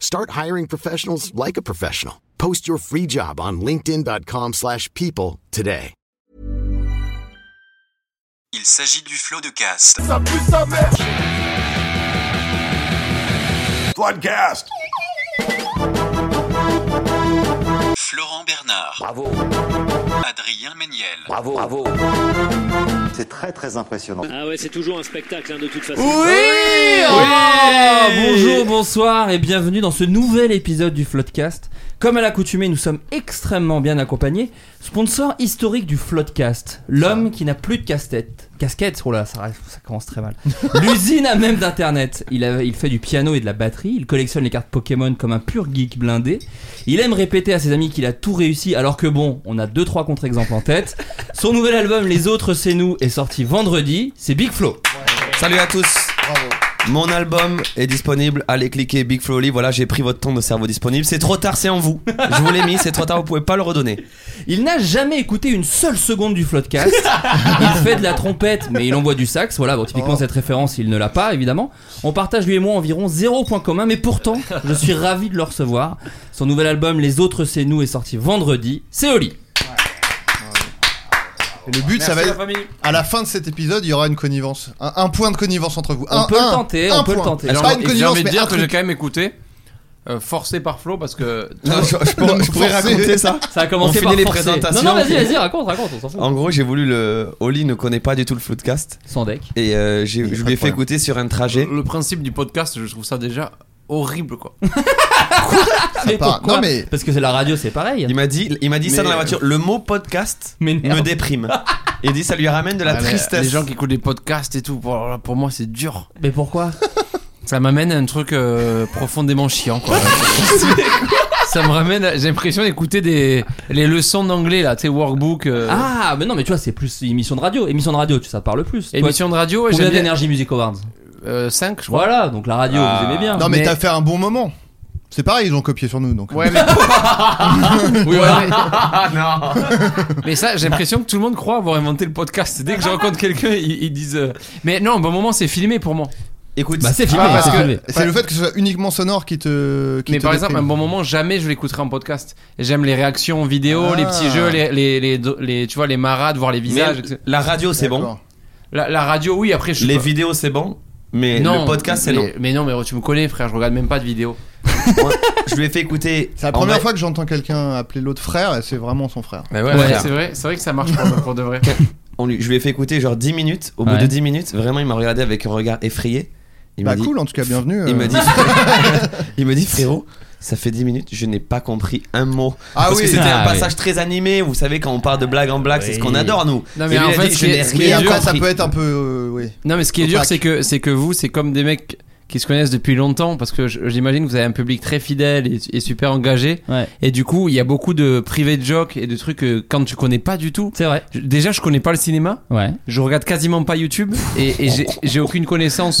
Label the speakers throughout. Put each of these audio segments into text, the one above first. Speaker 1: Start hiring professionals like a professional. Post your free job on linkedin.com/people slash people today.
Speaker 2: Il s'agit du flot de cast.
Speaker 3: Floodcast.
Speaker 2: Florent Bernard,
Speaker 4: Bravo,
Speaker 2: Adrien Méniel,
Speaker 4: bravo, bravo.
Speaker 5: C'est très très impressionnant.
Speaker 6: Ah ouais, c'est toujours un spectacle hein, de toute façon.
Speaker 7: Oui, Oh Bonjour, bonsoir et bienvenue dans ce nouvel épisode du Floodcast. Comme à l'accoutumée, nous sommes extrêmement bien accompagnés. Sponsor historique du Floodcast, l'homme qui n'a plus de casse-tête. Casquette, oh là, ça, reste- ça commence très mal. L'usine à même d'internet. Il, a- il fait du piano et de la batterie. Il collectionne les cartes Pokémon comme un pur geek blindé. Il aime répéter à ses amis qu'il a tout réussi, alors que bon, on a deux trois contre-exemples en tête. Son nouvel album, Les Autres c'est nous, est sorti vendredi. C'est Big Flow.
Speaker 8: Salut à tous Mon album est disponible, allez cliquer Big Flow Live, voilà j'ai pris votre temps de cerveau disponible, c'est trop tard, c'est en vous. Je vous l'ai mis, c'est trop tard, vous pouvez pas le redonner.
Speaker 7: Il n'a jamais écouté une seule seconde du Floodcast. il fait de la trompette, mais il envoie du sax. Voilà, bon, typiquement
Speaker 8: Oh.
Speaker 7: cette référence, il ne l'a pas, évidemment. On partage lui et moi environ zéro point commun, mais pourtant, je suis ravi de le recevoir. Son nouvel album, Les Autres C'est Nous, est sorti vendredi. C'est Oli.
Speaker 9: Et le but, ça va être. À la fin de cet épisode, il y aura une connivence. Un, un point de connivence entre vous.
Speaker 7: On
Speaker 9: Un-
Speaker 7: peut le
Speaker 9: un-
Speaker 7: tenter,
Speaker 9: un
Speaker 7: on peut le
Speaker 9: point.
Speaker 7: tenter.
Speaker 9: pas une
Speaker 3: J'ai
Speaker 9: connivence,
Speaker 3: envie de
Speaker 9: mais un
Speaker 3: dire que j'ai
Speaker 9: truc.
Speaker 3: quand même écouté, euh, forcé par Flo, parce que.
Speaker 8: Non, je, je pourrais, je pourrais
Speaker 9: Forcé.
Speaker 8: raconter ça.
Speaker 7: Ça a commencé
Speaker 8: On
Speaker 7: par
Speaker 8: finit les
Speaker 7: forcer.
Speaker 8: présentations.
Speaker 7: Non, non, vas-y, vas-y, raconte, raconte, on s'en fout.
Speaker 8: En gros, j'ai voulu le. Oli ne connaît pas du tout le Floodcast
Speaker 7: Sans deck.
Speaker 8: et euh, j'ai-
Speaker 9: Il y a pas
Speaker 8: je lui ai
Speaker 9: de
Speaker 8: fait
Speaker 9: problème.
Speaker 8: écouter sur un
Speaker 3: Le,
Speaker 8: trajet.
Speaker 3: le principe du podcast, je trouve ça déjà horrible, quoi.
Speaker 7: Mais
Speaker 9: part.
Speaker 7: pourquoi
Speaker 9: Non, mais-
Speaker 7: Parce que c'est la radio, c'est pareil.
Speaker 8: Il m'a dit, il m'a dit ça
Speaker 3: Mais-
Speaker 8: dans la voiture. Le mot podcast
Speaker 7: Mais
Speaker 8: me
Speaker 7: merde.
Speaker 8: déprime. Il dit ça lui ramène de la
Speaker 3: Ah, mais,
Speaker 8: tristesse.
Speaker 3: Les gens qui écoutent des podcasts et tout, pour, pour moi, c'est dur.
Speaker 7: Mais pourquoi
Speaker 3: Ça m'amène à un truc euh, profondément chiant, quoi. Ça me ramène, à- j'ai l'impression d'écouter des les leçons d'anglais là, tu sais workbook, euh,
Speaker 7: Ah, mais non, mais tu vois, c'est plus émission de radio. Émission de radio, tu ça te parle plus. Toi,
Speaker 3: émission de radio. ouais,
Speaker 7: Combien
Speaker 3: j'aime bien-
Speaker 7: d'énergie Music Awards
Speaker 3: euh, 5 je crois.
Speaker 7: Voilà, donc la radio,
Speaker 3: Ah.
Speaker 7: vous aimez bien.
Speaker 9: Non, mais,
Speaker 3: Mais-
Speaker 9: t'as fait un bon moment. C'est pareil, ils ont copié sur nous donc.
Speaker 3: Ouais, mais. oui, voilà. non Mais ça, j'ai l'impression que tout le monde croit avoir inventé le podcast. Dès que je rencontre quelqu'un, ils, ils disent. euh, Mais non, bon moment, c'est filmé pour moi.
Speaker 8: Écoute,
Speaker 7: Bah c'est filmé,
Speaker 9: Ah,
Speaker 7: c'est
Speaker 9: parce
Speaker 7: filmé.
Speaker 9: que c'est le fait que ce soit uniquement sonore qui te. Qui
Speaker 3: Mais
Speaker 9: te
Speaker 3: par exemple, un
Speaker 9: déprime.
Speaker 3: bon moment, jamais je l'écouterai en podcast. J'aime les réactions vidéo,
Speaker 9: Ah.
Speaker 3: les petits jeux, les, les, les, les- tu vois, les marades, voir les
Speaker 8: mais
Speaker 3: visages. etc.
Speaker 8: la radio c'est bon,
Speaker 9: D'accord.
Speaker 3: La, la radio, oui, après je suis
Speaker 8: les
Speaker 3: pas-
Speaker 8: vidéos c'est bon, mais le podcast c'est
Speaker 3: mais-
Speaker 8: non.
Speaker 3: Mais non, mais tu me connais, frère, je regarde même pas de vidéos.
Speaker 8: Je lui ai fait écouter.
Speaker 9: C'est la
Speaker 8: en
Speaker 9: première
Speaker 8: vrai-
Speaker 9: fois que j'entends quelqu'un appeler l'autre frère et c'est vraiment son frère.
Speaker 8: Ouais,
Speaker 3: Ouais,
Speaker 8: frère.
Speaker 3: c'est vrai, c'est vrai que ça marche pas pour de vrai.
Speaker 8: On lui- je lui ai fait écouter genre 10 minutes. Au
Speaker 7: Ouais.
Speaker 8: bout de 10 minutes, vraiment, il m'a regardé avec un regard effrayé. Il
Speaker 9: bah
Speaker 8: m'a dit,
Speaker 9: cool, en tout cas, bienvenue. euh.
Speaker 8: il me dit, il me dit, frérot, ça fait 10 minutes, je n'ai pas compris un mot.
Speaker 9: Ah
Speaker 8: Parce
Speaker 9: oui.
Speaker 8: que c'était
Speaker 7: Ah
Speaker 8: un
Speaker 7: oui.
Speaker 8: passage très animé. Vous savez, quand on parle de blague en blague, c'est ce qu'on adore nous.
Speaker 3: Non,
Speaker 8: Et
Speaker 3: mais
Speaker 8: lui,
Speaker 3: en
Speaker 8: il a
Speaker 3: fait,
Speaker 8: dit,
Speaker 3: ce
Speaker 8: je
Speaker 3: qui est-
Speaker 8: n'ai
Speaker 3: ce qui est
Speaker 9: Et
Speaker 8: rien
Speaker 9: après, ça
Speaker 8: compris.
Speaker 9: peut être un peu. euh, oui.
Speaker 3: Non, mais ce qui est
Speaker 9: Au
Speaker 3: dur,
Speaker 9: pack.
Speaker 3: c'est que c'est que vous, c'est comme des mecs qui se connaissent depuis longtemps, parce que je- j'imagine que vous avez un public très fidèle et, et super engagé,
Speaker 7: Ouais,
Speaker 3: et du coup, il y a beaucoup de private jokes et de trucs que quand tu connais pas du tout.
Speaker 7: c'est vrai.
Speaker 3: je- Déjà, je connais pas le cinéma,
Speaker 7: Ouais.
Speaker 3: je regarde quasiment pas YouTube, et, et j'ai- j'ai aucune connaissance.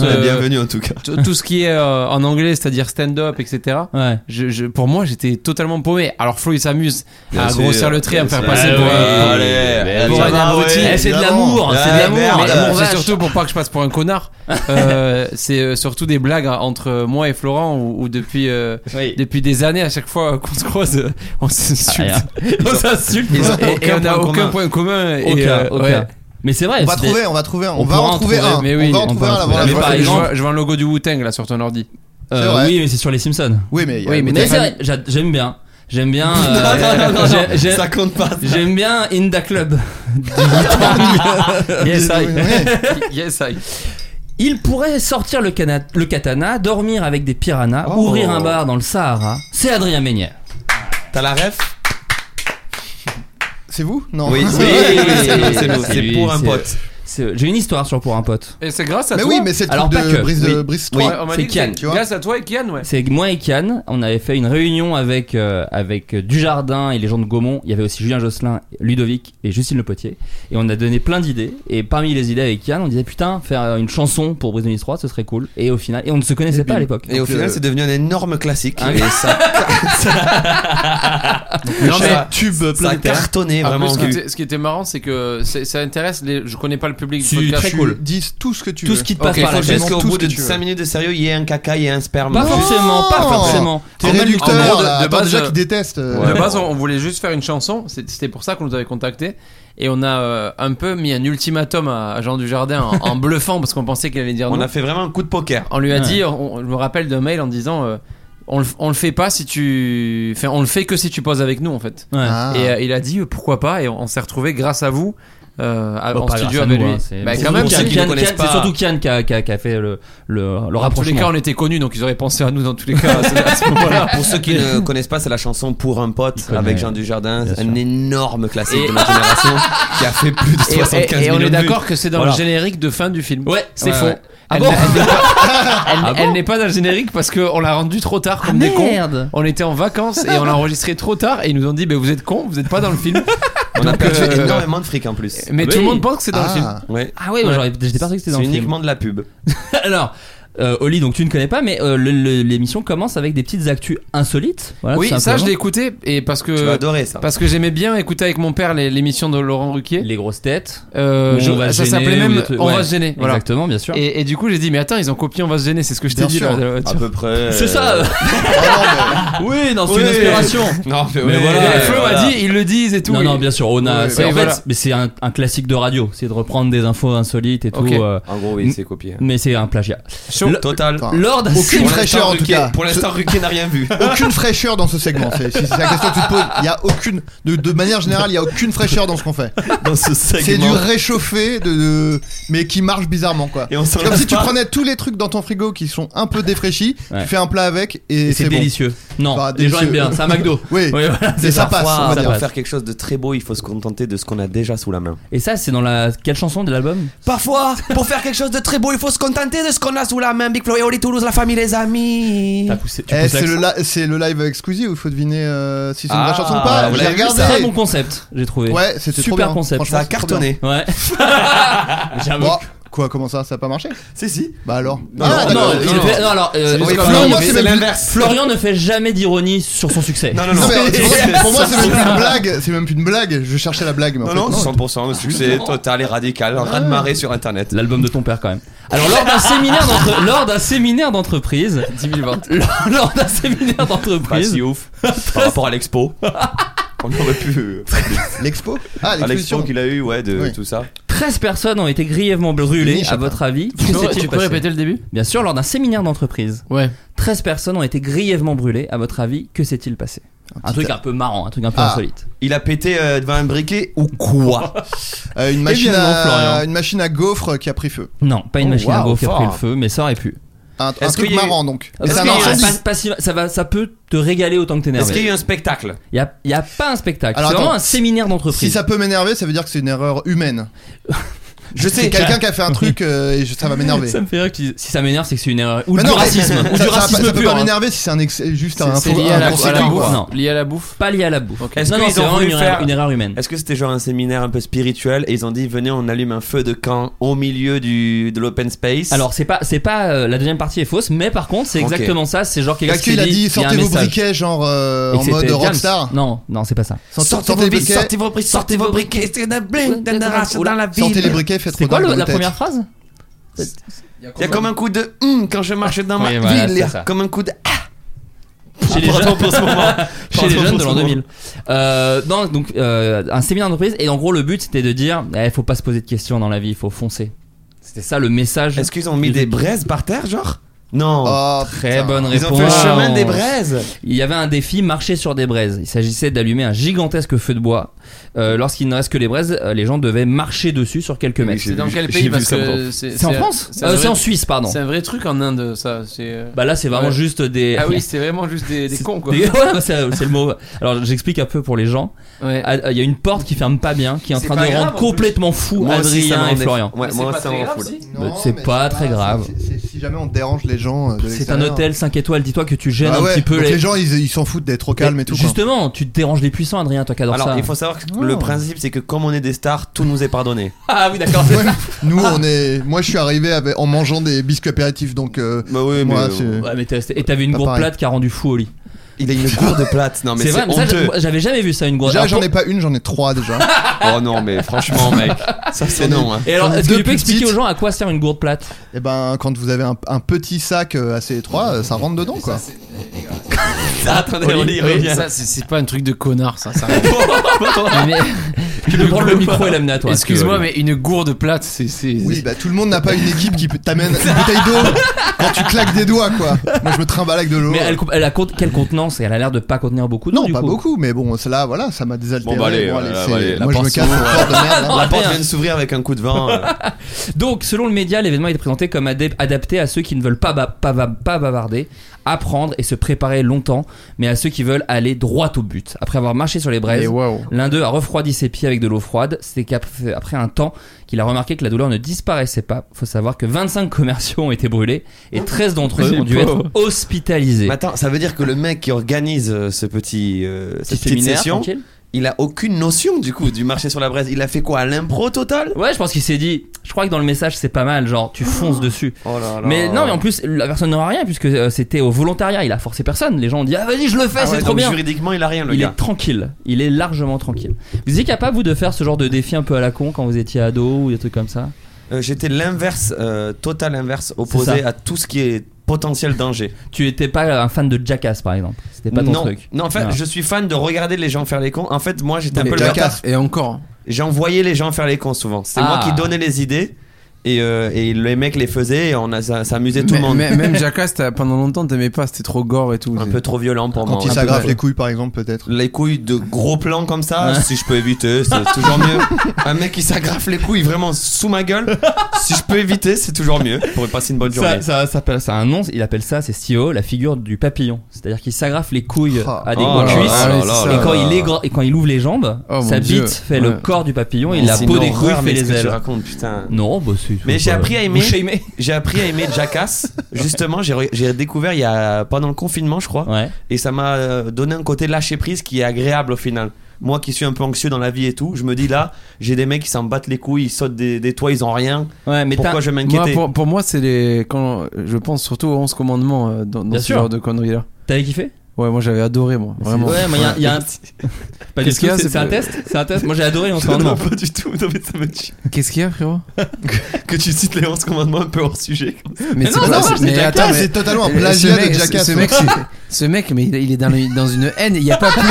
Speaker 8: Ouais,
Speaker 3: euh,
Speaker 8: Bienvenue en tout cas.
Speaker 3: t- tout ce qui est euh, en anglais, c'est-à-dire stand-up, etc.
Speaker 7: Ouais.
Speaker 3: Je, je- pour moi, j'étais totalement paumé. Alors Flo, il s'amuse à grossir le trait, à me faire
Speaker 8: Bien
Speaker 3: passer
Speaker 8: sûr.
Speaker 3: pour,
Speaker 8: Ah
Speaker 3: un- Euh,
Speaker 8: oui, allez,
Speaker 3: pour
Speaker 8: ça
Speaker 3: un
Speaker 8: va,
Speaker 3: abruti.
Speaker 8: ouais.
Speaker 7: Eh, c'est de
Speaker 9: évidemment.
Speaker 7: l'amour, c'est de
Speaker 8: Ah,
Speaker 7: l'amour.
Speaker 8: merde.
Speaker 7: l'amour
Speaker 3: Mais
Speaker 7: vache.
Speaker 3: c'est surtout pour pas que je passe pour un connard. Euh, c'est euh, surtout des blagues entre moi et Florent où, où depuis euh,
Speaker 7: Oui.
Speaker 3: depuis des années à chaque fois qu'on se croise, euh, on s'insulte.
Speaker 7: Ah, On s'insulte.
Speaker 8: Ils ont
Speaker 3: Et- et on
Speaker 8: aucun
Speaker 3: a
Speaker 8: point
Speaker 3: aucun
Speaker 8: commun.
Speaker 3: point commun. Et,
Speaker 7: Aucun,
Speaker 3: euh,
Speaker 7: aucun.
Speaker 3: ouais.
Speaker 7: Mais c'est vrai.
Speaker 9: On va
Speaker 7: c'est-
Speaker 9: trouver, on va trouver, on,
Speaker 7: on
Speaker 9: va
Speaker 7: pourra
Speaker 9: en
Speaker 7: en
Speaker 9: trouver
Speaker 7: trouver,
Speaker 9: un.
Speaker 3: mais
Speaker 9: on
Speaker 3: oui,
Speaker 9: va
Speaker 3: on
Speaker 9: en trouver
Speaker 7: peut
Speaker 9: un
Speaker 7: en
Speaker 9: avant
Speaker 7: trouver.
Speaker 9: la
Speaker 7: Mais
Speaker 3: Je
Speaker 9: fin.
Speaker 7: par
Speaker 3: vois- je,
Speaker 7: exemple-
Speaker 3: vois, je vois un logo du Wu-Tang là sur ton ordi.
Speaker 7: euh,
Speaker 9: c'est vrai.
Speaker 7: oui, mais c'est sur les Simpsons.
Speaker 9: Oui, mais il y a-
Speaker 3: Oui, mais
Speaker 7: Mais
Speaker 3: t'es
Speaker 7: c'est
Speaker 3: fan-
Speaker 7: vrai, j'a- j'aime bien. J'aime bien.
Speaker 8: Non, non, non, non,
Speaker 7: Euh,
Speaker 8: ça
Speaker 7: compte pas. J'aime bien Inda Club.
Speaker 3: Yes, I.
Speaker 7: Ouais.
Speaker 3: Yes, I.
Speaker 7: Il pourrait sortir le, cana- le katana, dormir avec des piranhas,
Speaker 8: Oh.
Speaker 7: ouvrir un bar dans le Sahara. C'est Adrien Méniel.
Speaker 8: T'as la ref
Speaker 9: C'est vous Non.
Speaker 8: Oui, oui,
Speaker 9: C'est
Speaker 8: oui,
Speaker 9: vrai.
Speaker 8: oui, c'est nous, c'est nous,
Speaker 7: C'est
Speaker 8: c'est
Speaker 7: lui,
Speaker 8: pour un
Speaker 7: c'est-
Speaker 8: pote.
Speaker 7: C'est- J'ai une histoire sur pour un pote.
Speaker 3: Et c'est grâce à
Speaker 9: Mais
Speaker 3: toi.
Speaker 9: oui, mais c'est le
Speaker 7: Alors,
Speaker 9: truc
Speaker 7: pas
Speaker 9: de
Speaker 7: que.
Speaker 9: Brise,
Speaker 7: Oui.
Speaker 9: de Brise
Speaker 7: Oui.
Speaker 9: 3.
Speaker 3: Ouais, on m'a
Speaker 7: c'est
Speaker 3: dit que c'est
Speaker 7: Kian.
Speaker 9: Tu vois
Speaker 3: Grâce à toi et Kian, ouais.
Speaker 7: C'est moi et Kian, on avait fait une réunion avec, euh, avec euh, Dujardin et les gens de Gaumont. Il y avait aussi Julien Josselin, Ludovic et Justine Le Potier. Et on a donné plein d'idées. Et parmi les idées avec Kian, on disait putain, faire euh, une chanson pour Brise de Nice 3, ce serait cool. Et au final, et on ne se connaissait pas à l'époque.
Speaker 8: Et au
Speaker 9: Donc, euh,
Speaker 8: final, c'est devenu un énorme classique.
Speaker 7: Ah,
Speaker 8: Et ça,
Speaker 3: Non, mais-
Speaker 8: ça-
Speaker 9: tube plein
Speaker 8: ça a
Speaker 9: de terre.
Speaker 8: cartonné
Speaker 3: En plus,
Speaker 8: vraiment.
Speaker 3: ce, qui était, ce qui était marrant, c'est que c'est- ça intéresse les. Je connais pas le public du
Speaker 7: C'est
Speaker 3: podcast.
Speaker 7: très
Speaker 9: Tu
Speaker 7: cool.
Speaker 9: dis tout ce que tu
Speaker 7: Tout
Speaker 9: veux.
Speaker 7: ce qui te
Speaker 3: Ok,
Speaker 7: passe
Speaker 3: il
Speaker 8: Il
Speaker 7: par la
Speaker 8: faut
Speaker 9: Voilà,
Speaker 8: juste
Speaker 7: tête.
Speaker 9: vraiment
Speaker 8: qu'au
Speaker 9: tout
Speaker 8: bout
Speaker 9: ce que
Speaker 8: de
Speaker 9: tu
Speaker 8: 5
Speaker 9: veux.
Speaker 8: minutes de sérieux, il y ait un caca, il y ait un sperme.
Speaker 7: Pas forcément, pas
Speaker 9: Oh.
Speaker 7: forcément.
Speaker 9: T'es
Speaker 3: En même- en
Speaker 9: réducteur
Speaker 3: gros,
Speaker 9: là.
Speaker 3: de- de
Speaker 9: Attends,
Speaker 3: base,
Speaker 9: déjà
Speaker 3: je-
Speaker 9: qu'ils détestent. euh,
Speaker 3: De base, on, on voulait juste faire une chanson. c'est- C'était pour ça qu'on nous avait contacté. Et on a euh, un peu mis un ultimatum à, à Jean Dujardin en, en bluffant parce qu'on pensait qu'il allait dire
Speaker 8: On
Speaker 3: non.
Speaker 8: a fait vraiment un coup de poker.
Speaker 3: On lui a
Speaker 7: Ouais.
Speaker 3: dit, on, on- je me rappelle d'un mail en disant, euh, on, le, on le fait pas si tu, enfin, on le fait que si tu poses avec nous en fait.
Speaker 7: Ouais.
Speaker 9: Ah.
Speaker 3: Et euh, il a dit euh, pourquoi pas et on, on s'est retrouvé grâce à vous euh, à-
Speaker 7: Bon,
Speaker 3: en
Speaker 7: pas
Speaker 3: studio
Speaker 7: grâce à
Speaker 3: avec
Speaker 7: nous,
Speaker 3: lui.
Speaker 7: hein, c'est-
Speaker 3: Bah,
Speaker 7: c'est
Speaker 3: quand même,
Speaker 8: Kian
Speaker 7: surtout
Speaker 3: qui-
Speaker 8: qui nous
Speaker 7: Kian-
Speaker 8: connaissent
Speaker 7: Kian-
Speaker 8: pas.
Speaker 7: C'est surtout Kian qui a, qui a- qui a fait le, le, le
Speaker 3: en tous les cas,
Speaker 7: rapprochement.
Speaker 3: on était connus donc ils auraient pensé à nous dans tous les cas. à ce- à ce moment-là.
Speaker 8: Pour ceux qui ne connaissent pas, c'est la chanson Pour un
Speaker 7: Il
Speaker 8: pote
Speaker 7: connaît.
Speaker 8: avec Jean Dujardin,
Speaker 7: Bien
Speaker 8: un
Speaker 7: sûr.
Speaker 8: énorme classique
Speaker 3: Et-
Speaker 8: de ma génération qui a fait plus de
Speaker 3: Et,
Speaker 8: 75
Speaker 3: et- et on est
Speaker 8: millions de vues.
Speaker 3: d'accord que c'est dans
Speaker 7: Voilà.
Speaker 3: le générique de fin du film.
Speaker 7: Ouais,
Speaker 3: c'est
Speaker 7: ouais,
Speaker 3: faux.
Speaker 7: ouais. Ah
Speaker 3: elle
Speaker 7: bon
Speaker 3: n'a- elle n'est pas, elle-
Speaker 7: Ah bon
Speaker 3: elle n'est pas dans le générique parce qu'on l'a rendu trop tard comme Ah, des cons.
Speaker 7: merde.
Speaker 3: On était en vacances et on l'a enregistré trop tard et ils nous ont dit bah, vous êtes cons, vous n'êtes pas dans le film.
Speaker 8: On a perdu
Speaker 3: euh,
Speaker 8: énormément de fric en plus. Ah
Speaker 3: Mais
Speaker 7: Oui.
Speaker 3: tout le monde pense que c'est dans le film.
Speaker 9: Ah.
Speaker 8: Ouais.
Speaker 7: Ah ouais,
Speaker 3: Ouais.
Speaker 7: j'aurais- j'étais persuadé que c'était
Speaker 8: C'est
Speaker 7: dans le film.
Speaker 8: uniquement de la pub.
Speaker 7: Alors, euh, Oli, donc tu ne connais pas, mais euh, le- le- l'émission commence avec des petites actus insolites. Voilà,
Speaker 3: oui,
Speaker 7: tout
Speaker 3: ça je l'ai
Speaker 7: simplement.
Speaker 3: écouté et parce
Speaker 8: Tu vas
Speaker 3: que
Speaker 8: adorer ça.
Speaker 3: parce que j'aimais bien écouter avec mon père les- l'émission de Laurent Ruquier.
Speaker 7: Les grosses têtes.
Speaker 3: Euh,
Speaker 7: Ou
Speaker 3: je-
Speaker 7: on va se
Speaker 3: ça
Speaker 7: gêner,
Speaker 3: s'appelait
Speaker 7: ou
Speaker 3: même
Speaker 7: des trucs-
Speaker 3: On
Speaker 7: ouais.
Speaker 3: va se gêner. Voilà.
Speaker 7: Exactement, bien sûr.
Speaker 3: Et, et du coup j'ai dit mais attends ils ont copié On va se gêner, c'est ce que je t'ai
Speaker 9: Bien
Speaker 3: dit
Speaker 9: sûr.
Speaker 3: là. euh,
Speaker 8: À
Speaker 3: tu-
Speaker 8: peu près. euh,
Speaker 7: C'est
Speaker 3: Oh,
Speaker 7: ça. oui, non, c'est une
Speaker 8: Oui.
Speaker 7: inspiration.
Speaker 8: Non, mais,
Speaker 7: Mais
Speaker 8: ouais.
Speaker 3: Et
Speaker 7: voilà.
Speaker 3: Flo
Speaker 7: voilà.
Speaker 3: m'a dit ils le disent et tout.
Speaker 7: non,
Speaker 3: Et-
Speaker 7: non, bien sûr. On a,
Speaker 3: Ouais,
Speaker 7: c'est,
Speaker 3: ouais,
Speaker 7: en
Speaker 3: voilà.
Speaker 7: fait, mais c'est un, un classique de radio. C'est de reprendre des infos insolites et tout.
Speaker 3: Ok.
Speaker 7: euh,
Speaker 8: En gros, oui, c'est copié.
Speaker 7: mais c'est un plagiat.
Speaker 3: Chaud.
Speaker 7: Le-
Speaker 8: Total.
Speaker 9: Enfin,
Speaker 7: Lord a
Speaker 9: Aucune
Speaker 8: Pour
Speaker 7: saisi-
Speaker 9: fraîcheur,
Speaker 8: l'instant,
Speaker 9: en tout
Speaker 8: Ruquier-
Speaker 9: cas.
Speaker 8: Pour l'instant, Ruquier n'a rien vu.
Speaker 9: Aucune fraîcheur dans ce segment. C'est si c'est la question que tu te poses. Il y a aucune. De, de manière générale, il y a aucune fraîcheur dans ce qu'on fait.
Speaker 8: Dans ce
Speaker 9: C'est du
Speaker 8: segment.
Speaker 9: réchauffé de, de- mais qui marche bizarrement quoi.
Speaker 8: Et on
Speaker 9: C'est
Speaker 8: s'en
Speaker 9: comme
Speaker 8: lasse
Speaker 9: si tu
Speaker 8: pas.
Speaker 9: prenais tous les trucs dans ton frigo qui sont un peu défraîchis,
Speaker 7: Ouais.
Speaker 9: tu fais un plat avec et,
Speaker 7: Et c'est,
Speaker 9: bon.
Speaker 7: délicieux. Non,
Speaker 9: Enfin,
Speaker 7: les gens
Speaker 9: délicieux.
Speaker 7: aiment bien. C'est un McDo.
Speaker 9: Oui.
Speaker 7: Oui, voilà,
Speaker 9: Et
Speaker 7: c'est
Speaker 9: ça passe.
Speaker 8: Parfois,
Speaker 9: on va
Speaker 7: ça
Speaker 9: dire.
Speaker 8: pour
Speaker 7: passe.
Speaker 8: faire quelque chose de très beau, il faut se contenter de ce qu'on a déjà sous la main.
Speaker 7: Et ça, c'est dans la quelle chanson de l'album
Speaker 8: Parfois, pour faire quelque chose de très beau, il faut se contenter de ce qu'on a sous la main. Big Flo et Oli Toulouse, la famille, les amis.
Speaker 7: T'as poussé. Tu
Speaker 9: Eh,
Speaker 7: pousses
Speaker 9: c'est le,
Speaker 7: l'accent.
Speaker 9: li- c'est le live exclusif où il faut deviner euh, si c'est une
Speaker 8: Ah,
Speaker 9: vraie chanson ou pas.
Speaker 8: vous
Speaker 9: J'ai
Speaker 8: l'avez vu,
Speaker 9: regardé.
Speaker 8: ça
Speaker 7: Très bon concept, j'ai trouvé.
Speaker 9: Ouais, c'était trop
Speaker 7: Super
Speaker 9: bien.
Speaker 7: concept.
Speaker 9: Franchement,
Speaker 8: Ça a
Speaker 9: c'est trop
Speaker 8: cartonné.
Speaker 7: Ouais.
Speaker 9: bien.
Speaker 7: J'avoue.
Speaker 9: Bon, quoi, comment ça Ça a pas marché
Speaker 8: Si, si.
Speaker 9: Bah alors
Speaker 8: Non,
Speaker 9: Ah,
Speaker 7: non,
Speaker 9: d'accord.
Speaker 7: non, il
Speaker 8: non.
Speaker 7: fait- non, alors, euh,
Speaker 3: C'est
Speaker 9: Oui,
Speaker 3: comme
Speaker 9: Florian,
Speaker 3: ça,
Speaker 9: moi,
Speaker 3: mais
Speaker 9: c'est
Speaker 3: c'est
Speaker 9: même plus-
Speaker 7: Florian ne fait jamais d'ironie sur son succès.
Speaker 8: Non, non, non.
Speaker 9: Non, mais pour moi- pour moi, c'est même plus
Speaker 8: Non,
Speaker 9: une blague. C'est même plus une blague. Je cherchais la blague, mais en
Speaker 8: non, Ah.
Speaker 9: fait, non.
Speaker 8: c'est 100% le succès total et radical, en train de marrer sur internet.
Speaker 7: L'album de ton père quand même. Alors lors d'un séminaire d'entre- lors d'un séminaire d'entreprise,
Speaker 3: 10 000 ventes.
Speaker 7: lors d'un séminaire
Speaker 8: Pas
Speaker 7: d'entreprise,
Speaker 8: si ouf par rapport à l'expo. On aurait pu.
Speaker 9: L'expo Ah,
Speaker 8: à l'expo
Speaker 9: l'exposition.
Speaker 8: qu'il a eu, ouais, de
Speaker 9: Oui.
Speaker 8: tout ça.
Speaker 7: 13 personnes ont été grièvement brûlées.
Speaker 9: Niche,
Speaker 7: À votre avis, que
Speaker 3: Tu peux,
Speaker 7: s'est-il
Speaker 3: tu peux
Speaker 7: passé
Speaker 3: répéter le début
Speaker 7: Bien sûr, lors d'un séminaire d'entreprise,
Speaker 3: Ouais.
Speaker 7: 13 personnes ont été grièvement brûlées. À votre avis, que s'est-il passé Un truc un peu marrant, un truc un peu
Speaker 9: Ah.
Speaker 7: insolite.
Speaker 8: Il a pété euh, devant un briquet ou quoi
Speaker 9: Euh, une, machine
Speaker 7: bien, non,
Speaker 9: à,
Speaker 7: Florian.
Speaker 9: une machine à gaufres qui a pris feu.
Speaker 7: Non, pas une
Speaker 8: Oh,
Speaker 7: machine à
Speaker 8: waouh,
Speaker 7: gaufres qui a pris le
Speaker 8: fort.
Speaker 7: feu, mais ça aurait pu.
Speaker 9: Un, un
Speaker 8: Est-ce
Speaker 9: truc
Speaker 8: qu'il y a eu-
Speaker 9: marrant donc. Et
Speaker 7: Parce
Speaker 9: c'est un
Speaker 7: que, euh,
Speaker 9: incendie.
Speaker 7: pas- pas si- ça, va, ça peut te régaler autant que
Speaker 8: Est-ce qu'il y
Speaker 7: t'énerver.
Speaker 8: a eu un spectacle
Speaker 7: Il n'y a, il y a pas un spectacle.
Speaker 9: Alors,
Speaker 7: C'est vraiment
Speaker 9: attends.
Speaker 7: un séminaire
Speaker 9: Si
Speaker 7: d'entreprise.
Speaker 9: ça peut m'énerver, ça veut dire que c'est une erreur humaine.
Speaker 8: Je
Speaker 9: C'est
Speaker 8: sais.
Speaker 9: quelqu'un qui a fait un truc euh, et je- ça va m'énerver.
Speaker 7: Ça me fait rire que tu dises- si ça m'énerve, c'est que c'est une erreur. Ou
Speaker 9: Mais
Speaker 7: du
Speaker 9: non, mais-
Speaker 7: racisme. Ou
Speaker 9: ça-
Speaker 7: du
Speaker 9: ça-
Speaker 7: racisme
Speaker 9: ça peut
Speaker 7: pur.
Speaker 9: pas
Speaker 7: hein.
Speaker 9: m'énerver si c'est un excès- juste un
Speaker 3: C'est c'est
Speaker 9: info-
Speaker 3: lié à
Speaker 9: un
Speaker 3: la, à la
Speaker 9: conséquent,
Speaker 3: bouffe.
Speaker 9: quoi.
Speaker 7: Non.
Speaker 3: Lié à la bouffe.
Speaker 7: Pas lié à la bouffe.
Speaker 3: Ok.
Speaker 8: Est-ce
Speaker 7: Non, non,
Speaker 8: qu'ils
Speaker 7: c'est
Speaker 8: ont
Speaker 7: vraiment
Speaker 8: voulu
Speaker 7: une erreur,
Speaker 8: faire-
Speaker 7: une erreur humaine.
Speaker 8: Est-ce que c'était genre un séminaire un peu spirituel et ils ont dit venez on allume un feu de camp au milieu du, de l'open space
Speaker 7: Alors c'est pas c'est pas euh, la deuxième partie est fausse mais par contre c'est
Speaker 8: Ok.
Speaker 7: exactement ça c'est genre quelqu'un
Speaker 9: Parce
Speaker 7: qui
Speaker 9: qu'il a
Speaker 7: il y
Speaker 9: dit
Speaker 7: a
Speaker 9: sortez
Speaker 7: un
Speaker 9: vos
Speaker 7: message.
Speaker 9: briquets, genre euh,
Speaker 7: Et
Speaker 9: en
Speaker 7: c'était
Speaker 9: mode
Speaker 7: James.
Speaker 9: rockstar.
Speaker 7: Non non c'est pas ça.
Speaker 8: sortez vos briquets, sortez vos briquets, sortez vos briquets, c'est la blinde,
Speaker 7: Sortez-
Speaker 8: dans la ville.
Speaker 9: Sortez les briquets, faites
Speaker 7: C'est quoi
Speaker 9: rodin
Speaker 7: le-
Speaker 9: dans
Speaker 7: la
Speaker 9: vos
Speaker 7: première
Speaker 9: têtes.
Speaker 7: phrase
Speaker 8: Il y a comme un coup de hum quand je marche dans ma
Speaker 7: Oui, voilà,
Speaker 8: ville,
Speaker 7: c'est
Speaker 8: il y a
Speaker 7: ça.
Speaker 8: comme un coup de ah.
Speaker 7: Chez les
Speaker 8: Pardon
Speaker 7: jeunes-
Speaker 8: pour ce moment.
Speaker 7: chez
Speaker 8: Pardon
Speaker 7: les
Speaker 8: pour
Speaker 7: jeunes de
Speaker 8: ce
Speaker 7: l'an
Speaker 8: moment.
Speaker 7: 2000. Euh, non, donc euh, un séminaire d'entreprise et en gros le but c'était de dire eh, faut pas se poser de questions dans la vie, il faut foncer. C'était ça le message.
Speaker 8: Est-ce qu'ils ont mis des braises par terre genre Non.
Speaker 7: Oh,
Speaker 9: Ah,
Speaker 7: Très bonne
Speaker 8: Ils ont
Speaker 7: réponse.
Speaker 8: fait le chemin des braises.
Speaker 7: Il y avait un défi marcher sur des braises. Il s'agissait d'allumer un gigantesque feu de bois. Euh, Lorsqu'il ne reste que les braises, euh, les gens devaient marcher dessus sur quelques mètres.
Speaker 10: C'est dans quel pays Parce que
Speaker 7: C'est en France
Speaker 10: un
Speaker 7: Euh, C'est
Speaker 10: vrai-
Speaker 7: en Suisse, pardon.
Speaker 10: C'est un vrai truc en Inde, ça. c'est, euh,
Speaker 7: Bah là, c'est vraiment
Speaker 10: ouais.
Speaker 7: juste des.
Speaker 10: Ah oui, c'est vraiment juste des, des
Speaker 7: C'est-
Speaker 10: cons, quoi.
Speaker 7: des- ouais, c'est c'est le mot. Alors j'explique un peu pour les gens.
Speaker 10: Ouais.
Speaker 7: Ah, Il y a une porte qui ferme pas bien, qui est en
Speaker 10: C'est
Speaker 7: train de
Speaker 10: pas
Speaker 7: rendre
Speaker 10: grave, en plus.
Speaker 7: complètement fou
Speaker 8: Moi aussi, ça
Speaker 7: Adrien
Speaker 8: m'en
Speaker 7: et
Speaker 8: déf-
Speaker 7: Florian.
Speaker 8: Ouais,
Speaker 10: Mais
Speaker 8: moi,
Speaker 10: c'est pas
Speaker 8: ça
Speaker 10: très
Speaker 8: m'en
Speaker 10: grave,
Speaker 8: fout, là.
Speaker 10: si
Speaker 9: Non,
Speaker 7: c'est
Speaker 9: mais
Speaker 7: pas très
Speaker 9: c'est-
Speaker 7: grave.
Speaker 9: c'est- c'est- Si jamais on dérange les gens, euh, de
Speaker 7: C'est un
Speaker 9: l'extérieur.
Speaker 7: hôtel 5 étoiles, dis-toi que tu gênes
Speaker 9: Ah ouais,
Speaker 7: un petit peu
Speaker 9: donc
Speaker 7: les.
Speaker 9: les gens ils ils s'en foutent d'être au calme et tout. quoi.
Speaker 7: Justement, tu te déranges les puissants, Adrien, toi qui adore
Speaker 8: Alors,
Speaker 7: ça.
Speaker 8: il faut savoir que le principe, c'est que comme on est des stars, tout nous est pardonné.
Speaker 7: Ah oui, d'accord, c'est ça.
Speaker 9: Nous on est, moi je suis arrivé avec- en mangeant des biscuits apéritifs donc. euh,
Speaker 8: Bah oui, mais
Speaker 9: moi,
Speaker 8: euh,
Speaker 9: c'est-
Speaker 7: Ouais, mais t'as- et t'avais une
Speaker 9: Pas
Speaker 7: gourde
Speaker 9: pareil.
Speaker 7: plate qui a rendu fou au lit.
Speaker 8: il a une gourde plate. Non, mais
Speaker 7: C'est
Speaker 8: c'est
Speaker 7: vrai, mais ça,
Speaker 8: honteux.
Speaker 7: j'a- j'avais jamais vu ça, une gourde.
Speaker 9: Déjà
Speaker 7: Alors,
Speaker 9: j'en
Speaker 7: pour-
Speaker 9: ai pas une, j'en ai trois déjà.
Speaker 8: Oh non, mais franchement, mec, ça c'est non. hein.
Speaker 7: Et alors,
Speaker 9: j'en ai
Speaker 7: est-ce que
Speaker 9: deux
Speaker 7: tu peux
Speaker 9: plus
Speaker 7: expliquer
Speaker 9: petites.
Speaker 7: aux gens à quoi sert une gourde plate
Speaker 9: et ben quand vous avez un, un petit sac euh, assez étroit, euh, ça rentre dedans quoi.
Speaker 8: Attendez, on y revient.
Speaker 10: Ça, c'est- c'est pas un truc de connard, ça. ça. Mais-
Speaker 7: Tu peux prendre le micro et l'amener à toi. hein,
Speaker 10: Excuse-moi, mais une gourde plate, c'est. c'est-
Speaker 9: Oui, bah tout le monde n'a pas une équipe qui peut- t'amène une bouteille d'eau quand tu claques des doigts quoi. Moi je me trimballe avec de l'eau.
Speaker 7: Mais elle, comp- elle a compte- quelle contenance Elle a l'air de pas contenir beaucoup d'eau,
Speaker 9: Non,
Speaker 7: du
Speaker 9: pas
Speaker 7: coup.
Speaker 9: beaucoup, mais bon, celle-là, voilà, ça m'a désaltéré.
Speaker 8: Bon, bah, allez,
Speaker 9: Bon,
Speaker 8: euh,
Speaker 9: c'est-
Speaker 8: allez, la euh,
Speaker 9: moi, je me
Speaker 8: porte
Speaker 9: casse
Speaker 8: s'ouvre.
Speaker 9: au bord de merde. hein.
Speaker 8: La porte vient de s'ouvrir avec un coup de vent. euh.
Speaker 7: Donc, selon le média, l'événement est présenté comme adep- adapté à ceux qui ne veulent pas, ba- pas, ba- pas bavarder, apprendre et se préparer longtemps, mais à ceux qui veulent aller droit au but. Après avoir marché sur les braises, l'un d'eux a refroidi ses pieds avec de l'eau froide. C'est qu'après après un temps qu'il a remarqué que la douleur ne disparaissait pas. Faut savoir que 25 commerciaux ont été brûlés et 13 d'entre eux ont dû être hospitalisés.
Speaker 8: Mais attends, ça veut dire que le mec qui organise euh, ce petit, euh, cette petite
Speaker 7: séminaire,
Speaker 8: session,
Speaker 7: tranquille.
Speaker 8: il a aucune notion du coup du marché sur la braise. Il a fait quoi à l'impro total
Speaker 7: Ouais, je pense qu'il s'est dit. Je crois que dans le message, c'est pas mal. Genre, tu fonces dessus.
Speaker 8: Oh là là.
Speaker 7: Mais non, mais en plus, la personne n'aura rien puisque euh, c'était au volontariat. Il a forcé personne. Les gens ont dit Ah, vas-y, je le fais,
Speaker 8: Ah ouais,
Speaker 7: c'est trop
Speaker 8: donc
Speaker 7: bien.
Speaker 8: Juridiquement, il a rien le
Speaker 7: Il
Speaker 8: gars.
Speaker 7: est tranquille. Il est largement tranquille. Vous étiez capable, vous, de faire ce genre de défi un peu à la con quand vous étiez ado ou des trucs comme ça
Speaker 8: Euh, J'étais l'inverse, euh, total inverse,
Speaker 7: C'est
Speaker 8: opposé
Speaker 7: ça.
Speaker 8: à tout ce qui est potentiel danger.
Speaker 7: Tu étais pas un fan de Jackass, par exemple C'était pas ton
Speaker 8: non,
Speaker 7: truc
Speaker 8: non, en fait,
Speaker 7: Ah.
Speaker 8: je suis fan de regarder les gens faire les cons. En fait, moi, j'étais un peu le
Speaker 9: Jackass.
Speaker 8: bâtard.
Speaker 10: Et encore.
Speaker 8: J'envoyais les gens faire les cons souvent. C'est moi
Speaker 7: Ah.
Speaker 8: qui donnais les idées et, euh, et les mecs les faisaient et on a, ça, ça amusait tout le monde.
Speaker 10: Même Jackass, pendant longtemps, t'aimais pas, c'était trop gore et tout.
Speaker 8: Un peu trop violent pour moi.
Speaker 9: Quand il
Speaker 8: Un peu
Speaker 9: s'aggrave
Speaker 8: trop-
Speaker 9: les couilles, par exemple, peut-être.
Speaker 8: les couilles de gros plans comme ça,
Speaker 7: Ouais.
Speaker 8: si je peux éviter, c'est toujours mieux. Un mec qui s'agrafe les couilles vraiment sous ma gueule, si je peux éviter, c'est toujours mieux pour passer une bonne
Speaker 7: Ça,
Speaker 8: journée.
Speaker 7: ça, s'appelle- ça a un nom, il appelle ça, c'est Stio, la figure du papillon. C'est-à-dire qu'il s'agrafe les couilles
Speaker 9: Oh.
Speaker 7: à des
Speaker 8: Oh là
Speaker 7: cuisses.
Speaker 8: là là là
Speaker 7: et, quand
Speaker 8: là.
Speaker 7: il est grand- et quand il ouvre les jambes,
Speaker 10: Oh mon
Speaker 7: sa bite
Speaker 10: Dieu.
Speaker 7: fait le
Speaker 10: Ouais.
Speaker 7: corps du papillon et
Speaker 8: Mais
Speaker 7: la
Speaker 8: c'est
Speaker 7: peau
Speaker 8: une
Speaker 7: des couilles
Speaker 8: horreur,
Speaker 7: fait
Speaker 8: mais ce
Speaker 7: les
Speaker 8: que tu
Speaker 7: ailes.
Speaker 8: racontes, putain.
Speaker 7: Non, bah c'est
Speaker 8: Mais j'ai
Speaker 7: bah,
Speaker 8: appris à aimer.
Speaker 7: vous shamez.
Speaker 8: J'ai appris à aimer Jackass. Justement, j'ai re- j'ai découvert il y a pendant le confinement, je crois,
Speaker 7: Ouais.
Speaker 8: et ça m'a euh, donné un côté lâcher prise qui est agréable au final. Moi qui suis un peu anxieux dans la vie et tout, je me dis là, j'ai des mecs qui s'en battent les couilles, ils sautent des, des toits, ils ont rien.
Speaker 7: Ouais, mais t'as-
Speaker 8: Pourquoi je vais
Speaker 3: Moi,
Speaker 8: m'inquiéter
Speaker 3: pour, pour moi, c'est les. Quand, je pense surtout aux 11 commandements euh, dans, dans
Speaker 7: Bien
Speaker 3: ce
Speaker 7: sûr.
Speaker 3: genre de conneries-là.
Speaker 7: t'avais kiffé
Speaker 3: Ouais, moi j'avais adoré, moi. Vraiment.
Speaker 7: Ouais, mais il y a, il y a un. Pas du
Speaker 3: Qu'est-ce
Speaker 7: tout,
Speaker 3: qu'il y a,
Speaker 7: c'est
Speaker 3: c'est
Speaker 7: c'est un
Speaker 3: pas-
Speaker 7: test C'est un test Moi j'ai adoré en ce
Speaker 8: Non,
Speaker 7: moment.
Speaker 8: pas du tout. Non, mais ça me tue.
Speaker 3: Qu'est-ce qu'il y a, frérot
Speaker 8: que tu cites les 11 commandements un peu hors sujet.
Speaker 3: Mais
Speaker 7: non, non, c'est
Speaker 3: mais
Speaker 7: Jackass,
Speaker 3: attends, mais-
Speaker 9: C'est totalement un
Speaker 3: mais
Speaker 9: plagiat
Speaker 3: ce mec-
Speaker 9: de Jackass. hein.
Speaker 3: Ce, ce mec, c'est- ce mec, mais il, il est dans, le- dans une haine. Il n'y a, pas plus-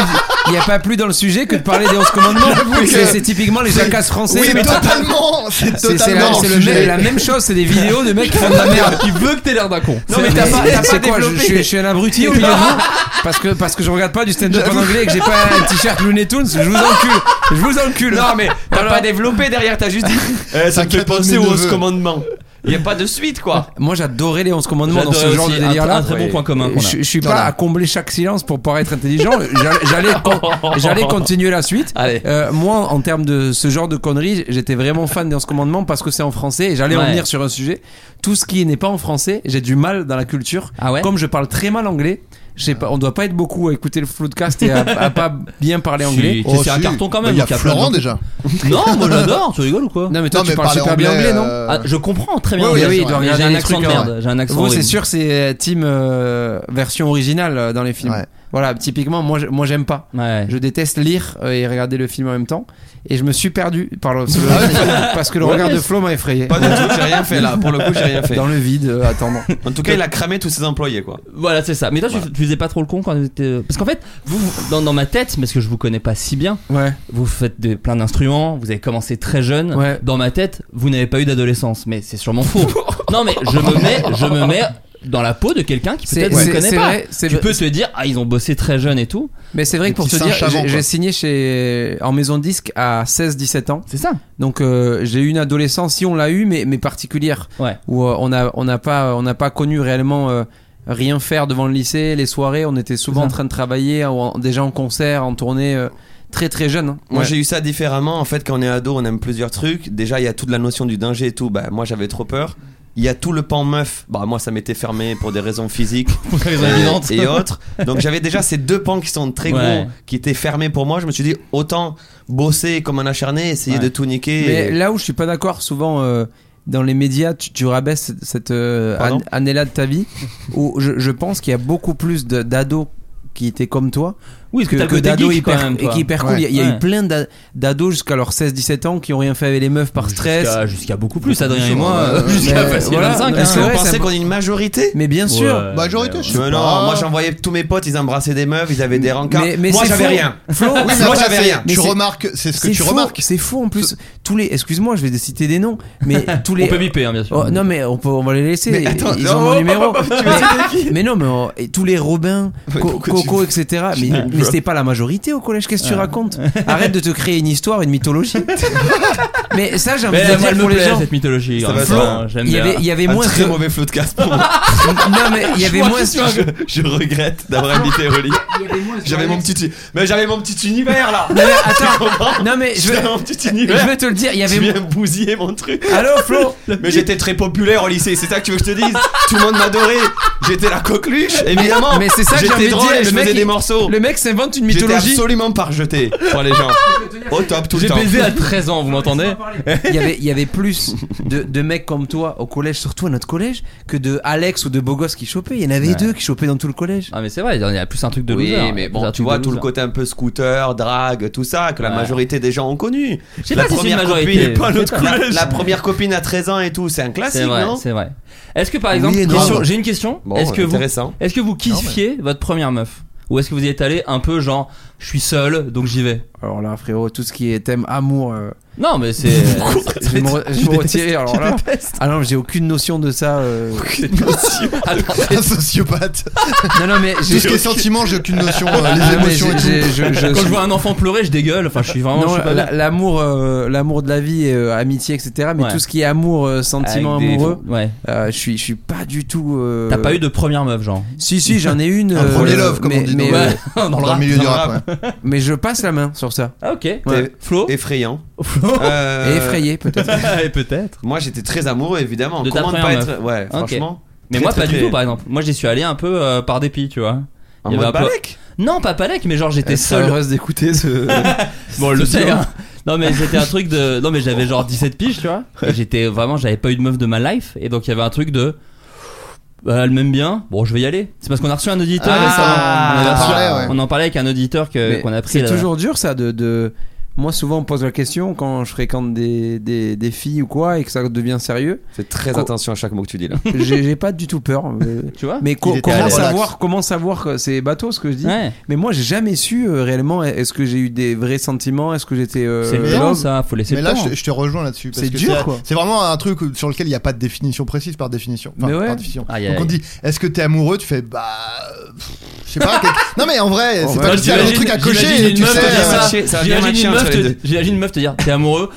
Speaker 3: il y a pas plus dans le sujet que de parler des 11 commandements. C'est c'est typiquement les Jackass français.
Speaker 9: Oui, mais
Speaker 3: C'est-
Speaker 9: totalement C'est
Speaker 3: c'est c'est la,
Speaker 9: totalement dans
Speaker 3: c'est
Speaker 9: le
Speaker 3: le même-
Speaker 9: sujet.
Speaker 3: la même chose, c'est des vidéos de mecs qui font de la merde.
Speaker 7: Il veut que t'aies l'air d'un con.
Speaker 3: Non mais t'as pas, t'as pas quoi, je, je- je
Speaker 7: développé.
Speaker 3: suis un abruti au milieu de vous parce que parce que je regarde pas du stand-up en anglais et que j'ai pas un t-shirt Looney Tunes, je vous encule, je vous encule. Non mais
Speaker 8: T'as pas développé derrière, t'as juste dit. ça me fait
Speaker 9: T'inquiète,
Speaker 8: penser
Speaker 9: mes
Speaker 8: aux 11
Speaker 9: neveux.
Speaker 8: commandements. Il a pas de suite, quoi.
Speaker 3: moi j'adorais les 11 commandements dans ce
Speaker 7: J'adore
Speaker 3: genre de
Speaker 7: aussi un,
Speaker 3: délire là.
Speaker 7: un très bon point commun qu'on a.
Speaker 3: Euh, Je, je suis pas
Speaker 9: Voilà.
Speaker 3: à combler chaque silence pour pouvoir être intelligent. J'allais- J'allais con- j'allais continuer la suite.
Speaker 7: Allez.
Speaker 3: Euh, moi, en termes de ce genre de conneries, j'étais vraiment fan des 11 commandements parce que c'est en français et j'allais
Speaker 7: Ouais.
Speaker 3: en venir sur un sujet. Tout ce qui n'est pas en français, j'ai du mal dans la culture.
Speaker 7: Ah ouais
Speaker 3: Comme je parle très mal anglais, je sais pas, on doit pas être beaucoup à écouter le floodcast et à, à pas bien parler anglais.
Speaker 7: Si, c'est un
Speaker 9: Oh, si. Bah,
Speaker 7: carton quand même,
Speaker 9: Il y a
Speaker 7: donc il y a
Speaker 9: Florent
Speaker 7: plein de-
Speaker 9: déjà.
Speaker 7: Non, moi j'adore, tu rigoles ou quoi
Speaker 3: Non mais toi
Speaker 9: Non,
Speaker 3: tu
Speaker 9: mais
Speaker 3: parles
Speaker 9: parler
Speaker 3: super bien
Speaker 9: anglais,
Speaker 3: anglais, non
Speaker 9: euh,
Speaker 7: Ah, je comprends très bien.
Speaker 9: Oui, oui,
Speaker 7: anglais,
Speaker 9: oui, il
Speaker 7: j'ai
Speaker 9: doit
Speaker 3: regarder
Speaker 7: un
Speaker 3: des
Speaker 7: accent de
Speaker 3: trucs, hein.
Speaker 7: merde. J'ai un accent.
Speaker 3: Vous c'est
Speaker 7: horrible.
Speaker 3: sûr c'est euh, team euh, version originale euh, dans les films.
Speaker 9: Ouais.
Speaker 3: Voilà, typiquement moi je- moi j'aime pas.
Speaker 7: Ouais.
Speaker 3: Je déteste lire euh, et regarder le film en même temps. Et je me suis perdu par le- parce que le- parce que le
Speaker 7: Ouais.
Speaker 3: regard de Flo m'a effrayé.
Speaker 8: Ah Pas du tout, j'ai rien fait là. Pour le coup, j'ai rien fait.
Speaker 3: Dans le vide, euh, attendant.
Speaker 8: En tout cas, il a cramé tous ses employés, quoi.
Speaker 7: Voilà, c'est ça. Mais toi, tu- tu faisais pas trop le con quand t'étais. Parce qu'en fait, vous, vous- dans, dans ma tête, parce que je vous connais pas si bien,
Speaker 3: Ouais.
Speaker 7: vous faites des, plein d'instruments, vous avez commencé très jeune.
Speaker 3: Ouais.
Speaker 7: Dans ma tête, vous n'avez pas eu d'adolescence. Mais c'est sûrement faux. non, mais je me mets, je me mets dans la peau de quelqu'un qui
Speaker 3: C'est-
Speaker 7: peut-être ne
Speaker 3: c'est-
Speaker 7: connaît
Speaker 3: c'est
Speaker 7: pas.
Speaker 3: vrai, c'est
Speaker 7: tu
Speaker 3: vrai.
Speaker 7: peux te dire, ah, ils ont bossé très jeune et tout.
Speaker 3: Mais c'est vrai que pour te dire, j'ai- j'ai signé chez en maison de disque à 16-17 ans.
Speaker 7: C'est ça.
Speaker 3: Donc euh, j'ai eu une adolescence, si on l'a eu, mais, mais particulière, où euh, on n'a on n'a pas on n'a pas connu réellement euh, rien faire devant le lycée, les soirées, on était souvent en train de travailler, ou en- déjà en concert, en tournée, euh, très très jeune. hein.
Speaker 8: Moi
Speaker 3: Ouais.
Speaker 8: j'ai eu ça différemment. En fait, quand on est ado, on aime plusieurs trucs. Déjà, il y a toute la notion du danger et tout. Bah, moi j'avais trop peur. Il y a tout le pan meuf. Bah, moi ça m'était fermé pour des raisons physiques
Speaker 7: des raisons
Speaker 8: et-
Speaker 7: évidentes.
Speaker 8: Euh, et autres. Donc j'avais déjà ces deux pans qui sont très
Speaker 7: Ouais.
Speaker 8: gros, qui étaient fermés pour moi. Je me suis dit autant bosser comme un acharné, essayer
Speaker 3: Ouais.
Speaker 8: de tout niquer.
Speaker 3: Mais
Speaker 8: et-
Speaker 3: là où je suis pas d'accord, souvent euh, dans les médias, tu, tu rabaisses cette- cette euh,
Speaker 8: Pardon
Speaker 3: an- année-là de ta vie, où je, je pense qu'il y a beaucoup plus de- d'ados qui étaient comme toi.
Speaker 7: Oui, parce que t'as le côté
Speaker 3: d'ados
Speaker 7: geek, quand
Speaker 3: hyper,
Speaker 7: même, toi.
Speaker 3: et qui hyper cool. Il y a- il y a,
Speaker 7: Ouais.
Speaker 3: eu plein d'a- d'ados jusqu'à leurs 16-17 ans qui ont rien fait avec les meufs par stress.
Speaker 7: Jusqu'à- jusqu'à beaucoup plus, Adrien et moi, euh, jusqu'à
Speaker 3: Mais
Speaker 7: facile
Speaker 3: voilà,
Speaker 7: 25,
Speaker 3: mais
Speaker 7: hein.
Speaker 3: c'est
Speaker 8: Vous
Speaker 3: vrai,
Speaker 8: pensez
Speaker 3: c'est un-
Speaker 8: qu'on est une majorité
Speaker 3: Mais bien sûr.
Speaker 8: Ouais,
Speaker 9: Bah, Majorité,
Speaker 8: mais
Speaker 9: je sais pas.
Speaker 8: ouais. Non, moi j'envoyais tous mes potes, ils embrassaient des meufs, ils avaient des rencarts.
Speaker 3: Mais- mais
Speaker 8: moi
Speaker 3: c'est
Speaker 8: j'avais
Speaker 3: faux.
Speaker 8: rien.
Speaker 3: Flo,
Speaker 8: Moi,
Speaker 3: oui, mais après,
Speaker 8: j'avais
Speaker 3: c'est-
Speaker 8: rien.
Speaker 3: mais
Speaker 9: Tu
Speaker 3: c'est-
Speaker 9: remarques, c'est ce que tu
Speaker 3: faux,
Speaker 9: remarques.
Speaker 3: C'est faux en plus. Tous les, excuse-moi, je vais les citer des noms, mais tous les.
Speaker 7: On peut biper, hein, bien sûr.
Speaker 3: Oh, non mais on peut, on va les laisser.
Speaker 8: Mais
Speaker 3: Ils-
Speaker 8: attends,
Speaker 3: ils
Speaker 8: non,
Speaker 3: ont mon
Speaker 8: oh,
Speaker 3: numéro.
Speaker 8: oh, oh, tu veux citer
Speaker 3: mais, mais non, mais oh, et tous les Robin,
Speaker 8: Mais
Speaker 3: Co-
Speaker 8: pourquoi
Speaker 3: Coco,
Speaker 8: tu- Ah.
Speaker 3: etc. Mais,
Speaker 8: Je-
Speaker 3: mais c'était pas la majorité au collège. Qu'est-ce que tu racontes Arrête de te créer une histoire, une mythologie. mais ça, j'ai envie
Speaker 7: Mais
Speaker 3: de le
Speaker 7: moi,
Speaker 3: dire
Speaker 7: elle
Speaker 3: pour
Speaker 7: me
Speaker 3: les
Speaker 7: plaît,
Speaker 3: gens.
Speaker 7: cette mythologie.
Speaker 8: Ça
Speaker 7: en
Speaker 8: va,
Speaker 7: même
Speaker 8: ça
Speaker 7: temps,
Speaker 8: va.
Speaker 7: j'aime
Speaker 3: Il y
Speaker 7: bien.
Speaker 3: avait, il y avait
Speaker 8: Un
Speaker 3: moins.
Speaker 8: très
Speaker 3: de-
Speaker 8: mauvais flot de casse pour moi.
Speaker 3: non mais il y avait moins.
Speaker 8: je, je regrette d'avoir
Speaker 3: Ah
Speaker 8: invité Oli. J'avais mon petit, mais j'avais mon petit univers là.
Speaker 3: Non, mais attends. Non mais je veux,
Speaker 8: J'avais mon petit
Speaker 3: je
Speaker 8: univers.
Speaker 3: veux te le dire. Il
Speaker 8: Tu
Speaker 3: y avait.
Speaker 8: viens bousiller mon truc.
Speaker 3: Allô Flo.
Speaker 8: Mais j'étais très populaire au lycée, c'est ça que tu veux que je te dise Tout le monde m'adorait. J'étais la coqueluche, évidemment.
Speaker 3: Mais c'est ça que j'ai envie
Speaker 8: J'étais
Speaker 3: de
Speaker 8: drôle,
Speaker 3: dire.
Speaker 8: et je
Speaker 3: le mec,
Speaker 8: faisais
Speaker 3: il-
Speaker 8: des morceaux.
Speaker 3: Le mec s'invente une
Speaker 8: J'étais
Speaker 3: mythologie.
Speaker 8: absolument pas rejeté par les gens. Au top tout le
Speaker 7: J'ai
Speaker 8: temps.
Speaker 7: baisé à 13 ans, vous m'entendez
Speaker 3: il y avait il y avait plus de, de mecs comme toi au collège surtout à notre collège que de Alex ou de beaux gosses qui chopaient il y en avait deux qui chopaient dans tout le collège
Speaker 7: Ah, mais c'est vrai, il y a plus un truc de
Speaker 8: oui,
Speaker 7: loser.
Speaker 8: mais
Speaker 7: Plus
Speaker 8: bon,
Speaker 7: un
Speaker 8: tu
Speaker 7: truc
Speaker 8: vois
Speaker 7: de
Speaker 8: tout le
Speaker 7: loser.
Speaker 8: côté un peu scooter, drague, tout ça que la
Speaker 7: Ouais.
Speaker 8: majorité des gens ont connu.
Speaker 7: sais
Speaker 8: la
Speaker 7: pas si c'est une
Speaker 8: première
Speaker 7: majorité,
Speaker 8: copine,
Speaker 7: je sais
Speaker 8: l'autre
Speaker 7: pas.
Speaker 8: collège. La, première copine à 13 ans et tout, c'est un classique,
Speaker 7: C'est vrai,
Speaker 8: non
Speaker 7: c'est vrai. Est-ce que par
Speaker 8: Oui
Speaker 7: exemple,
Speaker 8: et non.
Speaker 7: question- j'ai une question.
Speaker 8: Bon,
Speaker 7: est-ce que vous,
Speaker 8: intéressant.
Speaker 7: est-ce que vous kiffiez votre première meuf ou est-ce que vous y êtes allé un peu genre, je suis seul, donc j'y vais
Speaker 3: alors là frérot tout ce qui est thème amour euh,
Speaker 7: Non, mais c'est.
Speaker 3: je vais me, re- je vais me retirer alors là ah non j'ai aucune notion de ça euh.
Speaker 7: Attends,
Speaker 9: Un sociopathe.
Speaker 3: non non mais
Speaker 9: Tout ce qui
Speaker 3: j'ai
Speaker 9: est sentiments, j'ai aucune notion. euh,
Speaker 3: Ah,
Speaker 9: Les
Speaker 3: mais
Speaker 9: émotions et tout.
Speaker 3: j'ai- j'ai- je- je-
Speaker 7: quand je vois un enfant pleurer, je dégueule. Enfin, je suis vraiment.
Speaker 3: non,
Speaker 7: je suis pas
Speaker 3: la-
Speaker 7: bien.
Speaker 3: l'amour euh, l'amour de la vie et, euh, amitié etc mais
Speaker 7: Ouais.
Speaker 3: tout ce qui est amour euh, sentiment
Speaker 7: Avec des-
Speaker 3: amoureux
Speaker 7: Ouais.
Speaker 3: euh, je suis je suis pas du tout euh,
Speaker 7: T'as pas eu de première meuf, genre
Speaker 3: si si j'en ai une
Speaker 9: Un
Speaker 3: euh,
Speaker 9: premier love, comme on
Speaker 3: mais-
Speaker 9: dit
Speaker 3: mais,
Speaker 9: dans
Speaker 3: euh,
Speaker 9: le-
Speaker 7: Dans le
Speaker 9: dans
Speaker 7: rap.
Speaker 9: le milieu du
Speaker 8: dans le
Speaker 9: rap.
Speaker 8: rap.
Speaker 9: ouais.
Speaker 3: mais je passe la main sur ça
Speaker 7: Ah, ok.
Speaker 8: Ouais.
Speaker 7: Flo
Speaker 8: Effrayant.
Speaker 7: Flo
Speaker 8: Euh,
Speaker 3: Et effrayé peut-être
Speaker 7: Et Peut-être.
Speaker 8: Moi, j'étais très amoureux, évidemment.
Speaker 7: De ta
Speaker 8: Comment ne pas
Speaker 7: première
Speaker 8: être Ouais,
Speaker 7: Ok.
Speaker 8: franchement.
Speaker 7: Mais
Speaker 8: Très,
Speaker 7: moi,
Speaker 8: très,
Speaker 7: pas du
Speaker 8: très-
Speaker 7: tout, par exemple. Moi, j'y suis allé un peu euh, par dépit, tu vois.
Speaker 8: En
Speaker 7: Il y avait
Speaker 8: mode
Speaker 7: un peu-
Speaker 8: balèque.
Speaker 7: Non, pas Palek, mais genre j'étais
Speaker 3: Elle sera
Speaker 7: seul.
Speaker 3: heureuse d'écouter ce
Speaker 7: Bon, elle le
Speaker 3: C'est
Speaker 7: sait,
Speaker 3: bien.
Speaker 7: hein. Non, mais c'était un truc de. Non, mais j'avais genre 17 piges, tu vois. Et J'étais vraiment, j'avais pas eu de meuf de ma life. Et donc, il y avait un truc de. Bah, elle m'aime bien. Bon, je vais y aller. C'est parce qu'on a reçu un auditeur
Speaker 8: Ah,
Speaker 7: récemment.
Speaker 8: on en
Speaker 7: avait reçu-
Speaker 9: parlait, ouais.
Speaker 7: on en parlait avec un auditeur que-
Speaker 3: Mais
Speaker 7: qu'on a pris.
Speaker 3: C'est
Speaker 7: là.
Speaker 3: toujours dur ça de, de- Moi souvent on me pose la question quand je fréquente des, des, des filles ou quoi et que ça devient sérieux.
Speaker 8: Fais très
Speaker 3: Co-
Speaker 8: attention à chaque mot que tu dis là.
Speaker 3: J'ai j'ai pas du tout peur. euh.
Speaker 7: Tu vois
Speaker 3: Mais co-
Speaker 9: Il était
Speaker 3: comment
Speaker 9: relax.
Speaker 3: savoir, comment savoir que c'est bateau ce que je dis
Speaker 7: Ouais.
Speaker 3: Mais moi j'ai jamais su euh, réellement est-ce que j'ai eu des vrais sentiments, est-ce que j'étais... euh,
Speaker 7: C'est le
Speaker 9: mais
Speaker 7: temps,
Speaker 9: non,
Speaker 7: ça. Faut laisser
Speaker 9: Mais
Speaker 7: le
Speaker 9: là,
Speaker 7: temps. hein.
Speaker 9: je, je te rejoins là-dessus. parce
Speaker 3: C'est
Speaker 9: que
Speaker 3: dur, quoi.
Speaker 9: C'est vraiment un truc sur lequel il n'y a pas de définition précise par définition. Enfin,
Speaker 3: Mais ouais.
Speaker 9: par définition.
Speaker 7: Aïe,
Speaker 9: Donc on
Speaker 7: aïe.
Speaker 9: dit, est-ce que t'es amoureux Tu fais, bah, euh, pff, je sais pas. quelque- non mais en vrai, c'est pas
Speaker 7: Moi,
Speaker 9: comme si y avait un truc à
Speaker 7: Ah, j'imagine-
Speaker 9: cocher. Tu
Speaker 7: j'imagine une meuf
Speaker 9: sais,
Speaker 7: te dire
Speaker 9: euh,
Speaker 7: ça.
Speaker 8: marcher, ça va bien
Speaker 7: J'imagine
Speaker 8: marcher
Speaker 7: une
Speaker 8: entre
Speaker 7: meuf
Speaker 8: les
Speaker 7: te-
Speaker 8: deux.
Speaker 7: J'imagine une meuf te dire T'es amoureux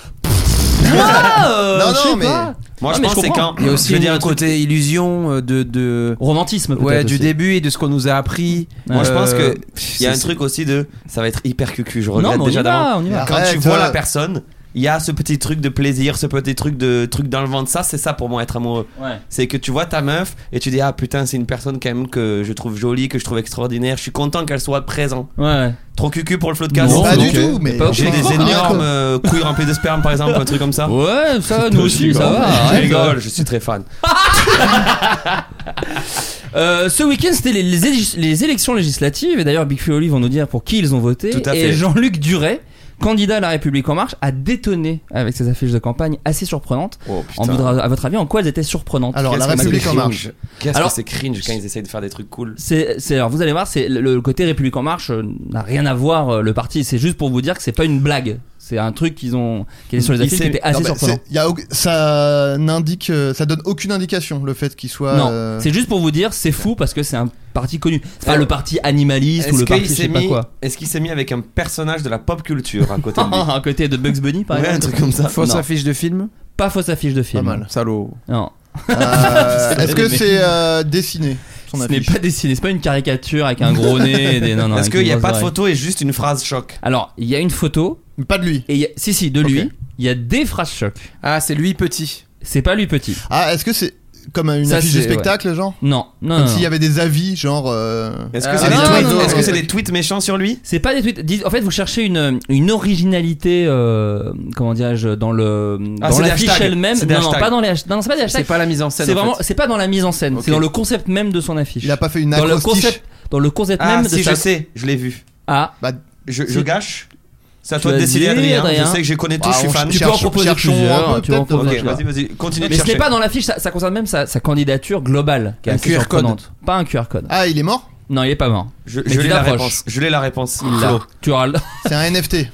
Speaker 7: Ah, euh,
Speaker 9: Non,
Speaker 7: je
Speaker 9: non,
Speaker 7: sais
Speaker 9: mais-
Speaker 7: pas.
Speaker 8: Moi,
Speaker 7: Non,
Speaker 8: je
Speaker 7: Ah, mais
Speaker 8: pense que c'est quand.
Speaker 7: comprends.
Speaker 3: Il y a
Speaker 8: je
Speaker 3: aussi
Speaker 8: veux
Speaker 3: un
Speaker 8: dire un truc.
Speaker 3: côté illusion euh, de... de...
Speaker 7: Romantisme, peut-être.
Speaker 3: Ouais, du
Speaker 7: aussi.
Speaker 3: début et de ce qu'on nous a appris.
Speaker 8: Moi, je
Speaker 3: Euh,
Speaker 8: pense que il y a un
Speaker 3: c'est-
Speaker 8: truc aussi de. Ça va être hyper cucu. Je
Speaker 7: Non,
Speaker 8: regrette
Speaker 7: mais on y
Speaker 8: déjà d'avant.
Speaker 7: va, on y va.
Speaker 8: Quand
Speaker 9: Arrête,
Speaker 8: tu vois
Speaker 9: euh.
Speaker 8: la personne, il y a ce petit truc de plaisir, ce petit truc de truc dans le ventre. Ça, c'est ça pour moi être amoureux.
Speaker 7: Ouais.
Speaker 8: C'est que tu vois ta meuf et tu dis ah putain c'est une personne quand même que je trouve jolie, que je trouve extraordinaire. Je suis content qu'elle soit présente.
Speaker 7: Ouais.
Speaker 8: Trop cucu pour le flot de casse.
Speaker 7: Non,
Speaker 9: Ah, Pas
Speaker 7: donc,
Speaker 9: du tout. Mais
Speaker 7: pas-
Speaker 8: J'ai des
Speaker 9: Arrête, quoi.
Speaker 8: énormes euh, couilles remplies de sperme par exemple, un truc comme ça.
Speaker 7: Ouais, ça, nous aussi, hein. ça va.
Speaker 8: Je
Speaker 7: arrête.
Speaker 8: rigole, je suis très fan.
Speaker 7: Euh, ce week-end, c'était les, les élég- les élections législatives. Et d'ailleurs, Big Flo et Oli vont nous dire pour qui ils ont voté.
Speaker 8: Tout à
Speaker 7: Et
Speaker 8: fait.
Speaker 7: Jean-Luc Duret, candidat à La République En Marche, a détonné avec ses affiches de campagne assez surprenantes.
Speaker 8: Oh,
Speaker 7: En
Speaker 8: putain.
Speaker 7: voudra- à votre avis, en quoi elles étaient surprenantes
Speaker 9: Alors la
Speaker 8: Qu'est-ce que
Speaker 9: République
Speaker 8: c'est
Speaker 9: en marche.
Speaker 8: cringe. Qu'est-ce que
Speaker 7: Alors-
Speaker 8: c'est cringe quand ils essayent de faire des trucs cool.
Speaker 7: C'est, c'est- alors vous allez voir, c'est le, le côté République en marche euh, n'a rien à voir euh, le parti. C'est juste pour vous dire que c'est pas une blague. C'est- C'est un truc qu'ils ont. qui est sur les affiches qui était assez
Speaker 9: Non, mais
Speaker 7: surprenant.
Speaker 9: c'est- il y a au- ça n'indique, euh, ça donne aucune indication le fait qu'il soit.
Speaker 7: Non,
Speaker 9: euh,
Speaker 7: c'est juste pour vous dire, c'est fou parce que c'est un parti connu. C'est pas
Speaker 8: Alors,
Speaker 7: le parti animaliste ou
Speaker 8: Est-ce
Speaker 7: le
Speaker 8: qu'il
Speaker 7: parti je
Speaker 8: s'est
Speaker 7: sais pas
Speaker 8: mis,
Speaker 7: quoi.
Speaker 8: est-ce qu'il s'est mis avec un personnage de la pop culture à côté de lui
Speaker 7: à côté de Bugs Bunny par
Speaker 8: Ouais,
Speaker 7: exemple.
Speaker 8: un truc comme ça.
Speaker 3: Fausse
Speaker 7: Non.
Speaker 3: affiche de film
Speaker 7: Pas fausse affiche de film.
Speaker 3: Pas mal.
Speaker 7: Salaud. Non.
Speaker 9: euh, Est-ce que
Speaker 7: Mais-
Speaker 9: c'est euh, dessiné son
Speaker 7: Ce n'est
Speaker 9: affiche
Speaker 7: pas dessiné, c'est pas une caricature avec un gros nez. et des- non, non,
Speaker 8: Est-ce
Speaker 7: avec
Speaker 8: qu'il
Speaker 7: une
Speaker 8: n'y a
Speaker 7: grosse
Speaker 8: pas de
Speaker 7: oreille.
Speaker 8: photo et juste une phrase choc
Speaker 7: Alors, il y a une photo.
Speaker 9: Pas de lui.
Speaker 7: Et il y a- si, si, de lui. Il y a des phrases choc.
Speaker 3: Ah, c'est lui petit.
Speaker 7: C'est pas lui petit.
Speaker 9: Ah, est-ce que c'est comme une
Speaker 7: Ça,
Speaker 9: affiche de
Speaker 7: c'est- ouais.
Speaker 9: spectacle, genre
Speaker 7: Non, non,
Speaker 9: Comme
Speaker 7: non,
Speaker 9: s'il y
Speaker 7: non.
Speaker 9: avait des avis, genre. euh,
Speaker 8: Est-ce que
Speaker 9: ah,
Speaker 8: c'est des
Speaker 9: non,
Speaker 8: tweets-
Speaker 9: non, non,
Speaker 8: est-ce que
Speaker 9: non.
Speaker 8: c'est des tweets méchants sur lui
Speaker 7: C'est pas des tweets. Dis- En fait, vous cherchez une, une originalité, euh, comment dirais-je, dans le
Speaker 8: Ah,
Speaker 7: dans
Speaker 8: c'est des
Speaker 7: l'affiche
Speaker 8: hashtags.
Speaker 7: elle-même.
Speaker 8: C'est des
Speaker 7: Non, non,
Speaker 8: hashtags.
Speaker 7: pas dans les hashtags. Non, c'est pas des hashtags.
Speaker 3: C'est pas la mise en scène.
Speaker 7: C'est
Speaker 3: en
Speaker 7: vraiment,
Speaker 3: fait.
Speaker 7: c'est pas dans la mise en scène, c'est dans le concept même de son affiche.
Speaker 9: Il a pas fait une
Speaker 7: dans le
Speaker 9: acrostiche.
Speaker 7: concept, dans le concept
Speaker 8: Ah
Speaker 7: même de
Speaker 8: si
Speaker 7: sa.
Speaker 8: je sais, je l'ai vu.
Speaker 7: Ah,
Speaker 9: Bah,
Speaker 8: Je, je
Speaker 7: Si.
Speaker 8: gâche C'est à
Speaker 7: Tu
Speaker 8: toi de
Speaker 7: as
Speaker 8: décider
Speaker 7: dit,
Speaker 8: Adrien.
Speaker 7: Adrien.
Speaker 8: je sais que je connais tous,
Speaker 9: Bah,
Speaker 8: je suis
Speaker 9: on
Speaker 8: fan.
Speaker 7: tu peux en
Speaker 9: Cherche-
Speaker 7: proposer
Speaker 9: cherchons
Speaker 7: plusieurs.
Speaker 9: un peu,
Speaker 7: tu peux en
Speaker 9: peut-être.
Speaker 7: proposer
Speaker 8: Ok,
Speaker 7: plusieurs.
Speaker 8: vas-y, vas-y, continue de
Speaker 7: Mais ce
Speaker 8: chercher.
Speaker 7: n'est pas dans l'affiche, ça, ça concerne même sa, sa candidature globale, qui est
Speaker 3: Un
Speaker 7: assez
Speaker 3: QR code.
Speaker 7: surprenante. Pas un QR code.
Speaker 9: Ah, il est mort
Speaker 7: Non, il est pas mort.
Speaker 8: Je, je
Speaker 7: Mais tu
Speaker 8: l'ai la
Speaker 7: l'approches.
Speaker 8: réponse. Je l'ai la réponse.
Speaker 7: Il l'a.
Speaker 8: Flo.
Speaker 7: Tu auras le-
Speaker 9: C'est un NFT.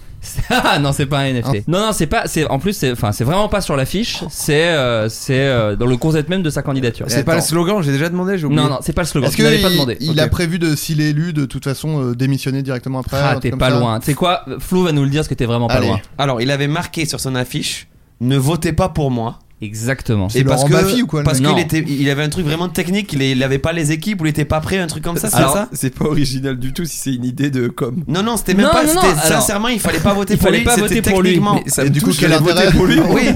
Speaker 7: Ah non, c'est pas un NFT. Non, non, c'est pas. C'est en plus, c'est enfin, c'est vraiment pas sur l'affiche. C'est euh, c'est euh, dans le concept même de sa candidature.
Speaker 3: C'est pas le slogan, j'ai déjà demandé, j'ai oublié.
Speaker 7: Non, non, c'est pas le slogan.
Speaker 9: Est-ce
Speaker 7: Tu n'avais
Speaker 9: qu'il
Speaker 7: pas demandé.
Speaker 9: il a prévu de s'il est élu de toute façon euh, démissionner directement après un
Speaker 7: Ah,
Speaker 9: truc
Speaker 7: t'es
Speaker 9: comme
Speaker 7: pas
Speaker 9: ça
Speaker 7: loin. Tu sais quoi Flo va nous le dire parce que t'es vraiment pas
Speaker 9: Allez.
Speaker 7: loin.
Speaker 8: Alors, il avait marqué sur son affiche Ne votez pas pour moi.
Speaker 7: Exactement.
Speaker 9: C'est Laurent Baffy ou quoi, le
Speaker 8: parce
Speaker 7: mec
Speaker 8: qu'il
Speaker 7: Non.
Speaker 8: était, il avait un truc vraiment technique, il, il avait pas les équipes, ou il était pas prêt, un truc comme ça, c'est
Speaker 7: Alors-
Speaker 8: ça
Speaker 3: C'est pas original du tout si c'est une idée de com.
Speaker 8: Non, non, c'était même
Speaker 7: Non,
Speaker 8: pas.
Speaker 7: non, non,
Speaker 8: c'était-
Speaker 7: alors-
Speaker 8: sincèrement, il fallait pas voter
Speaker 7: Il
Speaker 8: pour
Speaker 7: fallait
Speaker 8: lui.
Speaker 7: pas
Speaker 8: c'était
Speaker 7: voter pour lui,
Speaker 8: techniquement-
Speaker 3: mais ça
Speaker 9: Et
Speaker 3: me
Speaker 9: du coup,
Speaker 3: touche
Speaker 9: quel
Speaker 3: la
Speaker 9: intérêt
Speaker 3: beauté pour lui.
Speaker 8: Oui.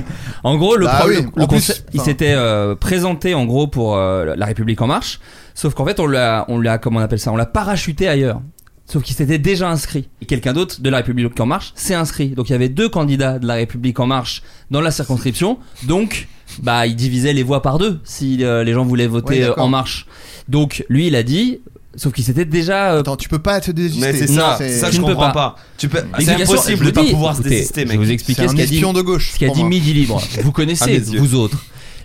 Speaker 7: En gros, le,
Speaker 9: Bah
Speaker 7: pro-
Speaker 9: oui,
Speaker 7: le- le
Speaker 9: en plus,
Speaker 7: concept, il
Speaker 9: enfin-
Speaker 7: s'était euh, présenté en gros pour euh, la République en marche, sauf qu'en fait on l'a, on l'a, comment on appelle ça, on l'a parachuté ailleurs. Sauf qu'il s'était déjà inscrit. Et quelqu'un d'autre de la République en marche s'est inscrit. Donc il y avait deux candidats de la République en marche dans la circonscription. Donc bah il divisait les voix par deux si euh, les gens voulaient voter
Speaker 9: Oui,
Speaker 7: euh,
Speaker 9: d'accord.
Speaker 7: en marche. Donc lui il a dit, sauf qu'il s'était déjà euh,
Speaker 9: Attends, tu peux pas te désister.
Speaker 8: Mais c'est
Speaker 7: Non,
Speaker 8: ça, c'est ça
Speaker 7: tu
Speaker 8: je
Speaker 7: ne peux
Speaker 8: comprends
Speaker 7: pas.
Speaker 8: pas. Tu peux, c'est
Speaker 7: L'explication, je
Speaker 8: impossible
Speaker 7: vous
Speaker 8: de pas
Speaker 7: dis,
Speaker 8: pouvoir se
Speaker 7: écoutez,
Speaker 8: désister,
Speaker 7: Je
Speaker 8: mec.
Speaker 7: vais vous
Speaker 9: C'est
Speaker 7: expliquer ce
Speaker 9: un
Speaker 7: qu'a dit
Speaker 9: espion de gauche.
Speaker 7: ce qu'a
Speaker 9: pour
Speaker 7: dit
Speaker 9: moi.
Speaker 7: Midi Libre. Vous
Speaker 8: À mes
Speaker 7: connaissez,
Speaker 8: yeux.
Speaker 7: vous autres.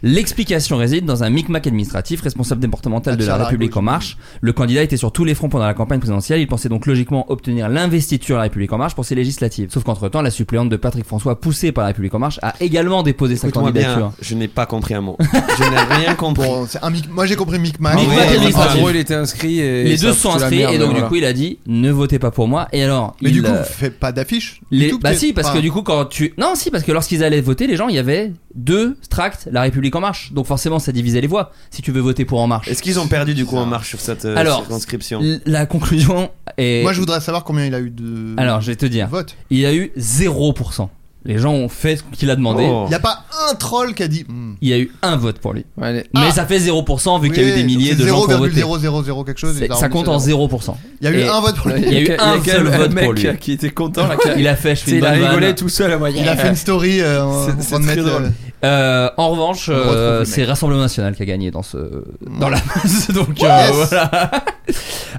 Speaker 7: L'explication réside dans un micmac administratif responsable départemental de la
Speaker 9: Charles
Speaker 7: République
Speaker 9: Arago,
Speaker 7: en marche. Le candidat était sur tous les fronts pendant la campagne présidentielle. Il pensait donc logiquement obtenir l'investiture de la République en marche pour ses législatives. Sauf qu'entre-temps, la suppléante de Patrick François, poussée par la République en marche, a également déposé sa
Speaker 8: Écoute-moi
Speaker 7: candidature.
Speaker 8: bien, je n'ai pas compris un mot. Je n'ai rien compris.
Speaker 9: Bon, c'est un mic- Moi j'ai compris Micmac.
Speaker 7: Ah, Micmac
Speaker 9: Ouais,
Speaker 7: et
Speaker 9: ouais,
Speaker 7: Micmac.
Speaker 9: ouais.
Speaker 3: En gros, il était inscrit et.
Speaker 7: Les
Speaker 3: ça
Speaker 7: deux
Speaker 3: fout
Speaker 7: sont
Speaker 3: la
Speaker 7: inscrits
Speaker 3: merde,
Speaker 7: et donc
Speaker 3: voilà.
Speaker 7: du coup, il a dit ne votez pas pour moi. Et alors,
Speaker 9: Mais
Speaker 7: il,
Speaker 9: du coup,
Speaker 7: euh,
Speaker 9: fait pas d'affiche. du
Speaker 7: les-
Speaker 9: tout,
Speaker 7: bah
Speaker 9: peut-être.
Speaker 7: si parce que
Speaker 9: Enfin,
Speaker 7: du coup quand tu non si parce que lorsqu'ils allaient voter les gens il y avait deux tracts la République en marche donc forcément ça divisait les voix si tu veux voter pour en marche
Speaker 8: Est-ce qu'ils ont perdu du coup en marche sur cette euh,
Speaker 7: Alors,
Speaker 8: circonscription
Speaker 7: L- La conclusion est.
Speaker 9: Moi je voudrais savoir combien il a eu de.
Speaker 7: Alors, hein. je vais te dire.
Speaker 9: vote.
Speaker 7: Il y a eu 0%. Les gens ont fait ce qu'il a demandé.
Speaker 8: Oh.
Speaker 9: Il y a pas un troll qui a dit. Hmm.
Speaker 7: Il y a eu un vote pour lui.
Speaker 3: Ouais, les-
Speaker 7: Mais
Speaker 9: Ah.
Speaker 7: ça fait 0% vu qu'il y a eu
Speaker 9: Oui,
Speaker 7: des milliers
Speaker 9: c'est
Speaker 7: de gens qui ont voté.
Speaker 9: 0,000 quelque chose.
Speaker 7: C'est-
Speaker 9: ils ont
Speaker 7: Ça compte en
Speaker 9: arrondissé
Speaker 7: 0%.
Speaker 9: Il y a eu
Speaker 7: Et-
Speaker 9: un vote pour lui.
Speaker 7: Il y a eu
Speaker 3: quel-
Speaker 7: un
Speaker 3: il y a
Speaker 7: seul
Speaker 3: quel
Speaker 7: vote
Speaker 3: mec
Speaker 7: pour lui.
Speaker 3: qui était content là. qui a-
Speaker 7: Il a fait, je
Speaker 3: tu sais,
Speaker 7: fais une
Speaker 3: il a
Speaker 7: bonne
Speaker 3: rigolé
Speaker 7: vanne.
Speaker 3: tout seul à moitié.
Speaker 9: Il a fait une story euh, en
Speaker 3: C'est-
Speaker 9: en
Speaker 3: c'est
Speaker 9: train de
Speaker 3: très
Speaker 9: mettre.
Speaker 3: drôle.
Speaker 9: euh,
Speaker 7: Euh, en revanche,
Speaker 9: retrouve
Speaker 7: euh,
Speaker 9: le mec.
Speaker 7: c'est Rassemblement National qui a gagné dans ce dans la masse. Donc euh,
Speaker 9: Yes.
Speaker 7: voilà.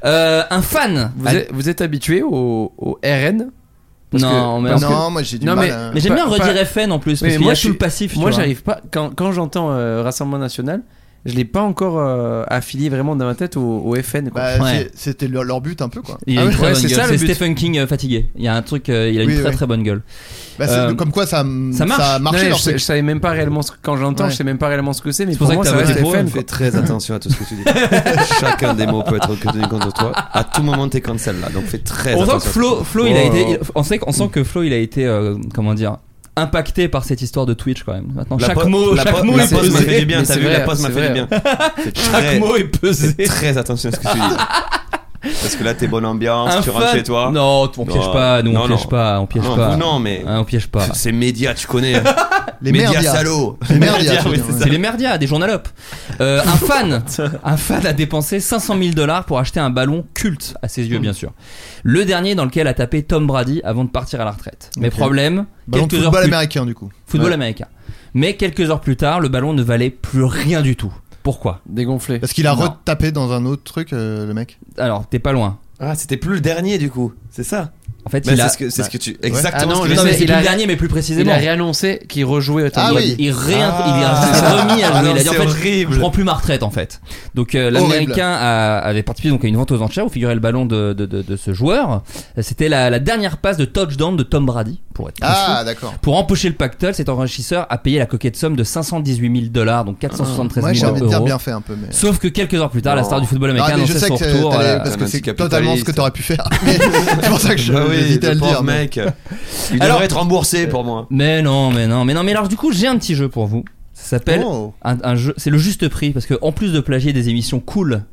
Speaker 7: Euh, un fan.
Speaker 3: Vous êtes, vous êtes habitué au, au RN Parce
Speaker 7: Ah, Non,
Speaker 3: que-
Speaker 7: mais-
Speaker 3: parce que-
Speaker 9: Non, moi j'ai du
Speaker 3: Non,
Speaker 9: mal.
Speaker 3: mais-
Speaker 9: à-
Speaker 7: Mais j'aime
Speaker 3: pas-
Speaker 7: bien redire
Speaker 3: pas-
Speaker 7: FN en plus
Speaker 3: Oui,
Speaker 7: parce qu'il y
Speaker 3: moi,
Speaker 7: a
Speaker 3: je
Speaker 7: tout le
Speaker 3: suis-
Speaker 7: passif. tu
Speaker 3: Moi,
Speaker 7: vois.
Speaker 3: j'arrive pas. Quand, quand j'entends euh, Rassemblement National, je l'ai pas encore euh, affilié vraiment dans ma tête au, au FN. Quoi.
Speaker 9: Bah,
Speaker 7: Ouais.
Speaker 9: c'est- C'était leur, leur but un peu quoi.
Speaker 7: Il a
Speaker 3: Ah
Speaker 7: une
Speaker 3: oui,
Speaker 7: très
Speaker 3: ouais,
Speaker 7: bonne
Speaker 3: c'est
Speaker 7: gueule.
Speaker 3: ça, le
Speaker 7: C'est
Speaker 3: but.
Speaker 7: Stephen King euh, fatigué. Il y a un truc, euh, il a une
Speaker 9: Oui,
Speaker 7: très
Speaker 9: oui.
Speaker 7: très bonne gueule.
Speaker 9: Bah, c'est
Speaker 7: Euh,
Speaker 9: comme quoi ça, m-
Speaker 7: ça marche.
Speaker 9: Bah, ça a
Speaker 7: Non,
Speaker 9: marché
Speaker 3: Non, mais
Speaker 9: leur
Speaker 3: je, je
Speaker 9: truc.
Speaker 3: savais même pas réellement ce, quand j'entends,
Speaker 9: Ouais.
Speaker 3: je sais même pas réellement ce que c'est, mais
Speaker 7: C'est
Speaker 3: pour
Speaker 7: pour ça
Speaker 3: moi,
Speaker 7: que
Speaker 3: ça reste
Speaker 7: t'as voté pour
Speaker 3: FN.
Speaker 7: eux,
Speaker 3: quoi.
Speaker 8: Oh, Fais très attention à tout ce que tu dis. Chacun des mots peut être retenu contre toi. À tout moment, t'es cancel là. Donc fais très
Speaker 7: On
Speaker 8: attention.
Speaker 7: sent que Flo, Flo, il a
Speaker 8: Oh.
Speaker 3: Oh.
Speaker 7: été, il- on sait, qu'on sent que Flo, il a été, euh, comment dire, impacté par cette histoire de Twitch quand même. Maintenant,
Speaker 8: La
Speaker 7: chaque
Speaker 8: po-
Speaker 7: mot,
Speaker 8: la
Speaker 7: chaque
Speaker 8: po-
Speaker 7: mot
Speaker 8: la
Speaker 7: est
Speaker 8: pause m'a fait
Speaker 7: pesé.
Speaker 8: du bien.
Speaker 3: Mais
Speaker 8: T'as
Speaker 3: c'est
Speaker 8: vu, la
Speaker 3: vrai,
Speaker 8: pause m'a
Speaker 3: c'est
Speaker 8: fait du
Speaker 3: vrai.
Speaker 8: bien. Fais
Speaker 7: Chaque
Speaker 8: très-
Speaker 7: mot est
Speaker 8: fais
Speaker 7: pesé.
Speaker 8: Très attention à ce que tu dis. Parce que là, t'es bonne ambiance, tu rentres
Speaker 7: fan-
Speaker 8: hein, chez toi.
Speaker 7: Non, on piège
Speaker 8: Non.
Speaker 7: pas, nous
Speaker 8: Non,
Speaker 7: on
Speaker 8: non.
Speaker 7: piège pas, on piège
Speaker 8: Non,
Speaker 7: pas.
Speaker 8: vous, non, mais.
Speaker 7: Hein, on piège pas.
Speaker 8: C'est médias, tu connais. hein.
Speaker 9: Les
Speaker 8: médias
Speaker 9: merdias.
Speaker 8: salauds.
Speaker 9: Les merdias, faut
Speaker 8: oui,
Speaker 9: dire,
Speaker 8: c'est
Speaker 9: ouais.
Speaker 8: ça.
Speaker 7: C'est les merdias, des journalopes. Euh, un fan, un fan a dépensé 500 000 dollars pour acheter un ballon culte à ses yeux, bien sûr. Le dernier dans lequel a tapé Tom Brady avant de partir à la retraite. Mais
Speaker 9: Ok.
Speaker 7: problème,
Speaker 9: Ballon de
Speaker 7: quelques heures
Speaker 9: football
Speaker 7: plus
Speaker 9: américain du coup.
Speaker 7: football
Speaker 9: Ouais.
Speaker 7: américain. Mais quelques heures plus tard, le ballon ne valait plus rien du tout. Pourquoi
Speaker 3: Dégonflé.
Speaker 9: Parce qu'il a
Speaker 7: Non.
Speaker 9: retapé dans un autre truc euh, le mec.
Speaker 7: Alors, t'es pas loin.
Speaker 8: Ah, c'était plus le dernier du coup, c'est ça
Speaker 7: En fait,
Speaker 8: Mais
Speaker 7: il a-
Speaker 8: c'est ce que- c'est ce que tu-
Speaker 7: Ah
Speaker 8: exactement
Speaker 7: non,
Speaker 8: ce que
Speaker 7: je
Speaker 8: tu
Speaker 7: sais,
Speaker 8: dis.
Speaker 7: c'est
Speaker 8: Il
Speaker 7: plus
Speaker 8: a-
Speaker 7: le dernier, mais plus
Speaker 3: Il
Speaker 7: précisément.
Speaker 3: a réanimé qu'il rejouait au
Speaker 7: Ah oui. Il, ré- il a- il s'est remis
Speaker 9: Ah
Speaker 7: à jouer. il a dit en fait, je prends plus ma retraite en fait. Donc euh,
Speaker 3: Horrible.
Speaker 7: l'américain a- avait participé donc à une vente aux enchères où figurait le ballon de, de- de- de ce joueur. Euh, C'était la, la dernière passe de touchdown de Tom Brady pour être
Speaker 9: Ah,
Speaker 7: précis.
Speaker 9: d'accord.
Speaker 7: Pour empocher le pactole, cet enrichisseur a payé la coquette somme de 518 000 dollars, donc 473
Speaker 9: Moi,
Speaker 7: 000
Speaker 9: Ah. j'ai envie de
Speaker 7: euros.
Speaker 9: dire bien fait un peu, mais-
Speaker 7: Sauf que quelques heures plus tard, la
Speaker 9: Non.
Speaker 7: star du
Speaker 9: Ah,
Speaker 7: football américain
Speaker 9: mais je
Speaker 7: annonçait
Speaker 9: sais
Speaker 7: son
Speaker 9: que t'allais-
Speaker 7: retour. euh,
Speaker 9: parce que c'est totalement ce que t'aurais pu faire. Mais c'est pour ça que je
Speaker 8: Bah oui,
Speaker 9: j'hésitais à
Speaker 8: le
Speaker 9: le dire.
Speaker 8: pauvre
Speaker 9: mais-
Speaker 8: mec. Il devrait être remboursé pour moi.
Speaker 7: Mais non, mais non, mais non. Mais alors, du coup, j'ai un petit jeu pour vous. Ça s'appelle
Speaker 8: Oh.
Speaker 7: un, un jeu. C'est le juste prix parce que en plus de plagier des émissions cool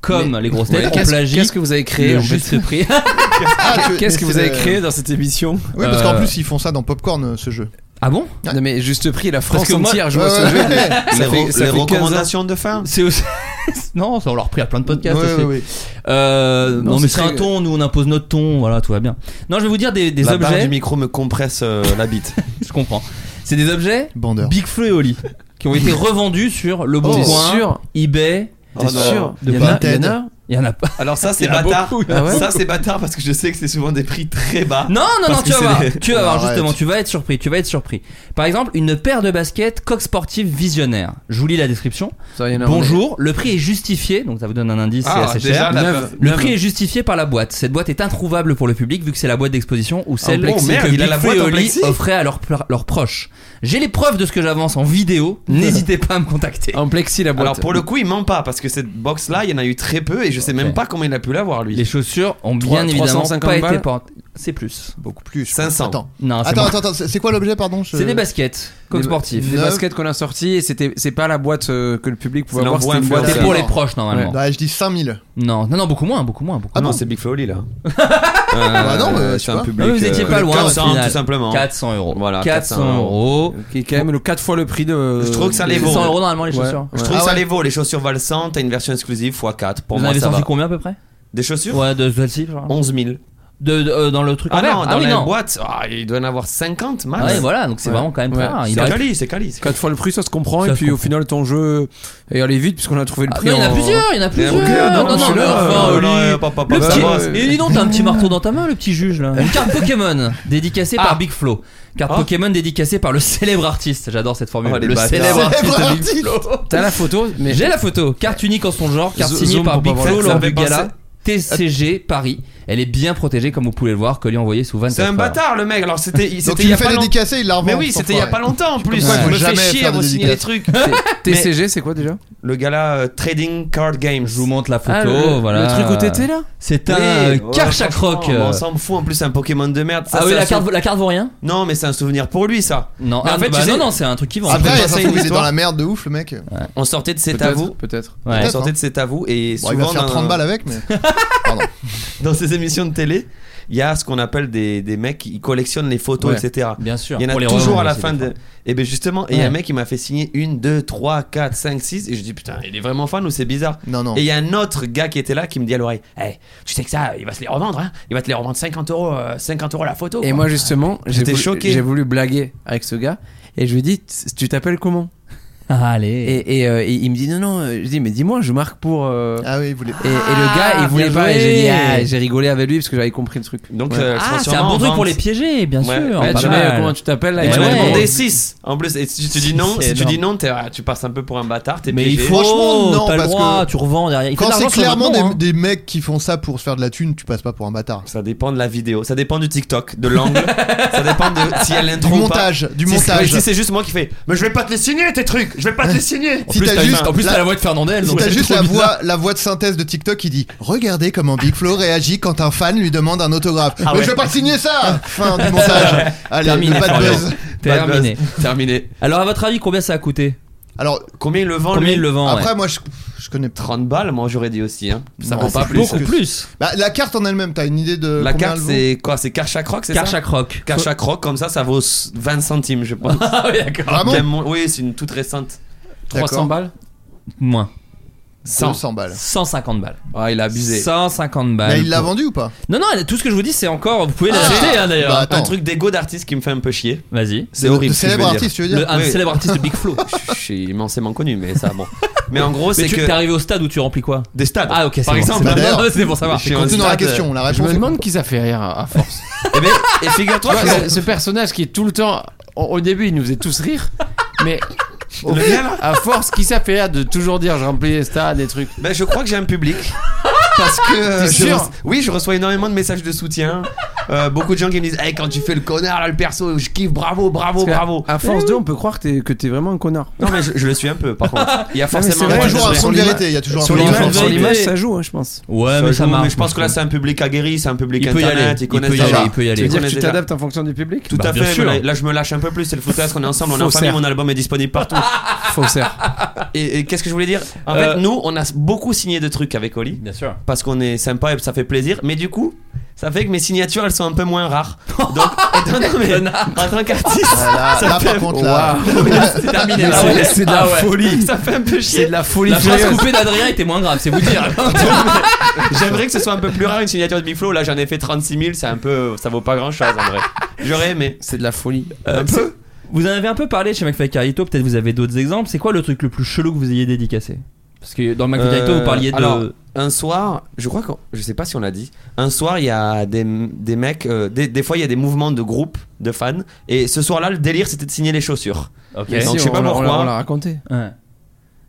Speaker 7: comme
Speaker 3: Mais-
Speaker 7: les grosses têtes,
Speaker 3: Ouais.
Speaker 7: on
Speaker 3: Qu'est-ce-
Speaker 7: plagie.
Speaker 3: qu'est-ce que vous avez créé,
Speaker 7: le
Speaker 3: en fait
Speaker 7: juste prix
Speaker 9: tu-
Speaker 3: Qu'est-ce que
Speaker 9: mais
Speaker 3: vous
Speaker 9: c'est
Speaker 3: avez
Speaker 9: le-
Speaker 3: créé dans cette émission
Speaker 9: Oui, parce qu'en plus, ils font ça dans Popcorn, euh, ce jeu.
Speaker 7: Ah bon
Speaker 3: Non mais juste prix, la
Speaker 9: Parce
Speaker 3: France
Speaker 9: que moi-
Speaker 3: entière joue à ce
Speaker 9: Ouais,
Speaker 3: jeu.
Speaker 9: ouais, ouais.
Speaker 3: Ça
Speaker 9: Les
Speaker 3: fait-
Speaker 9: re-
Speaker 3: ça
Speaker 9: les
Speaker 3: fait 15 ans.
Speaker 9: recommandations
Speaker 8: de fin
Speaker 7: euh, C'est aussi. non, ça on l'a repris à plein de podcasts.
Speaker 9: Ouais,
Speaker 7: aussi.
Speaker 9: ouais, ouais.
Speaker 7: Euh, non,
Speaker 8: Non,
Speaker 7: mais
Speaker 8: c'est
Speaker 7: c'est un
Speaker 8: très-
Speaker 7: ton, nous on impose notre ton, voilà, tout va bien. Non, je vais vous dire des, des
Speaker 8: la barre
Speaker 7: objets.
Speaker 8: du micro me compresse euh, la bite.
Speaker 7: je comprends. C'est des objets Big Flo et Oli qui ont été revendus sur Le Bon
Speaker 8: T'es
Speaker 7: Coin,
Speaker 8: sûr
Speaker 7: eBay.
Speaker 8: T'es
Speaker 3: Oh
Speaker 7: Il y en a-
Speaker 8: sûr
Speaker 7: Il y en a. il y en a- Il y en a pas.
Speaker 8: Alors ça c'est
Speaker 7: Il y en a
Speaker 8: bâtard.
Speaker 7: beaucoup, il y en a
Speaker 8: Ça
Speaker 7: beaucoup.
Speaker 8: c'est bâtard parce que je sais que c'est souvent des prix très bas.
Speaker 7: Non, non, non,
Speaker 8: Parce que
Speaker 7: tu vas
Speaker 8: c'est
Speaker 7: voir,
Speaker 8: des-
Speaker 7: tu vas voir justement, tu vas être surpris, tu vas être surpris. Par exemple, une paire de baskets coq sportif visionnaire. Je vous lis la description.
Speaker 3: il y en a,
Speaker 7: Bonjour, le prix est justifié, donc ça vous donne un indice,
Speaker 3: Ah,
Speaker 7: c'est assez
Speaker 3: déjà,
Speaker 7: cher.
Speaker 3: la Neuf,
Speaker 7: le
Speaker 3: neuf.
Speaker 7: prix est justifié par la boîte. Cette boîte est introuvable pour le public vu que c'est la boîte d'exposition ou
Speaker 8: En
Speaker 7: celle
Speaker 8: plexi.
Speaker 7: que
Speaker 8: Oh, merde, il a la
Speaker 7: Big Flo
Speaker 8: boîte en
Speaker 7: et Oli
Speaker 8: plexi.
Speaker 7: offraient à leurs pr- leurs proches. J'ai les preuves de ce que j'avance en vidéo, n'hésitez pas à me contacter.
Speaker 8: Ah
Speaker 3: En plexi la
Speaker 7: boîte.
Speaker 8: Alors pour le coup il ment pas parce que cette box là il y en a eu très peu et je sais même pas comment il a pu l'avoir lui.
Speaker 7: Les chaussures ont
Speaker 8: Trois-
Speaker 7: bien évidemment
Speaker 8: 350
Speaker 7: pas été
Speaker 8: balles.
Speaker 7: portées. C'est plus.
Speaker 9: Beaucoup plus.
Speaker 8: 500.
Speaker 9: Attends.
Speaker 7: Non, c'est
Speaker 9: Attends,
Speaker 7: bon.
Speaker 9: attends, attends, c'est c'est quoi l'objet, pardon je-
Speaker 7: C'est des baskets, coq
Speaker 3: Des-
Speaker 7: sportif.
Speaker 3: Des baskets qu'on a sorties et c'était c'est pas la boîte euh, que le public pouvait
Speaker 7: C'est
Speaker 3: avoir.
Speaker 7: l'envoi
Speaker 3: C'était une boîte
Speaker 7: influenceur.
Speaker 3: pour
Speaker 7: les proches, normalement.
Speaker 9: Ouais, je dis 5000.
Speaker 7: Non, non, non, beaucoup moins, beaucoup moins, beaucoup
Speaker 8: Ah non
Speaker 7: moins.
Speaker 8: c'est Big Flo Oli, là. Euh,
Speaker 9: Bah non, mais je sais
Speaker 8: c'est un
Speaker 9: pas.
Speaker 8: public.
Speaker 7: Ah, vous étiez
Speaker 8: euh,
Speaker 7: pas loin, au
Speaker 8: 400
Speaker 7: final.
Speaker 8: tout simplement.
Speaker 7: 400 euros.
Speaker 8: Voilà
Speaker 7: 400 euros.
Speaker 3: Qui est quand même le 4 fois le prix de.
Speaker 8: Je trouve que ça les vaut.
Speaker 7: 100 euh, euros normalement les chaussures.
Speaker 8: Je trouve que ça les vaut. Les chaussures valent 100, t'as une version exclusive x4. Pour
Speaker 7: Vous en
Speaker 8: moi,
Speaker 7: avez
Speaker 8: ça
Speaker 7: sorti
Speaker 8: va.
Speaker 7: combien à peu près
Speaker 8: Des chaussures
Speaker 7: Ouais, de celle-ci,
Speaker 8: 11 000.
Speaker 7: De, de- euh, dans le truc en
Speaker 8: Ah
Speaker 7: verre.
Speaker 8: non, dans
Speaker 7: oui,
Speaker 8: la
Speaker 7: non.
Speaker 8: boîte, ah, il doit y en avoir 50 max.
Speaker 7: Ah ouais, voilà, donc c'est vraiment quand même très rare. Il
Speaker 8: C'est
Speaker 7: aurait-
Speaker 8: quali, c'est quali. c'est quali.
Speaker 3: 4 fois le prix, ça se comprend,
Speaker 7: Ça
Speaker 3: et
Speaker 7: se
Speaker 3: puis au final ton jeu est allé vite puisqu'on a trouvé le
Speaker 7: Ah,
Speaker 3: prix.
Speaker 7: mais il y en a plusieurs, il y en a plusieurs. Non, non, non, mais enfin, Oli. Le petit- Et dis donc, t'as un petit marteau dans ta main, le petit juge là. Une carte Pokémon dédicacée par Big Flo. Carte Pokémon dédicacée par le célèbre artiste. J'adore cette formule.
Speaker 3: Oh, les
Speaker 7: le
Speaker 3: bâtards.
Speaker 7: célèbre artiste.
Speaker 3: Célèbre
Speaker 7: Big Flo.
Speaker 3: T'as la photo, mais.
Speaker 7: J'ai la photo, carte unique en son genre, carte
Speaker 3: Zo-
Speaker 7: signée
Speaker 3: zoom
Speaker 7: par
Speaker 3: pour
Speaker 7: Big
Speaker 3: pas voir.
Speaker 7: Flow
Speaker 3: Ça
Speaker 7: lors
Speaker 3: me
Speaker 7: du
Speaker 3: fait
Speaker 7: gala
Speaker 3: penser-
Speaker 7: TCG Paris. Elle est bien protégée comme vous pouvez le voir, colis envoyé sous 24
Speaker 8: C'est un
Speaker 7: heures.
Speaker 8: bâtard le mec. Alors c'était. il-
Speaker 9: Donc
Speaker 8: c'était
Speaker 9: tu
Speaker 8: il y
Speaker 9: le
Speaker 8: a
Speaker 9: fais
Speaker 8: pas long-
Speaker 9: dédicacer, il la revend.
Speaker 8: Mais oui, c'était il y a pas longtemps en plus.
Speaker 9: Ouais,
Speaker 8: Je
Speaker 9: faut
Speaker 8: me fais
Speaker 9: jamais
Speaker 8: chier
Speaker 9: faire
Speaker 8: à
Speaker 9: de
Speaker 8: vous signer des
Speaker 9: dédicaces.
Speaker 8: trucs.
Speaker 3: TCG, c'est quoi déjà
Speaker 8: Le gala euh, Trading Card Games. Je
Speaker 7: vous montre la photo,
Speaker 8: Ah,
Speaker 3: le-
Speaker 7: Oh, voilà.
Speaker 3: le truc où t'étais, là
Speaker 7: C'est un euh, Karchak Rock, euh.
Speaker 8: oh, On s'en fout en plus, c'est un Pokémon de merde. Ça,
Speaker 7: Ah oui,
Speaker 8: c'est
Speaker 7: la
Speaker 8: un
Speaker 7: carte,
Speaker 8: sou-
Speaker 7: la carte vaut rien
Speaker 8: Non, mais c'est un souvenir pour lui ça.
Speaker 7: Non,
Speaker 8: Mais
Speaker 7: ah,
Speaker 8: en fait,
Speaker 7: bah
Speaker 8: tu
Speaker 7: non,
Speaker 8: sais-
Speaker 7: non, c'est un truc qui vend.
Speaker 8: Après,
Speaker 9: Après, ça
Speaker 8: ça,
Speaker 9: se
Speaker 8: c'est
Speaker 9: trouve, il
Speaker 8: une
Speaker 9: est dans
Speaker 8: histoire.
Speaker 9: la merde de ouf, le mec. Bon,
Speaker 8: On sortait de cet
Speaker 3: Peut-être,
Speaker 8: avou.
Speaker 3: Peut-être.
Speaker 7: Ouais.
Speaker 8: On sortait de cet avou et
Speaker 9: il va
Speaker 8: souvent
Speaker 9: faire
Speaker 8: dans-
Speaker 9: 30 balles avec, mais.
Speaker 8: dans ces émissions de télé, il y a ce qu'on appelle des, des mecs qui collectionnent les photos,
Speaker 7: Ouais,
Speaker 8: etc.
Speaker 7: bien sûr.
Speaker 8: Il y en
Speaker 7: Pour
Speaker 8: a
Speaker 7: les
Speaker 8: toujours à la
Speaker 7: revendre
Speaker 8: fin
Speaker 7: aussi, des
Speaker 8: de.
Speaker 7: fois.
Speaker 8: Et bien justement, et il y a un
Speaker 7: Ouais.
Speaker 8: mec qui m'a fait signer une, deux, trois, quatre, cinq, six, et je dis putain, il est vraiment fan ou c'est bizarre.
Speaker 9: Non, non.
Speaker 8: Et il y a un autre gars qui était là qui me dit à l'oreille, hey, tu sais que ça, il va se les revendre, hein il va te les revendre 50 euros, euh, 50 euros la photo.
Speaker 3: Et
Speaker 8: quoi.
Speaker 3: moi justement, j'ai
Speaker 8: J'étais
Speaker 3: voulu,
Speaker 8: choqué.
Speaker 3: j'ai voulu blaguer avec ce gars et je lui ai dit T- tu t'appelles comment
Speaker 7: Ah, Allez.
Speaker 3: et, et, euh, et il me dit non non, euh, je dis mais dis-moi, je marque pour euh,
Speaker 9: Ah oui, il voulait.
Speaker 3: et, et le gars, il voulait
Speaker 7: bien
Speaker 3: pas. et J'ai dit,
Speaker 7: joué.
Speaker 3: ah, j'ai rigolé avec lui parce que j'avais compris le truc.
Speaker 8: Donc,
Speaker 3: Ouais.
Speaker 8: euh,
Speaker 7: Ah, c'est un
Speaker 8: sûrement
Speaker 7: bon
Speaker 8: en
Speaker 7: truc pour
Speaker 8: vente.
Speaker 7: les piéger, bien
Speaker 8: Ouais.
Speaker 7: sûr.
Speaker 3: Ouais,
Speaker 7: pas
Speaker 3: tu mets, euh,
Speaker 7: mal.
Speaker 3: comment tu t'appelles là
Speaker 8: Et
Speaker 7: Ouais.
Speaker 8: tu
Speaker 3: m'a
Speaker 8: m'as demandé
Speaker 3: demandé-
Speaker 8: 6 en plus. Et si tu dis non,
Speaker 7: C'est
Speaker 8: si tu
Speaker 7: énorme.
Speaker 8: dis non, t'es- ah, tu passes un peu pour un bâtard. T'es
Speaker 7: Mais il
Speaker 8: piégé.
Speaker 7: faut,
Speaker 9: Franchement, non,
Speaker 7: Oh, t'as le
Speaker 9: parce
Speaker 7: droit,
Speaker 9: que
Speaker 7: tu revends derrière. Il fait
Speaker 9: Quand
Speaker 7: de
Speaker 9: c'est
Speaker 7: l'argent sur le
Speaker 9: clairement
Speaker 7: vêtement,
Speaker 9: des,
Speaker 7: hein.
Speaker 9: des mecs qui font ça pour se faire de la thune, tu passes pas pour un bâtard.
Speaker 8: Ça dépend de la vidéo, ça dépend du TikTok, de l'angle, ça dépend de si elle
Speaker 9: Du
Speaker 8: l'intro ou pas.
Speaker 9: montage, du
Speaker 8: Si c'est-
Speaker 9: montage.
Speaker 8: Si c'est juste moi qui fais, mais je vais pas te les signer tes trucs, je vais pas te les signer.
Speaker 9: Si t'as juste,
Speaker 7: En plus,
Speaker 9: la-
Speaker 7: t'as la voix de Fernandel.
Speaker 9: si
Speaker 7: donc
Speaker 9: t'as
Speaker 7: c'est
Speaker 9: juste
Speaker 7: trop
Speaker 9: la
Speaker 7: bizarre.
Speaker 9: voix, la voix de synthèse de TikTok qui dit Regardez comment Big Flo réagit quand un fan lui demande un autographe.
Speaker 8: Ah
Speaker 9: Mais
Speaker 8: ouais.
Speaker 9: je vais pas te signer ça Fin du montage. Allez,
Speaker 7: Terminé,
Speaker 9: pas de
Speaker 7: Florian.
Speaker 9: buzz.
Speaker 7: Terminé.
Speaker 8: terminé.
Speaker 7: Alors, à votre avis, combien ça a coûté
Speaker 9: Alors,
Speaker 8: Combien il le vend
Speaker 7: Combien
Speaker 8: lui
Speaker 7: il le vend ouais.
Speaker 9: après, moi, je, je connais pas.
Speaker 8: 30 balles, moi j'aurais dit aussi. Hein. Ça
Speaker 9: Non,
Speaker 8: vaut
Speaker 9: c'est
Speaker 8: pas plus.
Speaker 7: Beaucoup
Speaker 9: que-
Speaker 7: plus.
Speaker 9: Bah, la carte en elle-même, t'as une idée de.
Speaker 8: La
Speaker 9: combien
Speaker 8: carte
Speaker 9: elle vaut
Speaker 8: c'est quoi C'est Karchak Rock, c'est ça
Speaker 7: Karchak Rock.
Speaker 8: Karchak Rock, comme ça, ça vaut 20 centimes, je pense.
Speaker 7: Ah oui, d'accord.
Speaker 9: Vraiment
Speaker 8: Bien moins- Oui, c'est une toute récente.
Speaker 9: D'accord.
Speaker 3: 300 balles.
Speaker 7: Moins.
Speaker 8: 100.
Speaker 9: 200 balles.
Speaker 7: 150 balles.
Speaker 8: Ah, il a abusé.
Speaker 7: 150 balles.
Speaker 9: Mais il l'a vendu ou pas
Speaker 7: Non, non, tout ce que je vous dis, c'est encore. Vous pouvez
Speaker 9: Ah,
Speaker 7: l'acheter hein,
Speaker 9: bah,
Speaker 7: d'ailleurs.
Speaker 9: attends.
Speaker 8: Un truc d'ego d'artiste qui me fait un peu chier.
Speaker 7: Vas-y.
Speaker 8: C'est
Speaker 9: De-
Speaker 8: horrible.
Speaker 9: De
Speaker 8: ce que je
Speaker 9: célèbre
Speaker 8: veux dire.
Speaker 9: artiste, tu veux dire
Speaker 7: Le- Un
Speaker 8: Oui.
Speaker 7: célèbre artiste de Big Flow.
Speaker 8: Je suis immensément connu, mais ça, bon. Mais en gros, c'est
Speaker 7: tu-
Speaker 8: que.
Speaker 7: T'es arrivé au stade où tu remplis quoi
Speaker 8: Des stades.
Speaker 7: Ah, ok, c'est
Speaker 8: Par
Speaker 7: bon,
Speaker 8: exemple,
Speaker 7: c'est
Speaker 9: Bah,
Speaker 7: bon.
Speaker 8: d'ailleurs,
Speaker 7: Non, c'est pour savoir.
Speaker 8: je suis au Continue dans la stade, question, la
Speaker 10: Je
Speaker 8: réponse-
Speaker 10: me demande qui ça fait rire à force.
Speaker 8: Eh ben, et figure-toi
Speaker 10: Tu vois,
Speaker 8: que-
Speaker 10: ce, ce personnage qui est tout le temps. Au, au début, il nous faisait tous rire, mais. au- à force, qui ça fait rire de toujours dire je remplis les stades, des trucs
Speaker 8: Ben, je crois que j'ai un public. Parce que euh,
Speaker 10: T'es
Speaker 8: je
Speaker 10: sûr
Speaker 8: reço- oui, je reçois énormément de messages de soutien. Euh, beaucoup de gens qui me disent hey, quand tu fais le connard là, le perso, je kiffe, bravo, bravo,
Speaker 3: Parce que
Speaker 8: bravo.
Speaker 3: À force d'eux, on peut croire que t'es, que t'es vraiment un connard.
Speaker 8: Non mais je, je le suis un peu par contre. Il y a
Speaker 3: Non, mais
Speaker 8: forcément
Speaker 3: c'est vrai,
Speaker 8: Ouais,
Speaker 3: toujours
Speaker 8: je
Speaker 3: un
Speaker 8: sais.
Speaker 3: fond de
Speaker 8: Sur
Speaker 3: vérité,
Speaker 8: l'ima-
Speaker 3: il y a toujours un
Speaker 8: sur
Speaker 3: fond de
Speaker 8: l'image,
Speaker 3: vérité.
Speaker 8: sur l'image,
Speaker 3: Ça joue, hein, je pense.
Speaker 8: Ouais,
Speaker 3: Ça
Speaker 8: mais
Speaker 3: joue,
Speaker 8: ça
Speaker 3: mais
Speaker 8: marche.
Speaker 3: je
Speaker 8: Je pense que là c'est un public aguerri, c'est un public
Speaker 3: Il peut y aller,
Speaker 8: internet,
Speaker 3: il
Speaker 8: ils
Speaker 3: peut
Speaker 8: connaissent
Speaker 3: y
Speaker 8: ça.
Speaker 3: aller, il peut y aller.
Speaker 8: Ils
Speaker 3: Tu veux dire
Speaker 8: connaissent
Speaker 3: que tu
Speaker 8: déjà.
Speaker 3: t'adaptes en fonction du public
Speaker 8: Tout
Speaker 3: Bah,
Speaker 8: à
Speaker 3: bien
Speaker 8: fait,
Speaker 3: sûr.
Speaker 8: mais là, là, je me lâche un peu plus, c'est le footasse, on est ensemble, on est en famille,
Speaker 3: Faussaire.
Speaker 8: mon album est disponible partout.
Speaker 3: Faussaire.
Speaker 8: Et, et qu'est-ce que je voulais dire En
Speaker 3: Ah. Euh,
Speaker 8: fait, nous, on a beaucoup signé de trucs avec Oli. Bien
Speaker 7: sûr.
Speaker 8: Parce qu'on est sympa et ça fait plaisir, mais du coup, ça fait que mes signatures, elles sont un peu moins rares. Donc, étant donné, en tant qu'artiste,
Speaker 9: Ah, là,
Speaker 8: ça
Speaker 9: là,
Speaker 8: fait
Speaker 9: par contre, là.
Speaker 8: c'est terminé.
Speaker 7: Mais
Speaker 8: là,
Speaker 7: c'est-
Speaker 8: ouais.
Speaker 7: c'est de la
Speaker 8: Ah ouais.
Speaker 7: folie.
Speaker 8: Ça fait un peu chier.
Speaker 7: C'est de la folie. La phrase coupée d'Adrien était moins grave, c'est vous dire.
Speaker 8: J'aimerais que ce soit un peu plus rare une signature de Big Flo. Là, j'en ai fait 36 000. C'est un peu, ça vaut pas grand chose en vrai. J'aurais aimé.
Speaker 3: C'est de la folie.
Speaker 7: Euh,
Speaker 8: Un peu.
Speaker 7: Vous en avez un peu parlé chez McFly Carito, peut-être vous avez d'autres exemples. C'est quoi le truc le plus chelou que vous ayez dédicacé Parce que dans McFly Carito, vous parliez de.
Speaker 8: Euh, Alors, un soir, je crois que je sais pas si on l'a dit. Un soir, il y a des, des mecs. euh, des, des fois, il y a des mouvements de groupes de fans. Et ce soir-là, le délire, c'était de signer les chaussures.
Speaker 7: Ok.
Speaker 8: Donc, je
Speaker 3: Si,
Speaker 8: sais
Speaker 3: on
Speaker 8: pas
Speaker 3: l'a- on
Speaker 8: pourquoi.
Speaker 3: l'a- On l'a raconté.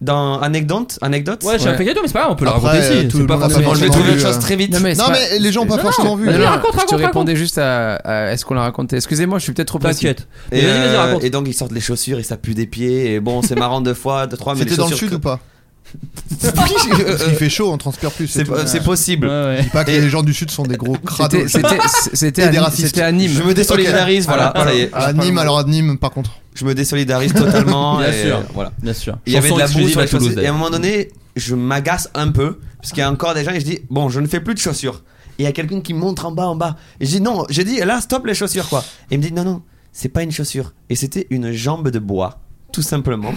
Speaker 8: Dans anecdote, anecdote.
Speaker 7: Ouais, chez McFly Carito, mais c'est pas grave, on peut le
Speaker 8: Après,
Speaker 7: raconter
Speaker 8: euh,
Speaker 7: ici.
Speaker 8: tout
Speaker 7: C'est
Speaker 8: le
Speaker 7: pas
Speaker 8: monde a
Speaker 7: forcément-
Speaker 8: forcément- Je vais trouver autre chose très vite.
Speaker 9: Non, mais les gens ont pas forcément vu.
Speaker 3: Non,
Speaker 9: Vas-y,
Speaker 3: non,
Speaker 9: raconte,
Speaker 3: je te
Speaker 9: raconte,
Speaker 3: répondais juste à, à- est-ce qu'on l'a raconté. Excusez-moi, je suis peut-être trop précis.
Speaker 7: T'inquiète.
Speaker 8: Et, euh, et donc ils sortent les chaussures et ça pue des pieds et bon c'est marrant deux fois deux trois mais
Speaker 9: C'était
Speaker 8: les
Speaker 9: dans le
Speaker 8: chaussures
Speaker 9: sud ou pas
Speaker 8: que-
Speaker 9: Parce qu'il fait chaud, on transpire plus.
Speaker 8: C'est
Speaker 9: tout.
Speaker 8: po- c'est possible.
Speaker 9: Je dis pas que les gens du sud sont des gros
Speaker 3: C'était-
Speaker 9: crados.
Speaker 3: c'était- c'était
Speaker 9: Et
Speaker 3: à
Speaker 9: des
Speaker 3: Nîmes,
Speaker 9: racistes.
Speaker 3: c'était à Nîmes.
Speaker 8: Je me désolidarise,
Speaker 9: Ok.
Speaker 8: voilà,
Speaker 9: Ah,
Speaker 8: ça y est.
Speaker 9: À Nîmes, alors à Nîmes, par contre.
Speaker 8: je me désolidarise totalement
Speaker 7: Bien
Speaker 8: et
Speaker 7: sûr.
Speaker 8: euh, voilà
Speaker 7: Bien sûr.
Speaker 8: il y avait
Speaker 7: Chanson
Speaker 8: de la boue
Speaker 7: exclusive
Speaker 8: sur
Speaker 7: à
Speaker 8: les chaussures.
Speaker 7: Toulouse,
Speaker 8: et à un moment donné je m'agace un peu parce qu'il y a encore des gens et je dis bon je ne fais plus de chaussures et il y a quelqu'un qui montre en bas en bas et je dis non j'ai dit là stop les chaussures quoi et il me dit non non c'est pas une chaussure et c'était une jambe de bois tout simplement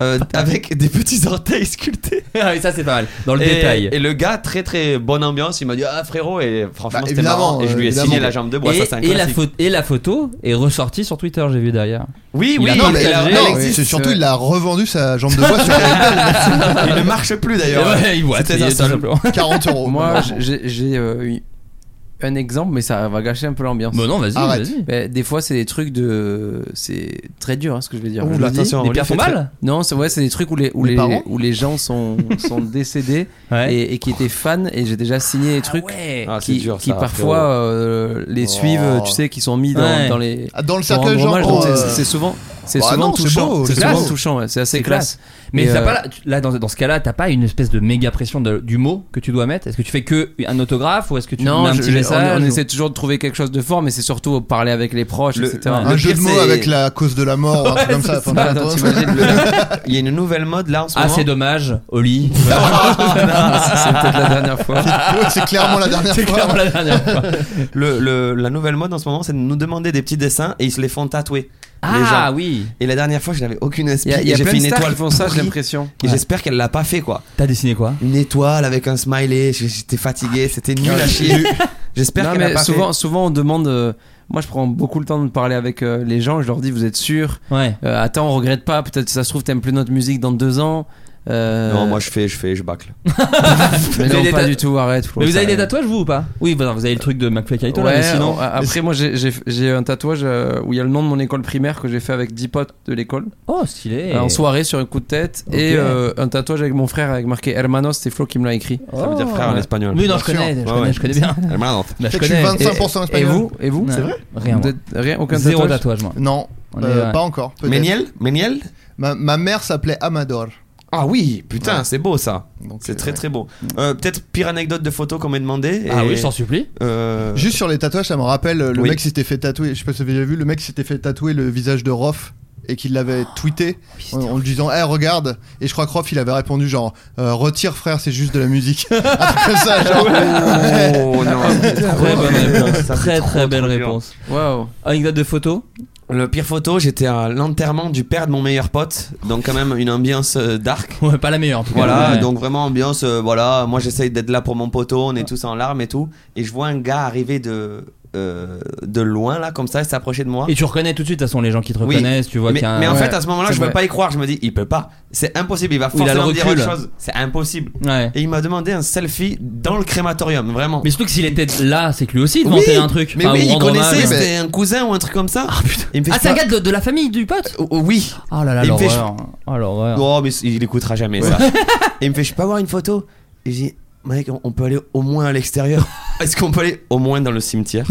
Speaker 8: euh, avec des petits orteils sculptés
Speaker 7: Ah oui, ça c'est pas mal. Dans le
Speaker 8: et,
Speaker 7: détail.
Speaker 8: Et le gars, très très bonne ambiance, il m'a dit Ah frérot, et franchement
Speaker 9: Bah,
Speaker 8: c'était
Speaker 9: évidemment,
Speaker 8: marrant. Et je lui ai
Speaker 9: euh,
Speaker 8: signé
Speaker 9: évidemment.
Speaker 8: la jambe de bois,
Speaker 7: et,
Speaker 8: ça c'est un
Speaker 7: et la
Speaker 8: classique.
Speaker 7: photo, et la photo est ressortie sur Twitter, j'ai vu derrière.
Speaker 8: Oui,
Speaker 7: Il
Speaker 8: oui,
Speaker 7: a
Speaker 8: non, mais
Speaker 7: partagé.
Speaker 8: elle a- elle
Speaker 9: Non,
Speaker 8: existe.
Speaker 9: c'est surtout, il a revendu sa jambe de bois sur
Speaker 8: Il ne marche plus d'ailleurs.
Speaker 7: Ouais, il voit,
Speaker 8: euh, C'était
Speaker 7: c'est-
Speaker 8: un
Speaker 7: tout
Speaker 8: seul.
Speaker 7: simplement.
Speaker 9: 40 euros.
Speaker 3: Moi, j'ai- j'ai j'ai, euh, eu un exemple, mais ça va gâcher un peu l'ambiance.
Speaker 7: Bon, Bah non, vas-y,
Speaker 9: Arrête.
Speaker 7: vas-y.
Speaker 3: Mais des fois, c'est des trucs de. C'est très dur, hein, ce que je vais dire.
Speaker 8: Ouh,
Speaker 3: Je le dis.
Speaker 8: attention,
Speaker 7: Les
Speaker 8: on
Speaker 7: pierres
Speaker 8: lui fait
Speaker 7: sont mal
Speaker 3: Non, c'est ouais, c'est des trucs où les où
Speaker 9: Les
Speaker 3: les,
Speaker 9: parents
Speaker 3: où les gens sont sont décédés
Speaker 7: Ouais.
Speaker 3: et, et qui étaient fans et j'ai déjà signé des trucs
Speaker 8: Ah, c'est
Speaker 3: qui,
Speaker 8: dur, ça,
Speaker 3: qui parfois
Speaker 8: frérot.
Speaker 3: euh, les
Speaker 9: Oh.
Speaker 3: suivent, tu sais, qui sont mis dans,
Speaker 7: Ouais.
Speaker 3: dans les
Speaker 9: Ah, Dans le
Speaker 3: pour
Speaker 9: cercueil,
Speaker 3: rendre
Speaker 9: genre.
Speaker 3: hommage.
Speaker 9: pour,
Speaker 3: Donc, c'est-
Speaker 9: euh,
Speaker 3: C'est souvent c'est
Speaker 9: bah
Speaker 3: souvent
Speaker 9: non, c'est beau,
Speaker 3: touchant, c'est
Speaker 9: c'est
Speaker 3: souvent
Speaker 9: classe.
Speaker 3: touchant, ouais, c'est assez
Speaker 7: C'est
Speaker 3: classe.
Speaker 7: classe. Mais
Speaker 3: Et,
Speaker 7: t'as
Speaker 3: euh,
Speaker 7: pas la- tu- là, dans, dans ce cas-là, t'as pas une espèce de méga pression de- du mot que tu dois mettre Est-ce que tu fais que un autographe ou est-ce que tu mets
Speaker 3: Non,
Speaker 7: un
Speaker 3: je-
Speaker 7: petit
Speaker 3: je-
Speaker 7: message
Speaker 3: on, on
Speaker 7: ou-
Speaker 3: essaie toujours de trouver quelque chose de fort, mais c'est surtout parler avec les proches,
Speaker 8: Le- Ah.
Speaker 3: etc.
Speaker 8: ouais.
Speaker 9: Un
Speaker 8: Le
Speaker 9: jeu de
Speaker 8: pire,
Speaker 9: mots
Speaker 8: c'est-
Speaker 9: avec la cause de la mort, un truc comme ça.
Speaker 3: Bah,
Speaker 9: enfin,
Speaker 3: attends,
Speaker 9: toi,
Speaker 3: t'imagines le-
Speaker 8: Il y a une nouvelle mode là en ce
Speaker 7: Ah,
Speaker 8: moment.
Speaker 7: c'est dommage, Oli.
Speaker 3: c'est peut-être la dernière fois.
Speaker 9: c'est- C'est clairement la dernière
Speaker 7: C'est clairement
Speaker 9: fois.
Speaker 7: la dernière fois.
Speaker 8: Le, le- la nouvelle mode en ce moment, c'est de nous demander des petits dessins et ils se les font tatouer. les
Speaker 7: Ah
Speaker 8: gens.
Speaker 7: oui.
Speaker 8: Et la dernière fois, je n'avais aucune
Speaker 3: Il y a,
Speaker 8: inspiration.
Speaker 3: il y a
Speaker 8: J'ai
Speaker 3: plein
Speaker 8: fait
Speaker 3: de
Speaker 8: une
Speaker 3: stars
Speaker 8: étoile
Speaker 3: qui font ça, j'ai
Speaker 8: pourrie.
Speaker 3: l'impression.
Speaker 8: Et j'espère qu'elle l'a pas fait quoi.
Speaker 7: T'as dessiné quoi
Speaker 8: Une étoile avec un smiley, j- j'étais fatigué, c'était nul à chier. J'espère
Speaker 3: Non,
Speaker 8: qu'elle
Speaker 3: mais
Speaker 8: a pas
Speaker 3: souvent, souvent on demande. euh, moi, je prends beaucoup le temps de parler avec euh, les gens. Je leur dis, vous êtes sûr
Speaker 7: Ouais.
Speaker 3: Euh, Attends, on regrette pas. Peut-être que ça se trouve, t'aimes plus notre musique dans deux ans.
Speaker 8: fait.
Speaker 3: Euh,
Speaker 8: Non, moi je fais, je fais, je bâcle.
Speaker 3: mais
Speaker 7: Vous
Speaker 3: non,
Speaker 7: avez des
Speaker 3: pas
Speaker 7: ta-
Speaker 3: du tout. Arrête. Flo,
Speaker 7: Mais vous
Speaker 3: ça
Speaker 7: avez des
Speaker 3: arrive.
Speaker 7: tatouages vous ou pas Oui, bah, vous avez le truc de McFly Carito là,
Speaker 3: Ouais,
Speaker 7: mais sinon.
Speaker 3: on- a- après, moi, j'ai- j'ai j'ai un tatouage euh, où il y a le nom de mon école primaire que j'ai fait avec 10 potes de l'école euh,
Speaker 7: Oh,
Speaker 8: Eh.
Speaker 7: stylé.
Speaker 3: en soirée sur un coup de tête
Speaker 7: Ok.
Speaker 3: et euh, un tatouage avec mon frère avec marqué Hermanos. C'est Flo qui me l'a écrit.
Speaker 8: Ça veut dire frère en espagnol.
Speaker 7: Oh. Oui, non, je
Speaker 9: Bien sûr.
Speaker 7: connais, je
Speaker 8: Ouais,
Speaker 7: connais,
Speaker 8: ouais.
Speaker 7: je connais bien.
Speaker 8: Hermano.
Speaker 7: Bah, je
Speaker 9: Peut-être que je
Speaker 7: connais.
Speaker 9: suis 25%
Speaker 3: Et
Speaker 9: espagnol.
Speaker 3: vous Et vous
Speaker 7: Non, Rien.
Speaker 3: Vous êtes- Rien, aucun
Speaker 7: Zéro
Speaker 3: tatouage.
Speaker 7: tatouage, moi.
Speaker 9: Non,
Speaker 7: On
Speaker 9: euh,
Speaker 7: est, ouais.
Speaker 9: pas encore. peut-être.
Speaker 8: Méniel Méniel
Speaker 9: Ma, ma mère s'appelait Amador.
Speaker 8: Ah oui, putain,
Speaker 9: Ouais.
Speaker 8: c'est beau ça.
Speaker 9: Donc,
Speaker 8: C'est
Speaker 9: euh,
Speaker 8: très très beau. Euh, Peut-être pire anecdote de photo qu'on m'ait demandé.
Speaker 7: Ah
Speaker 8: et-
Speaker 7: oui, je t'en supplie.
Speaker 8: Euh,
Speaker 9: Juste sur les tatouages, ça me rappelle euh, le
Speaker 8: Oui.
Speaker 9: mec s'était fait tatouer. Je sais pas si vous avez vu, le mec s'était fait tatouer le visage de Roth et qu'il l'avait
Speaker 8: Oh,
Speaker 9: tweeté en, en lui disant Eh regarde Et je crois que Roth il avait répondu genre Euh, Retire frère, c'est juste de la musique. Un truc comme ça, genre.
Speaker 8: Oh non, c'était trop
Speaker 7: Très
Speaker 8: dur.
Speaker 7: bonne réponse.
Speaker 8: Ça, c'est
Speaker 7: Très
Speaker 8: trop,
Speaker 7: très belle
Speaker 8: trop dur.
Speaker 7: réponse.
Speaker 3: Waouh.
Speaker 7: Anecdote de photo
Speaker 8: Le pire photo, j'étais à l'enterrement du père de mon meilleur pote, donc quand même une ambiance euh, dark.
Speaker 7: Ouais, pas la meilleure en tout cas.
Speaker 8: Voilà,
Speaker 7: Ouais.
Speaker 8: donc vraiment ambiance, euh, voilà, moi j'essaye d'être là pour mon poteau, on est tous en larmes et tout, et je vois un gars arriver de euh, de loin là comme ça et s'approcher de moi.
Speaker 7: Et tu reconnais tout de suite, de toute façon, les gens qui te
Speaker 8: Oui.
Speaker 7: reconnaissent, tu vois
Speaker 8: mais,
Speaker 7: qu'il y a un-
Speaker 8: mais en fait,
Speaker 7: Ouais.
Speaker 8: à ce moment-là,
Speaker 7: C'est
Speaker 8: je ne veux
Speaker 7: vrai.
Speaker 8: pas y croire. Je me dis, il peut pas. C'est impossible. Il va
Speaker 7: Il a le
Speaker 8: forcément dire
Speaker 7: recul.
Speaker 8: autre chose. C'est impossible. Et il m'a demandé un selfie dans le crématorium, vraiment.
Speaker 7: Mais surtout que s'il était là, c'est que lui aussi, il
Speaker 8: Oui,
Speaker 7: inventait un truc.
Speaker 8: Mais
Speaker 7: Enfin,
Speaker 8: oui,
Speaker 7: ou
Speaker 8: il
Speaker 7: rendre
Speaker 8: connaissait.
Speaker 7: hommage.
Speaker 8: C'était un cousin ou un truc comme ça. Ah putain.
Speaker 7: Ah, c'est un gars de, de la famille du pote
Speaker 8: Oui.
Speaker 7: Oh là là,
Speaker 8: Il me fait-
Speaker 7: l'horreur. Oh l'horreur.
Speaker 8: Oh, mais il écoutera jamais ça. et il me fait, je peux avoir une photo Et j'ai dit, mec, on- on peut aller au moins à l'extérieur. Est-ce qu'on peut aller au moins dans le cimetière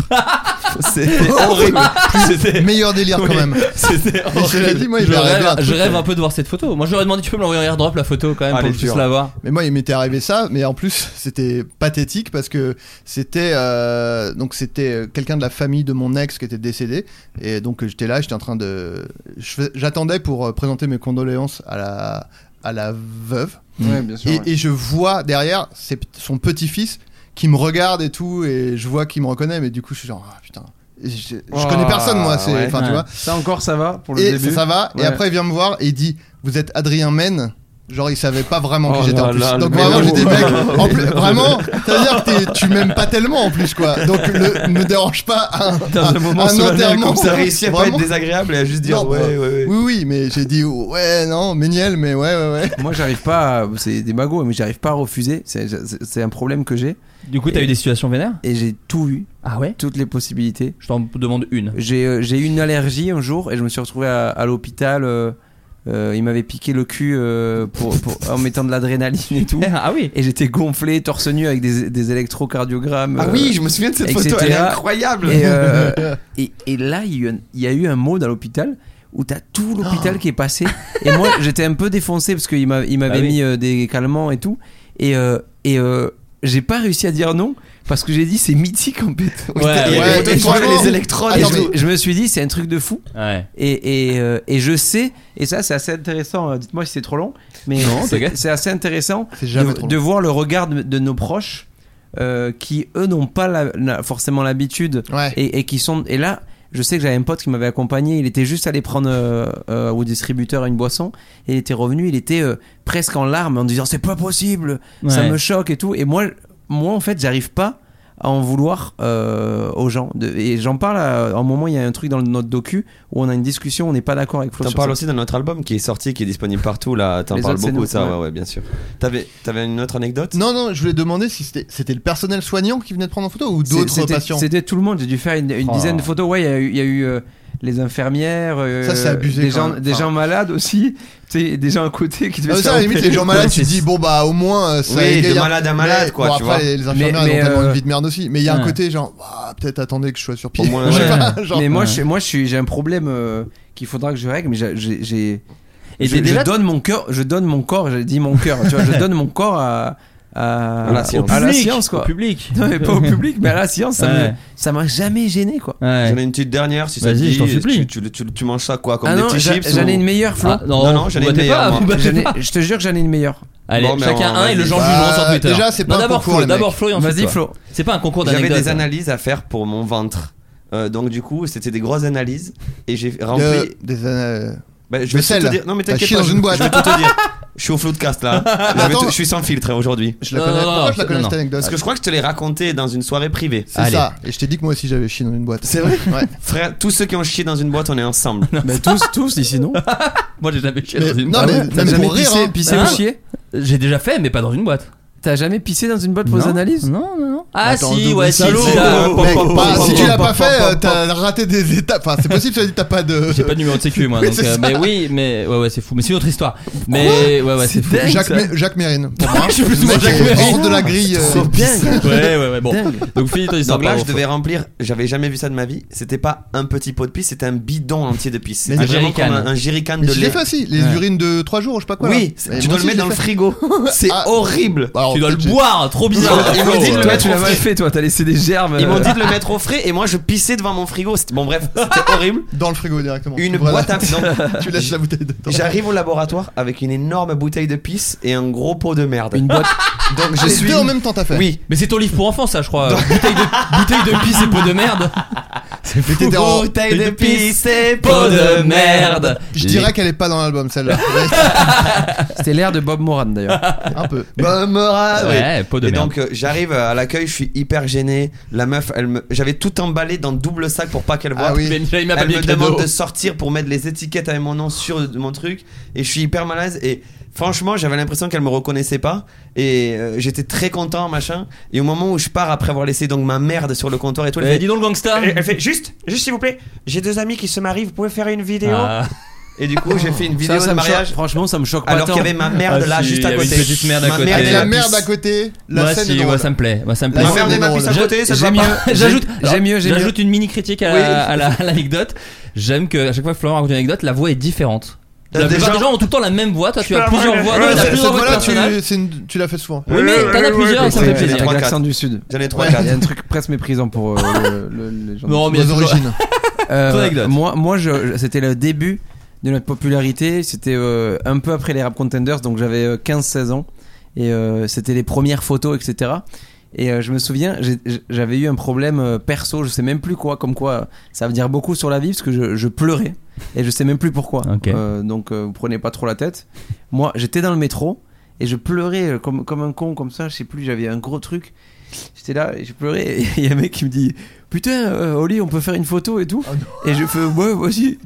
Speaker 8: C'était horrible. C'était-
Speaker 9: Meilleur délire quand
Speaker 8: Oui.
Speaker 9: même.
Speaker 8: C'était
Speaker 9: Et je te l'ai dit, moi, il
Speaker 7: je
Speaker 9: m'est arrivé
Speaker 7: rêve,
Speaker 9: un
Speaker 7: je
Speaker 9: truc,
Speaker 7: rêve
Speaker 9: euh,
Speaker 7: un peu de voir cette photo. Moi, j'aurais demandé, tu peux me l'envoyer en airdrop la photo quand même
Speaker 9: Ah,
Speaker 7: pour
Speaker 9: les
Speaker 7: que je puisse
Speaker 9: durs.
Speaker 7: la voir.
Speaker 9: Mais moi, il m'était arrivé ça, mais en plus, c'était pathétique parce que c'était euh, donc c'était euh, quelqu'un de la famille de mon ex qui était décédé, et donc euh, j'étais là, j'étais en train de, je fais- j'attendais pour euh, présenter mes condoléances à la à la veuve.
Speaker 8: Mm.
Speaker 11: Ouais, bien sûr,
Speaker 9: Et,
Speaker 11: ouais.
Speaker 9: et je vois derrière c'est p- son petit-fils qui me regarde et tout, et je vois qu'il me reconnaît, mais du coup, je suis genre ah, putain. Et Je, je connais personne moi, c'est enfin tu vois.
Speaker 3: Ça encore, ça va pour le
Speaker 9: et
Speaker 3: début.
Speaker 9: ça, ça va.
Speaker 3: Ouais.
Speaker 9: Et après, il vient me voir et il dit Vous êtes Adrien Men Genre, il savait pas vraiment
Speaker 3: Oh
Speaker 9: que j'étais
Speaker 3: là
Speaker 9: en plus.
Speaker 3: là,
Speaker 9: Donc,
Speaker 3: le
Speaker 9: vraiment,
Speaker 3: mélange.
Speaker 9: j'étais mec. En plus,
Speaker 3: Le mélange.
Speaker 9: vraiment, c'est-à-dire que t'es- tu m'aimes pas tellement en plus, quoi. Donc, ne me dérange pas un,
Speaker 8: Putain, le
Speaker 9: un-
Speaker 8: moment
Speaker 9: un
Speaker 8: solennel
Speaker 9: enterrement.
Speaker 8: comme ça, réussir à pas
Speaker 9: Vraiment.
Speaker 8: être désagréable et à juste dire,
Speaker 9: Non,
Speaker 8: ouais, ouais,
Speaker 9: bah,
Speaker 8: ouais.
Speaker 9: Oui, oui, mais j'ai dit Ouais, non, Méniel, mais ouais, ouais, ouais.
Speaker 3: Moi, j'arrive pas. à- C'est des magots, mais j'arrive pas à refuser. C'est- C'est c'est un problème que j'ai.
Speaker 7: Du coup, t'as
Speaker 3: Et-
Speaker 7: eu des situations vénères
Speaker 3: Et j'ai tout eu.
Speaker 7: Ah ouais
Speaker 3: Toutes les possibilités.
Speaker 7: Je t'en demande une.
Speaker 3: J'ai euh, j'ai eu une allergie un jour et je me suis retrouvé à, à l'hôpital. euh, euh, il m'avait piqué le cul euh, pour, pour- en mettant de l'adrénaline et tout.
Speaker 7: ah oui.
Speaker 3: Et j'étais gonflé, torse nu avec des, des électrocardiogrammes.
Speaker 8: Ah oui, je me souviens de cette photo, elle est
Speaker 3: etc..
Speaker 8: incroyable.
Speaker 3: Et, euh, et- et là, il y, a eu un- il y a eu un mot dans l'hôpital où t'as tout l'hôpital
Speaker 7: Oh.
Speaker 3: qui est passé. Et moi, j'étais un peu défoncé parce qu'il m'a- il m'avait
Speaker 7: Bah oui.
Speaker 3: mis euh, des calmants et tout. Et, euh, et euh, j'ai pas réussi à dire non parce que j'ai dit c'est mythique en fait.
Speaker 7: Ouais, ouais,
Speaker 3: Et-
Speaker 7: ouais.
Speaker 3: et- et-
Speaker 7: Toi,
Speaker 3: et-
Speaker 7: les électrodes
Speaker 3: et
Speaker 7: et
Speaker 3: je,
Speaker 7: tout.
Speaker 3: je me suis dit c'est un truc de fou.
Speaker 7: Ouais.
Speaker 3: Et, et, euh, et je sais, et ça c'est assez intéressant, euh, dites-moi si c'est trop long, mais
Speaker 7: Non, c'est
Speaker 3: c'est
Speaker 7: ok.
Speaker 3: c'est assez intéressant
Speaker 9: C'est jamais
Speaker 3: de,
Speaker 9: trop long.
Speaker 3: de voir le regard de, de nos proches euh, qui eux n'ont pas la- la- forcément l'habitude et, et qui sont et là je sais que j'avais un pote qui m'avait accompagné il était juste allé prendre euh, euh, au distributeur une boisson et il était revenu il était euh, presque en larmes en disant c'est pas possible ça
Speaker 7: Ouais.
Speaker 3: me choque et tout et moi moi en fait j'arrive pas à en vouloir euh, aux gens De- et j'en parle à, à un moment il y a un truc dans notre docu où on a une discussion on n'est pas d'accord avec Flo
Speaker 8: T'en
Speaker 3: sur
Speaker 8: parles
Speaker 3: ça.
Speaker 8: aussi dans notre album qui est sorti, qui est disponible partout là. T'en
Speaker 3: Les
Speaker 8: parles
Speaker 3: autres, c'est
Speaker 8: beaucoup
Speaker 3: nous,
Speaker 8: ça,
Speaker 3: ouais.
Speaker 8: ouais, ouais, bien sûr. T'avais, t'avais une autre anecdote
Speaker 9: Non, non, je voulais demander si c'était c'était le personnel soignant qui venait de prendre en photo ou d'autres
Speaker 3: C'était-
Speaker 9: patients.
Speaker 3: C'était tout le monde. J'ai dû faire une, une
Speaker 9: Oh.
Speaker 3: dizaine de photos. Ouais, il y a eu, il y a eu, euh, les infirmières, euh,
Speaker 9: Ça, c'est abusé
Speaker 3: des,
Speaker 9: quand
Speaker 3: gens,
Speaker 9: même.
Speaker 3: des
Speaker 9: Enfin.
Speaker 3: gens malades aussi, tu sais, des gens à côté qui devaient
Speaker 9: Ah,
Speaker 3: se
Speaker 9: ça, à la
Speaker 3: faire
Speaker 9: limite,
Speaker 3: opérer.
Speaker 9: les gens malades, tu te dis, bon, bah, au moins, euh, ça
Speaker 3: Oui,
Speaker 9: égaye
Speaker 3: de
Speaker 9: un-
Speaker 3: malade à
Speaker 9: Mais-
Speaker 3: malade, quoi,
Speaker 9: bon,
Speaker 3: tu
Speaker 9: après,
Speaker 3: vois.
Speaker 9: les infirmières,
Speaker 3: Mais-
Speaker 9: elles ont
Speaker 3: mais,
Speaker 9: tellement
Speaker 3: euh,
Speaker 9: une vie de merde aussi. Mais il y a un
Speaker 3: ouais.
Speaker 9: côté, genre, Bah, peut-être attendez que je sois sur pied.
Speaker 3: Au moins,
Speaker 9: Je sais
Speaker 3: ouais.
Speaker 9: pas, genre.
Speaker 3: Mais moi,
Speaker 9: Ouais.
Speaker 3: je, moi, je suis, j'ai un problème euh, qu'il faudra que je règle. Mais j'ai- j'ai, j'ai-
Speaker 7: Et
Speaker 3: je,
Speaker 7: t'es
Speaker 3: je
Speaker 7: déjà-
Speaker 3: donne mon cœur, je donne mon corps. J'ai dit mon cœur. tu vois, je donne mon corps à. À,
Speaker 7: À la science.
Speaker 3: au-
Speaker 8: Ah,
Speaker 3: à la
Speaker 7: Public,
Speaker 3: science, quoi.
Speaker 7: au public.
Speaker 3: Non, mais pas au public, mais à la science, ça,
Speaker 7: Ouais.
Speaker 3: me- ça m'a jamais gêné, quoi.
Speaker 8: J'en ai une petite dernière si ça te
Speaker 7: Vas-y,
Speaker 8: dit.
Speaker 7: je t'en supplie.
Speaker 8: Tu, tu- tu- tu manges ça quoi Comme
Speaker 3: Ah
Speaker 8: des
Speaker 3: non,
Speaker 8: petits
Speaker 3: j'a-
Speaker 8: chips
Speaker 3: j'en ai
Speaker 8: ou-
Speaker 3: une meilleure, Flo.
Speaker 8: Ah, non, non, j'en ai une meilleure. moi.
Speaker 3: J'en ai- je te jure que j'en ai une meilleure.
Speaker 7: Allez,
Speaker 8: Bon, mais
Speaker 7: chacun
Speaker 8: on-
Speaker 7: un et le
Speaker 8: vas-y.
Speaker 7: Jean Jujon sur
Speaker 8: Bah,
Speaker 7: Twitter.
Speaker 8: déjà, c'est pas
Speaker 7: Non,
Speaker 8: un
Speaker 7: d'abord
Speaker 8: concours,
Speaker 7: Flo,
Speaker 8: les
Speaker 7: d'abord
Speaker 8: mecs.
Speaker 7: Flo et ensuite
Speaker 3: Vas-y,
Speaker 7: toi.
Speaker 3: Flo.
Speaker 7: C'est pas un concours hein.
Speaker 8: J'avais
Speaker 7: d'anecdotes.
Speaker 8: des analyses à faire pour mon ventre. Euh, donc du coup, c'était des grosses analyses et j'ai rempli.
Speaker 9: De- des euh,
Speaker 8: Bah, je vais tout
Speaker 9: vaisselle.
Speaker 8: te dire. Non mais
Speaker 9: T'as
Speaker 8: t'inquiète
Speaker 9: chié
Speaker 8: pas,
Speaker 9: dans
Speaker 8: je,
Speaker 9: une boîte.
Speaker 8: je vais tout te dire. Je suis au flou de cast là. je, vais
Speaker 9: attends.
Speaker 8: tout- je suis sans filtre aujourd'hui.
Speaker 9: Je la connais- pourquoi je la connais cette anecdote
Speaker 8: Parce que je crois que je te l'ai raconté dans une soirée privée.
Speaker 9: C'est ça. Et je t'ai dit que moi aussi, j'avais chié dans une boîte. C'est vrai Ouais.
Speaker 8: Frère, tous ceux qui ont chié dans une boîte, on est ensemble.
Speaker 3: Mais tous, tous ici, non
Speaker 7: Moi j'ai jamais chié
Speaker 9: Mais-
Speaker 7: dans une
Speaker 9: non,
Speaker 7: boîte.
Speaker 9: mais- Ah ouais non, mais T'as pour jamais rire, pissé- hein. pissé ou
Speaker 7: Hein
Speaker 3: chier
Speaker 7: J'ai déjà fait, mais pas dans une boîte.
Speaker 3: T'as jamais pissé dans une boîte pour
Speaker 7: Non.
Speaker 3: les analyses
Speaker 7: Non, non, non. Ah
Speaker 3: Attends,
Speaker 7: si,
Speaker 3: double
Speaker 7: ouais, si.
Speaker 3: salaud.
Speaker 7: si, là, pop,
Speaker 9: Mec,
Speaker 7: pop,
Speaker 9: bah,
Speaker 7: pop,
Speaker 9: si
Speaker 7: pop,
Speaker 9: tu l'as
Speaker 7: pop,
Speaker 9: pas
Speaker 7: pop,
Speaker 9: fait,
Speaker 7: pop,
Speaker 9: euh, t'as raté des étapes. Enfin, c'est possible, tu as dit t'as pas de.
Speaker 7: J'ai pas de numéro de sécu moi,
Speaker 9: Oui,
Speaker 7: donc,
Speaker 9: c'est
Speaker 7: euh,
Speaker 9: ça.
Speaker 7: mais oui, mais ouais, ouais, c'est fou. Mais c'est une autre histoire. Mais ouais, ouais, c'est fou.
Speaker 9: Jacques, Mé- Jacques Mérine. Pour moi,
Speaker 7: Je suis plus souvent
Speaker 9: mec,
Speaker 7: Jacques
Speaker 9: est
Speaker 7: Mérine.
Speaker 9: Hors de la grille. euh,
Speaker 8: C'est dingue.
Speaker 7: Ouais, ouais, ouais, bon. Donc finis ton histoire.
Speaker 8: Donc là,
Speaker 7: pardon,
Speaker 8: je devais
Speaker 7: Flo.
Speaker 8: remplir, j'avais jamais vu ça de ma vie. C'était pas un petit pot de pisse, c'était un bidon entier de pisse.
Speaker 9: Mais
Speaker 8: C'est
Speaker 9: des
Speaker 8: vraiment
Speaker 9: jerrycans.
Speaker 8: comme un, un jerrycan
Speaker 9: Mais
Speaker 8: de
Speaker 9: je
Speaker 8: lait.
Speaker 9: l'ai fait aussi, les
Speaker 8: Ouais.
Speaker 9: urines de 3 jours, je sais pas quoi.
Speaker 8: Oui,
Speaker 9: Mais
Speaker 8: tu
Speaker 9: moi
Speaker 8: dois le
Speaker 9: aussi,
Speaker 8: mettre
Speaker 9: je
Speaker 8: dans
Speaker 9: l'ai
Speaker 8: le
Speaker 9: fait.
Speaker 8: frigo. C'est
Speaker 9: Ah.
Speaker 8: horrible.
Speaker 9: Bah, alors,
Speaker 7: Tu dois le
Speaker 9: peut-être,
Speaker 7: boire, trop bizarre.
Speaker 8: Ils m'ont dit de le
Speaker 3: Toi, tu
Speaker 8: mettre au
Speaker 3: l'as mal
Speaker 8: frais.
Speaker 3: fait, toi. T'as laissé des germes.
Speaker 8: Ils m'ont
Speaker 3: euh,
Speaker 8: dit de le mettre au frais et moi je pissais devant mon frigo. C'était- Bon bref, c'était horrible.
Speaker 9: Dans le frigo directement.
Speaker 8: Une
Speaker 9: Voilà.
Speaker 8: boîte à donc,
Speaker 9: Tu lâches la bouteille dedans. Ah,
Speaker 8: J'arrive au laboratoire avec une énorme bouteille de pisse et un gros pot de merde.
Speaker 3: Une boîte.
Speaker 8: Donc je
Speaker 9: Les
Speaker 8: suis
Speaker 9: deux en même temps, t'as fait.
Speaker 8: Oui,
Speaker 7: Mais c'est ton livre pour enfants, ça, je crois. bouteille, de, bouteille de pisse et pot de merde.
Speaker 9: C'est
Speaker 8: fou. Bouteille de pisse, peau de merde.
Speaker 9: Je dirais qu'elle est pas dans l'album celle-là.
Speaker 3: C'était l'air de Bob Moran d'ailleurs.
Speaker 9: Un peu.
Speaker 8: Bah, Morin, oui.
Speaker 10: Ouais, peau de
Speaker 8: Et
Speaker 10: merde.
Speaker 8: donc euh, j'arrive à l'accueil, je suis hyper gêné. La meuf, elle me... j'avais tout emballé dans double sac pour pas qu'elle voie.
Speaker 9: Ah oui.
Speaker 10: Benjamin
Speaker 8: Elle
Speaker 10: Papier
Speaker 8: me demande
Speaker 10: Cadeau.
Speaker 8: de sortir pour mettre les étiquettes avec mon nom sur mon truc et je suis hyper mal à l'aise et franchement j'avais l'impression qu'elle me reconnaissait pas et euh, j'étais très content machin et au moment où je pars après avoir laissé donc ma merde sur le comptoir et tout elle
Speaker 7: Eh,
Speaker 8: fait-
Speaker 7: dis donc, gangsta.
Speaker 8: elle- elle fait juste juste s'il vous plaît j'ai deux amis qui se marient vous pouvez faire une vidéo
Speaker 7: Ah.
Speaker 8: et du coup j'ai fait une vidéo
Speaker 3: Ça, ça
Speaker 8: de
Speaker 3: me choque.
Speaker 8: mariage
Speaker 3: Franchement, ça me choque pas.
Speaker 8: alors
Speaker 3: tant.
Speaker 8: qu'il y avait ma merde
Speaker 7: Ah,
Speaker 8: là
Speaker 7: si,
Speaker 8: juste
Speaker 7: il
Speaker 8: à
Speaker 7: y avait
Speaker 8: côté
Speaker 7: une petite merde à
Speaker 8: ma
Speaker 7: côté.
Speaker 8: merde
Speaker 9: Avec
Speaker 8: et
Speaker 9: la
Speaker 8: ma
Speaker 9: merde
Speaker 8: pisse.
Speaker 9: à côté, la
Speaker 7: Moi,
Speaker 9: scène
Speaker 7: si,
Speaker 9: est
Speaker 7: moi,
Speaker 9: drôle.
Speaker 7: ça me plaît. Moi, ça me
Speaker 9: La
Speaker 7: plaît.
Speaker 8: ma
Speaker 9: scène
Speaker 8: merde
Speaker 9: est
Speaker 8: et ma
Speaker 9: drôle.
Speaker 8: pisse à
Speaker 9: Je-
Speaker 8: côté ça
Speaker 3: j'ai
Speaker 8: va
Speaker 3: mis
Speaker 8: pas.
Speaker 3: un-
Speaker 7: J'ajoute,
Speaker 3: J'ajoute- j'aime mieux, j'aime mieux.
Speaker 7: J'ajoute une mini critique à, la- à la- à l'anecdote. J'aime que à chaque fois que Florent raconte une anecdote, la voix est différente.
Speaker 8: T'as
Speaker 7: La
Speaker 8: des
Speaker 7: plupart
Speaker 8: gens-
Speaker 7: des gens ont tout le temps la même voix. Toi, tu
Speaker 8: peux
Speaker 7: as
Speaker 8: la voir,
Speaker 7: plusieurs voix.
Speaker 8: elle-
Speaker 7: toi,
Speaker 8: ouais,
Speaker 7: t'as
Speaker 9: Cette
Speaker 7: plusieurs voix de
Speaker 9: fois-là,
Speaker 7: personnages.
Speaker 9: tu, c'est une- tu l'as fait souvent.
Speaker 7: Oui, mais t'en as plusieurs, ça me fait
Speaker 3: Avec
Speaker 7: plaisir.
Speaker 3: l'accent du sud.
Speaker 8: j'en ai trois
Speaker 3: Il y a
Speaker 8: quatre
Speaker 3: un truc presque méprisant pour euh, le- le- les gens.
Speaker 7: Non, mais il y a
Speaker 9: Vos
Speaker 7: toujours-
Speaker 9: origines.
Speaker 3: Euh,
Speaker 7: Ton anecdote.
Speaker 3: Moi, moi je, je- c'était le début de notre popularité. C'était euh, un peu après les Rap Contenders, donc j'avais euh, 15-16 ans. Et euh, c'était les premières photos, etc. Et euh, je me souviens, j'ai- j'avais eu un problème euh, perso, je sais même plus quoi, comme quoi euh, ça veut dire beaucoup sur la vie, parce que je, je pleurais. Et je sais même plus pourquoi.
Speaker 7: Ok.
Speaker 3: Euh, donc euh, vous prenez pas trop la tête. Moi, j'étais dans le métro. Et je pleurais euh, comme, comme un con, comme ça, je sais plus, j'avais un gros truc. J'étais là, et je pleurais, et il y a un mec qui me dit Putain, euh, Oli, on peut faire une photo et tout Et je fais Ouais, vas-y.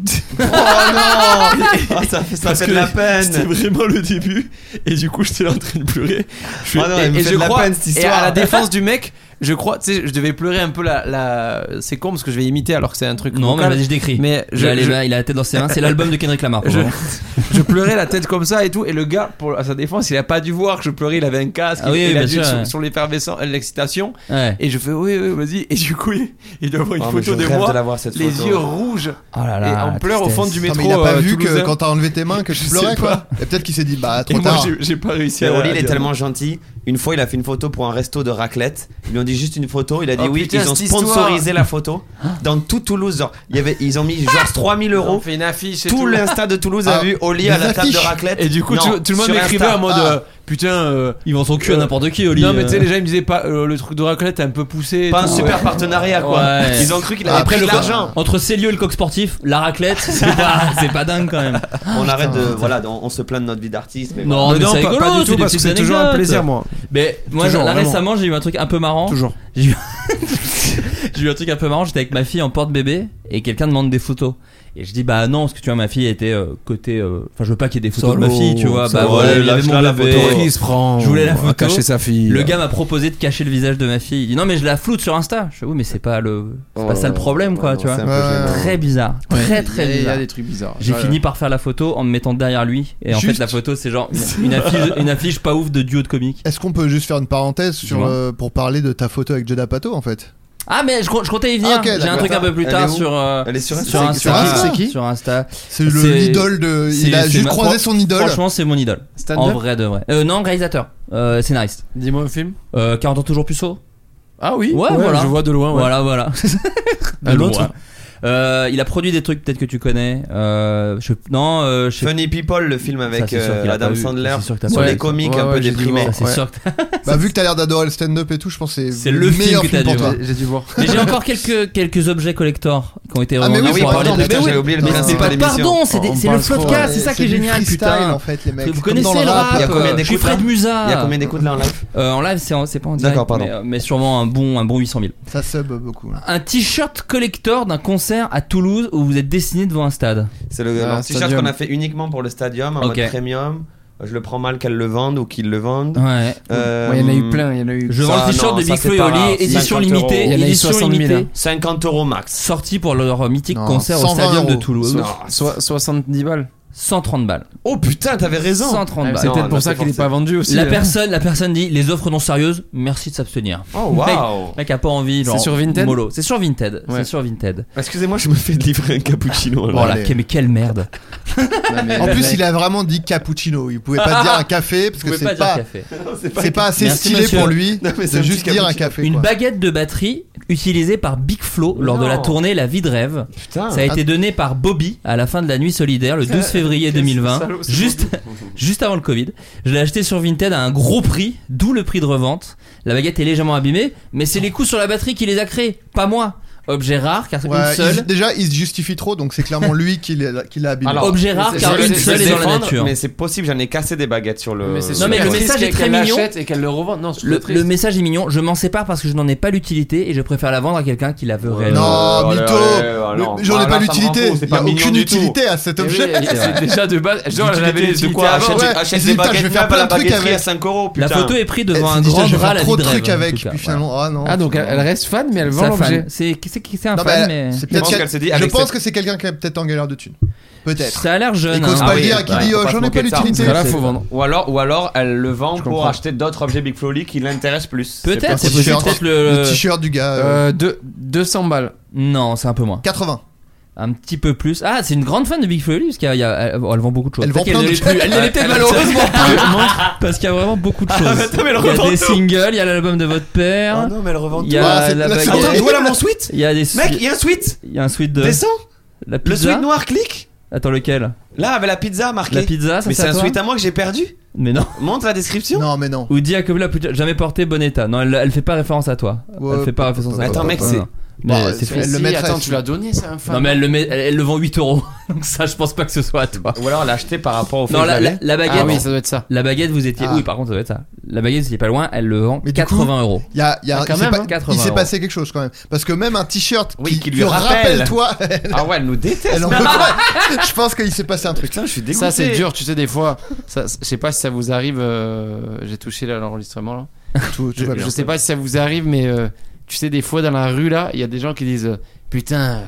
Speaker 8: oh non ça fait ça
Speaker 10: Parce
Speaker 8: fait
Speaker 10: que
Speaker 8: de la
Speaker 10: C'était
Speaker 8: peine
Speaker 10: vraiment le début. Et du coup, j'étais là en train de pleurer. Je suis-
Speaker 8: Ah non,
Speaker 3: et,
Speaker 8: elle me
Speaker 3: et
Speaker 8: fait
Speaker 3: je
Speaker 8: de la
Speaker 3: crois,
Speaker 8: peine, cette
Speaker 3: et à la
Speaker 8: histoire.
Speaker 3: défense du mec, je crois, tu sais, je devais pleurer un peu la. la... C'est con parce que je vais imiter alors que c'est un truc.
Speaker 7: Non, mais
Speaker 3: vocal.
Speaker 7: vas-y, je décris.
Speaker 3: Mais je-
Speaker 7: il, a les-
Speaker 3: je-
Speaker 7: il a la tête dans ses mains. C'est l'album de Kendrick Lamar.
Speaker 3: Je-
Speaker 7: probablement.
Speaker 3: je pleurais la tête comme ça et tout. Et le gars, pour, à sa défense, il a pas dû voir que je pleurais. Il avait un casque.
Speaker 7: Ah
Speaker 3: il,
Speaker 7: oui, oui,
Speaker 3: il a
Speaker 7: bien
Speaker 3: dû
Speaker 7: sûr,
Speaker 3: sur,
Speaker 7: ouais.
Speaker 3: sur l'effervescence, l'excitation.
Speaker 7: Ouais.
Speaker 3: Et je fais oui, oui, vas-y. Et du coup, il, il doit avoir une
Speaker 8: Oh, mais
Speaker 3: photo
Speaker 8: je
Speaker 3: de
Speaker 8: rêve
Speaker 3: moi,
Speaker 8: de l'avoir, cette
Speaker 3: les
Speaker 8: photo.
Speaker 3: yeux rouges.
Speaker 7: Oh là
Speaker 3: et
Speaker 7: là,
Speaker 3: on pleure au fond du
Speaker 7: tristesse.
Speaker 9: Attends, mais
Speaker 3: métro.
Speaker 9: il a pas
Speaker 3: euh,
Speaker 9: vu que
Speaker 7: hein.
Speaker 3: toulousain.
Speaker 9: quand t'as enlevé tes mains que tu
Speaker 3: Je
Speaker 9: pleurais
Speaker 3: sais
Speaker 9: quoi. Et peut-être qu'il s'est dit bah
Speaker 10: Et
Speaker 9: trop
Speaker 10: moi,
Speaker 9: tard.
Speaker 10: j'ai- j'ai pas réussi
Speaker 8: Mais
Speaker 10: à.
Speaker 8: Oli, il est
Speaker 10: dire-
Speaker 8: tellement gentil. Une fois, il a fait une photo pour un resto de raclette. Ils lui ont dit juste une photo. Il a dit
Speaker 3: Oh
Speaker 8: oui.
Speaker 3: putain,
Speaker 8: ils ont
Speaker 3: cette histoire.
Speaker 8: sponsorisé la photo dans tout Toulouse. Genre, il y avait, ils ont mis genre 3000
Speaker 3: On
Speaker 8: euros.
Speaker 3: fait une affiche et
Speaker 8: Tout
Speaker 3: tout.
Speaker 8: l'insta de Toulouse a
Speaker 9: Ah,
Speaker 8: vu Oli
Speaker 9: des
Speaker 8: à la table de
Speaker 9: affiches.
Speaker 8: raclette.
Speaker 10: Et du coup,
Speaker 8: Non,
Speaker 10: tout, tout le monde
Speaker 8: sur
Speaker 10: m'écrivait
Speaker 8: Insta.
Speaker 10: en mode
Speaker 9: Ah.
Speaker 10: euh, Putain. euh,
Speaker 7: Ils vont son cul à
Speaker 10: euh,
Speaker 7: n'importe qui, Oli.
Speaker 10: Non, mais tu sais,
Speaker 7: euh.
Speaker 10: les gens ils me disaient pas euh, le truc de raclette t'es un peu poussé. et
Speaker 8: Pas un
Speaker 3: oh,
Speaker 10: tout.
Speaker 8: super partenariat quoi.
Speaker 7: Ouais.
Speaker 8: Ils ont cru qu'il avait
Speaker 9: Après
Speaker 8: pris
Speaker 9: le
Speaker 8: de l'argent.
Speaker 7: Entre Célio et le coq sportif, la raclette, c'est pas, c'est pas dingue quand même.
Speaker 8: On arrête de voilà, on, on se plaint de notre vie d'artiste. mais
Speaker 7: Non,
Speaker 8: voilà.
Speaker 7: mais
Speaker 3: non,
Speaker 7: c'est
Speaker 3: pas-
Speaker 7: rigolo,
Speaker 3: pas du
Speaker 7: c'est
Speaker 3: tout,
Speaker 7: des
Speaker 3: parce que
Speaker 7: petites
Speaker 3: Oh, c'est toujours un
Speaker 7: anecdotes.
Speaker 3: plaisir, moi.
Speaker 7: Mais moi,
Speaker 3: Toujours,
Speaker 7: là,
Speaker 3: vraiment.
Speaker 7: récemment, j'ai eu un truc un peu marrant.
Speaker 3: Toujours.
Speaker 7: J'ai eu... j'ai eu un truc un peu marrant. J'étais avec ma fille en porte-bébé et quelqu'un demande des photos. Et je dis bah non parce que tu vois ma fille était euh, côté euh, enfin je veux pas qu'il y ait des photos de ma
Speaker 3: Solo,
Speaker 7: fille tu vois bah
Speaker 3: solo.
Speaker 7: voilà
Speaker 8: Ouais,
Speaker 7: il y avait
Speaker 8: lâche-la,
Speaker 7: mon
Speaker 8: la
Speaker 7: bébé.
Speaker 8: photo.
Speaker 3: Qui se prend
Speaker 7: Je voulais la
Speaker 3: à
Speaker 7: photo.
Speaker 3: cacher sa fille.
Speaker 7: le gars m'a proposé de cacher le visage de ma fille il dit non mais je la floute sur Insta je fais oui mais c'est pas le
Speaker 9: Oh
Speaker 7: c'est pas ça le problème quoi
Speaker 8: Ouais,
Speaker 7: tu vois
Speaker 8: c'est un peu gênant.
Speaker 7: très bizarre
Speaker 3: Ouais.
Speaker 7: très
Speaker 3: Il y a-
Speaker 7: très
Speaker 3: Il y
Speaker 7: bizarre
Speaker 3: a des trucs bizarres.
Speaker 7: j'ai
Speaker 3: Ouais.
Speaker 7: fini par faire la photo en me mettant derrière lui et en
Speaker 9: Juste.
Speaker 7: fait la photo c'est genre une, une affiche une affiche pas ouf de duo de comique
Speaker 9: Est-ce qu'on peut juste faire une parenthèse sur
Speaker 7: Dis-moi.
Speaker 9: euh, pour parler de ta photo avec Jada Pato en fait
Speaker 7: Ah mais je, je comptais y venir.
Speaker 9: Ah, ok,
Speaker 7: J'ai un
Speaker 9: d'accord.
Speaker 7: truc un peu plus
Speaker 8: Elle
Speaker 7: tard
Speaker 8: est où
Speaker 7: sur. euh,
Speaker 8: Elle est sur
Speaker 7: sur
Speaker 8: Insta.
Speaker 7: Insta.
Speaker 9: qui- sur Insta, c'est qui
Speaker 7: Sur Insta.
Speaker 9: C'est le
Speaker 7: C'est-
Speaker 9: idole de il
Speaker 7: c'est-
Speaker 9: a
Speaker 7: c'est
Speaker 9: juste
Speaker 7: ma-
Speaker 9: croisé son idole.
Speaker 7: Franchement, c'est mon idole.
Speaker 3: Stand-up
Speaker 7: En vrai de vrai. Euh, non, réalisateur. Euh, scénariste.
Speaker 3: Dis-moi un film.
Speaker 7: Euh, 40 ans toujours puceau.
Speaker 3: Ah oui,
Speaker 7: Ouais, voilà.
Speaker 3: je vois de loin. ouais.
Speaker 7: Voilà, voilà.
Speaker 3: Un autre
Speaker 7: droit. Euh, il a produit des trucs peut-être que tu connais. Euh, je, non, euh, je sais
Speaker 8: Funny People, le film
Speaker 7: Ça,
Speaker 8: avec
Speaker 7: c'est sûr
Speaker 8: euh,
Speaker 7: qu'il a
Speaker 8: Adam
Speaker 7: pas vu.
Speaker 8: Sandler
Speaker 7: C'est sûr que t'as
Speaker 8: sur
Speaker 7: pas
Speaker 8: les
Speaker 7: vu.
Speaker 8: comiques
Speaker 3: Ouais,
Speaker 8: un
Speaker 3: ouais,
Speaker 8: peu
Speaker 3: j'ai dû
Speaker 8: déprimés.
Speaker 7: ça, c'est
Speaker 3: ouais.
Speaker 7: sûr que t'as-
Speaker 9: Bah vu que t'as l'air d'adorer le stand-up et tout, je pense que
Speaker 7: C'est
Speaker 9: c'est
Speaker 7: le film
Speaker 9: meilleur
Speaker 7: que t'as
Speaker 9: film pour
Speaker 7: dû
Speaker 9: toi.
Speaker 7: voir.
Speaker 3: J'ai dû voir.
Speaker 7: Mais j'ai encore quelques, quelques objets collector qui ont été
Speaker 9: Ah, mais
Speaker 7: revendus
Speaker 9: oui,
Speaker 7: pour
Speaker 9: pardon,
Speaker 7: parler de la
Speaker 9: putain,
Speaker 7: Mais oui,
Speaker 8: j'avais oublié le
Speaker 7: mais
Speaker 8: principe
Speaker 7: c'est
Speaker 8: de
Speaker 7: pas-
Speaker 8: l'émission.
Speaker 7: Pardon, c'est des-
Speaker 3: On
Speaker 7: c'est le
Speaker 3: parle trop,
Speaker 7: flotcast,
Speaker 3: ouais.
Speaker 7: c'est ça qui est
Speaker 9: du
Speaker 7: génial,
Speaker 9: freestyle,
Speaker 7: putain.
Speaker 9: en fait, les mecs.
Speaker 7: Vous
Speaker 9: Comme
Speaker 7: connaissez
Speaker 9: dans le
Speaker 7: le
Speaker 9: rap,
Speaker 8: il y a
Speaker 7: rap
Speaker 8: combien
Speaker 7: euh, Je suis
Speaker 8: d'écoutes,
Speaker 7: Fred
Speaker 8: là
Speaker 7: Musa.
Speaker 8: Il y a combien d'écoutes là en live
Speaker 7: Euh, en live, c'est en- c'est pas en direct.
Speaker 8: D'accord, pardon.
Speaker 7: Mais, euh, mais sûrement un bon, un bon 800 000.
Speaker 9: Ça sub beaucoup.
Speaker 7: Un t-shirt collector d'un concert à Toulouse où vous êtes dessiné devant un stade.
Speaker 8: C'est le
Speaker 3: Ah,
Speaker 8: leur t-shirt
Speaker 3: stadium.
Speaker 8: qu'on a fait uniquement pour le stadium en
Speaker 7: Ok.
Speaker 8: mode premium. Je le prends mal qu'elle le vende ou qu'il le vende.
Speaker 7: Ouais.
Speaker 8: Euh,
Speaker 3: Ouais, il y en a eu plein. Il y en a eu.
Speaker 7: Je
Speaker 8: Ça,
Speaker 7: vends le t-shirt
Speaker 8: non,
Speaker 7: de
Speaker 8: ça,
Speaker 7: Big
Speaker 8: c'est
Speaker 7: Flo et
Speaker 8: pas
Speaker 7: Oli,
Speaker 8: rare.
Speaker 7: édition
Speaker 8: 50 euros.
Speaker 7: limitée,
Speaker 3: Il y en a eu
Speaker 7: édition
Speaker 3: 60 000,
Speaker 7: limitée,
Speaker 3: hein.
Speaker 8: 50 euros max.
Speaker 7: sorti pour leur euh, mythique
Speaker 9: Non,
Speaker 7: concert au
Speaker 9: 120
Speaker 7: stadium de
Speaker 9: euros.
Speaker 7: Toulouse.
Speaker 8: Non.
Speaker 3: Soit 70 balles.
Speaker 7: 130 balles.
Speaker 8: Oh putain, t'avais raison.
Speaker 7: 130
Speaker 8: Ouais,
Speaker 7: balles.
Speaker 3: c'est
Speaker 8: non,
Speaker 3: peut-être
Speaker 8: là,
Speaker 3: pour ça
Speaker 8: c'est
Speaker 3: qu'il n'est
Speaker 8: forcé.
Speaker 3: pas vendu aussi.
Speaker 7: La
Speaker 3: euh.
Speaker 7: personne, la personne dit les offres non sérieuses, merci de s'abstenir.
Speaker 8: Oh
Speaker 7: Mec,
Speaker 8: waouh.
Speaker 7: Mec a pas envie. genre,
Speaker 3: C'est sur Vinted
Speaker 7: mollo. C'est sur Vinted.
Speaker 3: Ouais.
Speaker 7: C'est sur Vinted.
Speaker 3: Bah,
Speaker 8: Excusez-moi, je me fais livrer un cappuccino. là.
Speaker 7: Oh là,
Speaker 9: allez.
Speaker 7: que- mais quelle merde.
Speaker 9: En plus, il a vraiment dit cappuccino. Il pouvait pas dire un café parce
Speaker 7: Je
Speaker 9: que
Speaker 7: pouvais pas
Speaker 9: c'est
Speaker 7: dire
Speaker 9: pas,
Speaker 7: café.
Speaker 9: c'est pas assez
Speaker 7: Merci,
Speaker 9: stylé
Speaker 7: monsieur.
Speaker 9: pour lui
Speaker 8: Non, mais c'est
Speaker 9: de
Speaker 8: un
Speaker 9: juste
Speaker 8: petit
Speaker 9: dire un
Speaker 8: cappuccino.
Speaker 9: café.
Speaker 7: Une
Speaker 9: quoi.
Speaker 7: baguette de batterie utilisée par Big Flo lors de la
Speaker 8: Non.
Speaker 7: tournée La vie de rêve.
Speaker 8: Putain.
Speaker 7: Ça a été donné par Bobby à la fin de la nuit solidaire le 12 février 2020, juste, juste avant le Covid. Je l'ai acheté sur Vinted à un gros prix, d'où le prix de revente. La baguette est légèrement abîmée, mais c'est les coups sur la batterie qui les a créés, pas moi. objet rare, car
Speaker 9: Ouais,
Speaker 7: une
Speaker 9: il-
Speaker 7: seule.
Speaker 9: déjà, il se justifie trop, donc c'est clairement lui qui l'a qui l'a abîmé.
Speaker 8: Mais c'est possible, j'en ai cassé des baguettes sur le.
Speaker 7: Mais c'est Non, mais super le triste message est qu'elle très mignon. l'achète
Speaker 3: et qu'elle le revend. Non,
Speaker 7: Le, le message est mignon, je m'en sépare parce que je n'en ai pas l'utilité et je préfère la vendre à quelqu'un qui la veut réellement.
Speaker 9: Non,
Speaker 7: mais
Speaker 9: mytho Mais J'en ai pas l'utilité, il n'y a aucune utilité à cet
Speaker 10: Mais oui,
Speaker 9: objet.
Speaker 10: c'est déjà de base. Genre, j'avais
Speaker 8: L'utilité,
Speaker 10: des
Speaker 8: c'est
Speaker 10: de
Speaker 8: quoi
Speaker 10: quoi avant.
Speaker 8: Achète-
Speaker 10: Ouais.
Speaker 8: achète
Speaker 10: Et
Speaker 8: des
Speaker 10: putain,
Speaker 8: baguettes
Speaker 10: je vais faire
Speaker 8: neufs à
Speaker 10: plein
Speaker 8: la
Speaker 10: de trucs
Speaker 8: baguetterie
Speaker 10: avec.
Speaker 8: à 5 euros, putain.
Speaker 7: La photo est prise devant
Speaker 9: Eh,
Speaker 8: Elle
Speaker 7: un
Speaker 8: s'est dit,
Speaker 7: grand
Speaker 8: je vais
Speaker 7: bras
Speaker 8: faire
Speaker 7: à la
Speaker 8: trop de
Speaker 7: Big Drive,
Speaker 8: trucs
Speaker 7: en
Speaker 8: avec,
Speaker 7: tout cas,
Speaker 8: puis
Speaker 7: voilà.
Speaker 9: finalement, ah non.
Speaker 3: Ah, donc elle, elle reste fan, mais elle
Speaker 7: Sa
Speaker 3: vend
Speaker 7: fan.
Speaker 3: l'objet.
Speaker 7: C'est c'est- c'est un
Speaker 9: Non,
Speaker 7: fan,
Speaker 9: mais
Speaker 7: mais.
Speaker 9: c'est peut-être qu'il y a- Je pense que c'est quelqu'un qui est peut-être en galère de thunes. Peut-être.
Speaker 7: Ça a l'air jeune.
Speaker 9: Et qu'ose
Speaker 7: hein.
Speaker 9: pas le dire, qui dit euh, j'en ai pas l'utilité.
Speaker 8: Ou alors, ou alors elle le vend pour
Speaker 3: comprends.
Speaker 8: acheter d'autres objets Big Flowly qui l'intéressent plus.
Speaker 7: Peut-être,
Speaker 8: pas
Speaker 7: c'est
Speaker 8: possible.
Speaker 7: possible. Peut-être le-
Speaker 9: Le t-shirt du gars. euh,
Speaker 3: Euh, deux- 200 balles.
Speaker 7: Non, c'est un peu moins.
Speaker 9: 80.
Speaker 7: Un petit peu plus. Ah, c'est une grande fan de Big Flo et Oli, parce qu'elle elle, elle vend beaucoup de choses.
Speaker 9: Elle vend
Speaker 7: Peut-être
Speaker 9: plein
Speaker 7: qu'elle
Speaker 9: de
Speaker 7: ne l'est plus.
Speaker 9: choses.
Speaker 7: Elle ne l'est peut-être
Speaker 9: Elle-
Speaker 7: malheureusement plus. Parce qu'il y a vraiment beaucoup de choses.
Speaker 8: Ah, mais attends, mais elle
Speaker 7: il y a
Speaker 8: revend
Speaker 7: des
Speaker 8: tout.
Speaker 7: singles, il y a l'album de votre
Speaker 3: hein.
Speaker 7: père.
Speaker 8: Ah non, mais elle revend
Speaker 7: Il y a la baguette.
Speaker 8: Attends, voilà mon suite
Speaker 7: Il y a des.
Speaker 8: Mec, il y a un suite
Speaker 7: Il y a un suite de.
Speaker 8: Descends
Speaker 7: La
Speaker 8: Le
Speaker 7: pizza.
Speaker 8: suite noir, clique
Speaker 7: Attends, lequel
Speaker 8: Là, avec la pizza marquée.
Speaker 7: La pizza, ça
Speaker 8: Mais
Speaker 7: c'est
Speaker 8: c'est
Speaker 7: à
Speaker 8: un
Speaker 7: toi
Speaker 8: suite hein. à moi que j'ai perdu
Speaker 7: Mais non.
Speaker 8: Montre la description
Speaker 9: Non, mais non.
Speaker 7: Ou dit à Kobla, putain, jamais porté bon état. Non, elle, elle fait pas référence à toi. elle
Speaker 9: Ouais,
Speaker 7: fait pas référence à toi.
Speaker 8: Attends, mec,
Speaker 7: Non,
Speaker 8: c'est-
Speaker 7: non. Mais
Speaker 9: Bon,
Speaker 7: c'est
Speaker 9: c'est-
Speaker 7: fou.
Speaker 9: elle le
Speaker 3: Si,
Speaker 9: mettrait,
Speaker 3: attends,
Speaker 9: si.
Speaker 3: tu l'as donné, c'est un fan.
Speaker 7: Non, mais elle le, met, elle, elle le vend 8 euros. Donc ça, je pense pas que ce soit à toi.
Speaker 8: Ou alors elle l'a acheté par rapport au fait
Speaker 7: Non,
Speaker 8: que
Speaker 7: la,
Speaker 8: je
Speaker 7: la-
Speaker 8: l'avais.
Speaker 7: la baguette.
Speaker 3: Ah oui, ça doit être ça.
Speaker 7: La baguette, vous étiez.
Speaker 9: Ah.
Speaker 7: Oui, par contre, ça doit être ça. La baguette, vous étiez pas loin, elle le vend
Speaker 9: Mais du
Speaker 7: 80
Speaker 9: coup,
Speaker 7: euros.
Speaker 9: Il y a- il y a-
Speaker 3: Ah, quand
Speaker 9: il s'est
Speaker 3: même,
Speaker 9: pas-
Speaker 3: hein.
Speaker 9: il
Speaker 7: 80
Speaker 9: s'est
Speaker 7: euros.
Speaker 9: passé quelque chose quand même. Parce que même un t-shirt
Speaker 8: Oui, qui lui
Speaker 9: te
Speaker 8: rappelle.
Speaker 9: toi,
Speaker 8: Ah ouais, elle nous déteste
Speaker 9: elle en veut pas. Je pense qu'il s'est passé un truc.
Speaker 8: Putain, je suis dégoûté
Speaker 3: Ça, c'est dur, tu sais, des fois. ça- Je sais pas si ça vous arrive. euh, J'ai touché là l'enregistrement là.
Speaker 9: Tout, tout
Speaker 3: Je,
Speaker 9: va bien.
Speaker 3: je sais pas si ça vous arrive, mais euh, tu sais, des fois dans la rue là, il y a des gens qui disent euh, Putain, euh,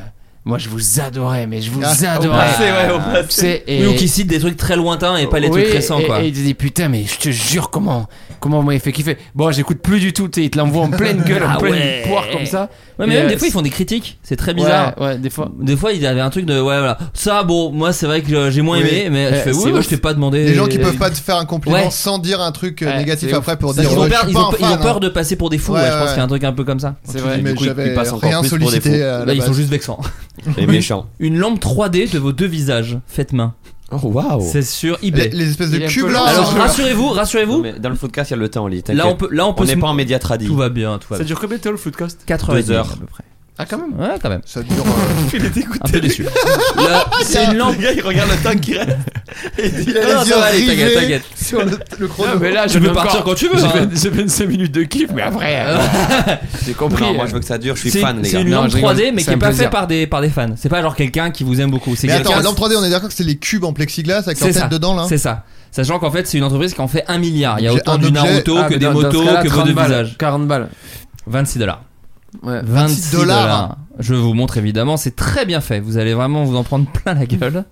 Speaker 3: moi je vous adorais, mais je vous
Speaker 9: Ah, au
Speaker 3: adorais.
Speaker 8: passé, ouais, au passé.
Speaker 3: Tu sais, et-
Speaker 7: Oui, ou qui cite des trucs très lointains et pas les
Speaker 3: Oui,
Speaker 7: trucs récents,
Speaker 3: et-
Speaker 7: quoi.
Speaker 3: Et il dit Putain, mais je te jure, comment, comment vous m'avez fait kiffer. Bon, j'écoute plus du tout, tu sais, il te l'envoie en pleine gueule,
Speaker 7: Ah
Speaker 3: en pleine
Speaker 7: ouais.
Speaker 3: poire comme ça.
Speaker 7: Ouais, mais
Speaker 3: Et,
Speaker 7: même
Speaker 3: euh,
Speaker 7: des fois, ils font des critiques. C'est très bizarre.
Speaker 3: Ouais, ouais, des fois.
Speaker 7: Des fois, il y avait un truc de ouais, voilà. Ça, bon, moi, c'est vrai que euh, j'ai moins
Speaker 9: Oui.
Speaker 7: aimé, mais je
Speaker 3: Eh,
Speaker 7: fais
Speaker 3: c'est
Speaker 7: oui, moi,
Speaker 3: ouf.
Speaker 7: je t'ai pas demandé.
Speaker 9: Les gens qui peuvent pas te faire un compliment
Speaker 7: Ouais.
Speaker 9: sans dire un truc euh,
Speaker 3: Ouais,
Speaker 9: négatif
Speaker 3: c'est
Speaker 9: après pour
Speaker 7: Ils
Speaker 9: dire
Speaker 7: ont
Speaker 9: euh, je
Speaker 7: peur-
Speaker 9: suis
Speaker 7: ils
Speaker 9: pas
Speaker 7: ont
Speaker 9: un
Speaker 7: pe- ils ont
Speaker 9: fan, hein.
Speaker 7: peur de passer pour des fous.
Speaker 9: Ouais,
Speaker 7: ouais, Je pense
Speaker 9: ouais.
Speaker 7: qu'il y a un truc un peu comme ça.
Speaker 3: C'est
Speaker 9: Tu dis,
Speaker 3: vrai.
Speaker 9: mais
Speaker 8: du coup, ils-
Speaker 9: j'avais
Speaker 8: ils passent encore
Speaker 9: rien
Speaker 8: plus pour des
Speaker 9: sollicité
Speaker 8: fous.
Speaker 9: à la
Speaker 7: Là, ils
Speaker 9: base.
Speaker 7: sont juste vexants.
Speaker 8: Les méchants.
Speaker 7: Une lampe 3D de vos deux visages, faites main.
Speaker 8: Oh waouh
Speaker 7: C'est sur
Speaker 9: les,
Speaker 7: eBay.
Speaker 9: les espèces de
Speaker 3: Il est un peu
Speaker 9: cubes là.
Speaker 3: lent.
Speaker 7: Alors
Speaker 9: hein.
Speaker 7: rassurez-vous,
Speaker 8: Non,
Speaker 7: rassurez-vous.
Speaker 8: mais Dans le podcast, il y a le temps, Oli.
Speaker 7: Là, on
Speaker 8: t'inquiète.
Speaker 7: peut, là, on peut.
Speaker 8: On
Speaker 7: se-
Speaker 8: n'est pas en média tradi.
Speaker 7: Tout va bien, tout va
Speaker 10: Ça
Speaker 7: bien.
Speaker 10: dure combien de temps le foodcast
Speaker 7: 90
Speaker 8: deux heures.
Speaker 7: à peu près.
Speaker 3: Ah, quand même.
Speaker 7: Ouais, quand même.
Speaker 9: Ça dure. euh,
Speaker 7: Un peu déçu. Là, c'est une lampe.
Speaker 8: Le gars, il regarde le temps qui reste.
Speaker 9: Il
Speaker 7: Non,
Speaker 9: a les
Speaker 7: Ah, ça
Speaker 9: yeux
Speaker 7: va aller, t'inquiète,
Speaker 9: rivés
Speaker 7: t'inquiète.
Speaker 9: sur le, le chrono.
Speaker 10: Non, mais là,
Speaker 7: Tu
Speaker 10: je
Speaker 7: peux
Speaker 10: vais
Speaker 7: partir
Speaker 10: encore-
Speaker 7: quand tu veux,
Speaker 10: J'ai
Speaker 7: hein.
Speaker 10: fait- J'ai 25 minutes de kiff, mais après. euh, J'ai compris.
Speaker 7: hein,
Speaker 8: Non, moi, je veux que ça dure, je suis
Speaker 7: C'est
Speaker 8: fan, les
Speaker 7: c'est
Speaker 8: gars.
Speaker 7: une
Speaker 3: Non,
Speaker 7: lampe
Speaker 3: je rigole,
Speaker 7: 3D mais
Speaker 3: c'est
Speaker 7: qui est
Speaker 3: un
Speaker 7: pas
Speaker 3: plaisir.
Speaker 7: faite par des par des fans. C'est pas genre quelqu'un qui vous aime beaucoup. C'est
Speaker 9: Mais attends,
Speaker 7: quelqu'un.
Speaker 9: lampe 3D, on est d'accord que c'est les cubes en plexiglas avec
Speaker 7: C'est
Speaker 9: leur
Speaker 7: ça.
Speaker 9: tête dedans là
Speaker 7: C'est ça. Sachant qu'en fait c'est une entreprise qui en fait un milliard. Il y a
Speaker 9: J'ai
Speaker 7: autant
Speaker 9: un
Speaker 7: du
Speaker 9: objet-
Speaker 7: Naruto
Speaker 3: Ah,
Speaker 7: que
Speaker 3: mais
Speaker 7: des
Speaker 3: dans- dans ce
Speaker 7: motos
Speaker 3: cas-là,
Speaker 7: que vos
Speaker 3: 30
Speaker 7: deux
Speaker 3: balles,
Speaker 7: visages.
Speaker 3: 40 balles.
Speaker 7: 26 dollars.
Speaker 3: Ouais.
Speaker 7: 26
Speaker 9: dollars.
Speaker 7: dollars. Je vous montre évidemment, c'est très bien fait. Vous allez vraiment vous en prendre plein la gueule.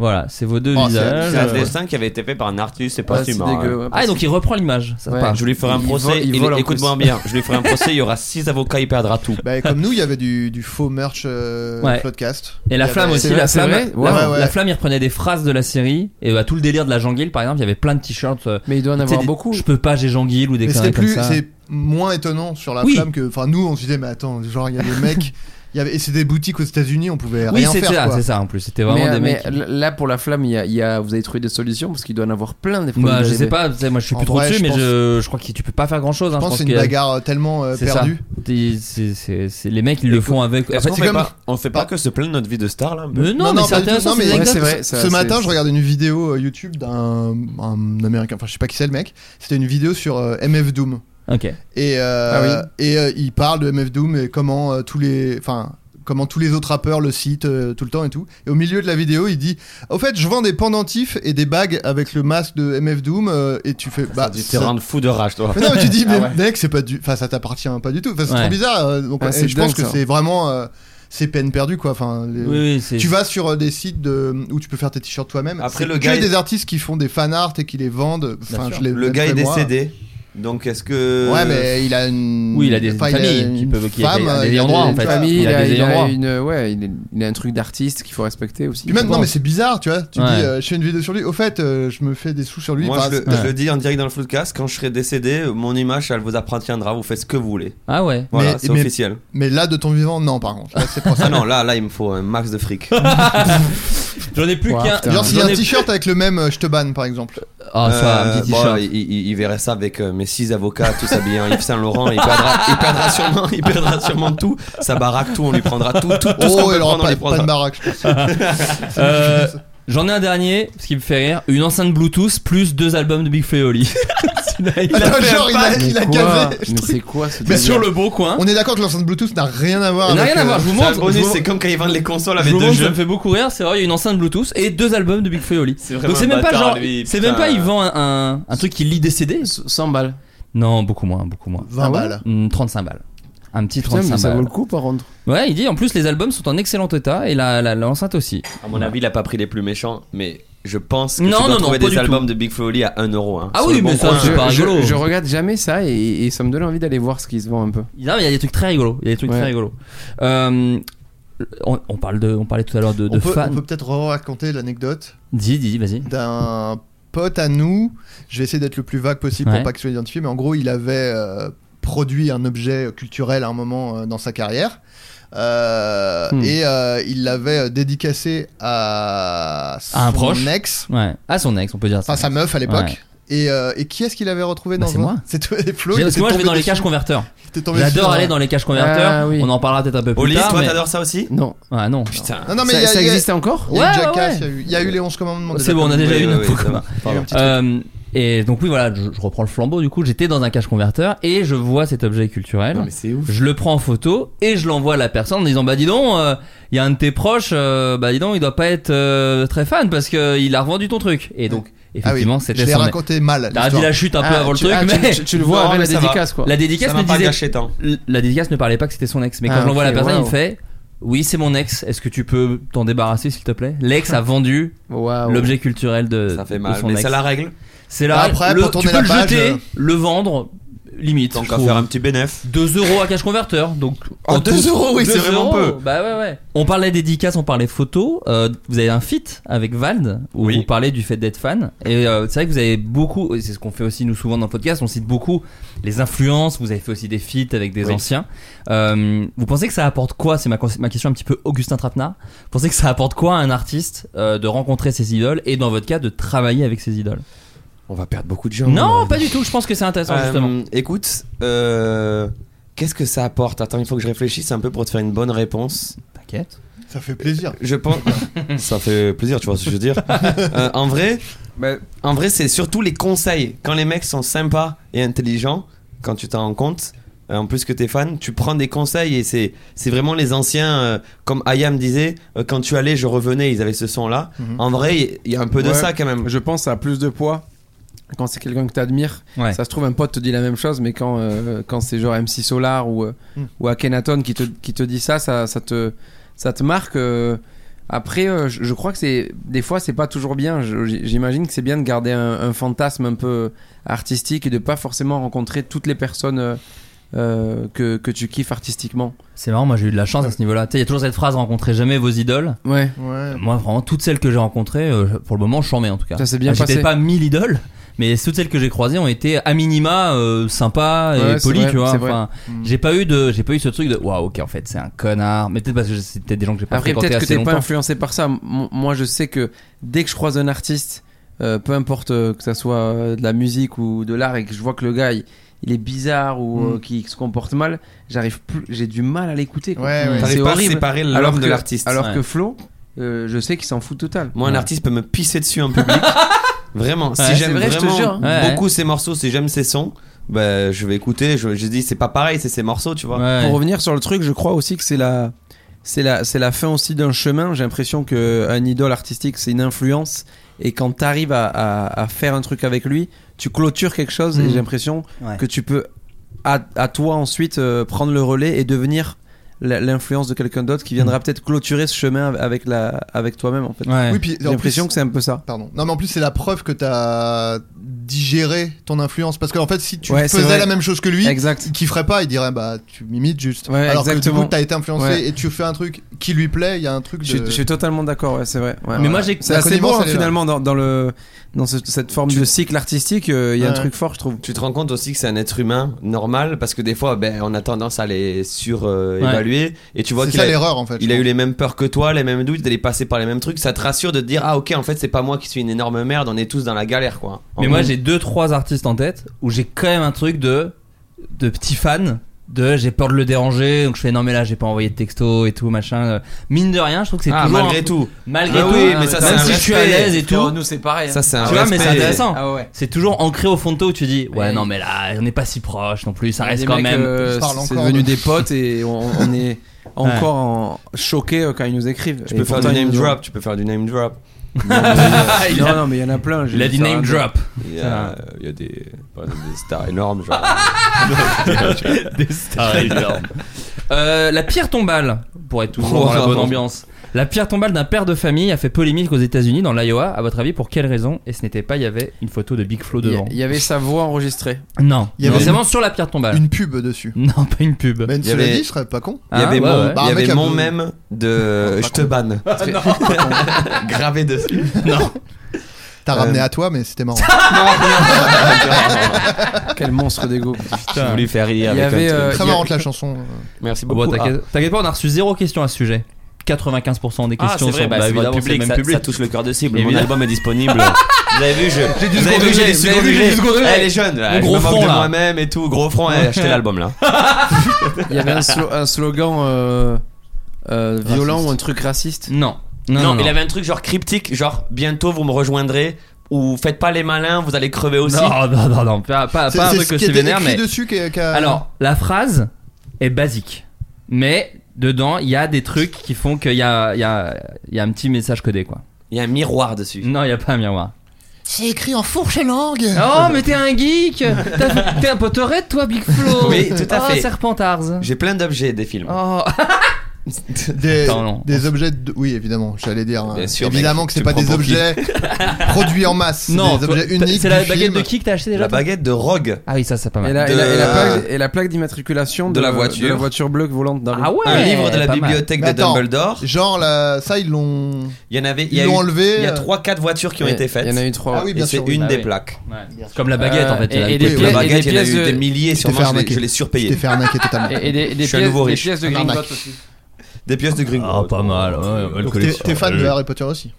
Speaker 7: Voilà, c'est vos deux
Speaker 9: Oh, c'est-
Speaker 7: visages.
Speaker 8: C'est un dessin qui avait été fait par un artiste, c'est pas
Speaker 3: Ouais, c'est
Speaker 8: humain, hein.
Speaker 3: dégueu, ouais,
Speaker 7: Ah,
Speaker 3: parce
Speaker 7: et donc il reprend l'image. Ça
Speaker 3: Ouais.
Speaker 7: part.
Speaker 8: Je lui ferai un
Speaker 3: Il
Speaker 8: procès.
Speaker 3: vole- il
Speaker 8: il-
Speaker 3: vole en
Speaker 8: Écoute-moi
Speaker 3: plus.
Speaker 8: bien. Je lui ferai un procès. Il y aura 6 avocats. Il perdra tout.
Speaker 9: Bah, comme nous, il y avait du, du faux merch euh,
Speaker 7: Ouais.
Speaker 9: podcast.
Speaker 7: Et la
Speaker 9: Il y
Speaker 7: flamme
Speaker 9: avait-
Speaker 7: aussi,
Speaker 3: c'est
Speaker 7: la
Speaker 3: vrai, c'est
Speaker 7: flamme,
Speaker 3: vrai
Speaker 7: la,
Speaker 9: Ouais, ouais.
Speaker 7: la flamme, il reprenait des phrases de la série. Et bah, tout le délire de la Janguille, par exemple, il y avait plein de t-shirts. euh,
Speaker 3: Mais il doit en
Speaker 7: tu sais,
Speaker 3: avoir
Speaker 7: des-
Speaker 3: beaucoup.
Speaker 7: Je peux pas, j'ai Janguille ou des
Speaker 9: Mais c'était
Speaker 7: conneries comme
Speaker 9: plus,
Speaker 7: ça.
Speaker 9: c'est moins étonnant sur la
Speaker 7: Oui.
Speaker 9: flamme que, enfin, nous, on se disait, mais attends, genre, il y a des mecs, il y avait, et c'est des boutiques aux États-Unis, on pouvait
Speaker 7: Oui,
Speaker 9: rien
Speaker 7: c'est
Speaker 9: faire.
Speaker 7: ça,
Speaker 9: quoi.
Speaker 7: c'est ça en plus. C'était vraiment
Speaker 3: mais,
Speaker 7: des
Speaker 3: mais
Speaker 7: mecs. qui- Bah,
Speaker 3: l- là, pour la flamme, il y a, il y a- vous avez trouvé des solutions parce qu'il doit en avoir plein des
Speaker 7: Bah,
Speaker 3: problèmes
Speaker 7: je
Speaker 3: d'arrivée.
Speaker 7: sais pas, tu sais, moi je suis
Speaker 9: En
Speaker 7: plus trop
Speaker 9: vrai,
Speaker 7: dessus,
Speaker 9: je
Speaker 7: mais
Speaker 9: pense-
Speaker 7: je, je crois que tu peux pas faire grand chose.
Speaker 9: Je pense que c'est une
Speaker 7: que
Speaker 9: bagarre euh, tellement euh,
Speaker 7: c'est ça.
Speaker 9: perdue.
Speaker 7: T'es- c'est- c'est- c'est- Les mecs, ils le font avec.
Speaker 8: Parce
Speaker 7: Après,
Speaker 8: qu'on
Speaker 9: c'est
Speaker 8: fait
Speaker 9: comme-
Speaker 8: pas- On fait pas que se plaindre de notre vie de star là. un peu
Speaker 7: Mais non, mais c'est
Speaker 9: pas du tout.
Speaker 7: intéressant,
Speaker 9: Non,
Speaker 7: c'est
Speaker 9: mais-
Speaker 7: des
Speaker 3: Ouais, c'est
Speaker 7: anecdotes.
Speaker 3: vrai.
Speaker 9: Ce matin, je regardais une vidéo euh, YouTube d'un un américain, enfin, je sais pas qui c'est le mec, c'était une vidéo sur euh, MF Doom.
Speaker 7: Ok.
Speaker 9: Et, euh, et euh, il parle de MF Doom et comment euh, tous les. Enfin, comment tous les autres rappeurs le citent euh, tout le temps et tout. Et au milieu de la vidéo, il dit Au fait, je vends des pendentifs et des bagues avec le masque de MF Doom. euh, et tu fais. bah,
Speaker 8: Ah, Tu te
Speaker 9: ça-
Speaker 8: rends fou de rage, toi.
Speaker 9: Mais non, mais tu dis,
Speaker 8: Ah
Speaker 9: mais
Speaker 8: ouais.
Speaker 9: mec, c'est pas du. Enfin, ça t'appartient pas du tout. Enfin, c'est
Speaker 7: Ouais.
Speaker 9: trop bizarre. euh, Donc,
Speaker 3: Ah,
Speaker 9: et
Speaker 3: c'est
Speaker 9: je pense
Speaker 3: dingue,
Speaker 9: que
Speaker 3: ça.
Speaker 9: c'est vraiment. euh, c'est peine perdue, quoi. Enfin, les-
Speaker 7: Oui, oui, c'est.
Speaker 9: Tu vas sur euh, des sites de... où tu peux faire tes t-shirts toi-même.
Speaker 8: Après,
Speaker 9: C'est
Speaker 8: le
Speaker 9: que
Speaker 8: gars est-
Speaker 9: des artistes qui font des fan art et qui les vendent. Enfin,
Speaker 7: sûr.
Speaker 9: je l'ai
Speaker 8: Le
Speaker 9: même
Speaker 8: gars est
Speaker 9: fait moi.
Speaker 8: décédé. Donc est-ce que.
Speaker 9: Ouais, mais il a une.
Speaker 7: Oui, il a des
Speaker 9: enfin, a
Speaker 7: familles qui
Speaker 9: une
Speaker 7: peuvent- qui-
Speaker 9: femme,
Speaker 7: il a
Speaker 9: euh,
Speaker 7: des
Speaker 9: il a
Speaker 7: endroits, en fait.
Speaker 9: tu vois.
Speaker 3: Famille,
Speaker 7: Il
Speaker 3: il
Speaker 7: a
Speaker 3: a,
Speaker 7: des
Speaker 3: il a
Speaker 7: endroits.
Speaker 3: une, ouais, il, est- il a un truc d'artiste qu'il faut respecter aussi.
Speaker 9: Puis même,
Speaker 3: je
Speaker 9: non, mais
Speaker 3: pense.
Speaker 9: c'est bizarre, tu vois. Tu
Speaker 7: Ouais.
Speaker 9: dis, euh, je fais une vidéo sur lui. Au fait, euh, je me fais des sous sur lui.
Speaker 8: Moi,
Speaker 9: Enfin,
Speaker 8: je le,
Speaker 9: c'est-
Speaker 8: je le dis en direct dans le podcast, quand je serai décédé, mon image, elle vous appartiendra, vous faites ce que vous voulez.
Speaker 7: Ah ouais.
Speaker 8: Voilà,
Speaker 9: Mais-
Speaker 8: c'est
Speaker 9: mais-
Speaker 8: officiel.
Speaker 9: Mais là, de ton vivant, non, par contre. Là, c'est pour ça.
Speaker 8: Ah non, là, là, il me faut un max de fric.
Speaker 7: J'en ai plus
Speaker 3: Ouah,
Speaker 7: qu'un.
Speaker 3: putain.
Speaker 9: Genre, s'il y a
Speaker 7: j'en
Speaker 9: un
Speaker 7: ai-
Speaker 9: t-shirt avec le même euh, je te banne, par exemple.
Speaker 7: Ah, ça, un petit
Speaker 8: bon,
Speaker 7: t-shirt.
Speaker 8: il, il- il verrait ça avec euh, mes six avocats, tous habillés en Yves Saint Laurent. Il perdra, il perdra sûrement, il perdra sûrement tout. Sa baraque, tout, on lui prendra tout, tout, tout ce
Speaker 9: Oh,
Speaker 8: qu'on peut
Speaker 9: il aura
Speaker 8: prendre, on
Speaker 9: pas-
Speaker 8: lui
Speaker 9: pas
Speaker 8: prendra.
Speaker 9: de baraque, je pense. C'est
Speaker 7: Euh, J'en ai un dernier, ce qui me fait rire. Une enceinte Bluetooth plus deux albums de Big Feoli.
Speaker 9: Attends, genre, il a, il a gavé.
Speaker 7: Mais c'est quoi ce
Speaker 9: Mais
Speaker 7: sur le bon coin.
Speaker 9: On est d'accord que l'enceinte Bluetooth n'a rien à voir.
Speaker 7: n'a
Speaker 9: avec,
Speaker 7: rien à
Speaker 9: euh,
Speaker 7: voir, je vous montre. je vous-
Speaker 8: c'est comme quand ils vendent les consoles avec
Speaker 7: je vous
Speaker 8: deux
Speaker 7: montre, Ça
Speaker 8: jeux.
Speaker 7: me fait beaucoup rire, c'est vrai, il y a une enceinte Bluetooth et deux albums de Big Feoli.
Speaker 8: vraiment
Speaker 7: Donc c'est même
Speaker 8: un
Speaker 7: pas
Speaker 8: bâtard,
Speaker 7: genre.
Speaker 8: lui,
Speaker 7: C'est
Speaker 8: putain.
Speaker 7: même pas, il vend un, un- un truc qui lit des CD. 100 balles. Non, beaucoup moins, beaucoup moins.
Speaker 9: 20 balles.
Speaker 7: Hmm, 35 balles. Un petit
Speaker 3: Putain,
Speaker 7: 35
Speaker 3: mais ça
Speaker 7: balles.
Speaker 3: vaut le coup par contre.
Speaker 7: Ouais, il dit en plus les albums sont en excellent état et la- la- l'enceinte aussi.
Speaker 8: À mon avis, il a pas pris les plus méchants, mais je pense que
Speaker 7: Non,
Speaker 8: tu dois
Speaker 7: non, non,
Speaker 8: trouver
Speaker 7: pas
Speaker 8: des
Speaker 7: du
Speaker 8: albums de Big Foley à 1 euro. hein.
Speaker 7: Ah
Speaker 8: Sur
Speaker 7: oui,
Speaker 8: le
Speaker 7: mais
Speaker 8: Bon
Speaker 7: ça,
Speaker 8: Coin.
Speaker 7: c'est pas
Speaker 3: Je,
Speaker 7: rigolo.
Speaker 3: je regarde jamais ça et, et ça me donne envie d'aller voir ce qui se vend un peu.
Speaker 7: Non, mais il y a des trucs très rigolos. Il y a des trucs
Speaker 3: Ouais.
Speaker 7: très rigolos. Euh, on, on parle de, on parlait tout à l'heure de, de
Speaker 9: on, peut,
Speaker 7: fans.
Speaker 9: on peut peut-être raconter l'anecdote
Speaker 7: Dis, dis, vas-y.
Speaker 9: d'un pote à nous. Je vais essayer d'être le plus vague possible
Speaker 7: Ouais.
Speaker 9: pour pas que je sois identifié, mais en gros, il avait euh, produit un objet culturel à un moment euh, dans sa carrière. Euh,
Speaker 7: Hmm.
Speaker 9: Et euh, il l'avait dédicacé à,
Speaker 7: À un
Speaker 9: son
Speaker 7: proche.
Speaker 9: ex,
Speaker 7: Ouais. À son ex, on peut dire ça.
Speaker 9: enfin sa meuf à l'époque.
Speaker 7: Ouais.
Speaker 9: Et, euh, et qui est-ce qu'il avait retrouvé
Speaker 7: Bah,
Speaker 9: dans
Speaker 7: c'est
Speaker 9: un-
Speaker 7: moi.
Speaker 9: C'est toi et Flo.
Speaker 7: J'ai-
Speaker 9: il
Speaker 7: Parce que
Speaker 9: était
Speaker 7: moi, je vais
Speaker 9: tombé
Speaker 7: dans les
Speaker 9: dessus.
Speaker 7: caches converteurs.
Speaker 9: T'es tombé dessus hein.
Speaker 7: J'adore
Speaker 9: dans-
Speaker 7: aller dans les caches converteurs.
Speaker 3: Ah oui.
Speaker 7: On en parlera peut-être un peu plus
Speaker 8: Oli,
Speaker 7: tard.
Speaker 8: toi,
Speaker 7: mais-
Speaker 8: t'adores ça aussi
Speaker 3: Non.
Speaker 7: Ah non.
Speaker 8: Putain.
Speaker 9: Non, non, mais
Speaker 3: ça
Speaker 9: il y a-
Speaker 3: ça
Speaker 9: il y a-
Speaker 3: existe encore
Speaker 9: Il y a
Speaker 7: hein. Ouais,
Speaker 9: eu
Speaker 7: ouais,
Speaker 9: Jackass, il
Speaker 7: ouais.
Speaker 9: y a eu- il y a eu les 11 commandements.
Speaker 7: C'est bon, on a
Speaker 9: Ah
Speaker 7: déjà
Speaker 8: Oui,
Speaker 7: eu
Speaker 8: oui,
Speaker 7: notre
Speaker 8: oui,
Speaker 7: info
Speaker 8: ça
Speaker 7: commun.
Speaker 8: va. Pardon.
Speaker 7: Euh, et donc oui voilà, je, je reprends le flambeau du coup, j'étais dans un cache converteur et je vois cet objet culturel.
Speaker 8: Non, mais c'est ouf.
Speaker 7: Je le prends en photo et je l'envoie à la personne en disant bah dis donc, euh, il y a un de tes proches, euh, bah dis donc, il doit pas être euh, très fan parce que il a revendu ton truc. Et donc effectivement,
Speaker 9: Je
Speaker 7: c'était
Speaker 9: l'ai
Speaker 7: son.
Speaker 9: raconté mal.
Speaker 7: T'as dit
Speaker 9: l'histoire.
Speaker 7: la chute un peu
Speaker 3: Ah,
Speaker 7: avant le
Speaker 3: tu-
Speaker 7: truc,
Speaker 3: ah, tu-
Speaker 7: mais
Speaker 3: tu- tu le vois
Speaker 8: Non,
Speaker 3: avec
Speaker 8: mais
Speaker 3: la
Speaker 8: ça va.
Speaker 3: dédicace quoi.
Speaker 7: la dédicace
Speaker 8: Ça m'a
Speaker 7: ne
Speaker 8: pas
Speaker 7: disait
Speaker 8: gâché tant.
Speaker 7: L- la dédicace ne parlait pas que c'était son ex, mais quand
Speaker 3: Ah,
Speaker 7: je l'envoie à
Speaker 3: ok,
Speaker 7: la personne,
Speaker 3: waouh.
Speaker 7: il fait Oui, c'est mon ex, est-ce que tu peux t'en débarrasser s'il te plaît L'ex a vendu
Speaker 9: Ah
Speaker 3: Waouh.
Speaker 7: l'objet culturel de,
Speaker 8: Ça fait
Speaker 7: de
Speaker 8: mal.
Speaker 7: son
Speaker 8: Mais
Speaker 7: ex.
Speaker 8: c'est la règle.
Speaker 7: C'est là,
Speaker 9: Après,
Speaker 7: le,
Speaker 9: pour
Speaker 7: tu
Speaker 9: tourner
Speaker 7: peux
Speaker 9: la
Speaker 7: le
Speaker 9: page,
Speaker 7: jeter,
Speaker 9: euh,
Speaker 7: le vendre, limite.
Speaker 8: Donc,
Speaker 7: je
Speaker 8: à
Speaker 7: trouve.
Speaker 8: faire un petit bénéf.
Speaker 7: 2 euros à cash converteur, donc.
Speaker 8: Oh,
Speaker 7: en
Speaker 8: deux
Speaker 7: tout,
Speaker 8: euros, oui,
Speaker 7: deux
Speaker 8: c'est vraiment
Speaker 7: euros.
Speaker 8: peu.
Speaker 7: Bah ouais, ouais. On parlait dédicace, on parlait photo. Euh, vous avez un feat avec Vald où
Speaker 8: Oui.
Speaker 7: vous parlez du fait d'être fan. Et euh, c'est vrai que vous avez beaucoup, et c'est ce qu'on fait aussi nous souvent dans le podcast, on cite beaucoup les influences. Vous avez fait aussi des feats avec des
Speaker 8: Oui.
Speaker 7: anciens. Euh, vous pensez que ça apporte quoi C'est ma, ma question un petit peu Augustin Trapenard. Vous pensez que ça apporte quoi à un artiste euh, de rencontrer ses idoles et dans votre cas de travailler avec ses idoles
Speaker 8: On va perdre beaucoup de gens.
Speaker 7: Non, pas du tout. Je pense que c'est intéressant
Speaker 8: Euh,
Speaker 7: justement.
Speaker 8: Écoute, euh, qu'est-ce que ça apporte Attends, il faut que je réfléchisse un peu pour te faire une bonne réponse.
Speaker 7: T'inquiète.
Speaker 9: Ça fait plaisir.
Speaker 8: Je pense. ça fait plaisir, tu vois ce que je veux dire. Euh, en vrai, en vrai, c'est surtout les conseils. Quand les mecs sont sympas et intelligents, quand tu t'en rends compte. euh, En plus que t'es fan, tu prends des conseils et c'est c'est vraiment les anciens, euh, comme Ayam disait, euh, quand tu allais, je revenais, ils avaient ce son-là.
Speaker 9: Mhm.
Speaker 8: En vrai, il y, a un peu de
Speaker 3: Ouais.
Speaker 8: ça quand même.
Speaker 3: Je pense que ça a plus de poids quand c'est quelqu'un que t'admires.
Speaker 7: Ouais.
Speaker 3: Ça se trouve, un pote te dit la même chose, mais quand, euh, quand c'est genre MC Solar ou, euh,
Speaker 9: Mm.
Speaker 3: ou Akhenaton qui te, qui te dit ça, ça, ça te, ça te marque. euh. après, euh, je, je crois que c'est des fois, c'est pas toujours bien. Je- J'imagine que c'est bien de garder un, un fantasme un peu artistique et de pas forcément rencontrer toutes les personnes euh, euh, que, que tu kiffes artistiquement.
Speaker 7: C'est marrant, moi j'ai eu de la chance à ce niveau-là. Tu sais, il y a toujours cette phrase rencontrez jamais vos idoles.
Speaker 3: Ouais.
Speaker 9: Ouais.
Speaker 7: Moi, vraiment, toutes celles que j'ai rencontrées, euh, pour le moment, je mets en tout cas.
Speaker 3: Ça s'est bien
Speaker 7: Ah, J'étais
Speaker 3: passé.
Speaker 7: pas mille idoles, mais toutes celles que j'ai croisées ont été à minima euh, sympas et
Speaker 3: Ouais, c'est
Speaker 7: polies,
Speaker 3: vrai,
Speaker 7: tu vois.
Speaker 3: c'est vrai. Mm.
Speaker 7: Enfin, j'ai pas eu de, j'ai pas eu ce truc de waouh, ok, en fait, c'est un connard. Mais peut-être parce que je- c'est peut-être des gens que j'ai pas
Speaker 3: Après,
Speaker 7: fréquentés
Speaker 3: peut-être que
Speaker 7: assez
Speaker 3: t'es pas
Speaker 7: longtemps.
Speaker 3: influencé par ça. M- moi, je sais que dès que je croise un artiste, euh, peu importe euh, que ça soit euh, de la musique ou de l'art, et que je vois que le gars, il, il est bizarre ou
Speaker 7: Mm.
Speaker 3: euh, qu'il se comporte mal, j'arrive plus, j'ai du mal à l'écouter. quoi.
Speaker 9: Ouais, ouais.
Speaker 8: T'arrives
Speaker 3: C'est
Speaker 8: pas à
Speaker 3: horrible.
Speaker 8: séparer l'homme
Speaker 3: Alors que
Speaker 8: de l'artiste.
Speaker 3: Alors
Speaker 7: Ouais.
Speaker 3: que Flo, euh, je sais qu'il s'en fout total.
Speaker 8: Moi, un artiste peut me pisser dessus en public. vraiment.
Speaker 7: Ouais,
Speaker 8: si j'aime
Speaker 3: c'est vrai, je te
Speaker 8: vraiment
Speaker 3: jure, hein.
Speaker 7: Ouais,
Speaker 8: beaucoup ses morceaux, si j'aime ses sons, bah, je vais écouter. Je, je dis, c'est pas pareil, c'est ses morceaux, tu vois.
Speaker 7: Ouais.
Speaker 3: Pour revenir sur le truc, je crois aussi que c'est la c'est la c'est la fin aussi d'un chemin. J'ai l'impression que un idole artistique c'est une influence et quand t'arrives à, à, à faire un truc avec lui, tu clôtures quelque chose et j'ai l'impression
Speaker 7: Mm. Ouais.
Speaker 3: que tu peux à, à toi ensuite euh, prendre le relais et devenir la- l'influence de quelqu'un d'autre qui viendra peut-être clôturer ce chemin avec la avec toi-même en fait.
Speaker 7: Mm. Ouais.
Speaker 9: Oui, puis
Speaker 3: J'ai
Speaker 9: en
Speaker 3: l'impression
Speaker 9: plus-
Speaker 3: que c'est un peu ça.
Speaker 9: Pardon. Non, mais en plus, c'est la preuve que t'as digérer ton influence parce qu'en fait si tu
Speaker 3: Ouais, c'est
Speaker 9: faisais
Speaker 3: vrai.
Speaker 9: la même chose que lui
Speaker 3: Exact.
Speaker 9: il kifferait pas il dirait bah tu m'imites juste
Speaker 3: Ouais,
Speaker 9: alors que
Speaker 3: exactement.
Speaker 9: du coup t'as été influencé
Speaker 3: Ouais.
Speaker 9: et tu fais un truc qui lui plaît il y a un truc de...
Speaker 3: Je, suis- je suis totalement d'accord, ouais, c'est vrai. ouais.
Speaker 9: Mais moi, j'ai-
Speaker 3: c'est
Speaker 9: La
Speaker 3: assez beau
Speaker 9: connivence,
Speaker 3: hein,
Speaker 9: elle est là.
Speaker 3: finalement dans, dans le dans ce- cette forme de cycle artistique. euh, Il y a un truc fort, je trouve.
Speaker 8: Tu te rends compte aussi que c'est un être humain normal parce que des fois, ben, on a tendance à les surévaluer et tu vois
Speaker 9: C'est
Speaker 8: qu'il
Speaker 9: ça
Speaker 8: a-
Speaker 9: l'erreur, en fait, je
Speaker 8: Il a
Speaker 9: pense.
Speaker 8: eu les mêmes peurs que toi, les mêmes doutes, il est passé par les mêmes trucs. Ça te rassure de te dire ah ok, en fait, c'est pas moi qui suis une énorme merde. On est tous dans la galère, quoi. En
Speaker 7: Mais
Speaker 3: Oh,
Speaker 7: moi,
Speaker 8: gros.
Speaker 7: j'ai deux trois artistes en tête où j'ai quand même un truc de de petit fan. De j'ai peur de le déranger, donc je fais non, mais là j'ai pas envoyé de texto et tout machin. Euh, Mine de rien, je trouve que c'est
Speaker 8: Ah,
Speaker 7: toujours.
Speaker 8: malgré
Speaker 7: un-
Speaker 8: tout.
Speaker 7: Malgré
Speaker 8: Ah
Speaker 7: tout, hein,
Speaker 8: oui, mais ça,
Speaker 7: même
Speaker 8: c'est un
Speaker 7: si je suis à
Speaker 8: respect.
Speaker 7: l'aise et tout.
Speaker 3: Pour nous, c'est pareil, hein.
Speaker 8: Ça, c'est un
Speaker 7: Tu vois, mais c'est
Speaker 8: respect.
Speaker 7: intéressant.
Speaker 3: Ah ouais.
Speaker 7: C'est toujours ancré au fond de toi où tu dis ouais,
Speaker 3: Ouais.
Speaker 7: non, mais là on n'est pas si proche non plus, ça
Speaker 3: Il y a
Speaker 7: reste
Speaker 3: des
Speaker 7: quand
Speaker 3: mecs,
Speaker 7: même.
Speaker 3: euh,
Speaker 7: Je parle
Speaker 3: c'est
Speaker 7: encore
Speaker 3: devenu
Speaker 7: de-
Speaker 3: des potes et on, on est encore en- choqués euh, quand ils nous écrivent.
Speaker 8: Tu peux faire du name drop, tu peux faire du name drop.
Speaker 3: Il a- Non, non, mais il y en a plein, j'ai
Speaker 8: Il
Speaker 3: il a
Speaker 8: a
Speaker 3: vu dit ça, name hein. drop.
Speaker 8: Il y
Speaker 7: Ah.
Speaker 8: a, il y a des, par exemple, des stars énormes, genre.
Speaker 7: Des stars
Speaker 3: Ah,
Speaker 7: énormes. Euh, la pierre tombale, pour être toujours dans la bonne ambiance. La pierre tombale d'un père de famille a fait polémique aux États-Unis dans l'Iowa. À votre avis, pour quelle raison Et ce n'était pas, il y avait une photo de Big Flo
Speaker 3: Il y a-
Speaker 7: devant.
Speaker 3: il y avait sa voix enregistrée.
Speaker 7: Non,
Speaker 9: Il y avait
Speaker 7: Non,
Speaker 9: une-
Speaker 7: vraiment sur la pierre tombale.
Speaker 9: une pub dessus
Speaker 7: Non, pas une pub.
Speaker 9: ben
Speaker 8: Il y
Speaker 9: cela
Speaker 8: avait-
Speaker 9: dit je serais pas con
Speaker 8: Il y avait
Speaker 7: Ah, ouais,
Speaker 8: mon,
Speaker 7: ouais. Ah,
Speaker 8: il y
Speaker 9: Bah, un mec
Speaker 8: avait
Speaker 9: a
Speaker 8: mon
Speaker 9: beau-
Speaker 8: mème de je te banne gravé dessus.
Speaker 7: Non.
Speaker 9: t'as
Speaker 3: Euh,
Speaker 9: ramené à toi mais c'était marrant
Speaker 3: Quel monstre d'ego.
Speaker 8: Je voulais faire rire.
Speaker 3: Il y
Speaker 8: avec un
Speaker 3: avait,
Speaker 8: truc.
Speaker 3: euh,
Speaker 9: très
Speaker 3: il y a-
Speaker 9: marrante la chanson
Speaker 8: Merci
Speaker 7: Bon,
Speaker 3: Bah,
Speaker 8: beaucoup.
Speaker 7: t'inquiète t'inquiète pas, on a reçu zéro question à ce sujet. 95% des
Speaker 8: Ah,
Speaker 7: questions
Speaker 8: c'est vrai,
Speaker 7: sont
Speaker 8: bah,
Speaker 7: bah,
Speaker 8: c'est votre
Speaker 7: évidemment, c'est
Speaker 8: public,
Speaker 7: le même
Speaker 8: ça,
Speaker 7: public.
Speaker 8: ça touche le cœur de cible. Mon
Speaker 7: Évidemment.
Speaker 8: album est disponible. Vous avez vu, je.
Speaker 7: J'ai du
Speaker 8: vous avez
Speaker 7: second
Speaker 8: vu, j'ai du
Speaker 7: degré, vous avez
Speaker 8: second
Speaker 7: vu, j'ai
Speaker 8: degré.
Speaker 7: du second degré.
Speaker 8: Eh, les jeunes,
Speaker 7: Le
Speaker 8: je
Speaker 7: gros
Speaker 8: me moque
Speaker 7: front,
Speaker 8: de
Speaker 7: là.
Speaker 8: moi-même et tout. Gros front, eh, achetez l'album là.
Speaker 3: Il y avait un, slo- un slogan euh, euh, violent ou un truc raciste.
Speaker 7: Non.
Speaker 8: Non,
Speaker 7: Non, non, non.
Speaker 8: il avait un truc genre cryptique, genre bientôt vous me rejoindrez ou faites pas les malins, vous allez crever aussi.
Speaker 7: Non, non, non, non, pas, pas,
Speaker 9: c'est
Speaker 7: pas un
Speaker 9: c'est
Speaker 7: truc
Speaker 9: ce qui
Speaker 7: aussi
Speaker 9: était
Speaker 7: vénère,
Speaker 9: écrit
Speaker 7: mais.
Speaker 9: dessus euh, qui est- qui a-
Speaker 7: Alors, la phrase est basique, mais dedans, il y a des trucs qui font qu'il y a, il y, a, il y a un petit message codé, quoi.
Speaker 8: Il y a un miroir dessus.
Speaker 3: Mm.
Speaker 7: Non, il n'y a pas un miroir.
Speaker 9: c'est écrit en fourche et langue
Speaker 7: Oh, mais t'es un geek T'as- T'es un poterette, toi, Big Flo
Speaker 8: Oui, tout à
Speaker 7: Oh,
Speaker 8: fait.
Speaker 7: Serpentars
Speaker 8: J'ai plein d'objets des films.
Speaker 7: Oh
Speaker 9: des,
Speaker 7: Attends, non.
Speaker 9: des objets de... oui évidemment j'allais dire hein.
Speaker 8: Bien sûr,
Speaker 9: évidemment
Speaker 8: mec,
Speaker 9: que c'est
Speaker 8: tu
Speaker 9: pas
Speaker 8: prends
Speaker 9: des
Speaker 8: pour qui
Speaker 9: objets produits en masse
Speaker 7: Non,
Speaker 9: des
Speaker 7: toi,
Speaker 9: objets
Speaker 7: t'as-
Speaker 9: uniques
Speaker 7: c'est la
Speaker 9: du
Speaker 7: baguette
Speaker 9: film.
Speaker 7: de qui que t'as acheté déjà
Speaker 8: La
Speaker 7: toi
Speaker 8: baguette de Rogue.
Speaker 7: Ah oui, ça, c'est pas
Speaker 3: Et
Speaker 7: mal.
Speaker 3: la, et
Speaker 8: De-
Speaker 3: la- et la plaque, et la plaque d'immatriculation de,
Speaker 8: De la voiture.
Speaker 3: de la voiture bleue volante dans la
Speaker 7: Ah
Speaker 3: rue.
Speaker 7: ouais
Speaker 8: un livre de la
Speaker 7: pas mal.
Speaker 8: bibliothèque
Speaker 9: Mais
Speaker 8: de
Speaker 9: attends,
Speaker 8: Dumbledore.
Speaker 9: genre la- ça ils l'ont
Speaker 8: Il y en avait. il y
Speaker 9: ils
Speaker 8: a
Speaker 9: l'ont
Speaker 8: eu-
Speaker 9: enlevé,
Speaker 8: Il y a
Speaker 9: euh,
Speaker 8: 3-4 voitures qui ont
Speaker 3: Et-
Speaker 8: été faites.
Speaker 3: Il y en a eu trois.
Speaker 9: Ah oui, bien
Speaker 8: et c'est
Speaker 9: sûr, oui.
Speaker 8: une
Speaker 7: Bah
Speaker 8: des
Speaker 7: oui.
Speaker 8: plaques.
Speaker 7: Ouais. Comme la baguette en fait.
Speaker 3: Euh,
Speaker 7: la-
Speaker 3: et- et des
Speaker 9: Oui,
Speaker 8: Et la
Speaker 9: oui.
Speaker 8: baguette, il y en a
Speaker 3: pièces
Speaker 8: eu
Speaker 3: de-
Speaker 8: des milliers,
Speaker 9: tu t'es fait
Speaker 8: sûrement je l'ai-
Speaker 9: arnaquer
Speaker 8: je l'ai
Speaker 9: tu t'es
Speaker 8: surpayé.
Speaker 9: fait arnaquer totalement
Speaker 3: Et, et des, des
Speaker 8: Je suis un
Speaker 3: pièces,
Speaker 8: nouveau
Speaker 3: des
Speaker 8: riche.
Speaker 3: pièces de
Speaker 9: Un
Speaker 3: Green
Speaker 9: arnaque.
Speaker 3: Dot aussi.
Speaker 8: Des pièces de Gringo.
Speaker 7: Ah, pas mal.
Speaker 9: Donc, t'es t'es fan de Harry Potter aussi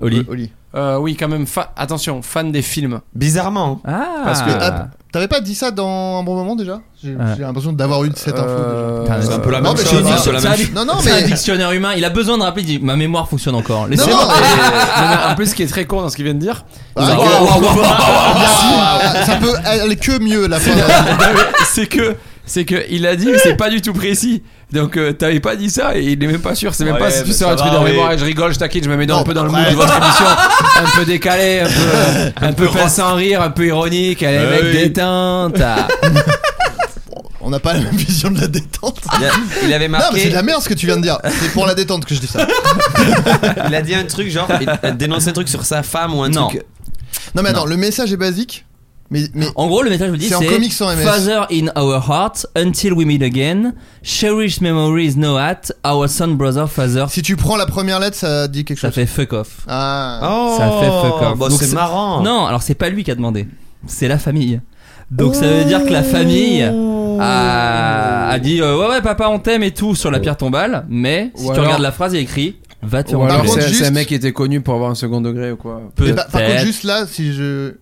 Speaker 7: Oli.
Speaker 9: Oli
Speaker 3: Euh, oui, quand même, fa- attention, fan des films.
Speaker 8: Bizarrement.
Speaker 7: Ah
Speaker 8: Parce que,
Speaker 9: Ah, T'avais pas dit ça dans un bon moment déjà J'ai
Speaker 7: Ouais.
Speaker 9: j'ai l'impression d'avoir eu cette info.
Speaker 3: Euh,
Speaker 9: déjà.
Speaker 8: C'est un peu la
Speaker 9: Non,
Speaker 8: même
Speaker 9: mais
Speaker 8: chose.
Speaker 9: c'est une
Speaker 8: hein,
Speaker 9: dic-
Speaker 8: c'est la
Speaker 7: ça
Speaker 8: même
Speaker 7: a dit-
Speaker 8: chose.
Speaker 9: Non, non,
Speaker 7: C'est
Speaker 9: mais.
Speaker 7: un dictionnaire humain, il a besoin de rappeler, il dit ma mémoire fonctionne encore.
Speaker 9: Non,
Speaker 7: Laissez-moi.
Speaker 9: non, mais-
Speaker 3: Non, mais en plus, ce qui est très con dans ce qu'il vient de dire,
Speaker 9: Ah,
Speaker 7: Waouh, waouh, waouh, waouh.
Speaker 9: Merci. ah, Ça peut aller que mieux la fin.
Speaker 3: c'est que c'est que il a dit mais c'est pas du tout précis donc euh, t'avais pas dit ça et il est même pas sûr c'est même
Speaker 8: Ouais,
Speaker 3: pas si tu
Speaker 8: mais
Speaker 3: sors
Speaker 8: ça
Speaker 3: un truc
Speaker 8: va,
Speaker 3: dans
Speaker 8: oui.
Speaker 3: mémoire et je rigole je taquine je me mets dans
Speaker 9: Non,
Speaker 3: un peu dans le
Speaker 9: ouais.
Speaker 3: mood de votre émission un peu décalé un peu un, peu, pince sans rire un peu ironique elle est
Speaker 8: Ouais,
Speaker 3: mec
Speaker 8: oui.
Speaker 3: déteinte ah.
Speaker 9: On n'a pas la même vision de la détente.
Speaker 8: Il, a- il avait
Speaker 9: Non, mais c'est
Speaker 8: marqué.
Speaker 9: de la merde ce que tu viens de dire. C'est pour la détente que je dis ça.
Speaker 8: Il a dit un truc genre. Il a dénoncé un truc sur sa femme ou un
Speaker 7: Non.
Speaker 8: truc.
Speaker 9: Non, mais attends, le message est basique. Mais, mais
Speaker 7: En gros, le message vous dit
Speaker 9: C'est en comics sans MS.
Speaker 7: Father in our heart, until we meet again, cherish memories no at, our son, brother, father.
Speaker 9: si tu prends la première lettre, ça dit quelque
Speaker 7: Ça
Speaker 9: chose.
Speaker 7: fait fuck off.
Speaker 9: Ah.
Speaker 8: Oh,
Speaker 7: Ça fait fuck off.
Speaker 8: bah,
Speaker 7: Donc
Speaker 8: c'est
Speaker 7: c'est-
Speaker 8: marrant.
Speaker 7: Non, alors c'est pas lui qui a demandé, c'est la famille. Donc ça veut dire que la famille
Speaker 8: Oh.
Speaker 7: a, a dit euh, ouais ouais papa on t'aime et tout sur la pierre tombale, mais si
Speaker 3: Ou
Speaker 7: tu
Speaker 3: alors-
Speaker 7: regardes la phrase, il y a écrit va te
Speaker 3: ou alors
Speaker 9: Par
Speaker 7: rencontrer.
Speaker 3: c'est
Speaker 9: contre,
Speaker 3: c'est un
Speaker 9: juste-
Speaker 3: mec qui était connu pour avoir un second degré ou quoi
Speaker 9: Mais par- par contre, juste là, si je.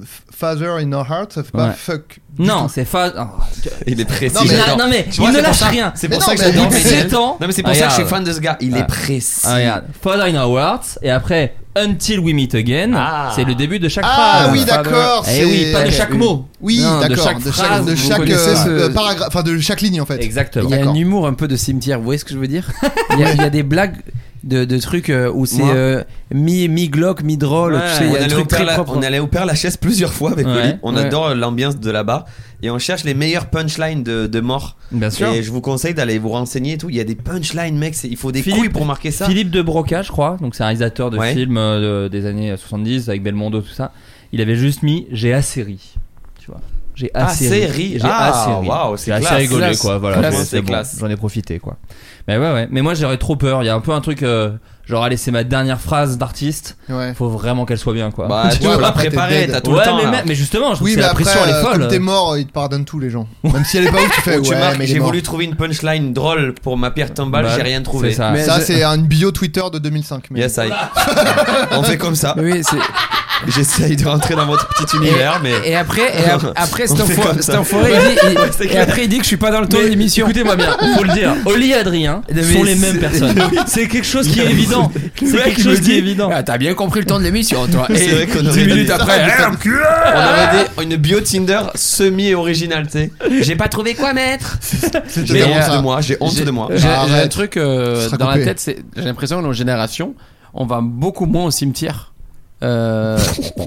Speaker 9: F- Father in our heart, ça fait pas
Speaker 7: Ouais.
Speaker 9: fuck. du
Speaker 7: Non,
Speaker 9: tout.
Speaker 7: c'est fa... oh.
Speaker 8: Il est précis.
Speaker 9: Non, mais-
Speaker 8: j'adore.
Speaker 7: non, mais
Speaker 8: Tu vois,
Speaker 7: il ne
Speaker 8: c'est pour
Speaker 7: lâche
Speaker 8: ça-
Speaker 7: rien.
Speaker 8: C'est
Speaker 9: Mais
Speaker 8: pour
Speaker 9: non,
Speaker 8: ça que
Speaker 9: mais
Speaker 8: j'adore.
Speaker 9: au bout de
Speaker 8: Michel.
Speaker 7: sept ans-
Speaker 8: Non, mais c'est pour
Speaker 7: Ah,
Speaker 8: ça que je suis fan
Speaker 7: regarde.
Speaker 8: de ce gars. Il
Speaker 7: Ah.
Speaker 8: est précis.
Speaker 7: Ah, regarde. Father in our heart, et après Until we meet again,
Speaker 8: Ah.
Speaker 7: c'est le début de chaque
Speaker 9: Ah
Speaker 7: phrase.
Speaker 9: oui, d'accord.
Speaker 7: Eh
Speaker 9: c'est-
Speaker 7: oui, pas de
Speaker 9: Ok.
Speaker 7: chaque mot.
Speaker 9: Oui,
Speaker 7: Non, de
Speaker 9: d'accord.
Speaker 7: chaque
Speaker 9: De
Speaker 7: phrase,
Speaker 9: chaque, de
Speaker 7: vous
Speaker 9: chaque,
Speaker 7: connaissez
Speaker 9: euh,
Speaker 3: ce-
Speaker 9: euh, paragraphe, enfin de chaque ligne en fait.
Speaker 7: Exactement.
Speaker 3: il y a un
Speaker 9: D'accord.
Speaker 3: humour un peu de cimetière vous voyez ce que je veux dire il, y a, il y a des blagues de, de trucs euh, où c'est
Speaker 8: Moi.
Speaker 3: euh, mi mi glock mi drôle tu sais il
Speaker 8: on,
Speaker 3: y a des
Speaker 8: allait au
Speaker 3: trucs
Speaker 8: Père
Speaker 3: très
Speaker 8: La-
Speaker 3: propres
Speaker 8: on allait au Père Lachaise plusieurs fois avec
Speaker 3: Ouais.
Speaker 8: Oli. On
Speaker 3: Ouais.
Speaker 8: adore l'ambiance de là-bas. Et on cherche les meilleures punchlines de, de mort.
Speaker 7: Bien sûr.
Speaker 8: Et je vous conseille d'aller vous renseigner et tout. Il y a des punchlines, mec. c'est- Il faut des couilles pour marquer ça.
Speaker 7: Philippe de Broca, je crois, donc c'est un réalisateur de
Speaker 8: Ouais.
Speaker 7: films euh, de- des années 70 avec Belmondo, tout ça. Il avait juste mis J'ai assez ri. Tu vois. J'ai
Speaker 8: Ah,
Speaker 7: assez
Speaker 8: c'est ri.
Speaker 7: ri. J'ai
Speaker 8: Ah,
Speaker 7: assez ri.
Speaker 8: waouh, c'est
Speaker 7: J'ai assez
Speaker 8: classe.
Speaker 7: rigolé,
Speaker 8: Classe.
Speaker 7: quoi. Voilà,
Speaker 8: Classe.
Speaker 7: bon,
Speaker 8: C'est
Speaker 7: c'est bon.
Speaker 8: classe.
Speaker 7: J'en ai profité, quoi. Mais ouais, ouais. Mais moi, j'aurais trop peur. Il y a un peu un truc. euh, Genre, allez, c'est ma dernière phrase d'artiste. Faut vraiment qu'elle soit bien, quoi.
Speaker 8: Bah, tu peux la préparer, t'as tout le
Speaker 7: Ouais,
Speaker 8: temps,
Speaker 7: mais,
Speaker 8: là.
Speaker 7: mais- mais justement, je trouve
Speaker 8: Oui,
Speaker 7: que
Speaker 8: mais
Speaker 7: la
Speaker 8: après,
Speaker 7: pression, elle est
Speaker 8: euh,
Speaker 7: folle.
Speaker 9: Comme t'es mort, ils te pardonnent tous les gens. Même si elle est pas ouf, tu fais
Speaker 8: Ou tu
Speaker 9: ouais,
Speaker 8: marques,
Speaker 9: mais il est
Speaker 8: j'ai
Speaker 9: mort.
Speaker 8: voulu trouver une punchline drôle pour ma pierre tombale,
Speaker 9: Bah,
Speaker 8: j'ai rien trouvé.
Speaker 9: c'est ça. Mais ça, c'est une bio Twitter de 2005. Mais...
Speaker 8: Yes, I. On fait comme ça. J'essaye de rentrer dans votre petit univers, mais.
Speaker 3: et après et ap- après cet
Speaker 8: On fait
Speaker 3: enfo-
Speaker 8: comme
Speaker 3: cet
Speaker 8: ça.
Speaker 3: enfoiré il dit il-
Speaker 8: Ouais, c'est
Speaker 3: et
Speaker 8: clair.
Speaker 3: après il dit que je suis pas dans le tour de l'émission
Speaker 7: Écoutez-moi bien, faut le dire. Eh Oli et Adrien
Speaker 3: Mais
Speaker 7: sont les
Speaker 3: c'est-
Speaker 7: mêmes personnes. C'est quelque chose qui est évident.
Speaker 3: Le
Speaker 7: C'est
Speaker 3: mec,
Speaker 7: quelque
Speaker 3: il me
Speaker 7: chose qui
Speaker 3: dit,
Speaker 7: est évident.
Speaker 3: Ah, t'as bien compris le temps de l'émission toi
Speaker 8: C'est
Speaker 3: Et
Speaker 8: vrai qu'on aurait
Speaker 3: 10
Speaker 8: donné
Speaker 3: minutes
Speaker 8: ça.
Speaker 3: après Eh, enculé
Speaker 8: On avait des- une bio Tinder semi-originale, tu sais. J'ai pas trouvé quoi mettre. J'ai
Speaker 3: Mais,
Speaker 8: honte
Speaker 3: euh,
Speaker 8: de moi, j'ai honte de moi.
Speaker 3: J'ai j'ai un truc euh,
Speaker 8: Ce sera
Speaker 3: dans la
Speaker 8: coupé.
Speaker 3: tête, c'est j'ai l'impression que nos générations, on va beaucoup moins au cimetière. Euh,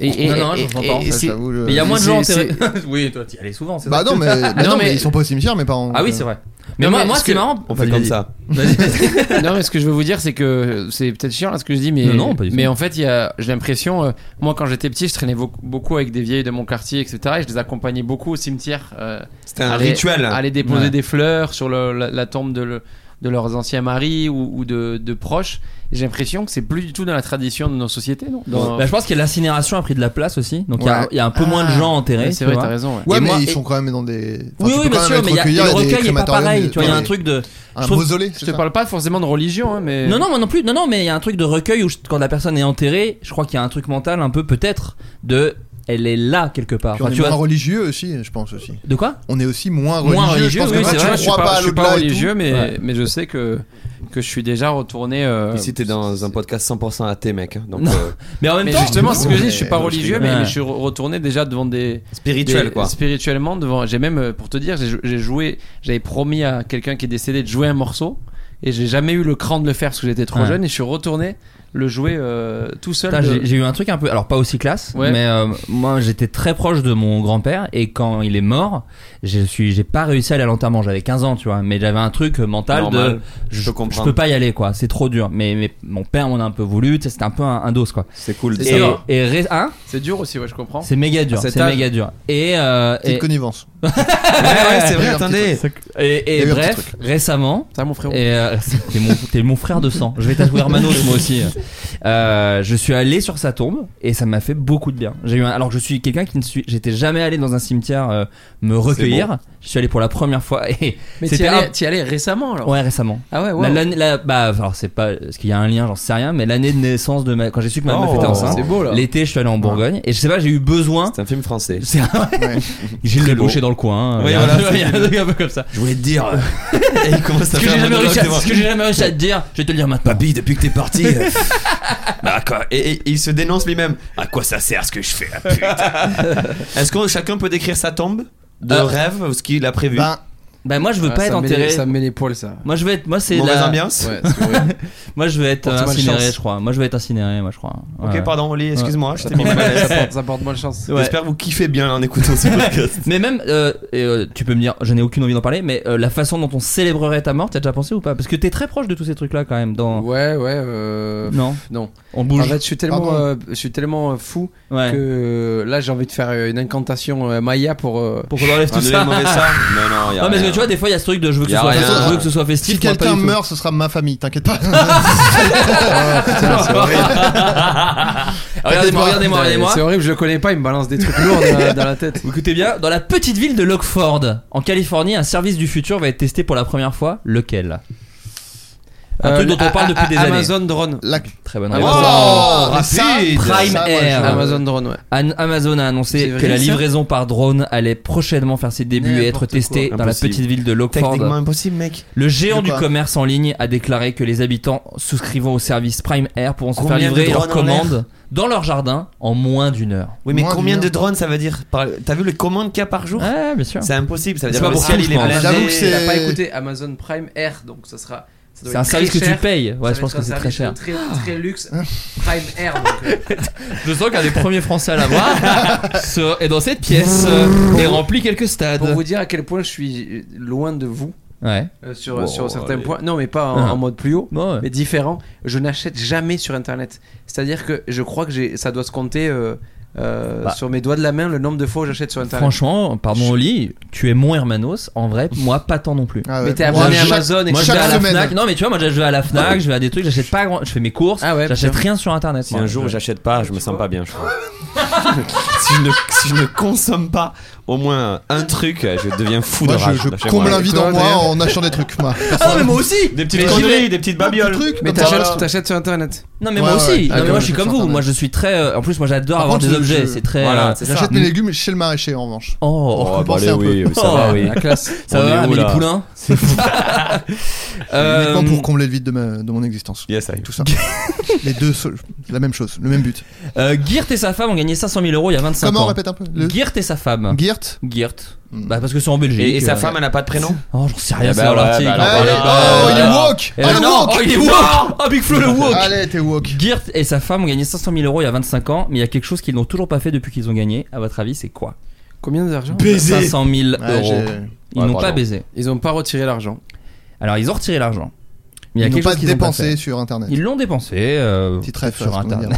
Speaker 3: et, et,
Speaker 7: Non, non,
Speaker 3: et-
Speaker 7: j'entends
Speaker 3: et-
Speaker 7: pas.
Speaker 3: et
Speaker 7: Ça,
Speaker 3: c'est-
Speaker 7: j'avoue, je- Mais il y a moins de gens
Speaker 3: c'est-
Speaker 7: enterrés.
Speaker 3: c'est-
Speaker 7: Oui, toi, t'y allais souvent, c'est
Speaker 9: Bah
Speaker 7: ça
Speaker 9: non, mais, bah
Speaker 3: Non,
Speaker 9: non, mais
Speaker 3: mais-
Speaker 9: ils sont pas au cimetière, mes parents.
Speaker 7: Ah oui,
Speaker 9: donc,
Speaker 7: c'est vrai.
Speaker 9: euh,
Speaker 7: Mais
Speaker 3: Non,
Speaker 7: moi,
Speaker 3: mais
Speaker 7: moi,
Speaker 3: est-ce
Speaker 7: c'est
Speaker 3: que-
Speaker 7: marrant.
Speaker 8: On fait comme ça.
Speaker 3: non, mais ce que je veux vous dire, c'est que c'est peut-être chiant là ce que je dis, mais,
Speaker 7: Non, non, pas du tout.
Speaker 3: mais en fait, il y a- j'ai l'impression, euh, moi quand j'étais petit, je traînais beaucoup- beaucoup avec des vieilles de mon quartier, etc. Et je les accompagnais beaucoup au cimetière. euh,
Speaker 8: C'était un
Speaker 3: aller-
Speaker 8: rituel.
Speaker 3: Aller déposer
Speaker 8: Ouais.
Speaker 3: des fleurs sur le- la, la tombe de, le- de leurs anciens maris ou, ou de, de proches. Et J'ai l'impression que c'est plus du tout dans la tradition de nos sociétés, non Dans-
Speaker 7: Bah, je pense que l'incinération a pris de la place aussi, donc il y a-
Speaker 3: Ouais.
Speaker 7: il y, a un peu moins de
Speaker 3: Ah.
Speaker 7: gens enterrés.
Speaker 3: Ouais,
Speaker 7: tu
Speaker 3: c'est vrai,
Speaker 7: vois.
Speaker 3: t'as raison.
Speaker 9: Ouais,
Speaker 7: Et
Speaker 9: mais
Speaker 7: moi-
Speaker 9: ils sont quand même dans des. enfin, tu
Speaker 7: Oui, oui,
Speaker 9: peux
Speaker 7: bien
Speaker 9: quand
Speaker 7: sûr,
Speaker 9: même
Speaker 7: mais
Speaker 9: être
Speaker 7: il y
Speaker 9: recueilli, il y
Speaker 7: a- le
Speaker 9: a des
Speaker 7: recueil est pas
Speaker 9: crématoriums,
Speaker 7: pareil.
Speaker 9: des-
Speaker 7: Tu vois, il y a un
Speaker 9: des-
Speaker 7: truc de.
Speaker 9: Un
Speaker 7: je trouve-
Speaker 9: mausolée,
Speaker 3: Je te parle pas forcément de religion, hein, mais.
Speaker 7: Non, non, moi non plus. Non, non, mais il y a un truc de recueil où je- quand la personne est enterrée, je crois qu'il y a un truc mental un peu peut-être de. Elle est là quelque part.
Speaker 9: Puis
Speaker 7: Enfin,
Speaker 9: on est
Speaker 7: tu
Speaker 9: moins
Speaker 7: vois.
Speaker 9: religieux aussi, je pense aussi.
Speaker 7: De quoi
Speaker 9: On est aussi moins religieux.
Speaker 7: Moins
Speaker 9: je
Speaker 7: religieux,
Speaker 9: pense que
Speaker 7: oui,
Speaker 9: moi,
Speaker 7: c'est
Speaker 9: tu
Speaker 7: vrai,
Speaker 3: je suis
Speaker 9: crois
Speaker 3: pas,
Speaker 9: pas à
Speaker 3: je suis pas
Speaker 9: l'au-delà et tout.
Speaker 3: religieux, mais,
Speaker 9: Ouais.
Speaker 3: mais je sais que, que je suis déjà retourné. euh,
Speaker 8: Ici, t'es dans un podcast 100% athée, mec. hein, Donc,
Speaker 3: Non.
Speaker 8: euh,
Speaker 7: Mais en même
Speaker 3: mais
Speaker 7: temps.
Speaker 3: justement, c'est ce que je dis, je suis pas
Speaker 8: Mais-
Speaker 3: religieux,
Speaker 7: Ouais.
Speaker 3: mais, mais je suis re- retourné déjà devant des
Speaker 8: Spirituel,
Speaker 3: des-
Speaker 8: quoi.
Speaker 3: Spirituellement devant. J'ai même, euh, pour te dire, j'ai jou- j'ai joué, j'avais promis à quelqu'un qui est décédé de jouer un morceau, et j'ai jamais eu le cran de le faire parce que j'étais trop
Speaker 7: Ouais.
Speaker 3: jeune, et je suis retourné le jouer euh, tout seul.
Speaker 7: Putain,
Speaker 3: de-
Speaker 7: J'ai j'ai eu un truc un peu, alors pas aussi classe,
Speaker 3: Ouais.
Speaker 7: mais euh, moi j'étais très proche de mon grand-père et quand il est mort, je suis, j'ai pas réussi à aller à l'enterrement. J'avais 15 ans, tu vois, mais j'avais un truc euh, mental de,
Speaker 8: Normal, je peux
Speaker 7: je, je
Speaker 8: comprendre.
Speaker 7: peux pas y aller, quoi. C'est trop dur. Mais, mais mon père m'en a un peu voulu. tu sais, C'était un peu un, un dos, quoi.
Speaker 8: C'est cool.
Speaker 3: C'est
Speaker 7: Et,
Speaker 3: dur.
Speaker 7: et ré- hein
Speaker 3: C'est dur aussi, ouais, je comprends.
Speaker 7: c'est méga dur.
Speaker 3: À cet
Speaker 7: C'est
Speaker 3: âge.
Speaker 7: méga dur. Et, euh,
Speaker 9: Petite
Speaker 7: et,
Speaker 9: connivence.
Speaker 8: Ouais, ouais, c'est vrai,
Speaker 9: Il y a un
Speaker 8: attendez.
Speaker 7: et,
Speaker 9: Il y
Speaker 7: et
Speaker 9: a eu un petit
Speaker 7: bref, récemment,
Speaker 3: Ça, mon frère.
Speaker 7: Et euh, t'es mon, t'es mon frère de sang. Je vais t'avouer Hermanos moi aussi. Euh, je suis allé sur sa tombe et ça m'a fait beaucoup de bien. J'ai eu un- alors je suis quelqu'un qui ne suis, j'étais jamais allé dans un cimetière euh, me recueillir. Je suis allé pour la première fois et
Speaker 3: Mais t'y
Speaker 7: c'était
Speaker 3: allais, t'y allais récemment alors
Speaker 7: un- ouais récemment.
Speaker 3: Ah ouais,
Speaker 7: La-
Speaker 3: ouais.
Speaker 7: l'année- la- bah alors c'est pas est-ce qu'il y a un lien j'en sais rien mais l'année de naissance de ma quand j'ai su que ma meuf
Speaker 8: Oh,
Speaker 7: était enceinte
Speaker 3: c'est beau, là.
Speaker 7: l'été je suis allé en Bourgogne et je sais pas j'ai eu besoin
Speaker 8: C'est un film français.
Speaker 7: c'est Gilles
Speaker 8: Très beau.
Speaker 7: Leboucher dans le coin
Speaker 8: Oui,
Speaker 7: il y a un
Speaker 8: voilà,
Speaker 7: peu- il y a un
Speaker 8: c'est-
Speaker 7: truc un peu comme ça
Speaker 8: Je voulais te dire. euh, Et il commence à
Speaker 7: ce que
Speaker 8: faire
Speaker 7: j'ai
Speaker 8: un
Speaker 7: jamais
Speaker 8: monologue
Speaker 7: réussi à-
Speaker 8: devant-
Speaker 7: ce que j'ai jamais réussi à te dire je vais te le dire maintenant
Speaker 8: Papy, depuis que t'es parti. euh, bah, quoi. Et, et- et il se dénonce lui-même. À quoi ça sert ce que je fais ah, putain. Est-ce que chacun peut décrire sa tombe de
Speaker 7: Euh,
Speaker 8: rêve ou ce qu'il a prévu
Speaker 9: Ben,
Speaker 7: Bah moi je veux
Speaker 3: Ah,
Speaker 7: pas
Speaker 3: ça
Speaker 7: être
Speaker 3: me met
Speaker 7: enterré.
Speaker 3: les- Ça me met les poils, ça.
Speaker 7: Moi je veux être moi c'est
Speaker 8: Mauvaise
Speaker 7: bah, la...
Speaker 8: ambiance
Speaker 3: Ouais, c'est horrible.
Speaker 7: Moi je veux être
Speaker 3: Porte-moi
Speaker 7: euh, incinéré
Speaker 3: chance.
Speaker 7: je crois. Moi je veux être incinéré moi je crois. Ouais.
Speaker 8: Ok, pardon, Oli, excuse-moi, je t'ai mis mal à
Speaker 3: ça,
Speaker 8: l'aise.
Speaker 3: porte, ça porte malchance.
Speaker 7: Ouais.
Speaker 8: J'espère que vous kiffez bien en écoutant ce podcast.
Speaker 7: Mais même euh, et, euh, tu peux me dire je n'ai aucune envie d'en parler mais euh, la façon dont on célébrerait ta mort t'as déjà pensé ou pas parce que t'es très proche de tous ces trucs là quand même dans
Speaker 3: Ouais, ouais. euh,
Speaker 7: non
Speaker 3: Non.
Speaker 7: on bouge.
Speaker 3: En fait, je suis tellement,
Speaker 9: Pardon.
Speaker 3: euh, je suis tellement euh, fou
Speaker 7: Ouais.
Speaker 3: que là, j'ai envie de faire euh, une incantation euh, Maya pour. euh,
Speaker 7: Pour qu'on enlève tout
Speaker 8: Enlevez
Speaker 7: ça.
Speaker 8: le mauvais sang. Non, non, y a
Speaker 7: Non mais parce
Speaker 8: rien.
Speaker 7: que tu vois des fois il y a ce truc de je veux que
Speaker 8: Y
Speaker 7: ce
Speaker 8: a
Speaker 7: soit
Speaker 8: rien.
Speaker 7: festif, je veux que ce soit
Speaker 9: Si
Speaker 7: festif. moi, pas
Speaker 9: quelqu'un
Speaker 7: du tout.
Speaker 9: meurt, ce sera ma famille, t'inquiète pas.
Speaker 7: Ah, Regardez-moi regardez-moi regardez-moi.
Speaker 3: Euh, C'est horrible, je le connais pas, il me balance des trucs lourds dans, la- dans la tête.
Speaker 7: Vous écoutez bien, dans la petite ville de Lockford, en Californie, un service du futur va être testé pour la première fois. Lequel Un
Speaker 3: Euh,
Speaker 7: truc dont on
Speaker 3: a-
Speaker 7: parle depuis
Speaker 3: a-
Speaker 7: des
Speaker 3: Amazon Drone.
Speaker 9: La-
Speaker 7: années. Très bonne
Speaker 3: Oh,
Speaker 7: réponse.
Speaker 8: Oh,
Speaker 9: mais ça,
Speaker 8: rapide.
Speaker 7: Prime
Speaker 9: Ça, moi, je-
Speaker 7: Air.
Speaker 3: Amazon Drone, ouais.
Speaker 7: An- Amazon a
Speaker 3: C'est
Speaker 7: annoncé
Speaker 3: vrai,
Speaker 7: que la
Speaker 3: ça
Speaker 7: livraison par drone allait prochainement faire ses débuts et être
Speaker 3: N'importe
Speaker 7: testée
Speaker 8: quoi.
Speaker 7: dans la
Speaker 8: Impossible.
Speaker 7: petite ville de
Speaker 8: Techniquement
Speaker 7: Lockford.
Speaker 8: impossible, mec.
Speaker 7: Le géant
Speaker 9: De
Speaker 7: du
Speaker 9: quoi
Speaker 7: commerce en ligne a déclaré que les habitants souscrivant au service Prime Air pourront se faire
Speaker 8: Combien de
Speaker 7: livrer leurs
Speaker 8: drones en l'air
Speaker 7: commandes dans leur jardin en moins d'une heure.
Speaker 8: Oui, mais
Speaker 9: Moins
Speaker 8: combien
Speaker 9: d'une
Speaker 8: de
Speaker 9: heure.
Speaker 8: drones ça veut dire par- T'as vu les commandes qu'il y a par jour
Speaker 7: Ouais, bien sûr.
Speaker 8: C'est impossible, ça veut
Speaker 7: C'est
Speaker 8: dire
Speaker 7: pas
Speaker 8: que le
Speaker 7: pour
Speaker 8: ciel
Speaker 7: tout,
Speaker 8: il
Speaker 7: je
Speaker 8: est
Speaker 7: pense.
Speaker 8: blasé.
Speaker 9: J'avoue que c'est-
Speaker 3: T'as pas écouté Amazon Prime Air, donc ça sera
Speaker 12: doit C'est être un service très que tu cher. payes. Ouais, Ça je doit pense être que un c'est très service cher.
Speaker 3: Très, très luxe, prime air. euh,
Speaker 7: Je sens qu'un des premiers Français à l'avoir se- est dans cette pièce euh, et remplit quelques stades.
Speaker 3: Pour vous dire à quel point je suis euh, loin de vous.
Speaker 7: Ouais.
Speaker 3: euh, sur,
Speaker 7: Bon,
Speaker 3: sur certains
Speaker 7: allez.
Speaker 3: points. Non, mais pas en,
Speaker 7: Ah.
Speaker 3: en mode plus haut,
Speaker 7: ouais.
Speaker 3: mais différent. Je n'achète jamais sur Internet. C'est-à-dire que je crois que j'ai- ça doit se compter euh, euh,
Speaker 7: Bah.
Speaker 3: sur mes doigts de la main le nombre de fois où j'achète sur Internet.
Speaker 7: Franchement, pardon Oli, tu es mon Hermanos. En vrai, moi pas tant non
Speaker 9: Ah
Speaker 7: plus.
Speaker 3: ouais. Mais t'es abonné à
Speaker 7: je-
Speaker 3: Amazon et
Speaker 7: moi, je
Speaker 3: chaque
Speaker 7: vais à la Ah
Speaker 3: semaine.
Speaker 7: Fnac. Non mais tu vois, moi je vais à la Fnac, je vais à des trucs, j'achète pas grand, je fais mes courses, j'achète
Speaker 8: putain.
Speaker 7: rien sur internet.
Speaker 8: Si
Speaker 7: moi.
Speaker 8: un jour
Speaker 7: Je-
Speaker 8: j'achète pas, je me sens pas bien, je crois. si, je ne, si je ne consomme pas au moins un truc, je deviens fou
Speaker 9: Moi,
Speaker 8: de
Speaker 9: je-
Speaker 8: rage.
Speaker 9: je
Speaker 8: Lâchez-moi.
Speaker 9: comble un vide en
Speaker 8: Toi,
Speaker 9: moi
Speaker 8: d'ailleurs
Speaker 9: en achetant des trucs. moi.
Speaker 8: Ah non, mais moi aussi
Speaker 9: Des
Speaker 8: petites conneries, des petites babioles.
Speaker 3: Mais
Speaker 8: Comme ça,
Speaker 3: t'achètes
Speaker 8: voilà.
Speaker 3: t'achètes sur Internet.
Speaker 7: Non mais moi aussi, Non, mais moi je suis comme vous, moi je suis très euh, en plus moi j'adore avoir des objets, c'est très euh, c'est ça.
Speaker 9: J'achète mes légumes chez le maraîcher en revanche.
Speaker 7: Oh,
Speaker 8: bah,
Speaker 9: Faut penser un peu.
Speaker 8: Oh,
Speaker 7: La classe. Ça va, Amélie Poulain
Speaker 9: C'est fou.
Speaker 7: Euh,
Speaker 9: Uniquement pour combler le vide de, ma- de mon existence.
Speaker 8: Yes, I.
Speaker 9: Tout ça. Les deux, seuls- la même chose, le même but.
Speaker 7: Euh, Geert et sa femme ont gagné 500 000 euros il y a 25 ans.
Speaker 9: Comment on répète un peu le-
Speaker 7: Geert et sa femme.
Speaker 9: Geert
Speaker 7: Geert. Bah parce que c'est en Belgique.
Speaker 8: Et, et sa femme, elle n'a pas de prénom
Speaker 7: Oh, j'en sais rien,
Speaker 8: Eh
Speaker 7: c'est
Speaker 8: ben
Speaker 7: dans
Speaker 8: ouais,
Speaker 7: l'article.
Speaker 8: bah alors,
Speaker 7: Eh
Speaker 8: voilà.
Speaker 7: ben,
Speaker 8: Oh, il est
Speaker 7: voilà.
Speaker 8: woke
Speaker 7: Eh
Speaker 8: Ah, le
Speaker 7: non,
Speaker 8: woke
Speaker 7: oh, il est
Speaker 8: Non
Speaker 7: woke Ah, Big Flo, le woke
Speaker 9: Allez, t'es woke.
Speaker 7: Geert et sa femme ont gagné 500 000 euros il y a 25 ans, mais il y a quelque chose qu'ils n'ont toujours pas fait depuis qu'ils ont gagné. À votre avis, c'est quoi
Speaker 3: Combien d'argent
Speaker 7: 500 000
Speaker 3: Ouais,
Speaker 7: euros.
Speaker 3: j'ai-
Speaker 7: Ils
Speaker 3: Ouais,
Speaker 7: n'ont pas
Speaker 3: pardon.
Speaker 7: baisé.
Speaker 3: Ils n'ont pas retiré l'argent.
Speaker 7: Alors, ils ont retiré l'argent. Mais il y a
Speaker 9: Ils n'ont
Speaker 7: quelque
Speaker 9: pas
Speaker 7: chose qu'ils ont
Speaker 9: dépensé
Speaker 7: fait.
Speaker 9: sur internet.
Speaker 7: Ils l'ont dépensé euh,
Speaker 9: trèfle,
Speaker 7: sur
Speaker 9: ce qu'on
Speaker 7: internet.
Speaker 9: dit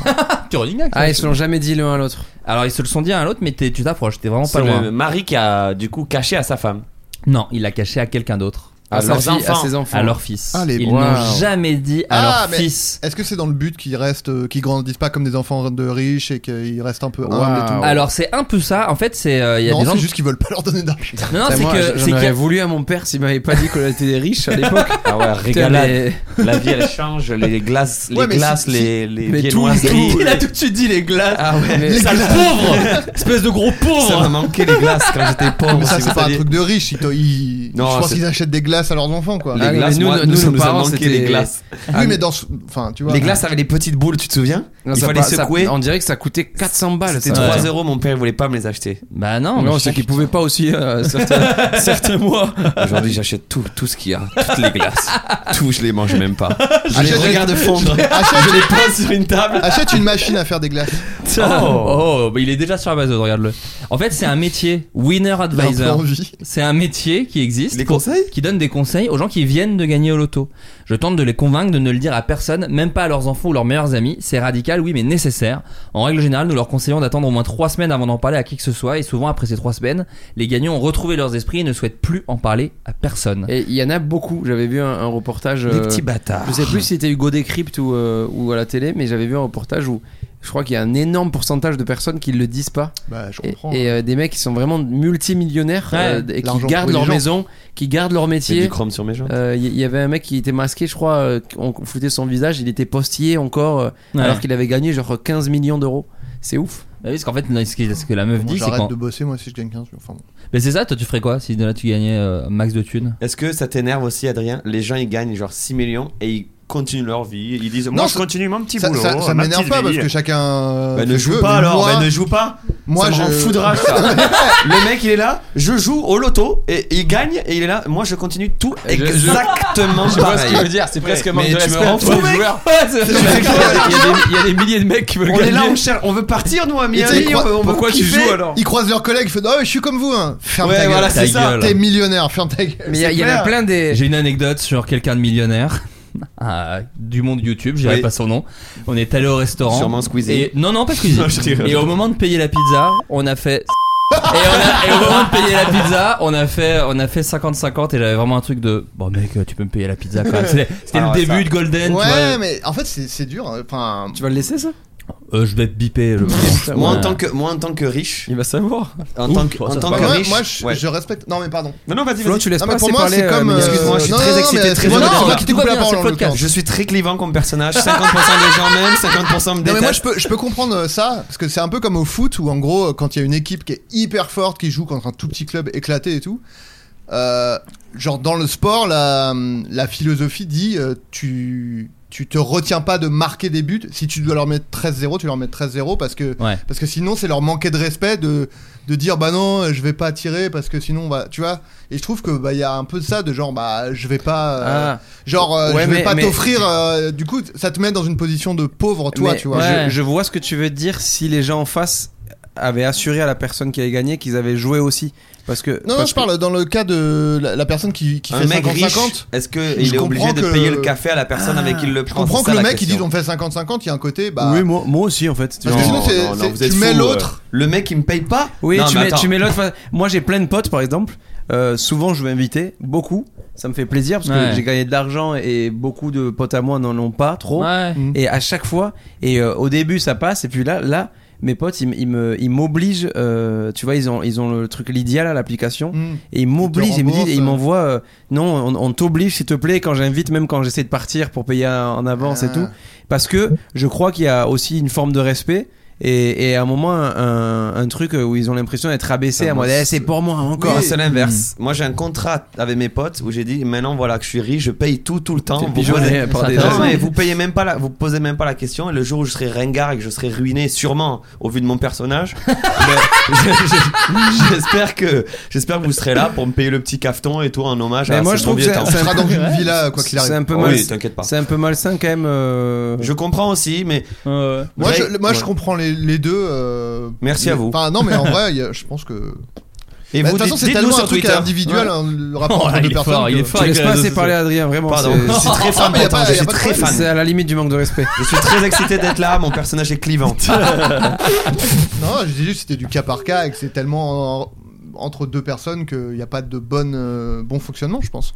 Speaker 7: Tu redis bien que
Speaker 3: Ah,
Speaker 7: ça,
Speaker 3: ils
Speaker 7: c'est-
Speaker 3: se l'ont jamais dit l'un à l'autre.
Speaker 7: Alors ils se le sont dit un à l'autre, mais t'es- tu t'approches, t'es vraiment
Speaker 8: C'est
Speaker 7: pas loin.
Speaker 8: le mari qui a du coup caché à sa femme.
Speaker 7: Non, il l'a caché à quelqu'un d'autre.
Speaker 8: À
Speaker 7: sa
Speaker 8: leurs
Speaker 7: fille,
Speaker 8: enfants.
Speaker 7: à ses enfants,
Speaker 8: À
Speaker 7: leur fils.
Speaker 9: Ah, les
Speaker 7: Ils
Speaker 9: bons.
Speaker 7: n'ont jamais dit à
Speaker 9: Ah,
Speaker 7: leur
Speaker 9: mais
Speaker 7: fils.
Speaker 9: Est-ce que c'est dans le but qu'ils restent, euh, qu'ils grandissent pas comme des enfants de riches et qu'ils restent un peu humbles et tout
Speaker 7: Alors c'est un peu ça. En fait, c'est euh, il y a
Speaker 9: non,
Speaker 7: des gens.
Speaker 9: c'est juste qu'ils veulent pas leur donner d'argent.
Speaker 7: Non, non,
Speaker 3: Putain,
Speaker 7: c'est
Speaker 3: moi,
Speaker 7: que
Speaker 3: j'en
Speaker 7: c'est
Speaker 3: aurais
Speaker 7: qu'il
Speaker 3: voulu à mon père s'il m'avait pas dit qu'on était des riches à l'époque.
Speaker 8: Ah ouais,
Speaker 3: Putain,
Speaker 8: régalade.
Speaker 3: mais-
Speaker 8: La vie elle change, les glaces, les
Speaker 3: Ouais, mais
Speaker 8: glaces,
Speaker 3: si-
Speaker 8: les, les
Speaker 3: mais tout,
Speaker 8: viennoiseries.
Speaker 3: tout. Il a tout
Speaker 7: de suite dit les glaces.
Speaker 8: Ah ouais,
Speaker 3: Mais-
Speaker 8: Ça,
Speaker 7: y
Speaker 8: le
Speaker 7: a pauvre, espèce de gros
Speaker 8: Ça m'a
Speaker 7: pauvre.
Speaker 8: manqué les glaces quand j'étais pauvre.
Speaker 9: Mais ça,
Speaker 8: si
Speaker 9: c'est
Speaker 8: vous
Speaker 9: pas un
Speaker 8: saviez.
Speaker 9: truc de riche. Ils, ils-
Speaker 8: Non,
Speaker 9: je pense
Speaker 8: c'est-
Speaker 9: qu'ils achètent des glaces à leurs enfants, quoi.
Speaker 8: Les
Speaker 3: Ah oui,
Speaker 8: glaces,
Speaker 3: mais nous,
Speaker 8: moi,
Speaker 3: nous,
Speaker 8: nous,
Speaker 3: nos
Speaker 8: ça nous a
Speaker 3: parents,
Speaker 8: manqué,
Speaker 3: c'était-
Speaker 8: les glaces.
Speaker 9: Oui, mais dans. ce- Enfin, tu vois.
Speaker 8: Les glaces avaient des petites boules, tu te souviens
Speaker 3: Non,
Speaker 8: Il
Speaker 3: ça
Speaker 8: fallait
Speaker 3: par- ça-
Speaker 8: secouer.
Speaker 3: on dirait que ça coûtait 400 balles.
Speaker 8: C'était
Speaker 3: ça.
Speaker 8: 3 euros, mon père il voulait pas me les acheter.
Speaker 7: Bah non,
Speaker 3: Non,
Speaker 7: mais
Speaker 3: ceux qui pouvaient pas aussi. euh, certains, certains mois.
Speaker 8: Aujourd'hui, j'achète tout, tout ce qu'il y a, toutes les glaces. tout, je les mange même pas. Je les
Speaker 9: Achète-
Speaker 8: regarde fondre.
Speaker 9: Achète-
Speaker 8: Je les pose sur une table.
Speaker 9: Achète une machine à faire des glaces.
Speaker 7: Tiens. Oh, bah, il est déjà sur Amazon, regarde-le. En fait, c'est un métier, winner
Speaker 9: J'ai
Speaker 7: advisor.
Speaker 9: envie.
Speaker 7: C'est un métier qui existe.
Speaker 8: Les
Speaker 7: pour-
Speaker 8: conseils
Speaker 7: Qui donne des conseils aux gens qui viennent de gagner au loto. Je tente de les convaincre de ne le dire à personne, même pas à leurs enfants ou leurs meilleurs amis. C'est radical, oui, mais nécessaire. En règle générale, nous leur conseillons d'attendre au moins trois semaines avant d'en parler à qui que ce soit, et souvent après ces trois semaines, les gagnants ont retrouvé leurs esprits et ne souhaitent plus en parler à personne.
Speaker 3: Et il y en a beaucoup. J'avais vu un, un reportage.
Speaker 8: Les
Speaker 3: euh,
Speaker 8: petits bâtards.
Speaker 3: Je sais plus si c'était Hugo Décrypte ou, euh, ou à la télé, mais j'avais vu un reportage où je crois qu'il y a un énorme pourcentage de personnes qui le disent pas.
Speaker 9: Bah, je
Speaker 3: Et-
Speaker 9: comprends.
Speaker 3: Et, euh, des mecs qui sont vraiment multimillionnaires
Speaker 7: Ouais.
Speaker 3: euh, et qui
Speaker 9: L'argent
Speaker 3: gardent
Speaker 9: pour les
Speaker 3: leur
Speaker 9: gens.
Speaker 3: maison, qui gardent leur
Speaker 8: C'est du
Speaker 3: métier.
Speaker 8: chrome sur mes jambes.
Speaker 3: Euh, Il y, y avait un mec qui était masqué, je crois, euh, on foutait son visage, il était postier encore, euh,
Speaker 7: Ouais.
Speaker 3: alors qu'il avait gagné genre 15 millions d'euros. C'est ouf.
Speaker 7: Bah oui, parce qu'en fait, non, ce, qui- ce que la meuf
Speaker 9: Moi,
Speaker 7: dit, c'est
Speaker 9: J'arrête
Speaker 7: quand.
Speaker 9: de bosser, moi, si je gagne 15. Enfin, bon.
Speaker 7: Mais c'est ça, toi, tu ferais quoi si de là tu gagnais euh, max de thunes
Speaker 8: Est-ce que ça t'énerve aussi, Adrien Les gens, ils gagnent genre 6 millions et ils continuent leur vie. Ils disent, moi,
Speaker 9: Non,
Speaker 8: je
Speaker 9: ça-
Speaker 8: continue mon petit
Speaker 9: ça,
Speaker 8: boulot. hein,
Speaker 9: ça, ça
Speaker 8: ma
Speaker 9: m'énerve
Speaker 8: petite
Speaker 9: pas parce
Speaker 8: vie.
Speaker 9: que chacun. euh,
Speaker 8: Bah,
Speaker 9: fait
Speaker 8: ne
Speaker 9: ce
Speaker 8: joue
Speaker 9: qu'il
Speaker 8: pas
Speaker 9: veut, mais
Speaker 8: alors,
Speaker 9: moi-
Speaker 8: bah, ne joue pas.
Speaker 9: moi,
Speaker 8: ça me
Speaker 9: je-
Speaker 8: rend fou de rage, ça. le mec il est là, je joue au loto et il gagne et il est là. Moi je continue tout
Speaker 13: je-
Speaker 8: exactement
Speaker 13: Je vois ce
Speaker 8: pareil.
Speaker 13: qu'il veut dire, c'est presque manque
Speaker 7: Mais
Speaker 13: de
Speaker 7: tu me
Speaker 13: respect
Speaker 7: rends
Speaker 13: pour
Speaker 7: fou,
Speaker 13: les
Speaker 7: mec.
Speaker 13: joueurs.
Speaker 7: Ouais, c'est-
Speaker 13: Il y a des- il y a des milliers de mecs qui veulent
Speaker 8: On est là, on
Speaker 13: gagner.
Speaker 8: cherche, on veut partir nous à
Speaker 9: Et tu sais,
Speaker 8: Miami.
Speaker 9: ils
Speaker 8: on
Speaker 9: croient-
Speaker 8: veut- on veut
Speaker 13: Pourquoi tu
Speaker 8: kiffer.
Speaker 13: joues alors
Speaker 9: Ils croisent leurs collègues, ils font Ah, ouais, je suis comme vous, hein. Ferme
Speaker 8: Ouais,
Speaker 9: ta gueule.
Speaker 8: voilà, c'est
Speaker 7: Ta
Speaker 8: ça.
Speaker 7: gueule.
Speaker 9: T'es millionnaire, ferme ta gueule.
Speaker 3: Mais il y a- il y, en a
Speaker 8: clair.
Speaker 3: plein des.
Speaker 7: J'ai une anecdote sur quelqu'un de millionnaire ah, du monde YouTube, je dirais
Speaker 8: Oui.
Speaker 7: pas son nom. On est allé au restaurant.
Speaker 8: Sûrement Squeezie.
Speaker 7: Et... Non, non, pas Squeezie.
Speaker 8: Non, je rigole.
Speaker 7: et au moment de payer la pizza, on a fait. et, on a- et au moment de payer la pizza, on a fait, on a fait 50-50 et j'avais vraiment un truc de bon mec, tu peux me payer la pizza quand même. C'était c'était
Speaker 8: Ah
Speaker 7: le
Speaker 8: ouais,
Speaker 7: début
Speaker 8: ça.
Speaker 7: de Golden. tu vois.
Speaker 9: Ouais, mais en fait, c'est c'est dur. hein. Enfin,
Speaker 3: Tu vas le laisser ça
Speaker 7: Euh, je vais te biper. le-
Speaker 8: Moi en
Speaker 7: Ouais.
Speaker 8: tant que moi en tant que riche,
Speaker 3: Il va savoir.
Speaker 8: en
Speaker 7: Ouh,
Speaker 8: tant que
Speaker 7: ça,
Speaker 8: en
Speaker 7: ça
Speaker 8: tant
Speaker 9: bah,
Speaker 8: que
Speaker 9: moi,
Speaker 8: riche.
Speaker 9: moi, je,
Speaker 8: ouais.
Speaker 9: je respecte. Non, mais pardon.
Speaker 8: Non non vas-y
Speaker 3: Flo,
Speaker 8: vas-y.
Speaker 3: tu laisses
Speaker 9: Non,
Speaker 3: pas
Speaker 9: mais pour
Speaker 3: assez
Speaker 9: moi,
Speaker 3: parler,
Speaker 9: c'est
Speaker 3: euh,
Speaker 9: comme.
Speaker 3: Mélanie.
Speaker 9: euh,
Speaker 8: Excuse-moi, je suis
Speaker 9: non,
Speaker 8: très
Speaker 9: non, non,
Speaker 8: excité,
Speaker 9: mais
Speaker 8: très
Speaker 9: c'est moi-
Speaker 8: énervé.
Speaker 9: c'est moi qui t'ai
Speaker 7: Tout va
Speaker 9: coupé la
Speaker 7: bien,
Speaker 9: parole,
Speaker 7: c'est
Speaker 9: en
Speaker 7: le podcast.
Speaker 9: l'occurrence.
Speaker 8: Je suis très clivant comme personnage, 50% des gens m'aiment, 50% me
Speaker 9: Non mais moi je
Speaker 8: détestent.
Speaker 9: peux, je peux comprendre euh, ça parce que c'est un peu comme au foot où en gros euh, quand il y a une équipe qui est hyper forte qui joue contre un tout petit club éclaté et tout euh, genre dans le sport la, la philosophie dit euh, tu tu te retiens pas de marquer des buts. Si tu dois leur mettre 13-0, tu leur mets 13-0 parce que
Speaker 11: Ouais.
Speaker 9: parce que sinon c'est leur manquer de respect de de dire bah non, je vais pas tirer parce que sinon on va, tu vois. Et je trouve que bah il y a un peu de ça de genre bah je vais pas euh,
Speaker 3: Ah.
Speaker 9: genre euh,
Speaker 3: Ouais,
Speaker 9: je vais
Speaker 3: mais-
Speaker 9: pas
Speaker 3: mais-
Speaker 9: t'offrir euh, du coup ça te met dans une position de pauvre toi,
Speaker 3: Mais
Speaker 9: tu vois.
Speaker 3: Je, je vois ce que tu veux dire si les gens en face avaient assuré à la personne qui avait gagné qu'ils avaient joué aussi. Parce que.
Speaker 9: Non, non,
Speaker 3: parce
Speaker 9: je parle dans le cas de la, la personne qui, qui
Speaker 3: Un
Speaker 9: fait
Speaker 3: mec
Speaker 9: 50-50.
Speaker 3: riche,
Speaker 8: est-ce que
Speaker 9: Je
Speaker 8: il est
Speaker 9: comprends
Speaker 8: obligé de
Speaker 9: que- Ah,
Speaker 8: payer le café à la personne avec qui il le
Speaker 9: Je
Speaker 8: prend,
Speaker 9: comprends
Speaker 8: Ah, c'est
Speaker 9: que
Speaker 8: ça
Speaker 9: le
Speaker 8: la
Speaker 9: mec il dit
Speaker 8: question.
Speaker 9: on fait 50-50, il y a un côté bah.
Speaker 3: Oui, moi, moi aussi en fait.
Speaker 9: Parce que sinon, c'est- c'est- tu mets l'autre.
Speaker 8: euh. Le mec il me paye pas
Speaker 3: Oui,
Speaker 8: Non,
Speaker 3: tu,
Speaker 8: mais
Speaker 3: mets,
Speaker 8: attends.
Speaker 3: tu mets l'autre. face- Moi, j'ai plein de potes, par exemple. Euh, souvent, je vais inviter beaucoup. Ça me fait plaisir parce que
Speaker 11: Ouais.
Speaker 3: j'ai gagné de l'argent et beaucoup de potes à moi n'en ont pas
Speaker 8: Oh.
Speaker 3: trop.
Speaker 11: Ouais.
Speaker 8: Mm.
Speaker 11: Mhm.
Speaker 3: Et à chaque fois, et euh, au début, ça passe. Et puis là, là, mes potes, ils, m- ils me, ils m'obligent. euh, tu vois, ils ont, ils ont le truc Lydia là, l'application,
Speaker 9: hmm.
Speaker 3: et ils m'obligent.
Speaker 9: Ils te
Speaker 3: Ils me disent,
Speaker 9: remboursent,
Speaker 3: ils
Speaker 9: euh.
Speaker 3: m'envoient. euh, non, on, on t'oblige, s'il te plaît, quand j'invite, même quand j'essaie de partir pour payer en avance et tout, parce que je crois qu'il y a aussi une forme de respect. Et, et à un moment, un, un truc où ils ont l'impression d'être abaissés
Speaker 8: Ah,
Speaker 3: à
Speaker 8: moi,
Speaker 3: mode, Eh, c'est pour moi encore.
Speaker 8: Moi, Ah, c'est
Speaker 3: Hmm.
Speaker 8: l'inverse. Moi, j'ai un contrat avec mes potes où j'ai dit maintenant, voilà, que je suis riche, je paye tout, tout le temps.
Speaker 3: T'es
Speaker 8: Vous
Speaker 3: pigeonné Ah
Speaker 8: posez-
Speaker 3: par des
Speaker 8: Non,
Speaker 3: gens.
Speaker 8: mais vous payez même pas la, vous posez même pas la question. Et le jour où je serai ringard et que je serai ruiné, sûrement au vu de mon personnage, ben, je- je- j'espère que j'espère que vous serez là pour me payer le petit cafeton et tout en hommage
Speaker 3: Mais
Speaker 8: à
Speaker 3: moi,
Speaker 8: ce
Speaker 3: je trouve
Speaker 8: bon
Speaker 3: que
Speaker 8: vieux
Speaker 3: c'est-
Speaker 8: temps.
Speaker 3: c'est un- Ouais. C'est un peu
Speaker 8: Oh
Speaker 3: mal-
Speaker 8: Oui, t'inquiète pas.
Speaker 3: C'est un peu malsain quand même. euh,
Speaker 8: Je comprends aussi, mais
Speaker 9: Moi,
Speaker 8: Drake-
Speaker 9: je, moi je
Speaker 8: Ouais.
Speaker 9: comprends les, les deux. euh,
Speaker 8: Merci
Speaker 9: mais-
Speaker 8: à vous.
Speaker 9: Enfin, non, mais en vrai, il y a- je pense que.
Speaker 8: Et
Speaker 9: Bah,
Speaker 8: vous
Speaker 9: de toute façon,
Speaker 8: dites-
Speaker 9: c'est
Speaker 8: dites-nous
Speaker 9: tellement
Speaker 8: sur
Speaker 9: un truc
Speaker 8: Twitter.
Speaker 9: individuel,
Speaker 8: Ouais.
Speaker 9: hein, le rapport
Speaker 8: Oh,
Speaker 9: entre
Speaker 8: il
Speaker 9: deux
Speaker 8: est
Speaker 9: personnes.
Speaker 8: fort, il est
Speaker 9: que-
Speaker 8: fort
Speaker 3: Tu laisses pas assez parler à Adrien, vraiment.
Speaker 8: Pardon. Je suis très fan,
Speaker 9: mais y a pas-
Speaker 8: pourtant, je
Speaker 9: y a
Speaker 8: suis
Speaker 9: pas de
Speaker 8: très
Speaker 9: problème.
Speaker 8: fan.
Speaker 3: C'est à la limite du manque de respect.
Speaker 8: Je suis très excité d'être là, mon personnage est clivant.
Speaker 9: Non, je dis juste que c'était du cas par cas et que c'est tellement en- entre deux personnes qu'il n'y a pas de bonne, euh, bon fonctionnement, je pense.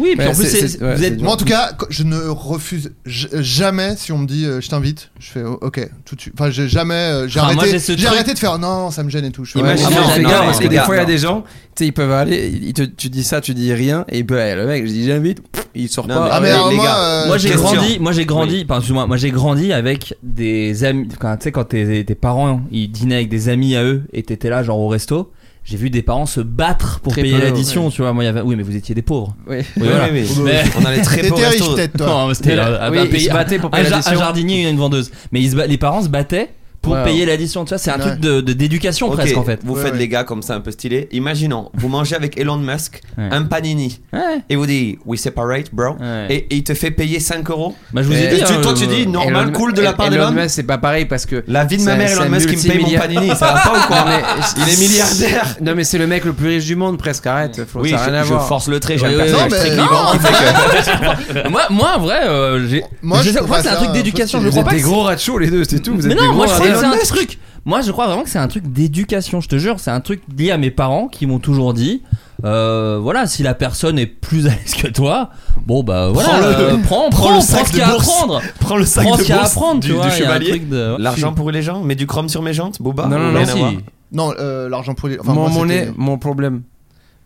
Speaker 7: Oui, puis
Speaker 3: Ouais,
Speaker 7: en plus,
Speaker 3: c'est-
Speaker 7: c'est-
Speaker 3: c'est- ouais,
Speaker 7: vous
Speaker 3: c'est
Speaker 7: êtes.
Speaker 3: dur.
Speaker 9: Moi, en tout cas, quand- je ne refuse j- jamais si on me dit euh, je t'invite. Je fais oh, ok tout de suite. Enfin, j'ai jamais. euh, j'ai
Speaker 7: Ah, moi, j'ai
Speaker 9: arrêté,
Speaker 7: ce
Speaker 9: j'ai
Speaker 7: truc-
Speaker 9: arrêté de faire non, ça me gêne et tout. Je fais,
Speaker 3: Ouais,
Speaker 9: ouais,
Speaker 3: mais
Speaker 8: non,
Speaker 3: non,
Speaker 8: non,
Speaker 3: fais
Speaker 8: non,
Speaker 3: gaffe,
Speaker 8: non,
Speaker 3: parce que
Speaker 8: non,
Speaker 3: des
Speaker 8: non.
Speaker 3: fois il y a des gens, tu sais, ils peuvent aller, ils te- tu dis ça, tu dis rien, et ils peuvent aller, le mec, je dis j'invite, pff, il sort
Speaker 8: Non,
Speaker 3: pas.
Speaker 8: mais-
Speaker 9: ah, mais
Speaker 8: les-
Speaker 9: alors,
Speaker 8: les
Speaker 9: moi,
Speaker 8: gars,
Speaker 9: euh,
Speaker 7: Moi j'ai
Speaker 8: question.
Speaker 7: grandi, moi j'ai grandi, enfin excuse-moi, moi j'ai grandi avec des amis, quand, tu sais quand tes, tes parents ils dînaient avec des amis à eux et t'étais là genre au resto, j'ai vu des parents se battre pour
Speaker 3: Très
Speaker 7: payer
Speaker 3: peu,
Speaker 7: l'addition, tu vois, moi il y avait, oui mais vous étiez des pauvres.
Speaker 3: Ouais.
Speaker 7: Oui, voilà.
Speaker 8: Oui, oui, oui.
Speaker 7: Mais-
Speaker 8: On allait très peu au
Speaker 9: T'étais riche,
Speaker 8: resto.
Speaker 9: peut-être, toi.
Speaker 7: Non, mais c'était
Speaker 3: Mais
Speaker 7: là,
Speaker 3: là,
Speaker 7: à-
Speaker 3: oui,
Speaker 7: à
Speaker 3: ils se battaient pour payer
Speaker 7: un ja-
Speaker 3: l'addition.
Speaker 7: Un jardinier et une vendeuse. Mais ils se ba- les parents se battaient pour
Speaker 3: Ouais.
Speaker 7: payer l'addition. Tu vois, c'est un
Speaker 9: Ouais.
Speaker 7: truc de de- d'éducation
Speaker 8: Ok,
Speaker 7: presque en fait.
Speaker 8: Vous
Speaker 9: Ouais,
Speaker 8: faites
Speaker 9: ouais.
Speaker 8: les gars comme ça un peu stylé. Imaginons, vous mangez avec Elon Musk
Speaker 7: Ouais.
Speaker 8: un panini.
Speaker 7: Ouais.
Speaker 8: Et vous dit we separate bro
Speaker 7: Ouais.
Speaker 8: et, et il te fait payer 5 euros.
Speaker 7: Bah, je vous ai
Speaker 8: Et
Speaker 7: dit,
Speaker 8: tu-
Speaker 7: hein,
Speaker 8: toi tu
Speaker 7: euh,
Speaker 8: dis normal
Speaker 3: Elon-
Speaker 8: cool de la part d'Elon.
Speaker 3: Elon Musk, c'est pas pareil parce que.
Speaker 8: La vie de ma
Speaker 3: c'est un-
Speaker 8: mère
Speaker 3: c'est
Speaker 8: Elon
Speaker 3: un
Speaker 8: Musk qui me paye mon
Speaker 3: multimilliard-
Speaker 8: panini, ça va pas ou quoi
Speaker 3: Non, mais-
Speaker 8: Il est milliardaire.
Speaker 3: Non mais c'est le mec le plus riche du monde presque arrête faut,
Speaker 8: Oui,
Speaker 3: ça a rien
Speaker 8: je,
Speaker 3: à
Speaker 8: je
Speaker 3: voir.
Speaker 8: force le trait, j'aime
Speaker 7: Oui,
Speaker 8: pas
Speaker 7: oui,
Speaker 8: ça,
Speaker 9: non,
Speaker 8: je suis
Speaker 9: mais-
Speaker 8: clivant.
Speaker 9: non,
Speaker 8: Il fait que-
Speaker 7: moi, moi en vrai, euh, j'ai.
Speaker 9: Moi, je
Speaker 7: sais-
Speaker 9: trouverais
Speaker 7: crois que c'est un
Speaker 9: ça
Speaker 7: truc
Speaker 9: un peu
Speaker 7: d'éducation.
Speaker 9: stylé.
Speaker 7: Je
Speaker 3: Vous
Speaker 7: crois
Speaker 3: êtes
Speaker 7: pas
Speaker 3: des
Speaker 7: que
Speaker 3: gros rachos les deux c'est tout. Vous
Speaker 7: Mais
Speaker 3: êtes des
Speaker 7: non, moi je
Speaker 3: gros
Speaker 7: crois que
Speaker 3: radins.
Speaker 7: c'est un truc. Moi je crois vraiment que c'est un truc d'éducation, je te jure. C'est un truc lié à mes parents qui m'ont toujours dit euh, voilà, si la personne est plus à l'aise que toi, bon bah voilà,
Speaker 8: Prends-le.
Speaker 7: euh, prends, prends,
Speaker 8: Prends le
Speaker 7: prends
Speaker 8: sac
Speaker 7: ce qu'il y
Speaker 8: de
Speaker 7: a à
Speaker 8: bourse.
Speaker 7: prendre.
Speaker 8: Prends le sac
Speaker 7: Prends
Speaker 8: de
Speaker 7: ce qu'il y a à
Speaker 8: bourse
Speaker 7: prendre, tu
Speaker 8: du,
Speaker 7: vois.
Speaker 8: du
Speaker 7: il y a un
Speaker 8: chevalier.
Speaker 7: truc de-
Speaker 8: L'argent pour les gens, mets du chrome sur mes jantes, Boba.
Speaker 3: Non, non,
Speaker 8: Rien
Speaker 3: non,
Speaker 8: à
Speaker 3: si.
Speaker 8: voir.
Speaker 9: Non, euh, l'argent pour les. Enfin,
Speaker 3: Mon
Speaker 9: moi,
Speaker 3: mon
Speaker 9: c'était-
Speaker 3: nez, mon problème.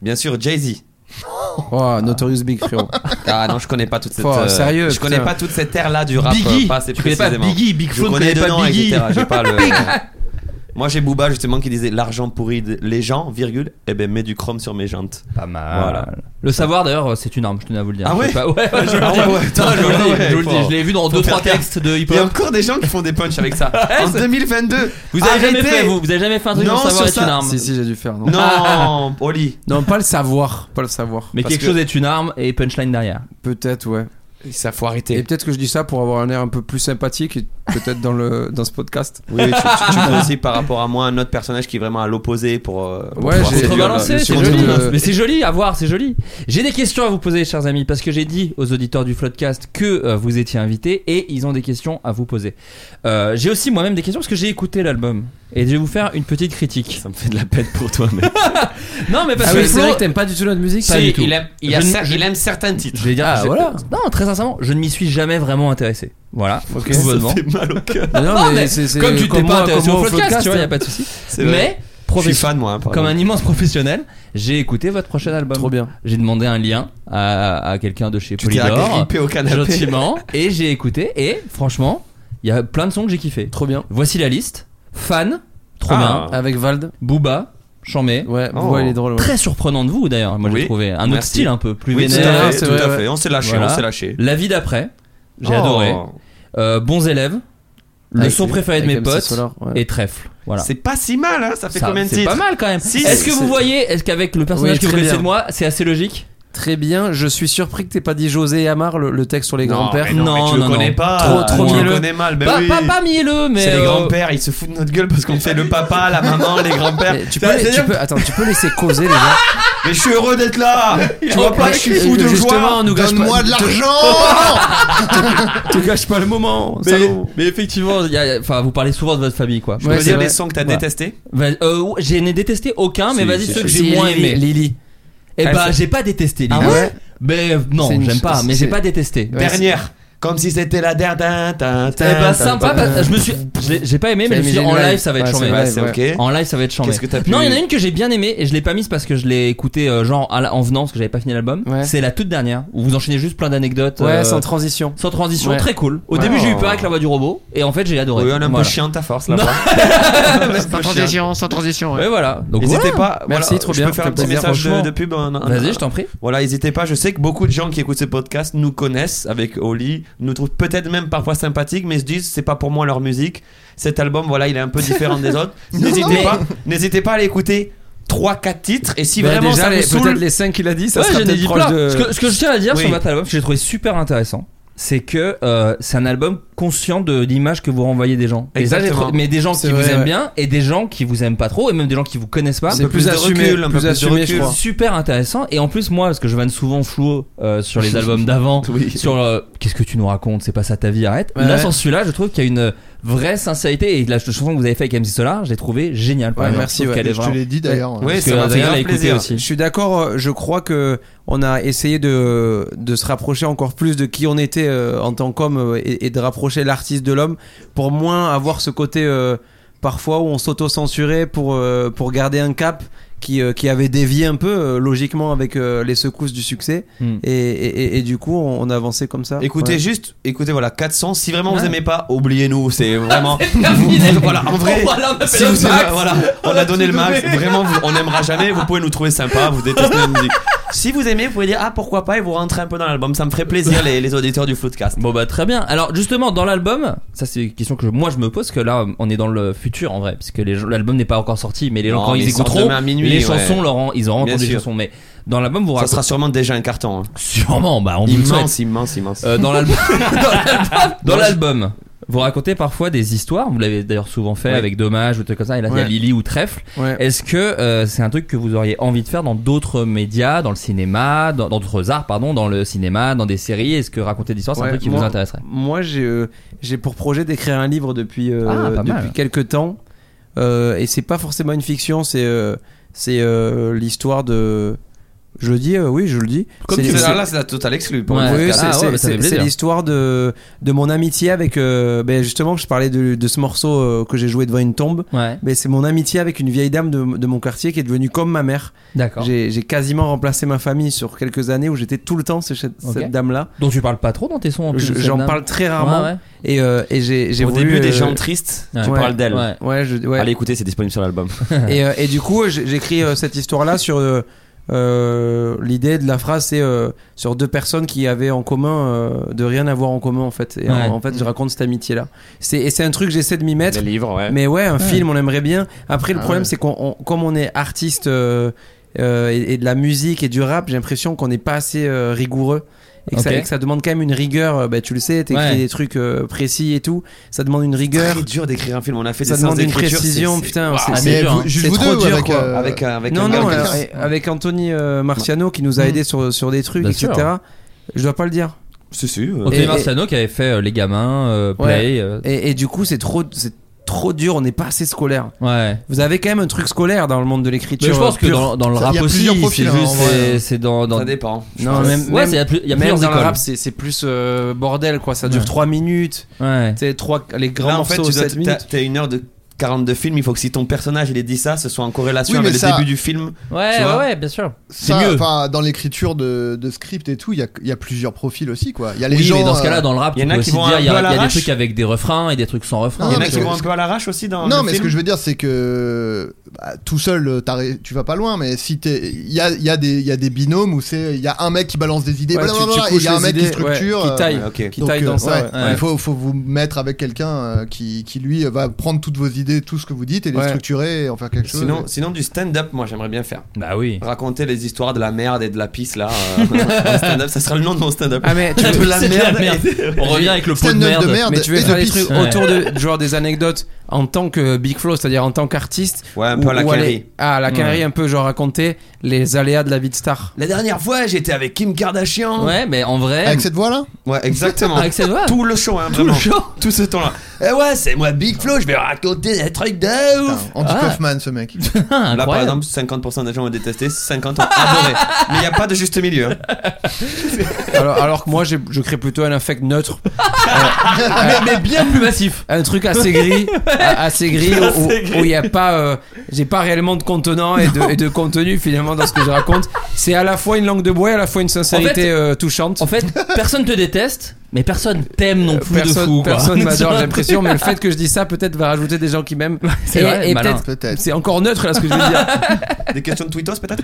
Speaker 8: Bien sûr, Jay-Z.
Speaker 3: Oh, Notorious Big frérot.
Speaker 8: Ah non, je connais pas toute cette.
Speaker 3: Faut-
Speaker 8: euh,
Speaker 3: sérieux,
Speaker 8: Je connais
Speaker 3: putain.
Speaker 8: pas toute cette ère là du rap.
Speaker 7: Biggie.
Speaker 8: euh, pas assez
Speaker 7: Tu connais pas
Speaker 8: précisément.
Speaker 7: Biggie, Big
Speaker 8: Je
Speaker 7: Flo ne
Speaker 8: connais
Speaker 7: connaît
Speaker 8: deux
Speaker 7: pas
Speaker 8: noms,
Speaker 7: Biggie.
Speaker 8: etc. J'ai pas le. Moi j'ai Booba justement qui disait l'argent pourrit de- les gens, virgule, et ben mets du chrome sur mes jantes.
Speaker 7: Pas mal.
Speaker 8: Voilà.
Speaker 7: Le savoir d'ailleurs, c'est une arme, je tenais à vous le dire.
Speaker 8: Ah
Speaker 7: Je
Speaker 8: ouais
Speaker 7: sais pas- Ouais, ouais, je vous
Speaker 8: Ah ouais, ouais,
Speaker 7: le dis.
Speaker 8: putain,
Speaker 7: Non, je vous le
Speaker 8: ouais,
Speaker 7: dis, je vous le
Speaker 8: faut-
Speaker 7: dis. Je l'ai vu dans deux
Speaker 8: faire
Speaker 7: trois
Speaker 8: gaffe.
Speaker 7: textes de hip
Speaker 8: Il y a
Speaker 7: hop.
Speaker 8: encore des gens qui font des punchs avec ça. en 2022,
Speaker 7: Vous avez jamais
Speaker 8: arrêtez.
Speaker 7: fait vous, vous avez jamais fait un truc
Speaker 8: Non,
Speaker 7: dans le savoir
Speaker 8: sur
Speaker 7: est une
Speaker 8: ça-
Speaker 7: arme.
Speaker 3: Si si j'ai dû faire non.
Speaker 8: Non, Oli.
Speaker 3: Non pas le savoir, pas le savoir.
Speaker 7: Mais
Speaker 3: Parce
Speaker 7: quelque
Speaker 3: que-
Speaker 7: chose est une arme et punchline derrière.
Speaker 3: Peut-être ouais.
Speaker 8: Ça faut
Speaker 3: Et
Speaker 8: arrêter.
Speaker 3: peut-être que je dis ça pour avoir un air un peu plus sympathique, et peut-être dans, le, dans ce podcast.
Speaker 8: Oui, tu, tu, tu peux aussi par rapport à moi un autre personnage qui est vraiment à l'opposé pour. euh, pour
Speaker 3: Ouais,
Speaker 8: pouvoir
Speaker 3: j'ai-
Speaker 8: séduire le-
Speaker 7: Contrebalancé,
Speaker 8: le
Speaker 7: c'est
Speaker 8: second
Speaker 7: joli. hein.
Speaker 8: tour.
Speaker 3: de-
Speaker 7: Mais c'est joli à voir, c'est joli. J'ai des questions à vous poser, chers amis, parce que j'ai dit aux auditeurs du Floodcast que euh, vous étiez invités et ils ont des questions à vous poser. Euh, j'ai aussi moi-même des questions parce que j'ai écouté l'album et je vais vous faire une petite critique.
Speaker 8: Ça me fait de la peine pour toi, mais.
Speaker 7: Non, mais parce
Speaker 3: Ah
Speaker 7: que
Speaker 3: oui, c'est
Speaker 7: Flo,
Speaker 3: vrai que t'aimes pas du tout notre musique
Speaker 7: Si, du tout.
Speaker 8: Il aime, il, a
Speaker 7: Je ne-
Speaker 8: cer-
Speaker 7: je-
Speaker 8: il aime certains titres.
Speaker 7: je vais dire,
Speaker 3: Ah,
Speaker 7: je-
Speaker 3: voilà.
Speaker 7: Non, très sincèrement, je ne m'y suis jamais vraiment intéressé. Voilà, tout bonnement.
Speaker 8: mal au cœur.
Speaker 3: Non, non, mais,
Speaker 7: mais
Speaker 3: c'est, c'est
Speaker 7: Comme tu t'es
Speaker 3: moi-
Speaker 7: pas intéressé
Speaker 3: comme
Speaker 7: au
Speaker 3: moi
Speaker 7: Floodcast, tu vois, y a
Speaker 3: hein.
Speaker 7: pas de souci.
Speaker 8: C'est vrai.
Speaker 7: Mais
Speaker 8: je suis
Speaker 7: professionnel,
Speaker 8: fan, moi. hein, pardon.
Speaker 7: comme un immense professionnel, j'ai écouté votre prochain album.
Speaker 3: Trop bien.
Speaker 7: J'ai demandé un lien à, à quelqu'un de chez
Speaker 8: Tu t'es
Speaker 7: Polydor,
Speaker 8: agrippé au canapé.
Speaker 7: gentiment, et j'ai écouté. Et franchement, il y a plein de sons que j'ai kiffé.
Speaker 3: Trop bien.
Speaker 7: Voici la liste. Fan, trop
Speaker 8: Ah.
Speaker 7: bien.
Speaker 3: Avec Vald.
Speaker 7: Booba, Chamé.
Speaker 3: Ouais,
Speaker 8: Oh.
Speaker 3: ouais, il est drôle. ouais.
Speaker 7: Très surprenant de vous d'ailleurs. Moi
Speaker 8: Oui,
Speaker 7: j'ai trouvé un autre
Speaker 8: merci.
Speaker 7: style un peu plus
Speaker 8: Oui, tout à
Speaker 7: vénère.
Speaker 8: fait,
Speaker 3: c'est
Speaker 8: tout
Speaker 3: vrai,
Speaker 8: à
Speaker 3: ouais.
Speaker 8: fait. On s'est lâché,
Speaker 7: Voilà.
Speaker 8: on s'est lâché.
Speaker 7: La vie d'après. J'ai
Speaker 11: Oh.
Speaker 7: adoré. Euh, bons élèves. Le
Speaker 11: Avec-
Speaker 7: son préféré de
Speaker 11: avec
Speaker 7: mes
Speaker 11: MC
Speaker 7: potes
Speaker 11: Solar, ouais.
Speaker 7: et trèfle. Voilà.
Speaker 8: C'est pas si mal, hein, ça fait
Speaker 7: Ça-
Speaker 8: combien de
Speaker 7: C'est
Speaker 8: titres
Speaker 7: pas mal quand même.
Speaker 8: Si,
Speaker 7: Est-ce
Speaker 8: si,
Speaker 7: que vous
Speaker 8: c'est-
Speaker 7: voyez, est-ce qu'avec le personnage
Speaker 3: Oui,
Speaker 7: que vous
Speaker 3: très
Speaker 7: connaissez
Speaker 3: bien.
Speaker 7: de moi, c'est assez logique
Speaker 3: Très bien, je suis surpris que t'aies pas dit José et Amar, le, le texte sur les
Speaker 8: Non,
Speaker 3: grands-pères.
Speaker 8: mais non, mais tu le connais pas.
Speaker 3: Trop, trop
Speaker 8: Tu le
Speaker 3: mielleux.
Speaker 8: connais mal, mais
Speaker 7: pas,
Speaker 8: Ben oui.
Speaker 7: pas, pas mielleux, mais.
Speaker 8: C'est les
Speaker 7: euh,
Speaker 8: grands-pères, ils se foutent de notre gueule parce qu'on fait le papa, la maman, les grands-pères.
Speaker 3: Mais Tu
Speaker 8: Ça,
Speaker 3: peux, les-
Speaker 8: c'est
Speaker 3: tu
Speaker 8: bien.
Speaker 3: peux, attends, tu peux laisser causer les gars.
Speaker 8: Mais je suis heureux d'être là Tu vois pas que je suis fou de
Speaker 3: Justement,
Speaker 8: joie
Speaker 3: nous gâche
Speaker 9: Donne-moi
Speaker 3: pas.
Speaker 9: de
Speaker 3: te-
Speaker 9: l'argent
Speaker 3: te gâche pas le moment.
Speaker 7: Mais,
Speaker 3: salaud.
Speaker 7: mais effectivement, il y a- enfin, vous parlez souvent de votre famille, quoi.
Speaker 8: Je
Speaker 3: Ouais,
Speaker 8: peux
Speaker 3: c'est
Speaker 8: dire
Speaker 3: vrai.
Speaker 8: les sons que t'as
Speaker 7: Voilà.
Speaker 8: détestés
Speaker 7: Vas- euh, J'ai n'ai détesté aucun, mais
Speaker 8: Si,
Speaker 7: vas-y
Speaker 8: si,
Speaker 7: ceux que
Speaker 8: si.
Speaker 7: j'ai
Speaker 3: C'est
Speaker 7: moins
Speaker 3: Lily-
Speaker 7: aimé.
Speaker 3: Lily.
Speaker 7: Eh
Speaker 3: Ah,
Speaker 7: ben,
Speaker 3: c'est-
Speaker 7: j'ai pas détesté Lily.
Speaker 3: Ah ouais
Speaker 7: Ben non,
Speaker 3: C'est une-
Speaker 7: j'aime pas, mais
Speaker 3: c'est-
Speaker 7: j'ai pas détesté.
Speaker 3: Ouais,
Speaker 8: Dernière Comme si c'était la dernière
Speaker 7: Eh ben sympa, parce- je me suis, je l'ai- j'ai pas aimé, mais je me suis dit, en live ça va être chambé.
Speaker 8: Ouais, c'est ok.
Speaker 7: En live, ça va être chambé.
Speaker 8: Qu'est-ce que t'as pu-
Speaker 7: Non, il y en a une que j'ai bien aimée et je l'ai pas mise parce que je l'ai écoutée euh, genre à la- en venant parce que j'avais pas fini l'album.
Speaker 3: Ouais.
Speaker 7: C'est la toute dernière où vous enchaînez juste plein d'anecdotes.
Speaker 3: Ouais,
Speaker 7: euh,
Speaker 3: sans transition.
Speaker 7: sans transition,
Speaker 3: Ouais.
Speaker 7: très cool. Au
Speaker 3: Ouais.
Speaker 7: début, j'ai eu
Speaker 3: Oh.
Speaker 7: peur avec la voix du robot et en fait, j'ai adoré.
Speaker 8: Oui, on est un peu
Speaker 7: Voilà.
Speaker 8: chiant ta force là-bas.
Speaker 3: Sans transition, sans transition.
Speaker 8: Euh,
Speaker 7: Ouais, voilà. Donc
Speaker 8: N'hésitez
Speaker 7: voilà.
Speaker 8: pas.
Speaker 3: Merci,
Speaker 8: voilà,
Speaker 3: trop
Speaker 8: je
Speaker 3: bien,
Speaker 8: peux faire
Speaker 3: ça
Speaker 8: un petit
Speaker 3: fait plaisir,
Speaker 8: message de,
Speaker 3: franchement.
Speaker 8: de pub. en- en-
Speaker 7: Vas-y, je t'en prie.
Speaker 8: Voilà, n'hésitez pas. Je sais que beaucoup de gens qui écoutent ce podcast nous connaissent avec Oli, nous trouvent peut-être même parfois sympathiques, mais se disent c'est pas pour moi leur musique. Cet album, voilà, il est un peu différent des autres. N'hésitez
Speaker 7: mais-
Speaker 8: pas. N'hésitez pas à aller écouter 3-4 titres. Et si
Speaker 3: Bah,
Speaker 8: vraiment
Speaker 3: déjà,
Speaker 8: ça vous
Speaker 3: les-
Speaker 8: saoule,
Speaker 3: peut-être les 5 qu'il a dit, ça
Speaker 7: Ouais,
Speaker 3: sera
Speaker 7: j'en ai
Speaker 3: peut-être
Speaker 7: dit
Speaker 3: proche
Speaker 7: plein.
Speaker 3: de.
Speaker 7: Ce, que, ce que je tiens à dire
Speaker 8: Oui.
Speaker 7: sur votre album, que j'ai trouvé super intéressant, c'est que euh, c'est un album conscient de l'image que vous renvoyez des gens. Et ça, j'ai
Speaker 8: Exactement.
Speaker 7: trouvé- mais des gens
Speaker 3: C'est
Speaker 7: qui vous
Speaker 3: vrai,
Speaker 7: aiment
Speaker 3: ouais.
Speaker 7: bien et des gens qui vous aiment pas trop et même des gens qui vous connaissent pas.
Speaker 3: C'est plus
Speaker 8: de
Speaker 3: assumé,
Speaker 8: recul, un peu
Speaker 3: plus
Speaker 8: plus de
Speaker 3: assumé, je
Speaker 8: recul.
Speaker 3: crois.
Speaker 7: Super intéressant et en plus moi parce que je vanne souvent Flo euh, sur les albums d'avant sur le- qu'est-ce que tu nous racontes c'est pas ça ta vie arrête
Speaker 3: Ouais,
Speaker 7: là
Speaker 3: ouais.
Speaker 7: sur celui-là je trouve qu'il y a une vraie sincérité et la chanson que vous avez fait avec MC Solar je l'ai trouvé géniale par
Speaker 3: Ouais,
Speaker 7: exemple.
Speaker 3: merci,
Speaker 7: Je trouve
Speaker 3: ouais.
Speaker 7: qu'elle est
Speaker 9: Je te
Speaker 7: vraiment-
Speaker 9: l'ai dit d'ailleurs.
Speaker 8: oui,
Speaker 7: parce que
Speaker 8: ça m'a fait
Speaker 7: Adrien
Speaker 8: grave
Speaker 7: l'a écouté
Speaker 8: plaisir.
Speaker 7: aussi.
Speaker 3: Je suis d'accord, euh, je crois que on a essayé de, de se rapprocher encore plus de qui on était euh, en tant qu'homme euh, et, et de rapprocher l'artiste de l'homme pour moins avoir ce côté euh, parfois où on s'auto-censurait pour, euh, pour garder un cap qui, euh, qui avait dévié un peu euh, logiquement avec euh, les secousses du succès
Speaker 7: Hmm.
Speaker 3: et, et- et- et du coup on, on avançait comme ça.
Speaker 8: Écoutez
Speaker 3: Ouais.
Speaker 8: juste, écoutez voilà 400. Si vraiment vous aimez pas, oubliez-nous. C'est vraiment. voilà, en
Speaker 3: Oh,
Speaker 8: vrai.
Speaker 7: Voilà, on
Speaker 8: Si
Speaker 7: appelle
Speaker 8: vous
Speaker 7: le
Speaker 8: aimez-
Speaker 7: max.
Speaker 8: voilà, on a donné le max. Vraiment, vous- on n'aimera jamais. Vous pouvez nous trouver sympa. Vous détestez la musique. Si vous aimez, vous pouvez dire ah pourquoi pas et vous rentrez un peu dans l'album. Ça me ferait plaisir les, les auditeurs du Floodcast.
Speaker 7: Bon bah très bien. Alors justement dans l'album, ça c'est une question que je- moi je me pose que là on est dans le futur en vrai puisque les gens- l'album n'est pas encore sorti mais les gens
Speaker 8: Non,
Speaker 7: quand
Speaker 8: mais
Speaker 7: ils
Speaker 8: il sort
Speaker 7: écouteront
Speaker 8: demain à minuit,
Speaker 7: les
Speaker 8: ouais.
Speaker 7: chansons leur en- ils auront
Speaker 8: Bien
Speaker 7: entendu les
Speaker 8: sûr.
Speaker 7: chansons mais dans l'album vous
Speaker 8: Ça
Speaker 7: racontez
Speaker 8: sera sûrement déjà un carton. hein.
Speaker 7: sûrement bah on vous le souhaite.
Speaker 8: Immense, immense, immense.
Speaker 7: Euh, dans l'album dans l'album- dans l'album vous racontez parfois des histoires, vous l'avez d'ailleurs souvent fait
Speaker 3: Ouais.
Speaker 7: avec Dommage ou trucs comme ça, et là il y a
Speaker 3: Ouais.
Speaker 7: Lily ou Trèfle.
Speaker 3: Ouais.
Speaker 7: Est-ce que euh, c'est un truc que vous auriez envie de faire dans d'autres médias, dans le cinéma, dans dans d'autres arts, pardon, dans le cinéma, dans des séries Est-ce que raconter des histoires c'est un
Speaker 3: Ouais,
Speaker 7: truc qui
Speaker 3: moi-
Speaker 7: vous intéresserait
Speaker 3: Moi, j'ai euh, j'ai pour projet d'écrire un livre depuis, euh,
Speaker 7: Ah, pas mal.
Speaker 3: depuis quelques temps. Euh, et c'est pas forcément une fiction, c'est euh, c'est euh, l'histoire de. Je le dis, euh, oui, je le dis.
Speaker 8: Comme
Speaker 3: C'est-
Speaker 8: tu
Speaker 3: c'est-
Speaker 8: là, là, c'est la totale exclue. Pour
Speaker 7: Ouais.
Speaker 8: le
Speaker 3: oui,
Speaker 8: podcast.
Speaker 3: c'est
Speaker 7: Ah ouais,
Speaker 3: c'est-
Speaker 7: bah, ça fait
Speaker 3: c'est-
Speaker 7: plaisir.
Speaker 3: c'est l'histoire de, de mon amitié avec. euh, ben justement, je parlais de, de ce morceau euh, que j'ai joué devant une tombe.
Speaker 7: Ouais,
Speaker 3: Ben, c'est mon amitié avec une vieille dame de, de mon quartier qui est devenue comme ma mère.
Speaker 7: d'accord.
Speaker 3: J'ai j'ai quasiment remplacé ma famille sur quelques années où j'étais tout le temps chez cette,
Speaker 7: Ok.
Speaker 3: cette dame-là.
Speaker 7: Dont tu parles pas trop dans tes sons. en plus,
Speaker 3: Je-
Speaker 7: cette
Speaker 3: J'en
Speaker 7: dame.
Speaker 3: parle très rarement.
Speaker 7: Ouais, ouais.
Speaker 3: Et, euh, et j'ai, j'ai
Speaker 8: Au
Speaker 3: voulu,
Speaker 8: début, des
Speaker 3: euh,
Speaker 8: gens tristes. Tu
Speaker 7: Ouais.
Speaker 8: parles d'elle.
Speaker 7: Ouais.
Speaker 3: Ouais, je, ouais.
Speaker 8: Allez écouter, c'est disponible sur l'album.
Speaker 3: Et, euh, et du coup, j'ai- j'écris euh, cette histoire-là sur. euh, euh, l'idée de la phrase c'est euh, sur deux personnes qui avaient en commun euh, de rien avoir en commun en fait et en-
Speaker 7: Ouais.
Speaker 3: en, fait je raconte cette amitié là c'est et c'est un truc j'essaie de m'y mettre
Speaker 8: Des livres, ouais.
Speaker 3: mais ouais un film on aimerait bien après le
Speaker 8: Ah
Speaker 3: problème c'est qu'on on- comme on est artiste euh, euh, et, et de la musique et du rap j'ai l'impression qu'on n'est pas assez euh, rigoureux et que, ça,
Speaker 7: Ok.
Speaker 3: et que ça demande quand même une rigueur euh, bah, tu le sais t'écris
Speaker 7: Ouais.
Speaker 3: des trucs euh, précis et tout ça demande une rigueur
Speaker 8: Très dur d'écrire un film. On a fait
Speaker 3: ça
Speaker 8: des séances
Speaker 3: demande une
Speaker 8: d'écriture,
Speaker 3: précision,
Speaker 8: c'est- c'est-
Speaker 3: putain. c'est-
Speaker 7: Ah,
Speaker 3: c'est-
Speaker 7: mais
Speaker 9: Mais
Speaker 7: dur,
Speaker 9: vous-
Speaker 7: hein.
Speaker 9: juste
Speaker 3: C'est
Speaker 9: vous
Speaker 3: trop
Speaker 9: deux ou
Speaker 3: dur,
Speaker 9: avec.
Speaker 3: quoi.
Speaker 9: euh,
Speaker 8: Avec un- avec
Speaker 3: non,
Speaker 8: un
Speaker 3: non,
Speaker 8: gars
Speaker 3: euh, avec Anthony euh, Marciano qui nous a aidé sur, sur des trucs,
Speaker 7: Bah. Bien
Speaker 3: etc.
Speaker 7: sûr.
Speaker 3: Je dois pas le dire.
Speaker 8: Si, si, euh,
Speaker 7: Anthony
Speaker 3: Et-
Speaker 7: Marciano qui avait fait euh, Les Gamins, euh,
Speaker 3: Ouais.
Speaker 7: Play. euh,
Speaker 3: Et, et du coup, c'est trop, c'est trop dur. On n'est pas assez scolaire.
Speaker 7: ouais.
Speaker 3: Vous avez quand même un truc scolaire dans le monde de l'écriture.
Speaker 7: Mais je pense que
Speaker 3: pure.
Speaker 7: dans, dans le
Speaker 9: Ça,
Speaker 7: rap
Speaker 9: y a
Speaker 7: aussi,
Speaker 9: plusieurs
Speaker 7: c'est
Speaker 9: profils, hein,
Speaker 7: juste,
Speaker 9: en vrai.
Speaker 7: c'est- c'est dans. dans...
Speaker 8: Ça dépend.
Speaker 3: non, même,
Speaker 7: ouais,
Speaker 3: même-
Speaker 7: il y a, plus, il y a
Speaker 3: même
Speaker 7: plusieurs
Speaker 3: dans le
Speaker 7: écoles.
Speaker 3: rap, c'est c'est plus euh, bordel quoi. Ça dure
Speaker 7: Ouais.
Speaker 3: 3 minutes.
Speaker 7: Ouais.
Speaker 3: Tu sais, trois- les grands
Speaker 8: Là, en fait,
Speaker 3: morceaux
Speaker 8: tu dois-
Speaker 3: 7 minutes.
Speaker 8: t'as- t'as une heure de 42 films, il faut que si ton personnage il est dit ça, ce soit en corrélation
Speaker 9: Oui, mais
Speaker 8: avec
Speaker 9: ça-
Speaker 8: le début du film.
Speaker 7: Ouais,
Speaker 8: tu
Speaker 7: ouais,
Speaker 8: vois.
Speaker 7: ouais, bien sûr.
Speaker 9: Ça, enfin, dans l'écriture de, de script et tout, il y a, il y a plusieurs profils aussi, quoi. Il y a les
Speaker 7: oui,
Speaker 9: gens.
Speaker 7: mais dans ce cas-là,
Speaker 9: euh,
Speaker 7: dans le rap, tu peux aussi dire, il y a, il y a des trucs avec des refrains et des trucs sans refrain.
Speaker 9: Non, mais ce que-
Speaker 8: à l'arrache aussi dans.
Speaker 9: Non,
Speaker 8: le
Speaker 9: mais ce
Speaker 8: film.
Speaker 9: que je veux dire, c'est que bah, tout seul, euh, t'arri- tu vas pas loin. Mais si t'es, il y a, il y a des, il y a des binômes où c'est, il y a un mec qui balance des idées,
Speaker 3: Ouais, tu-
Speaker 9: blablabla,
Speaker 3: tu
Speaker 9: et il y a
Speaker 3: couches
Speaker 9: un
Speaker 3: les
Speaker 9: mec
Speaker 3: idées,
Speaker 9: qui structure,
Speaker 3: ouais, qui
Speaker 9: euh,
Speaker 3: taille,
Speaker 9: ouais,
Speaker 3: ok. qui
Speaker 9: Donc,
Speaker 3: taille dans
Speaker 9: euh,
Speaker 3: ça,
Speaker 9: ouais,
Speaker 3: ouais.
Speaker 9: il
Speaker 3: Ouais.
Speaker 9: faut, faut vous mettre avec quelqu'un euh, qui, qui lui va prendre toutes vos idées, tout ce que vous dites, et les
Speaker 8: Ouais.
Speaker 9: structurer, et en faire quelque chose.
Speaker 8: Sinon, sinon du stand-up, moi j'aimerais bien faire.
Speaker 7: Bah oui.
Speaker 8: Raconter les histoires de la merde et de la pisse là. euh, en stand-up, ça sera le nom de mon stand-up.
Speaker 3: Ah, mais tu
Speaker 8: de
Speaker 3: veux-
Speaker 8: la
Speaker 3: c'est de
Speaker 8: merde.
Speaker 3: la merde.
Speaker 8: et-
Speaker 7: On revient avec le pot de merde.
Speaker 3: mais tu veux faire des trucs
Speaker 7: Ouais.
Speaker 3: autour de genre des anecdotes en tant que Big Flow, c'est-à-dire en tant qu'artiste.
Speaker 8: Ouais, un peu
Speaker 3: ou-
Speaker 8: à la
Speaker 3: ou aller-
Speaker 8: Quinry.
Speaker 3: Ah, à la Quinry,
Speaker 8: Ouais.
Speaker 3: un peu genre raconter les aléas de la vie de star.
Speaker 8: La dernière fois, j'étais avec Kim Kardashian.
Speaker 7: Ouais, mais en vrai.
Speaker 9: Avec cette voix-là
Speaker 8: Ouais, exactement.
Speaker 7: Avec cette voix
Speaker 8: Tout le show, hein,
Speaker 7: Tout le
Speaker 8: vraiment.
Speaker 7: show
Speaker 8: Tout ce temps-là. Eh ouais, c'est moi Big Flo, je vais raconter des trucs de ouf.
Speaker 9: Andy
Speaker 8: Ah.
Speaker 9: Kaufman, ce mec.
Speaker 8: Là, par
Speaker 7: Incroyable.
Speaker 8: exemple, 50% des gens ont détesté, 50% ont adoré. Mais il n'y a pas de juste milieu. hein.
Speaker 3: alors, alors que moi, j'ai- je crée plutôt un affect neutre. Euh,
Speaker 7: mais, mais bien plus massif.
Speaker 3: un truc assez gris, a- assez gris, où- où- où il n'y a pas, euh, j'ai pas réellement de contenant et de, et de contenu finalement dans ce que je raconte. C'est à la fois une langue de bois, et à la fois une sincérité
Speaker 7: En fait-
Speaker 3: euh, touchante.
Speaker 7: En fait, personne te déteste, mais personne t'aime non plus
Speaker 3: personne
Speaker 7: de fou. quoi.
Speaker 3: personne m'adore,
Speaker 7: C'est un
Speaker 3: j'ai l'impression, mais le
Speaker 7: truc-
Speaker 3: fait que je dis ça peut-être va rajouter des gens qui m'aiment.
Speaker 7: C'est
Speaker 3: Et-
Speaker 7: vrai,
Speaker 3: et
Speaker 7: malin.
Speaker 3: peut-être,
Speaker 9: Peut-être.
Speaker 3: c'est encore neutre là ce que je veux dire.
Speaker 8: Des questions de tweetos, peut-être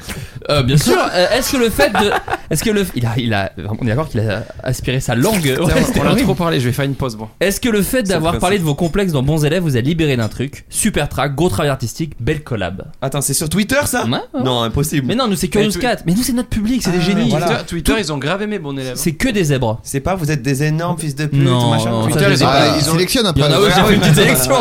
Speaker 7: Euh, bien sûr. Euh, est-ce que le fait de, est-ce que le, il a, il a, on est d'accord qu'il a aspiré sa langue. Ouais,
Speaker 3: Tiens,
Speaker 7: c'était
Speaker 3: on a
Speaker 7: horrible.
Speaker 3: trop parlé, je vais faire une pause. Bon.
Speaker 7: Est-ce que le fait d'avoir
Speaker 8: fait
Speaker 7: parlé
Speaker 8: ça.
Speaker 7: de vos complexes dans Bons élèves vous a libéré d'un truc Super track, gros travail artistique, belle collab.
Speaker 8: Attends, c'est sur Twitter ça
Speaker 7: Ouais, ouais.
Speaker 8: Non, impossible.
Speaker 7: Mais non, nous c'est Curious
Speaker 3: tu-
Speaker 7: Cat. Mais nous c'est notre public, c'est des
Speaker 8: Ah,
Speaker 7: génies.
Speaker 8: voilà.
Speaker 3: Twitter, Twitter, ils ont grave aimé mon élève.
Speaker 7: C'est que des zèbres.
Speaker 8: C'est pas, vous êtes des énormes fils de pute,
Speaker 7: Non,
Speaker 8: machin.
Speaker 7: non,
Speaker 8: Twitter,
Speaker 7: ça, je
Speaker 8: ils
Speaker 7: sais
Speaker 8: ont-
Speaker 7: pas.
Speaker 9: Ah, ils sélectionnent
Speaker 7: Il y
Speaker 9: après.
Speaker 7: en a eux, j'ai fait une petite sélection.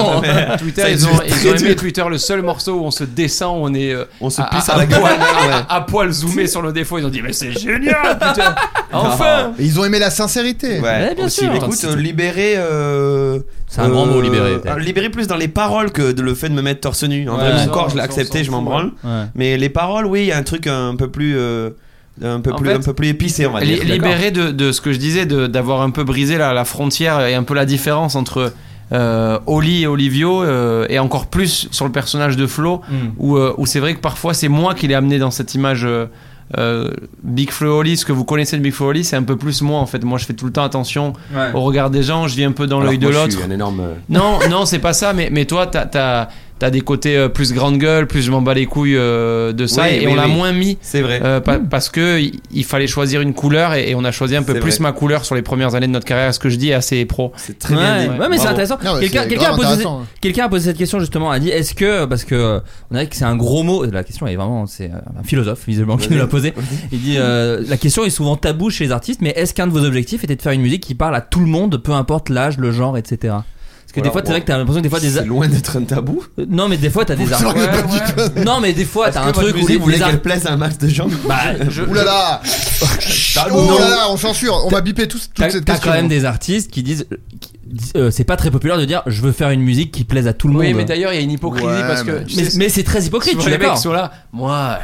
Speaker 3: Twitter,
Speaker 8: Ça,
Speaker 3: ils
Speaker 8: c'est
Speaker 3: ont,
Speaker 8: très
Speaker 3: ils ont aimé
Speaker 8: dur.
Speaker 3: Twitter, le seul morceau où on se descend, on est euh,
Speaker 7: Ah,
Speaker 8: On se
Speaker 3: à,
Speaker 8: pisse
Speaker 3: à-
Speaker 8: à la
Speaker 3: à
Speaker 8: gueule. hein,
Speaker 3: poil,
Speaker 8: ouais.
Speaker 3: à poil zoomé sur le défaut. Ils ont dit, mais c'est génial, putain, enfin.
Speaker 9: Et Ils ont aimé la sincérité.
Speaker 8: Ouais,
Speaker 7: Ouais, bien
Speaker 8: aussi,
Speaker 7: sûr.
Speaker 8: mais Écoute,
Speaker 7: Attends,
Speaker 8: euh, libérer. euh,
Speaker 7: C'est un grand mot, libérer,
Speaker 8: euh,
Speaker 7: peut-être.
Speaker 8: libérer plus dans les paroles que de- le fait de me mettre torse nu. En vrai,
Speaker 7: Ouais.
Speaker 8: mon corps, je l'ai
Speaker 3: On
Speaker 8: accepté,
Speaker 3: s'en
Speaker 8: je m'en
Speaker 3: fout,
Speaker 8: branle.
Speaker 7: Ouais.
Speaker 8: Mais les paroles, oui, il y a un truc un peu plus. euh, un peu
Speaker 3: En
Speaker 8: plus,
Speaker 3: fait,
Speaker 8: un peu plus épicé, on va
Speaker 3: Li-
Speaker 8: dire.
Speaker 3: libéré de, de ce que je disais, de- d'avoir un peu brisé la, la frontière et un peu la différence entre euh, Oli et Olivio, euh, et encore plus sur le personnage de Flo, où, euh, où c'est vrai que parfois c'est moi qui l'ai amené dans cette image. euh, euh, Big Flo Oli, ce que vous connaissez de Big Flo Oli, c'est un peu plus moi en fait. Moi je fais tout le temps attention au regard des gens, je vis un euh, peu dans
Speaker 8: Alors
Speaker 3: l'œil
Speaker 8: que
Speaker 3: de
Speaker 8: moi, je
Speaker 3: l'autre.
Speaker 8: suis Un énorme.
Speaker 3: Non, non, c'est pas ça, mais, mais toi, t'as as, des côtés euh, plus grande gueule, plus je m'en bats les couilles euh, de ça,
Speaker 8: Oui,
Speaker 3: et
Speaker 8: oui,
Speaker 3: on l'a
Speaker 8: oui.
Speaker 3: moins mis
Speaker 8: C'est vrai.
Speaker 3: euh, pa- parce que il- il fallait choisir une couleur et, et on a choisi un peu
Speaker 8: C'est
Speaker 3: plus
Speaker 8: vrai.
Speaker 3: ma couleur sur les premières années de notre carrière, ce que je dis est assez pro.
Speaker 8: C'est très
Speaker 7: ouais,
Speaker 8: bien dit.
Speaker 7: ouais, mais c'est
Speaker 8: Bravo.
Speaker 7: intéressant.
Speaker 9: Non, mais
Speaker 7: Quelqu'un
Speaker 9: c'est
Speaker 7: quelqu'un a
Speaker 9: grave
Speaker 7: posé,
Speaker 9: intéressant, hein.
Speaker 7: quelqu'un a posé cette question justement, a dit est-ce que parce que on dirait que c'est un gros mot. La question est vraiment c'est euh, un philosophe visiblement qui nous l'a posé. Il dit euh, la question est souvent taboue chez les artistes, mais est-ce qu'un de vos objectifs était de faire une musique qui parle à tout le monde, peu importe l'âge, le genre, etc. Parce que des
Speaker 8: Alors,
Speaker 7: fois, c'est
Speaker 8: bon.
Speaker 7: vrai que t'as l'impression que des fois des
Speaker 8: C'est loin d'être un tabou.
Speaker 7: Euh, Non, mais des fois, t'as des
Speaker 9: Genre, il y a pas
Speaker 7: artistes.
Speaker 9: du tout-
Speaker 7: Non, mais des fois, t'as un
Speaker 8: Votre
Speaker 7: truc où
Speaker 8: musique,
Speaker 7: les,
Speaker 8: vous voulez
Speaker 7: les ar-
Speaker 8: qu'elle plaise à un max de gens
Speaker 7: Bah,
Speaker 9: Ouh là là Oh là là, on censure, on va biper tous- toute
Speaker 7: T'as
Speaker 9: cette
Speaker 7: t'as
Speaker 9: question.
Speaker 7: quand même des artistes qui disent. qui disent, euh, c'est pas très populaire de dire je veux faire une musique qui plaise à tout le
Speaker 3: Oui, mais
Speaker 7: monde.
Speaker 3: d'ailleurs, il y a une hypocrisie
Speaker 9: Ouais,
Speaker 3: parce que
Speaker 9: mais-
Speaker 3: tu
Speaker 7: Mais,
Speaker 3: sais,
Speaker 7: mais c'est très
Speaker 3: souvent,
Speaker 7: hypocrite, je suis
Speaker 3: les mecs
Speaker 7: d'accord.
Speaker 3: sont là. Moi,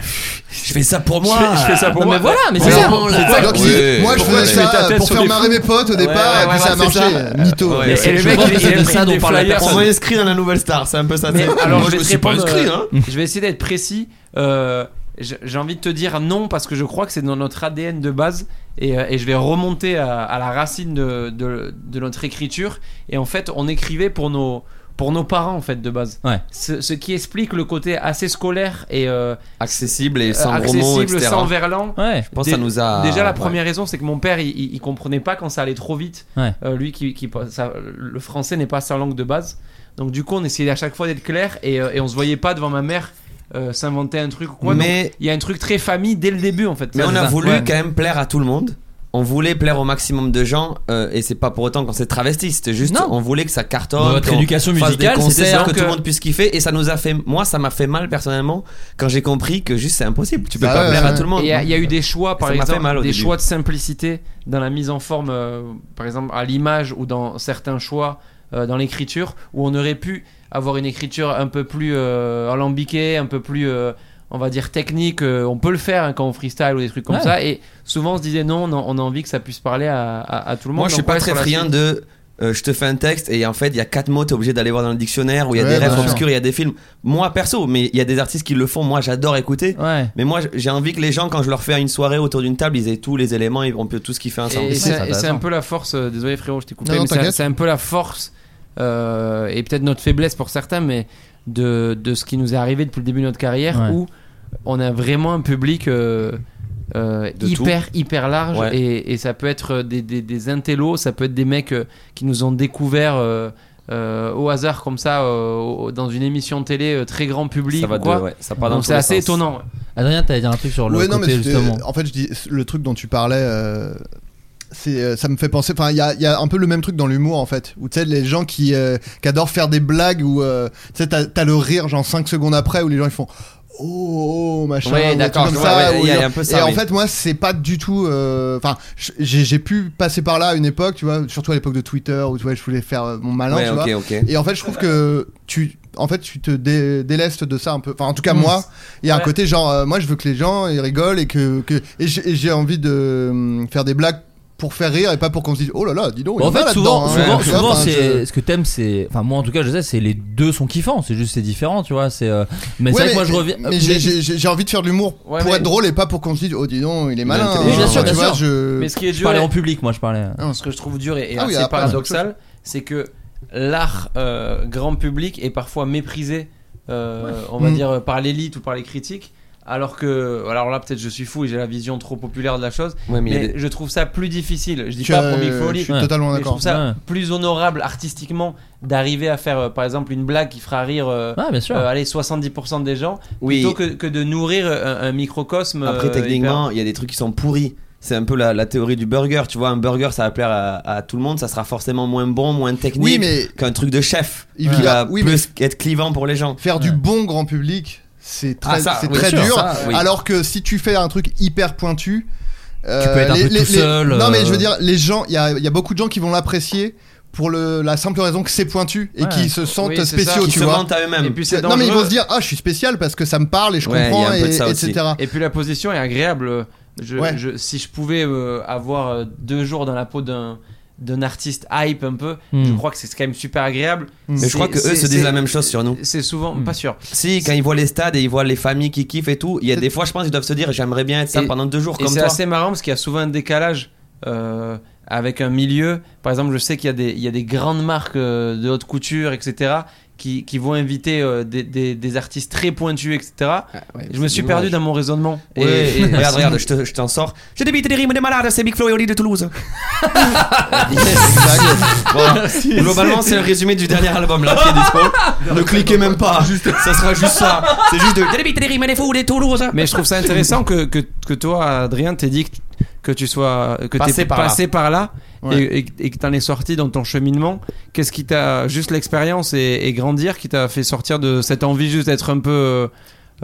Speaker 7: Je fais ça pour
Speaker 3: moi. Je fais ça pour
Speaker 7: Non,
Speaker 3: moi.
Speaker 7: Mais voilà, mais
Speaker 3: Ouais,
Speaker 7: c'est ça.
Speaker 3: bon, là,
Speaker 7: C'est ça.
Speaker 9: Donc,
Speaker 3: Ouais.
Speaker 9: ils disent, moi je
Speaker 3: Pourquoi
Speaker 9: faisais
Speaker 3: tu mets ta
Speaker 9: ça
Speaker 3: tête
Speaker 9: pour
Speaker 3: sur
Speaker 9: faire
Speaker 3: des
Speaker 9: marrer
Speaker 3: fous
Speaker 9: mes potes au départ,
Speaker 3: ouais,
Speaker 9: et puis
Speaker 3: voilà,
Speaker 9: ça a
Speaker 3: c'est
Speaker 9: marché. Mytho.
Speaker 8: Ouais.
Speaker 3: Et, et
Speaker 7: je
Speaker 3: le
Speaker 7: pense
Speaker 3: mec,
Speaker 7: que
Speaker 3: il-
Speaker 7: c'est
Speaker 3: il a
Speaker 7: de
Speaker 3: pris
Speaker 7: ça dont
Speaker 3: des
Speaker 7: parle la
Speaker 3: flyers.
Speaker 7: personne.
Speaker 8: On est inscrit dans la nouvelle star, c'est un peu ça.
Speaker 3: Mais
Speaker 8: c'est-
Speaker 3: alors,
Speaker 8: Moi,
Speaker 3: je vais
Speaker 8: me
Speaker 3: te
Speaker 8: suis pas
Speaker 3: répondre,
Speaker 8: inscrit,
Speaker 3: euh,
Speaker 8: hein.
Speaker 3: Je vais essayer d'être précis. Euh, j'ai j'ai envie de te dire non parce que je crois que c'est dans notre ADN de base et, euh, et je vais remonter à, à la racine de, de- de notre écriture. Et en fait, on écrivait pour nos, pour nos parents en fait de base.
Speaker 7: Ouais.
Speaker 3: Ce, ce qui explique le côté assez scolaire et euh,
Speaker 8: Accessible et sans gros mots,
Speaker 3: accessible,
Speaker 8: etc.
Speaker 3: sans verlan.
Speaker 7: Ouais.
Speaker 8: Je pense que ça
Speaker 3: Dé-
Speaker 8: nous a.
Speaker 3: Déjà, la
Speaker 8: Ah, ouais.
Speaker 3: première raison, c'est que mon père, il, il- il comprenait pas quand ça allait trop vite.
Speaker 7: Ouais.
Speaker 3: Euh, lui, qui, qui- ça- le français n'est pas sa langue de base. Donc, du coup, on essayait à chaque fois d'être clair et, euh, et on se voyait pas devant ma mère euh, s'inventer un truc ou quoi. Donc,
Speaker 8: Mais
Speaker 3: il y a un truc très famille dès le début, en fait.
Speaker 8: Mais
Speaker 3: Ça,
Speaker 8: on
Speaker 3: c'est
Speaker 8: a
Speaker 3: ça.
Speaker 8: voulu
Speaker 3: Ouais.
Speaker 8: quand même plaire à tout le monde. On voulait plaire au maximum de gens euh, et c'est pas pour autant qu'on s'est travesti. C'était juste,
Speaker 7: Non.
Speaker 8: on voulait que ça cartonne.
Speaker 7: Dans votre
Speaker 8: qu'on
Speaker 7: éducation
Speaker 8: fasse
Speaker 7: musicale,
Speaker 8: des
Speaker 7: c'était ça
Speaker 8: concerts, que,
Speaker 7: que-
Speaker 8: tout le monde puisse kiffer. Et ça nous a fait, moi, ça m'a fait mal personnellement quand j'ai compris que juste c'est impossible. Tu peux
Speaker 9: Ah
Speaker 8: pas
Speaker 9: ouais,
Speaker 8: plaire à
Speaker 9: ouais.
Speaker 8: tout le monde.
Speaker 3: Et il y, a- il y a eu des choix, par
Speaker 8: Ça m'a fait
Speaker 3: exemple,
Speaker 8: mal au
Speaker 3: des
Speaker 8: début.
Speaker 3: choix de simplicité dans la mise en forme, euh, par exemple à l'image ou dans certains choix euh, dans l'écriture, où on aurait pu avoir une écriture un peu plus euh, alambiquée, un peu plus, euh, on va dire, technique. euh, on peut le faire hein, quand on freestyle ou des trucs comme
Speaker 7: Ouais.
Speaker 3: ça. Et souvent on se disait non, on a, on a envie que ça puisse parler à, à- à tout le monde.
Speaker 8: Moi, je suis
Speaker 3: Donc,
Speaker 8: pas
Speaker 3: ouais,
Speaker 8: très
Speaker 3: sur la
Speaker 8: friand
Speaker 3: suite-
Speaker 8: de euh, je te fais un texte et en fait il y a quatre mots, t'es obligé d'aller voir dans le dictionnaire ou il y a
Speaker 7: Ouais,
Speaker 8: des
Speaker 7: bien
Speaker 8: rêves
Speaker 7: sûr.
Speaker 8: obscurs, il y a des films. Moi perso, mais il y a des artistes qui le font, moi j'adore écouter. Mais moi j'ai envie que les gens, quand je leur fais une soirée autour d'une table, ils aient tous les éléments, ils- on peut tout ce qu'ils fait ensemble.
Speaker 3: Et c'est et c'est un peu la force, euh, désolé frérot, je t'ai coupé,
Speaker 8: Non, non,
Speaker 3: mais c'est-
Speaker 8: t'inquiète.
Speaker 3: c'est un peu la force euh, et peut-être notre faiblesse pour certains, mais de, de ce qui nous est arrivé depuis le début de notre carrière
Speaker 7: Ouais.
Speaker 3: où on a vraiment un public euh, euh,
Speaker 7: De
Speaker 3: hyper,
Speaker 7: tout.
Speaker 3: hyper large
Speaker 7: Ouais.
Speaker 3: et, et ça peut être des, des, des intellos, ça peut être des mecs euh, qui nous ont découvert. euh, euh, au hasard comme ça euh, au- dans une émission télé euh, très grand public
Speaker 8: Ça va
Speaker 3: ou quoi.
Speaker 8: de- ouais, ça part dans
Speaker 3: donc
Speaker 8: tous
Speaker 3: c'est
Speaker 8: les
Speaker 3: assez
Speaker 8: sens.
Speaker 3: étonnant ouais.
Speaker 7: Adrien, t'allais dire un truc sur le
Speaker 9: Ouais, non,
Speaker 7: côté
Speaker 9: mais c'était- oh,
Speaker 7: justement.
Speaker 9: En fait, je dis le truc dont tu parlais. euh, c'est, euh, ça me fait penser. Enfin, il y a, il y a un peu le même truc dans l'humour en fait. Où tu sais, les gens qui, euh, qui adorent faire des blagues où euh, tu sais, t'as, t'as le rire genre 5 secondes après où les gens ils font oh, oh, machin.
Speaker 3: Ouais,
Speaker 9: ou
Speaker 3: d'accord,
Speaker 9: des trucs
Speaker 3: je
Speaker 9: comme
Speaker 3: vois,
Speaker 9: ça,
Speaker 3: ouais,
Speaker 9: ou
Speaker 3: il y a
Speaker 9: genre-
Speaker 3: un peu
Speaker 9: Et
Speaker 3: ça,
Speaker 9: en
Speaker 3: oui.
Speaker 9: fait, moi, c'est pas du tout. euh, Enfin, j'ai, j'ai pu passer par là à une époque, tu vois, surtout à l'époque de Twitter où tu vois, je voulais faire euh, mon malin,
Speaker 8: Ouais,
Speaker 9: tu
Speaker 8: ok,
Speaker 9: vois.
Speaker 8: ok.
Speaker 9: Et en fait, je trouve que tu, en fait, tu te dé- délestes de ça un peu. Enfin, en tout cas,
Speaker 7: Mm.
Speaker 9: moi, il y a un
Speaker 7: Ouais.
Speaker 9: côté genre, euh, moi, je veux que les gens ils rigolent et que, que- et j'ai et j'ai envie de hum, faire des blagues pour faire rire et pas pour qu'on se dise, oh là là, dis donc. il
Speaker 7: en
Speaker 9: y a
Speaker 7: fait, souvent,
Speaker 9: là-dedans, hein.
Speaker 7: souvent,
Speaker 9: Tu vois,
Speaker 7: souvent,
Speaker 9: enfin,
Speaker 7: c'est
Speaker 9: je-
Speaker 7: ce que t'aimes, c'est. Enfin, moi, en tout cas, je sais, c'est les deux sont kiffants. C'est juste, c'est différent, tu vois. C'est. euh, Mais
Speaker 9: Ouais,
Speaker 7: c'est vrai que moi, je reviens.
Speaker 9: mais j'ai- j'ai j'ai- j'ai envie de faire de l'humour
Speaker 7: Ouais,
Speaker 9: pour
Speaker 7: mais-
Speaker 9: être drôle et pas pour qu'on se dise, oh dis donc, il est malin.
Speaker 7: Oui, bien sûr,
Speaker 9: Tu
Speaker 7: bien
Speaker 9: vois,
Speaker 7: sûr.
Speaker 9: je-
Speaker 3: Mais ce qui est
Speaker 7: Je
Speaker 3: dur,
Speaker 7: parlais
Speaker 3: là-
Speaker 7: en public, moi, je parlais.
Speaker 3: Non, Hein, ce que je trouve dur et, et
Speaker 9: Ah oui,
Speaker 3: assez
Speaker 9: après,
Speaker 3: paradoxal, c'est que l'art euh, grand public est parfois méprisé, euh, on va
Speaker 7: Mm.
Speaker 3: dire, euh, par l'élite ou par les critiques. Alors que, alors là peut-être je suis fou et j'ai la vision trop populaire de la chose,
Speaker 8: Ouais, mais
Speaker 3: mais,
Speaker 8: il y a des-
Speaker 3: je trouve ça plus difficile. Je dis
Speaker 9: Je-
Speaker 3: pas pour Big
Speaker 9: je
Speaker 3: Folly,
Speaker 9: suis totalement
Speaker 3: mais je
Speaker 9: d'accord.
Speaker 3: trouve ça
Speaker 9: Ouais.
Speaker 3: plus honorable artistiquement d'arriver à faire euh, par exemple une blague qui fera rire, euh,
Speaker 7: Ouais, Ah, bien sûr.
Speaker 3: euh, allez 70% des gens,
Speaker 8: Ah, Oui.
Speaker 3: plutôt que, que de nourrir euh, un, un microcosme.
Speaker 8: Après,
Speaker 3: euh,
Speaker 8: techniquement,
Speaker 3: hyper-
Speaker 8: il y a des trucs qui sont pourris. C'est un peu la, la théorie du burger. Tu vois, un burger, ça va plaire à, à tout le monde. Ça sera forcément moins bon, moins technique
Speaker 9: Oui, mais-
Speaker 8: qu'un truc de chef.
Speaker 9: Il
Speaker 8: qui
Speaker 9: va-
Speaker 8: va
Speaker 9: oui,
Speaker 8: plus être clivant pour les gens.
Speaker 9: faire du bon grand public, c'est
Speaker 8: Ah,
Speaker 9: très,
Speaker 8: ça,
Speaker 9: c'est
Speaker 8: oui,
Speaker 9: très
Speaker 8: sûr,
Speaker 9: dur.
Speaker 8: ça, oui.
Speaker 9: Alors que si tu fais un truc hyper pointu, euh,
Speaker 7: peux être un peu tout seul,
Speaker 9: Non,
Speaker 7: euh.
Speaker 9: mais je veux dire, les gens, il y a, il y a beaucoup de gens qui vont l'apprécier. Pour le, la simple raison que c'est pointu et
Speaker 8: Ouais.
Speaker 9: qui se sentent
Speaker 8: Oui, c'est ça.
Speaker 9: spéciaux,
Speaker 8: Qui
Speaker 9: tu
Speaker 8: se
Speaker 9: vois.
Speaker 8: mentent à eux-mêmes. Et puis c'est
Speaker 9: non, mais ils
Speaker 3: dangereux.
Speaker 9: vont se dire Ah, je suis spécial parce que ça me parle et je
Speaker 8: Ouais,
Speaker 9: comprends,
Speaker 8: il y a un peu de
Speaker 9: et-
Speaker 8: ça aussi.
Speaker 9: etc.
Speaker 3: Et puis la position est agréable. Je-
Speaker 9: Ouais.
Speaker 3: je- si je pouvais euh, avoir euh, deux jours dans la peau d'un d'un artiste hype un peu,
Speaker 8: Mm.
Speaker 7: Hmm.
Speaker 3: je crois que c'est quand même super agréable.
Speaker 8: Mais
Speaker 3: C'est-
Speaker 8: je crois que eux
Speaker 3: c'est-
Speaker 8: se disent
Speaker 3: c'est-
Speaker 8: la même chose sur nous.
Speaker 3: C'est souvent pas sûr.
Speaker 8: Si, quand ils voient les stades et ils voient les familles qui kiffent et tout, il y a des fois, je pense, ils doivent se dire j'aimerais bien être ça
Speaker 3: Et-
Speaker 8: pendant deux jours
Speaker 3: Et
Speaker 8: comme
Speaker 3: c'est
Speaker 8: toi.
Speaker 3: assez marrant parce qu'il y a souvent un décalage euh, avec un milieu. Par exemple, je sais qu'il y, a des- il y a des grandes marques euh, de haute couture, etc., qui, qui vont inviter euh, des, des- des artistes très pointus, etc. je me
Speaker 8: c'est
Speaker 3: suis perdu
Speaker 8: dommage.
Speaker 3: dans mon raisonnement.
Speaker 8: Ouais, regarde, regarde, je te- je t'en sors. J'ai des bites et des rimes des malades, c'est Big Flo et Oli de Toulouse. Voilà.
Speaker 3: Si,
Speaker 8: Globalement,
Speaker 3: si.
Speaker 8: c'est le résumé du dernier album là qui est dispo. ne cliquez même pas. Ça sera juste ça. C'est juste de. J'ai des bites et des rimes des fous des Toulouse.
Speaker 3: Mais je trouve ça intéressant que, que, que toi, Adrien, t'aies dit que, que tu sois que
Speaker 8: Passé
Speaker 3: t'es
Speaker 8: par là.
Speaker 3: passé par là
Speaker 8: Ouais.
Speaker 3: et, et- et que t'en es sorti dans ton cheminement. Qu'est-ce qui t'a juste l'expérience et, et grandir qui t'a fait sortir de cette envie juste d'être un peu euh,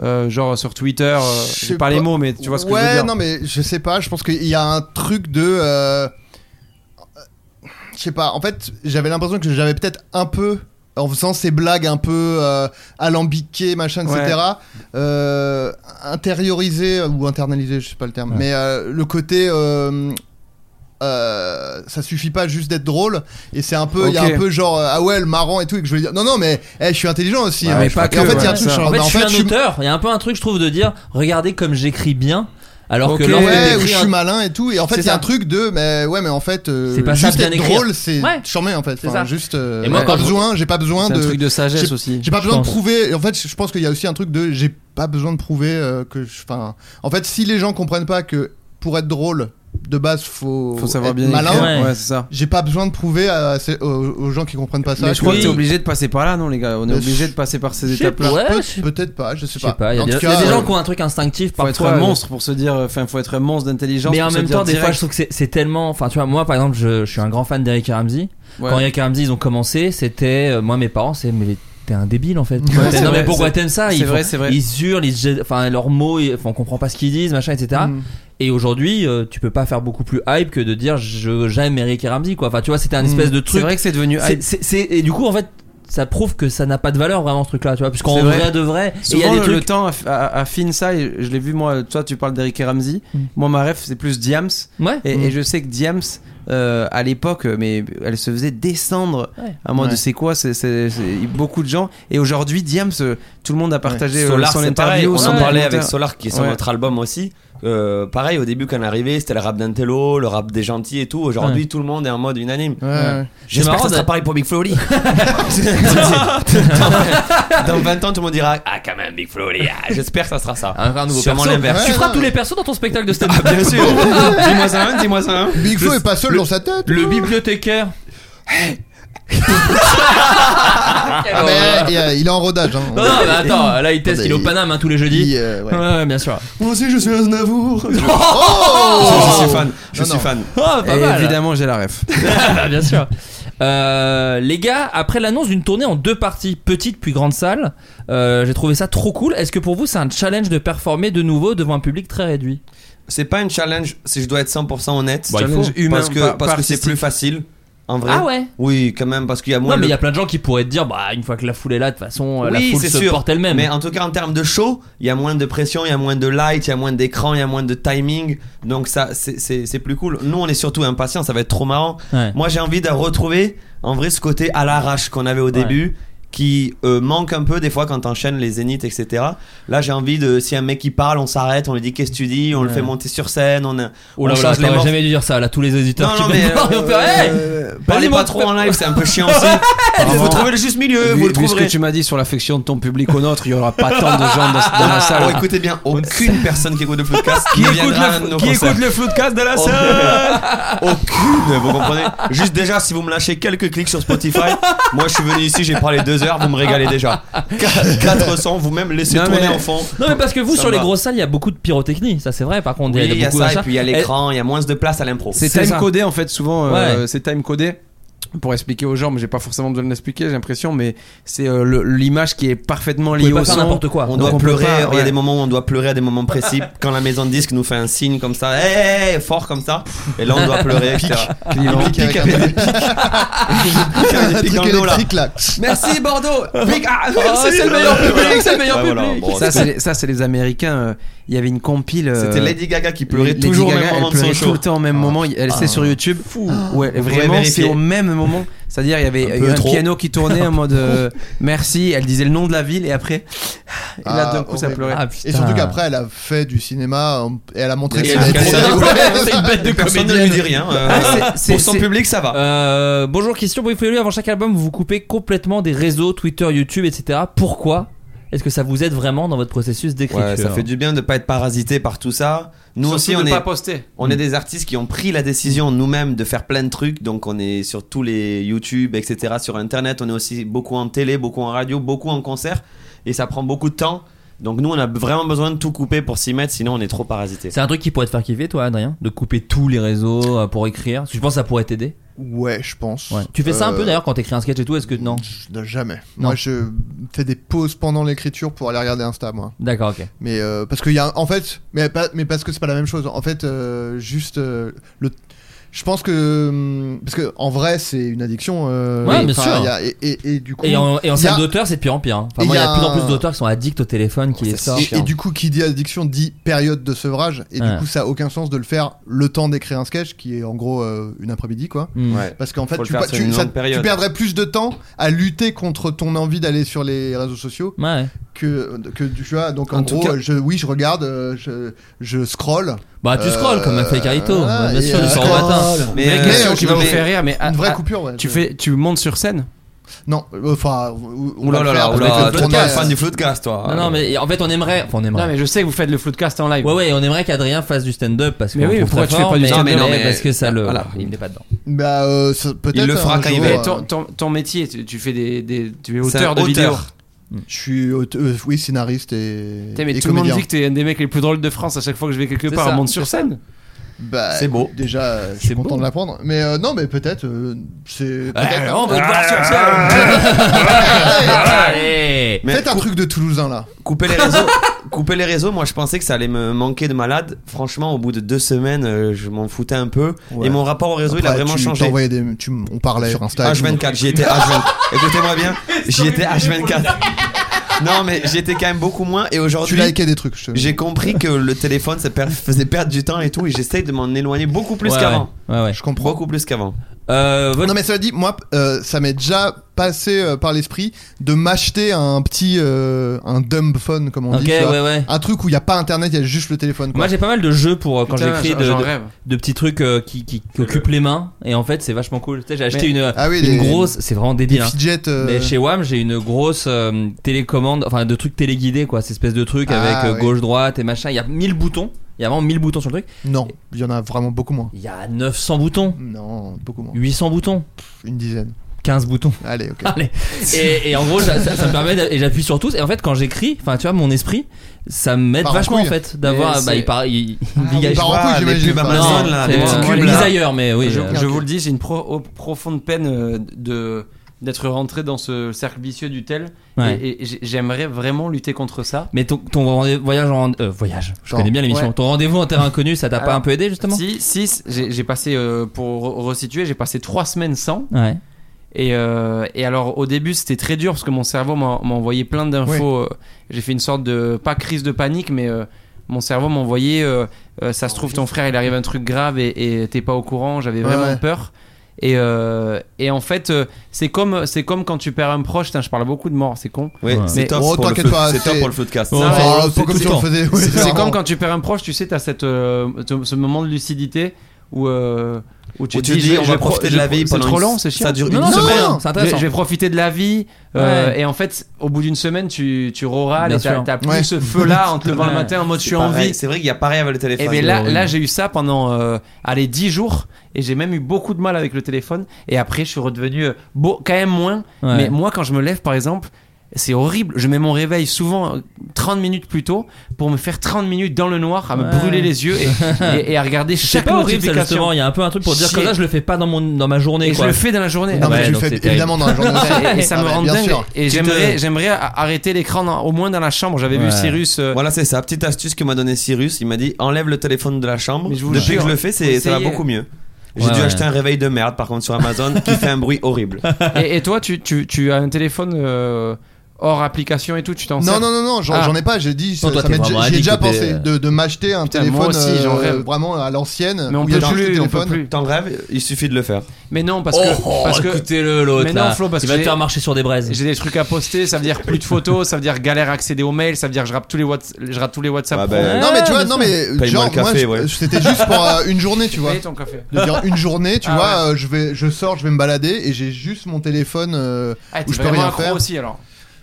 Speaker 3: euh, genre sur Twitter, euh, je sais
Speaker 9: sais
Speaker 3: pas, les mots, mais tu vois ce que
Speaker 9: ouais,
Speaker 3: je veux dire.
Speaker 9: non, mais je sais pas. Je pense qu'il y a un truc de. euh, Je sais pas. En fait, j'avais l'impression que j'avais peut-être un peu. En faisant ces blagues un peu euh, alambiquées, machin,
Speaker 3: Ouais.
Speaker 9: etc., euh, intériorisé ou internalisé, je sais pas le terme, mais euh, le côté euh, euh, ça suffit pas juste d'être drôle, et c'est un peu, il y a
Speaker 3: Ok.
Speaker 9: un peu genre euh, ah ouais, le marrant et tout, et que je vais dire non, non, mais eh, je suis intelligent aussi,
Speaker 7: Ouais,
Speaker 9: hein.
Speaker 7: mais
Speaker 9: Et
Speaker 7: pas que,
Speaker 9: en fait, il y a
Speaker 7: ouais,
Speaker 9: un truc
Speaker 7: ça.
Speaker 9: genre,
Speaker 7: En fait,
Speaker 9: bah,
Speaker 7: je suis
Speaker 9: fait,
Speaker 7: un auteur. Il y a un peu un truc, je trouve, de dire regardez comme j'écris bien, alors
Speaker 9: Ok,
Speaker 7: que lorsque
Speaker 9: ouais,
Speaker 7: t'écris
Speaker 9: où je
Speaker 7: un-
Speaker 9: suis malin et tout. Et en fait,
Speaker 7: C'est
Speaker 9: il y a
Speaker 7: ça.
Speaker 9: un truc de, mais ouais, mais en fait, euh,
Speaker 7: C'est pas ça,
Speaker 9: juste
Speaker 7: bien
Speaker 9: être
Speaker 7: écrire.
Speaker 9: drôle, c'est
Speaker 7: Ouais.
Speaker 9: charmé en fait.
Speaker 7: C'est
Speaker 9: Enfin,
Speaker 7: ça.
Speaker 9: juste, euh,
Speaker 3: Et moi,
Speaker 9: j'ai
Speaker 3: quand
Speaker 9: pas
Speaker 3: je-
Speaker 9: besoin, j'ai pas besoin
Speaker 3: C'est
Speaker 9: de.
Speaker 3: un truc de sagesse
Speaker 9: j'ai-
Speaker 3: aussi,
Speaker 9: J'ai pas
Speaker 3: je
Speaker 9: besoin de
Speaker 3: pense.
Speaker 9: prouver. et En fait, je pense qu'il y a aussi un truc de, j'ai pas besoin de prouver euh, que je. Enfin, en fait, si les gens comprennent pas que pour être drôle, de base, faut,
Speaker 3: Faut savoir
Speaker 9: être
Speaker 3: bien
Speaker 9: malin.
Speaker 3: écrire, ouais, Ouais. c'est ça.
Speaker 9: J'ai pas besoin de prouver à ces- aux, aux gens qui comprennent pas ça.
Speaker 3: Mais je crois que t'es obligé de passer par là, non les gars On est
Speaker 9: Euh,
Speaker 3: obligé de passer par ces
Speaker 9: Je sais
Speaker 3: étapes-là.
Speaker 9: pas,
Speaker 7: Ouais,
Speaker 9: peut-
Speaker 7: je-
Speaker 9: Peut-être pas, je sais
Speaker 7: Je sais
Speaker 9: pas.
Speaker 7: pas, il y a
Speaker 9: En
Speaker 7: des,
Speaker 9: tout
Speaker 7: il y a
Speaker 9: cas,
Speaker 7: des gens
Speaker 9: euh,
Speaker 7: qui ont un truc instinctif
Speaker 3: Faut être
Speaker 7: parfois. euh,
Speaker 3: un monstre pour se dire, enfin faut être un monstre d'intelligence.
Speaker 7: Mais
Speaker 3: pour
Speaker 7: en
Speaker 3: se
Speaker 7: même
Speaker 3: dire
Speaker 7: temps, des
Speaker 3: direct.
Speaker 7: fois, je trouve que c'est- c'est tellement. Enfin, tu vois, moi, par exemple, je, je suis un grand fan d'Eric et Ramsey.
Speaker 3: Ouais.
Speaker 7: Quand Eric et Ramsey, ils ont commencé, c'était. euh, moi, mes parents, c'est. Mais t'es un débile, en fait.
Speaker 3: Ouais, c'est
Speaker 7: non,
Speaker 3: vrai,
Speaker 7: mais pourquoi
Speaker 3: c'est-
Speaker 7: t'aimes ça
Speaker 3: c'est
Speaker 7: ils,
Speaker 3: vrai, c'est vrai.
Speaker 7: ils hurlent, ils se jettent- Enfin, leurs mots, ils- enfin, on comprend pas ce qu'ils disent, machin, etc. Et aujourd'hui, euh, tu peux pas faire beaucoup plus hype que de dire je- j'aime Eric et Ramsey, quoi. Enfin, tu vois, c'était un
Speaker 3: Mm.
Speaker 7: espèce de
Speaker 3: C'est
Speaker 7: truc.
Speaker 3: vrai que c'est devenu hype.
Speaker 7: c'est- c'est- Et du coup, en fait. Ça prouve que ça n'a pas de valeur vraiment ce truc-là, tu vois, puisqu'en
Speaker 3: C'est
Speaker 7: vrai. de vrai, et il y a
Speaker 3: Souvent,
Speaker 7: des
Speaker 3: le-
Speaker 7: trucs-
Speaker 3: le temps aff- a- affine ça. Et je l'ai vu, moi, toi, tu parles d'Eric et Ramsey. Moi, ma ref, c'est plus Diams.
Speaker 7: Ouais.
Speaker 3: Et,
Speaker 7: Mm.
Speaker 3: et je sais que Diams, euh, à l'époque, mais elle se faisait descendre
Speaker 7: Ouais.
Speaker 3: à moi de
Speaker 7: Ouais.
Speaker 3: c'est quoi, c'est c'est- c'est- beaucoup de gens. Et aujourd'hui, Diams, euh, tout le monde a partagé euh,
Speaker 8: Solar,
Speaker 3: son
Speaker 8: c'est
Speaker 3: interview.
Speaker 8: pareil. On
Speaker 3: son
Speaker 8: en parlait
Speaker 3: documentaire.
Speaker 8: avec Solar qui est sur
Speaker 3: Ouais.
Speaker 8: notre album aussi. Euh, pareil, au début, quand on est arrivé, c'était le rap d'Antello, le rap des gentils et tout. Aujourd'hui,
Speaker 3: Ouais.
Speaker 8: tout le monde est en mode unanime.
Speaker 3: ouais.
Speaker 8: J'espère
Speaker 3: C'est
Speaker 8: que ça
Speaker 3: marrant
Speaker 8: sera
Speaker 3: de-
Speaker 8: pareil pour Big Flo Lee. Dans- Dans 20 ans, tout le monde dira Ah, quand même, Big Flo Lee. ah, J'espère que ça sera ça.
Speaker 7: Un nouveau
Speaker 8: Sûrement
Speaker 7: perso.
Speaker 8: l'inverse.
Speaker 7: Tu feras tous les persos dans ton spectacle de
Speaker 3: Ah,
Speaker 7: stand-up.
Speaker 8: Bien sûr. dis-moi ça, un, dis-moi ça. un.
Speaker 9: Big Flo
Speaker 8: Le-
Speaker 9: est pas seul
Speaker 8: le-
Speaker 9: dans sa tête.
Speaker 7: Le bibliothécaire.
Speaker 9: Ah, mais il est- il est en rodage. Hein.
Speaker 7: Non, non, mais attends, là il teste, il est au Paname hein, tous les jeudis.
Speaker 9: Il, euh, ouais.
Speaker 7: Ouais, ouais, bien sûr.
Speaker 9: Moi aussi, je suis Aznavour.
Speaker 8: Je suis fan.
Speaker 9: Oh
Speaker 8: Je
Speaker 9: Non,
Speaker 8: suis
Speaker 9: non.
Speaker 8: fan.
Speaker 7: Ah, pas
Speaker 3: Et
Speaker 7: mal.
Speaker 3: évidemment, j'ai la ref.
Speaker 7: Ah, bien sûr. Euh, les gars, après l'annonce d'une tournée en deux parties, petite puis grande salle, euh, j'ai trouvé ça trop cool. Est-ce que pour vous c'est un challenge de performer de nouveau devant un public très réduit
Speaker 8: C'est pas une challenge, si je dois être 100% honnête.
Speaker 7: Bah, il
Speaker 8: Challenge
Speaker 7: faut.
Speaker 8: humain, parce que,
Speaker 3: pas-
Speaker 8: parce
Speaker 3: pas
Speaker 8: que c'est plus facile. En vrai.
Speaker 7: Ah ouais
Speaker 8: Oui, quand même, parce qu'il y a moins
Speaker 7: Non, mais il
Speaker 8: le-
Speaker 7: y a plein de gens qui pourraient te dire, bah une fois que la foule est là, de toute façon, euh,
Speaker 8: Oui,
Speaker 7: la foule
Speaker 8: c'est
Speaker 7: se
Speaker 8: sûr.
Speaker 7: porte elle-même.
Speaker 8: Mais en tout cas, en termes de show, il y a moins de pression, il y a moins de light, il y a moins d'écran, il y a moins de timing. Donc ça, c'est- c'est c'est plus cool. Nous, on est surtout impatients, ça va être trop marrant.
Speaker 7: Ouais.
Speaker 8: Moi, j'ai envie de retrouver, en vrai, ce côté à l'arrache qu'on avait au début. Qui euh, manque un peu des fois quand t'enchaînes les zéniths, etc. Là, j'ai envie de. Si un mec qui parle, on s'arrête, on lui dit qu'est-ce que tu dis, on le
Speaker 7: Ouais.
Speaker 8: fait monter sur scène, on,
Speaker 7: Oh là
Speaker 8: on
Speaker 7: là,
Speaker 8: change les
Speaker 7: t'aurais
Speaker 8: morphes.
Speaker 7: jamais dû dire ça, là, tous les auditeurs
Speaker 8: Non,
Speaker 7: qui
Speaker 8: non,
Speaker 7: vont
Speaker 8: mais.
Speaker 7: voir, ils vont faire, hey
Speaker 8: euh, parlez
Speaker 7: Vas-y,
Speaker 8: pas
Speaker 7: monte-
Speaker 8: trop en live, c'est un peu chiant aussi. vous trouvez le juste milieu,
Speaker 3: Vu,
Speaker 8: Euh, vous le
Speaker 3: vu ce que
Speaker 8: trouverez.
Speaker 3: tu m'as dit sur l'affection de ton public au nôtre, il y aura pas tant de gens dans, dans la
Speaker 8: Ah,
Speaker 3: salle.
Speaker 8: bon, écoutez bien, aucune personne qui écoute le podcast qui écoute le,
Speaker 14: qui écoute le floodcast de la salle
Speaker 8: Aucune, vous comprenez Juste déjà, si vous me lâchez quelques clics sur Spotify, moi je suis venu ici, j'ai parlé deux heures, vous me régalez déjà. Qu- 400, vous-même laissez
Speaker 3: Non,
Speaker 8: tourner
Speaker 3: mais-
Speaker 8: en fond.
Speaker 7: Non, mais parce que vous,
Speaker 8: Ça
Speaker 7: sur les
Speaker 8: va.
Speaker 7: grosses salles, il y a beaucoup de pyrotechnie, ça c'est vrai, par contre.
Speaker 8: Oui, il y a
Speaker 7: beaucoup
Speaker 8: ça, et
Speaker 7: d'achats.
Speaker 8: puis il y a l'écran, il y a moins de place à l'impro.
Speaker 3: C'est
Speaker 7: C'est
Speaker 3: time
Speaker 7: ça.
Speaker 3: codé en fait souvent euh,
Speaker 7: Ouais.
Speaker 3: c'est time codé pour expliquer aux gens mais j'ai pas forcément besoin de l'expliquer j'ai l'impression mais c'est euh, le- l'image qui est parfaitement
Speaker 7: Vous
Speaker 3: liée
Speaker 7: pouvez
Speaker 3: au
Speaker 7: pas faire
Speaker 3: son
Speaker 7: n'importe quoi.
Speaker 8: On
Speaker 3: Donc
Speaker 8: doit
Speaker 3: on peut
Speaker 8: pleurer,
Speaker 3: pas,
Speaker 8: il y a
Speaker 3: ouais.
Speaker 8: des moments où on doit pleurer à des moments précis, quand la maison de disque nous fait un signe comme ça, hey, fort comme ça, et là on doit pleurer, etc.
Speaker 9: Il pique avec un- un
Speaker 8: Pique dans
Speaker 9: truc
Speaker 8: le dos, là.
Speaker 9: électrique là.
Speaker 8: Merci Bordeaux Pique, ah,
Speaker 7: Oh,
Speaker 8: merci.
Speaker 7: c'est le meilleur public, c'est le meilleur
Speaker 8: Ouais, voilà,
Speaker 7: public.
Speaker 8: bon,
Speaker 3: ça
Speaker 8: c'est
Speaker 3: c'est les, ça, c'est les américains euh, il y avait une compile euh,
Speaker 8: C'était Lady Gaga qui pleurait
Speaker 3: Lady
Speaker 8: toujours au
Speaker 3: Gaga,
Speaker 8: même moment
Speaker 3: elle
Speaker 8: de son
Speaker 3: pleurait tout
Speaker 8: show. Ah.
Speaker 3: le temps au même moment elle c'est sur YouTube ouais
Speaker 8: Vous pouvez
Speaker 3: vraiment
Speaker 8: vérifier.
Speaker 3: c'est au même moment c'est à dire il y avait
Speaker 8: Un
Speaker 3: un,
Speaker 8: peu
Speaker 3: un
Speaker 8: trop.
Speaker 3: piano qui tournait en mode euh, merci elle disait le nom de la ville et après et là
Speaker 9: Ah,
Speaker 3: d'un coup ça
Speaker 9: horrible.
Speaker 3: pleurait
Speaker 7: Ah,
Speaker 9: Et
Speaker 7: putain.
Speaker 9: surtout qu'après, elle a fait du cinéma euh, et elle a montré
Speaker 8: Et
Speaker 9: qu'elle
Speaker 8: elle a
Speaker 9: était
Speaker 8: fait ça.
Speaker 9: Ouais.
Speaker 7: C'est une bête de
Speaker 8: Personne ne
Speaker 7: comédienne.
Speaker 8: lui dit rien. euh,
Speaker 7: Ah, c'est-
Speaker 8: pour
Speaker 7: c'est-
Speaker 8: son
Speaker 7: c'est-
Speaker 8: public, ça va.
Speaker 7: Euh, bonjour Christian Boyfrioli, avant chaque album vous vous coupez complètement des réseaux, Twitter, YouTube, etc. Pourquoi Est-ce que ça vous aide vraiment dans votre processus d'écriture
Speaker 8: Ah, Ouais, ça fait du bien de pas être parasité par tout ça. Nous
Speaker 3: Surtout
Speaker 8: aussi, on
Speaker 3: de
Speaker 8: est,
Speaker 3: pas poster
Speaker 9: Mm.
Speaker 8: on est des artistes qui ont pris la décision nous-mêmes de faire plein de trucs. Donc, on est sur tous les YouTube, etc., sur Internet. On est aussi beaucoup en télé, beaucoup en radio, beaucoup en concert. Et ça prend beaucoup de temps. Donc, nous, on a vraiment besoin de tout couper pour s'y mettre. Sinon, on est trop parasité.
Speaker 7: C'est un truc qui pourrait te faire kiffer toi Adrien De couper tous les réseaux euh, pour écrire Parce que je pense que ça pourrait t'aider
Speaker 9: Ouais, je pense.
Speaker 7: Tu fais ça un
Speaker 9: Euh,
Speaker 7: peu d'ailleurs quand t'écris un sketch et tout Est-ce que non
Speaker 9: je- de- Jamais.
Speaker 7: Non.
Speaker 9: Moi, je fais des pauses pendant l'écriture pour aller regarder Insta, moi.
Speaker 7: D'accord ok
Speaker 9: Mais euh, parce qu'il y a, en fait, mais pas, mais parce que c'est pas la même chose. En fait, euh, juste euh, le. Je pense que hum, parce que en vrai c'est une addiction. euh,
Speaker 7: Ouais, bien
Speaker 9: enfin,
Speaker 7: sûr.
Speaker 9: il y a- et, et- et du coup.
Speaker 7: Et en, et en
Speaker 9: il y a-
Speaker 7: salle d'auteur c'est de pire en pire hein. Enfin,
Speaker 9: Et
Speaker 7: moi, il y a de
Speaker 9: un-
Speaker 7: plus en plus d'auteurs qui sont addicts au téléphone qui les sortent
Speaker 9: et, et du coup, qui dit addiction dit période de sevrage. Et
Speaker 7: Ouais.
Speaker 9: du coup, ça a aucun sens de le faire le temps d'écrire un sketch qui est en gros euh, une après-midi quoi.
Speaker 7: Hmm.
Speaker 8: Ouais.
Speaker 9: Parce qu'en fait,
Speaker 8: Faut le
Speaker 9: tu,
Speaker 8: faire
Speaker 9: pa-
Speaker 8: sur
Speaker 9: tu-
Speaker 8: une
Speaker 9: ça-
Speaker 8: longue période.
Speaker 9: tu perdrais plus de temps à lutter contre ton envie d'aller sur les réseaux sociaux
Speaker 7: Ouais.
Speaker 9: que, que tu vois. Donc en,
Speaker 3: En tout
Speaker 9: gros,
Speaker 3: cas-
Speaker 9: je, oui, je regarde, euh, je, je scroll.
Speaker 7: Bah tu
Speaker 9: Euh,
Speaker 7: scrolls comme a fait Carito
Speaker 9: voilà,
Speaker 7: Bien
Speaker 9: et,
Speaker 7: sûr
Speaker 9: euh,
Speaker 7: du soir au matin
Speaker 8: Mais,
Speaker 3: mais
Speaker 8: euh,
Speaker 3: question
Speaker 9: mais-
Speaker 3: qui va vous
Speaker 8: mais-
Speaker 3: faire rire mais
Speaker 9: Une
Speaker 3: ah,
Speaker 9: vraie
Speaker 3: ah,
Speaker 9: coupure, ouais.
Speaker 3: tu fais tu montes sur scène
Speaker 9: Non, euh, enfin, on
Speaker 3: Oulala,
Speaker 9: va le faire
Speaker 3: oulala,
Speaker 9: parce que le
Speaker 8: Toi, t'es un
Speaker 9: tournage-
Speaker 8: fan du flot de gaz, toi.
Speaker 7: Non non mais en fait on aimerait Enfin on aimerait
Speaker 3: Non, mais je sais que vous faites le floodcast en live.
Speaker 7: Ouais, ouais, on aimerait qu'Adrien fasse du stand-up parce que
Speaker 3: Mais oui, mais pourquoi tu fais pas du
Speaker 8: stand-up
Speaker 7: mais,
Speaker 8: Non, mais-
Speaker 7: parce que ça le.
Speaker 3: Ah,
Speaker 8: Voilà.
Speaker 7: il n'est pas dedans.
Speaker 9: Bah, euh, ça- peut-être.
Speaker 8: le fera
Speaker 9: un
Speaker 8: quand
Speaker 9: jour,
Speaker 8: il va.
Speaker 3: Mais
Speaker 9: euh,
Speaker 3: ton, ton- ton métier, tu, tu fais des, des- tu es
Speaker 8: C'est
Speaker 3: auteur
Speaker 8: un
Speaker 3: de vidéos.
Speaker 8: auteur.
Speaker 9: Je suis, aute- euh, oui, scénariste et.
Speaker 3: Putain, mais
Speaker 9: et
Speaker 3: tout le monde
Speaker 9: comédien.
Speaker 3: dit que t'es un des mecs les plus drôles de France à chaque fois que je vais quelque
Speaker 7: C'est
Speaker 3: part,
Speaker 7: ça,
Speaker 3: on monte sur
Speaker 7: c'est ça.
Speaker 3: scène.
Speaker 9: Bah,
Speaker 8: C'est beau.
Speaker 9: Déjà, euh, je suis
Speaker 7: C'est
Speaker 9: content
Speaker 7: beau. Eh,
Speaker 9: de l'apprendre. Mais euh, non, mais peut-être. euh, c'est. peut-être-
Speaker 7: on va te voir sur ça. Allez.
Speaker 8: Mais
Speaker 9: Peut-être un truc de Toulousain là.
Speaker 8: Couper les réseaux. Couper les réseaux, moi je pensais que ça allait me manquer de malade. Franchement, au bout de deux semaines, euh, je m'en foutais un peu.
Speaker 9: Ouais.
Speaker 8: Et mon rapport au réseau, il a
Speaker 9: Après,
Speaker 8: vraiment
Speaker 9: tu
Speaker 8: changé.
Speaker 9: t'envoyais des, tu, on parlait sur Insta. et tout.
Speaker 8: H24, j'y étais H24. Écoutez-moi bien, j'y étais H24. non, mais j'étais quand même beaucoup moins. Et aujourd'hui,
Speaker 9: Tu likais des trucs, je te-
Speaker 8: J'ai compris que le téléphone, ça per- faisait perdre du temps et tout. Et j'essaye de m'en éloigner beaucoup plus
Speaker 9: Ouais,
Speaker 8: qu'avant.
Speaker 9: Je comprends.
Speaker 8: Beaucoup plus qu'avant.
Speaker 9: Non mais ça dit, moi, euh, ça m'est déjà passé euh, par l'esprit de m'acheter un petit euh, un dumb phone comme on
Speaker 7: Ok,
Speaker 9: dit, tu vois.
Speaker 7: ouais, ouais.
Speaker 9: un truc où il n'y a pas internet, il y a juste le téléphone. quoi.
Speaker 7: Moi j'ai pas mal de jeux pour euh, quand
Speaker 9: Putain,
Speaker 7: j'écris
Speaker 9: j'en-
Speaker 7: de,
Speaker 9: j'en
Speaker 7: de-
Speaker 9: rêve.
Speaker 7: de petits trucs euh, qui, qui, qui occupent les mains et en fait c'est vachement cool. Tu sais, j'ai acheté
Speaker 9: Mais-
Speaker 7: une, euh,
Speaker 9: Ah oui,
Speaker 7: une
Speaker 9: des-
Speaker 7: grosse, c'est vraiment
Speaker 9: des
Speaker 7: débile. hein.
Speaker 9: fidgets, euh,
Speaker 7: Mais chez WAM j'ai une grosse euh, télécommande, enfin de trucs téléguidés quoi, cette espèce de truc
Speaker 9: Ah,
Speaker 7: avec euh,
Speaker 9: oui.
Speaker 7: gauche droite et machin. Il y a 1000 boutons, il y a vraiment 1000 boutons sur le truc.
Speaker 9: Non, il y en a vraiment beaucoup moins.
Speaker 7: Il y a 900 boutons.
Speaker 9: Non, beaucoup moins.
Speaker 7: 800 boutons.
Speaker 9: Une dizaine.
Speaker 7: 15 boutons.
Speaker 9: Allez, ok.
Speaker 7: Allez. Et, et en gros, ça, ça- ça me permet d'a- et j'appuie sur tous. Et en fait, quand j'écris, enfin, tu vois, mon esprit, ça m'aide
Speaker 9: Part en
Speaker 7: vachement en
Speaker 9: couille.
Speaker 7: fait
Speaker 3: Mais
Speaker 7: d'avoir. Bah,
Speaker 3: c'est-
Speaker 7: il part, il, il
Speaker 3: Ah,
Speaker 9: oui,
Speaker 7: bigage
Speaker 9: part en
Speaker 7: pas,
Speaker 9: couille,
Speaker 7: les
Speaker 9: j'imagine,
Speaker 7: pubs
Speaker 9: ça.
Speaker 7: Amazon,
Speaker 9: Non,
Speaker 7: là,
Speaker 9: c'est-
Speaker 7: les
Speaker 9: c'est
Speaker 7: petits
Speaker 9: un
Speaker 7: cubes,
Speaker 9: cube,
Speaker 7: là.
Speaker 9: là.
Speaker 7: Ils ailleurs, mais oui.
Speaker 3: Je,
Speaker 7: euh,
Speaker 3: je vous le dis, j'ai une pro- oh, profonde peine euh, de d'être rentré dans ce cercle vicieux du tel. Et-
Speaker 7: Ouais.
Speaker 3: Et, j'ai- j'aimerais vraiment lutter contre ça.
Speaker 7: Mais ton, ton rendez- voyage en euh, voyage, je
Speaker 3: Genre.
Speaker 7: connais bien l'émission.
Speaker 3: Ouais.
Speaker 7: Ton rendez-vous en terre inconnue, ça t'a pas
Speaker 3: Alors,
Speaker 7: un peu aidé justement
Speaker 3: Si, si c- j'ai j'ai passé, euh, pour re- resituer, j'ai passé trois semaines sans.
Speaker 7: Ouais.
Speaker 3: Et, euh, et alors au début c'était très dur parce que mon cerveau m'a m'a envoyé plein d'infos. Euh, J'ai fait une sorte de, pas crise de panique, mais euh, mon cerveau m'envoyait, euh, euh, ça se trouve ton frère il arrive un truc grave et et t'es pas au courant, j'avais vraiment
Speaker 9: Ouais.
Speaker 3: peur. Et, euh, et en fait euh, c'est comme, c'est comme quand tu perds un proche, Putain, je parle beaucoup de mort, c'est con.
Speaker 8: Oui,
Speaker 3: Mais-
Speaker 8: c'est top,
Speaker 9: Oh,
Speaker 8: pour, le
Speaker 9: t'inquiète
Speaker 8: feu-
Speaker 9: pas,
Speaker 8: c'est top
Speaker 9: c'est-
Speaker 8: pour le podcast.
Speaker 9: Oh,
Speaker 3: Non, mais-
Speaker 9: oh, c'est
Speaker 3: tout
Speaker 9: comme si
Speaker 3: le
Speaker 9: on
Speaker 3: temps.
Speaker 9: faisait- oui,
Speaker 3: C'est-
Speaker 9: c'est
Speaker 3: C'est
Speaker 9: vraiment-
Speaker 3: comme quand tu perds un proche, tu sais, t'as cette, euh, ce ce moment de lucidité où. euh, où tu
Speaker 8: Où
Speaker 3: te
Speaker 8: tu dis, on
Speaker 3: je
Speaker 8: va
Speaker 3: pro-
Speaker 8: profiter de
Speaker 3: je
Speaker 8: la
Speaker 3: pro-
Speaker 8: vie
Speaker 3: C'est
Speaker 8: pendant
Speaker 3: trop
Speaker 8: une-
Speaker 3: long, c'est chiant.
Speaker 8: ça dure une semaine.
Speaker 7: c'est intéressant.
Speaker 3: Je, vais- je vais profiter de la vie. euh,
Speaker 7: Ouais.
Speaker 3: Et en fait, au bout d'une semaine, tu, tu rorales
Speaker 8: Bien
Speaker 3: et t'as
Speaker 8: sûr.
Speaker 3: t'as plus
Speaker 8: Ouais.
Speaker 3: ce feu-là en te levant le
Speaker 8: Ouais.
Speaker 3: matin en mode je suis
Speaker 8: C'est
Speaker 3: en
Speaker 8: pareil.
Speaker 3: vie.
Speaker 8: C'est vrai qu'il y a pareil avec le téléphone.
Speaker 3: Et bien Eh ben là, là j'ai eu ça pendant euh, allez, 10 jours et j'ai même eu beaucoup de mal avec le téléphone. Et après, je suis redevenu euh, beau, quand même moins.
Speaker 7: Ouais.
Speaker 3: Mais moi, quand je me lève, par exemple, c'est horrible. Je mets mon réveil souvent euh, 30 minutes plus tôt pour me faire 30 minutes dans le noir à me
Speaker 7: Ouais.
Speaker 3: brûler les yeux et, et- et à regarder
Speaker 7: C'est
Speaker 3: chaque
Speaker 7: pas horrible ça,
Speaker 3: notification.
Speaker 7: justement. Il y a un peu un truc pour dire que
Speaker 3: Chier.
Speaker 7: là je le fais pas dans mon dans ma journée.
Speaker 3: Et je
Speaker 7: quoi.
Speaker 3: le fais dans la journée.
Speaker 7: Ouais, donc c'est terrible.
Speaker 3: Et, et ça
Speaker 9: ah,
Speaker 3: me rend dingue. Et
Speaker 8: Tu
Speaker 3: j'aimerais,
Speaker 8: te-
Speaker 3: j'aimerais a- arrêter l'écran dans- au moins dans la chambre. J'avais vu euh, Cyrus.
Speaker 7: Euh,
Speaker 8: Voilà, c'est ça. Petite astuce que m'a donné Cyrus. Il m'a dit enlève le téléphone de la chambre.
Speaker 3: Mais je vous
Speaker 8: Depuis
Speaker 3: jure,
Speaker 8: que je le fais, c'est- ça va
Speaker 3: essayez.
Speaker 8: beaucoup mieux. J'ai
Speaker 3: Ouais,
Speaker 8: dû
Speaker 3: ouais.
Speaker 8: acheter un réveil de merde par contre sur Amazon qui fait un bruit horrible.
Speaker 3: Et, et toi, tu, tu, tu as un téléphone euh, hors application et tout, tu t'en
Speaker 9: Non,
Speaker 3: sers
Speaker 9: non, non, non, j'en
Speaker 3: Ah.
Speaker 9: j'en ai pas, j'ai dit, ça,
Speaker 3: Non, toi,
Speaker 9: ça
Speaker 3: t'es
Speaker 9: m'est déjà-
Speaker 3: vraiment
Speaker 9: j'y ai
Speaker 3: addict
Speaker 9: déjà
Speaker 3: au télé-
Speaker 9: pensé de, de m'acheter un
Speaker 3: Putain, moi
Speaker 9: téléphone euh,
Speaker 3: aussi, j'en rêve.
Speaker 9: vraiment à l'ancienne.
Speaker 3: Mais on
Speaker 9: où il y a
Speaker 3: peut
Speaker 9: juste le
Speaker 3: plus, on peut
Speaker 9: téléphone.
Speaker 3: plus.
Speaker 8: T'en rêves, il suffit de le faire.
Speaker 3: Mais non, parce
Speaker 7: Oh,
Speaker 3: que.
Speaker 7: oh,
Speaker 3: parce que
Speaker 7: écoutez-le, l'autre,
Speaker 3: Mais non,
Speaker 7: là.
Speaker 3: Flo, parce
Speaker 7: Il
Speaker 3: que
Speaker 7: va te
Speaker 3: j'ai-
Speaker 7: faire marcher sur des braises.
Speaker 3: J'ai des trucs à poster, ça veut dire plus de photos, ça veut dire galère à accéder aux mails, ça veut dire je rate tous les, Whats- je rate tous les WhatsApp. pro.
Speaker 9: Euh, non mais tu vois, non mais
Speaker 8: Paye-moi
Speaker 9: genre
Speaker 8: le café,
Speaker 9: moi, je-
Speaker 8: ouais.
Speaker 9: c'était juste pour euh, une journée, tu vois.
Speaker 3: Paye ton café.
Speaker 9: De dire une journée, tu
Speaker 3: Ah
Speaker 9: vois,
Speaker 3: ouais.
Speaker 9: euh, je vais, je sors, je vais me balader et j'ai juste mon téléphone euh,
Speaker 3: Ah, t'es
Speaker 9: où je peux
Speaker 3: vraiment
Speaker 9: rien
Speaker 3: accro
Speaker 9: faire.
Speaker 3: aussi alors.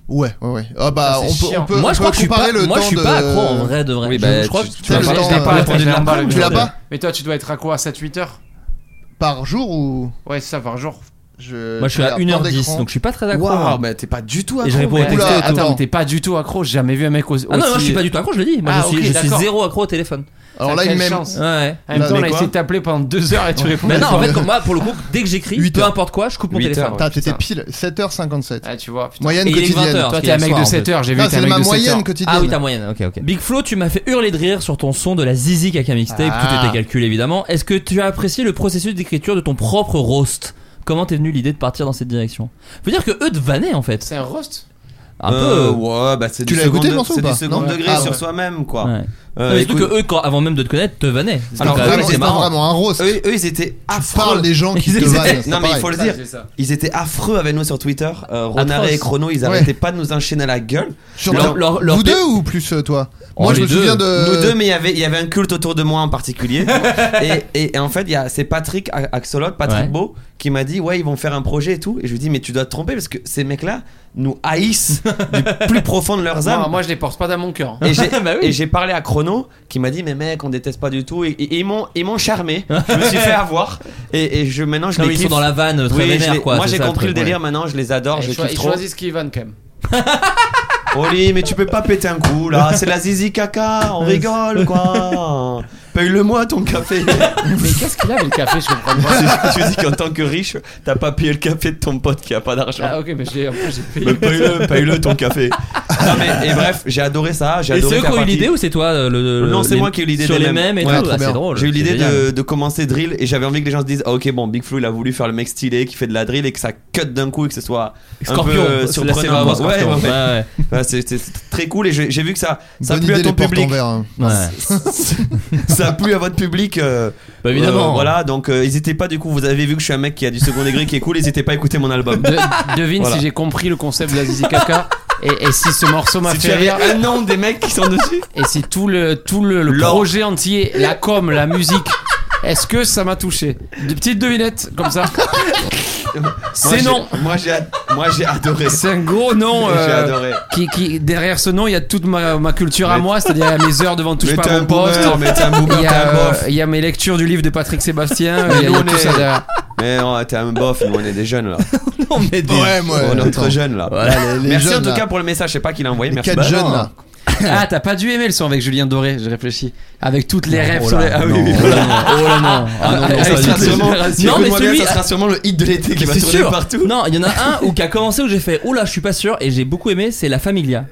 Speaker 9: Ouais, ouais, ouais. Ah bah
Speaker 3: Ah, c'est
Speaker 9: on peut,
Speaker 3: chiant.
Speaker 9: on peut,
Speaker 3: Moi,
Speaker 9: on
Speaker 3: je
Speaker 9: peut
Speaker 3: crois que je suis
Speaker 9: comparer
Speaker 3: pas-
Speaker 9: le
Speaker 3: moi,
Speaker 9: temps
Speaker 3: je suis pas
Speaker 9: de-
Speaker 7: accro, en vrai, de vrai.
Speaker 8: Oui,
Speaker 7: Je-
Speaker 8: bah,
Speaker 7: je crois
Speaker 8: tu-
Speaker 7: que-
Speaker 8: tu
Speaker 9: Tu sais,
Speaker 8: vas
Speaker 9: le
Speaker 8: pas-
Speaker 9: temps,
Speaker 8: je l'ai pas,
Speaker 9: euh,
Speaker 8: attends, je l'ai pas,
Speaker 9: Tu l'as
Speaker 8: mais-
Speaker 9: pas
Speaker 3: Mais toi, tu dois être à quoi 7-8 heures
Speaker 9: par jour ou
Speaker 3: Ouais, c'est ça, par jour.
Speaker 9: je,
Speaker 7: Moi je suis à
Speaker 9: regarde temps
Speaker 7: 1h10
Speaker 9: d'écran.
Speaker 7: donc je suis pas très accro.
Speaker 8: Waouh,
Speaker 7: moi.
Speaker 8: mais t'es pas du tout
Speaker 7: Et je
Speaker 8: accro.
Speaker 7: réponds aux
Speaker 3: Mais
Speaker 7: textos.
Speaker 3: attends,
Speaker 7: et tout.
Speaker 3: attends, mais t'es pas du tout accro, j'ai jamais vu un mec aussi.
Speaker 7: Ah non, moi je suis pas du tout accro, je le dis. Moi
Speaker 3: Ah,
Speaker 7: je suis,
Speaker 3: ok,
Speaker 7: je suis
Speaker 3: d'accord.
Speaker 7: zéro accro au téléphone.
Speaker 9: Alors là,
Speaker 3: Quelle
Speaker 9: il m'aime.
Speaker 3: chance.
Speaker 7: Ouais.
Speaker 3: En même
Speaker 9: Là,
Speaker 3: temps, on
Speaker 9: mais
Speaker 3: a
Speaker 9: quoi
Speaker 3: essayé de t'appeler pendant 2 heures et tu réponds.
Speaker 7: Mais non, en
Speaker 3: pas.
Speaker 7: fait, comme moi pour le coup, dès que j'écris,
Speaker 9: Huit
Speaker 7: peu
Speaker 9: heures.
Speaker 7: importe quoi, je coupe mon
Speaker 8: Huit
Speaker 7: téléphone.
Speaker 8: heures.
Speaker 9: Putain, t'étais
Speaker 3: Putain.
Speaker 9: pile 7h57.
Speaker 3: Ah, tu vois, putain.
Speaker 9: Moyenne
Speaker 7: Et il est 20
Speaker 9: quotidienne.
Speaker 7: heures,
Speaker 3: Toi,
Speaker 7: parce
Speaker 3: t'es un
Speaker 7: qu'il y a
Speaker 3: mec
Speaker 7: soir,
Speaker 3: de
Speaker 7: en fait.
Speaker 3: 7 heures, j'ai vu
Speaker 9: Non,
Speaker 3: que t'es
Speaker 9: c'est
Speaker 3: un mec
Speaker 9: ma
Speaker 3: de 7
Speaker 9: moyenne
Speaker 3: heures.
Speaker 9: quotidienne.
Speaker 7: Ah oui, ta moyenne, ok, ok. Big Flo, tu m'as fait hurler de rire sur ton son de la zizi qui a mixtape,
Speaker 9: Ah.
Speaker 7: tout était calculé évidemment. Est-ce que tu as apprécié le processus d'écriture de ton propre roast Comment t'es venu l'idée de partir dans cette direction Faut dire que eux te vannaient en fait.
Speaker 3: C'est un roast
Speaker 7: Un
Speaker 8: Euh,
Speaker 7: peu.
Speaker 8: ouais, bah c'est
Speaker 9: Tu
Speaker 8: du
Speaker 9: l'as écouté,
Speaker 8: second
Speaker 9: le morceau, ou
Speaker 8: c'est du
Speaker 9: pas
Speaker 8: second
Speaker 9: Non.
Speaker 8: degré
Speaker 9: Ah,
Speaker 8: sur
Speaker 9: ouais.
Speaker 8: soi-même quoi.
Speaker 7: Ouais.
Speaker 8: Euh,
Speaker 7: Non, surtout
Speaker 8: écoute-
Speaker 7: que eux, quand- avant même de te connaître, te vannaient.
Speaker 8: Alors,
Speaker 7: Donc,
Speaker 8: vraiment,
Speaker 7: euh,
Speaker 8: c'est
Speaker 7: c'est
Speaker 9: C'est pas
Speaker 7: marrant.
Speaker 9: vraiment un roast.
Speaker 8: Eux, eux, ils étaient
Speaker 9: Tu
Speaker 8: affreux.
Speaker 9: parles des gens qui
Speaker 8: Ils
Speaker 9: te
Speaker 8: étaient-
Speaker 9: valent.
Speaker 8: Non, mais il faut le dire. Ils étaient affreux avec nous sur Twitter. Euh, Renard
Speaker 7: Atroce.
Speaker 8: et Chrono, ils
Speaker 9: Ouais.
Speaker 8: arrêtaient pas de nous enchaîner à la gueule.
Speaker 7: Leur- leur- leur-
Speaker 9: Vous deux ou plus euh, toi Moi, je
Speaker 7: les
Speaker 9: me
Speaker 7: deux.
Speaker 9: souviens de.
Speaker 8: Nous deux, mais il y avait- il y avait un culte autour de moi en particulier. et, et- et en fait, il y a- c'est Patrick A- Axolot, Patrick
Speaker 7: Ouais.
Speaker 8: Beau, qui m'a dit Ouais, ils vont faire un projet et tout. Et je lui dis Mais tu dois te tromper parce que ces mecs-là nous haïssent du plus profond de leurs âmes.
Speaker 3: Moi, moi, je les porte pas dans mon cœur. hein.
Speaker 8: Et j'ai
Speaker 7: Bah oui.
Speaker 8: et j'ai parlé à Chrono qui m'a dit mais mec on déteste pas du tout et, et- et ils m'ont ils m'ont charmé je me suis fait avoir et, et je maintenant je
Speaker 7: Non,
Speaker 8: les
Speaker 7: mais ils sont
Speaker 8: kiffe.
Speaker 7: dans la vanne, très
Speaker 8: Oui, je
Speaker 7: vénère,
Speaker 8: les-
Speaker 7: quoi,
Speaker 8: moi
Speaker 7: c'est
Speaker 8: j'ai
Speaker 7: ça,
Speaker 8: compris
Speaker 7: le
Speaker 8: le
Speaker 7: truc, Eh,
Speaker 8: délire maintenant je les adore je
Speaker 3: Ils
Speaker 8: les
Speaker 3: cho-
Speaker 8: kiffe
Speaker 3: ils
Speaker 8: trop
Speaker 3: choisissent ce qu'ils veulent quand même.
Speaker 8: Oli mais tu peux pas péter un coup là c'est la zizi caca on rigole quoi paye le moi ton café
Speaker 3: Mais qu'est-ce qu'il a avec le café Je comprends pas.
Speaker 8: tu dis qu'en tant que riche t'as pas payé le café de ton pote qui a pas d'argent
Speaker 3: Ah, ok, mais j'ai- en plus, j'ai payé.
Speaker 8: Mais paye-le, paye-le ton café. Ah, Non, mais- et bref, j'ai adoré ça. J'ai
Speaker 7: Et c'est
Speaker 8: adoré
Speaker 7: eux qui
Speaker 8: faire
Speaker 7: ont eu
Speaker 8: partie.
Speaker 7: l'idée ou c'est toi euh, le, le-
Speaker 8: Non, c'est
Speaker 7: les-
Speaker 8: moi qui ai eu l'idée
Speaker 7: sur
Speaker 8: des
Speaker 7: les mêmes et
Speaker 8: Ouais,
Speaker 7: tout.
Speaker 8: trop
Speaker 7: Ah, c'est
Speaker 8: bien.
Speaker 7: drôle.
Speaker 8: J'ai eu
Speaker 7: c'est
Speaker 8: l'idée
Speaker 7: génial.
Speaker 8: de, de commencer drill et j'avais envie que les gens se disent ah, ok bon Big Flo il a voulu faire le mec stylé qui fait de la drill et que ça cut d'un coup et que ce soit
Speaker 7: Scorpion,
Speaker 8: un peu
Speaker 7: c'est la série
Speaker 8: surprenant.
Speaker 7: avant Scorpion. Ouais, ouais.
Speaker 8: Ouais, c'est c'est très cool et j'ai j'ai vu que ça ça
Speaker 9: Bonne
Speaker 8: plu à
Speaker 9: idée,
Speaker 8: ton
Speaker 9: les portes
Speaker 8: public.
Speaker 9: en verre, hein.
Speaker 8: ça plu à votre public. euh,
Speaker 7: Bah, évidemment.
Speaker 8: euh, voilà donc euh, n'hésitez pas du coup vous avez vu que je suis un mec qui a du second degré qui est cool n'hésitez pas à écouter mon album.
Speaker 3: De- devine
Speaker 8: Voilà.
Speaker 3: si j'ai compris le concept de la Zizi Kaka et, et si ce morceau m'a
Speaker 8: Si tu
Speaker 3: fait
Speaker 8: avais
Speaker 3: rire.
Speaker 8: un nom des mecs qui sont dessus.
Speaker 3: Et si tout le, tout le, le
Speaker 8: L'or.
Speaker 3: projet entier, la com, la musique, est-ce que ça m'a touché Des petites devinettes comme ça.
Speaker 8: Moi,
Speaker 3: C'est
Speaker 8: j'ai-
Speaker 3: non.
Speaker 8: Moi j'ai ad- moi j'ai adoré.
Speaker 3: C'est un gros nom.
Speaker 8: J'ai
Speaker 3: euh,
Speaker 8: adoré.
Speaker 3: Qui, qui- derrière ce nom, il y a toute ma, ma culture à moi, c'est-à-dire mes heures devant touche
Speaker 8: mais t'es
Speaker 3: pas à
Speaker 8: un
Speaker 3: mon poste.
Speaker 8: boomer, mais t'es un boomer,
Speaker 3: Il y,
Speaker 8: t'es un
Speaker 3: a, euh,
Speaker 8: bof.
Speaker 3: il y a mes lectures du livre de Patrick Sébastien. il y a- il y a
Speaker 8: Nous, on
Speaker 3: tout ça
Speaker 8: est-
Speaker 3: derrière.
Speaker 8: Mais non, t'es un bof, nous on est des jeunes là.
Speaker 7: On est des-
Speaker 9: Ouais, moi.
Speaker 8: on est
Speaker 9: attends.
Speaker 8: entre jeunes là.
Speaker 9: Voilà, les- les
Speaker 8: Merci en
Speaker 9: jeunes,
Speaker 8: tout
Speaker 9: là.
Speaker 8: cas pour le message, je sais pas qui l'a envoyé.
Speaker 9: Les
Speaker 8: Merci.
Speaker 9: quatre
Speaker 8: Bah,
Speaker 9: jeunes
Speaker 8: non.
Speaker 9: là.
Speaker 3: Ah, t'as pas dû aimer le son avec Julien Doré, j'ai réfléchi. Avec toutes les rêves
Speaker 7: Oh
Speaker 3: sur
Speaker 7: là,
Speaker 3: les. Ah oui,
Speaker 7: non,
Speaker 3: oui,
Speaker 7: oh là, non, oh là, non. Ah, non, non,
Speaker 8: Ah,
Speaker 7: ça,
Speaker 8: il sera
Speaker 7: c'est-
Speaker 8: sûrement-
Speaker 7: c'est-
Speaker 8: Non,
Speaker 7: Non, mais
Speaker 8: écoute-moi bien,
Speaker 7: celui,
Speaker 8: ça sera sûrement le hit de l'été qui va
Speaker 7: c'est
Speaker 8: tourner
Speaker 7: sûr.
Speaker 8: partout.
Speaker 7: Non, il y en a un où qui a commencé où j'ai fait oula, je suis pas sûr et j'ai beaucoup aimé, c'est La Familia.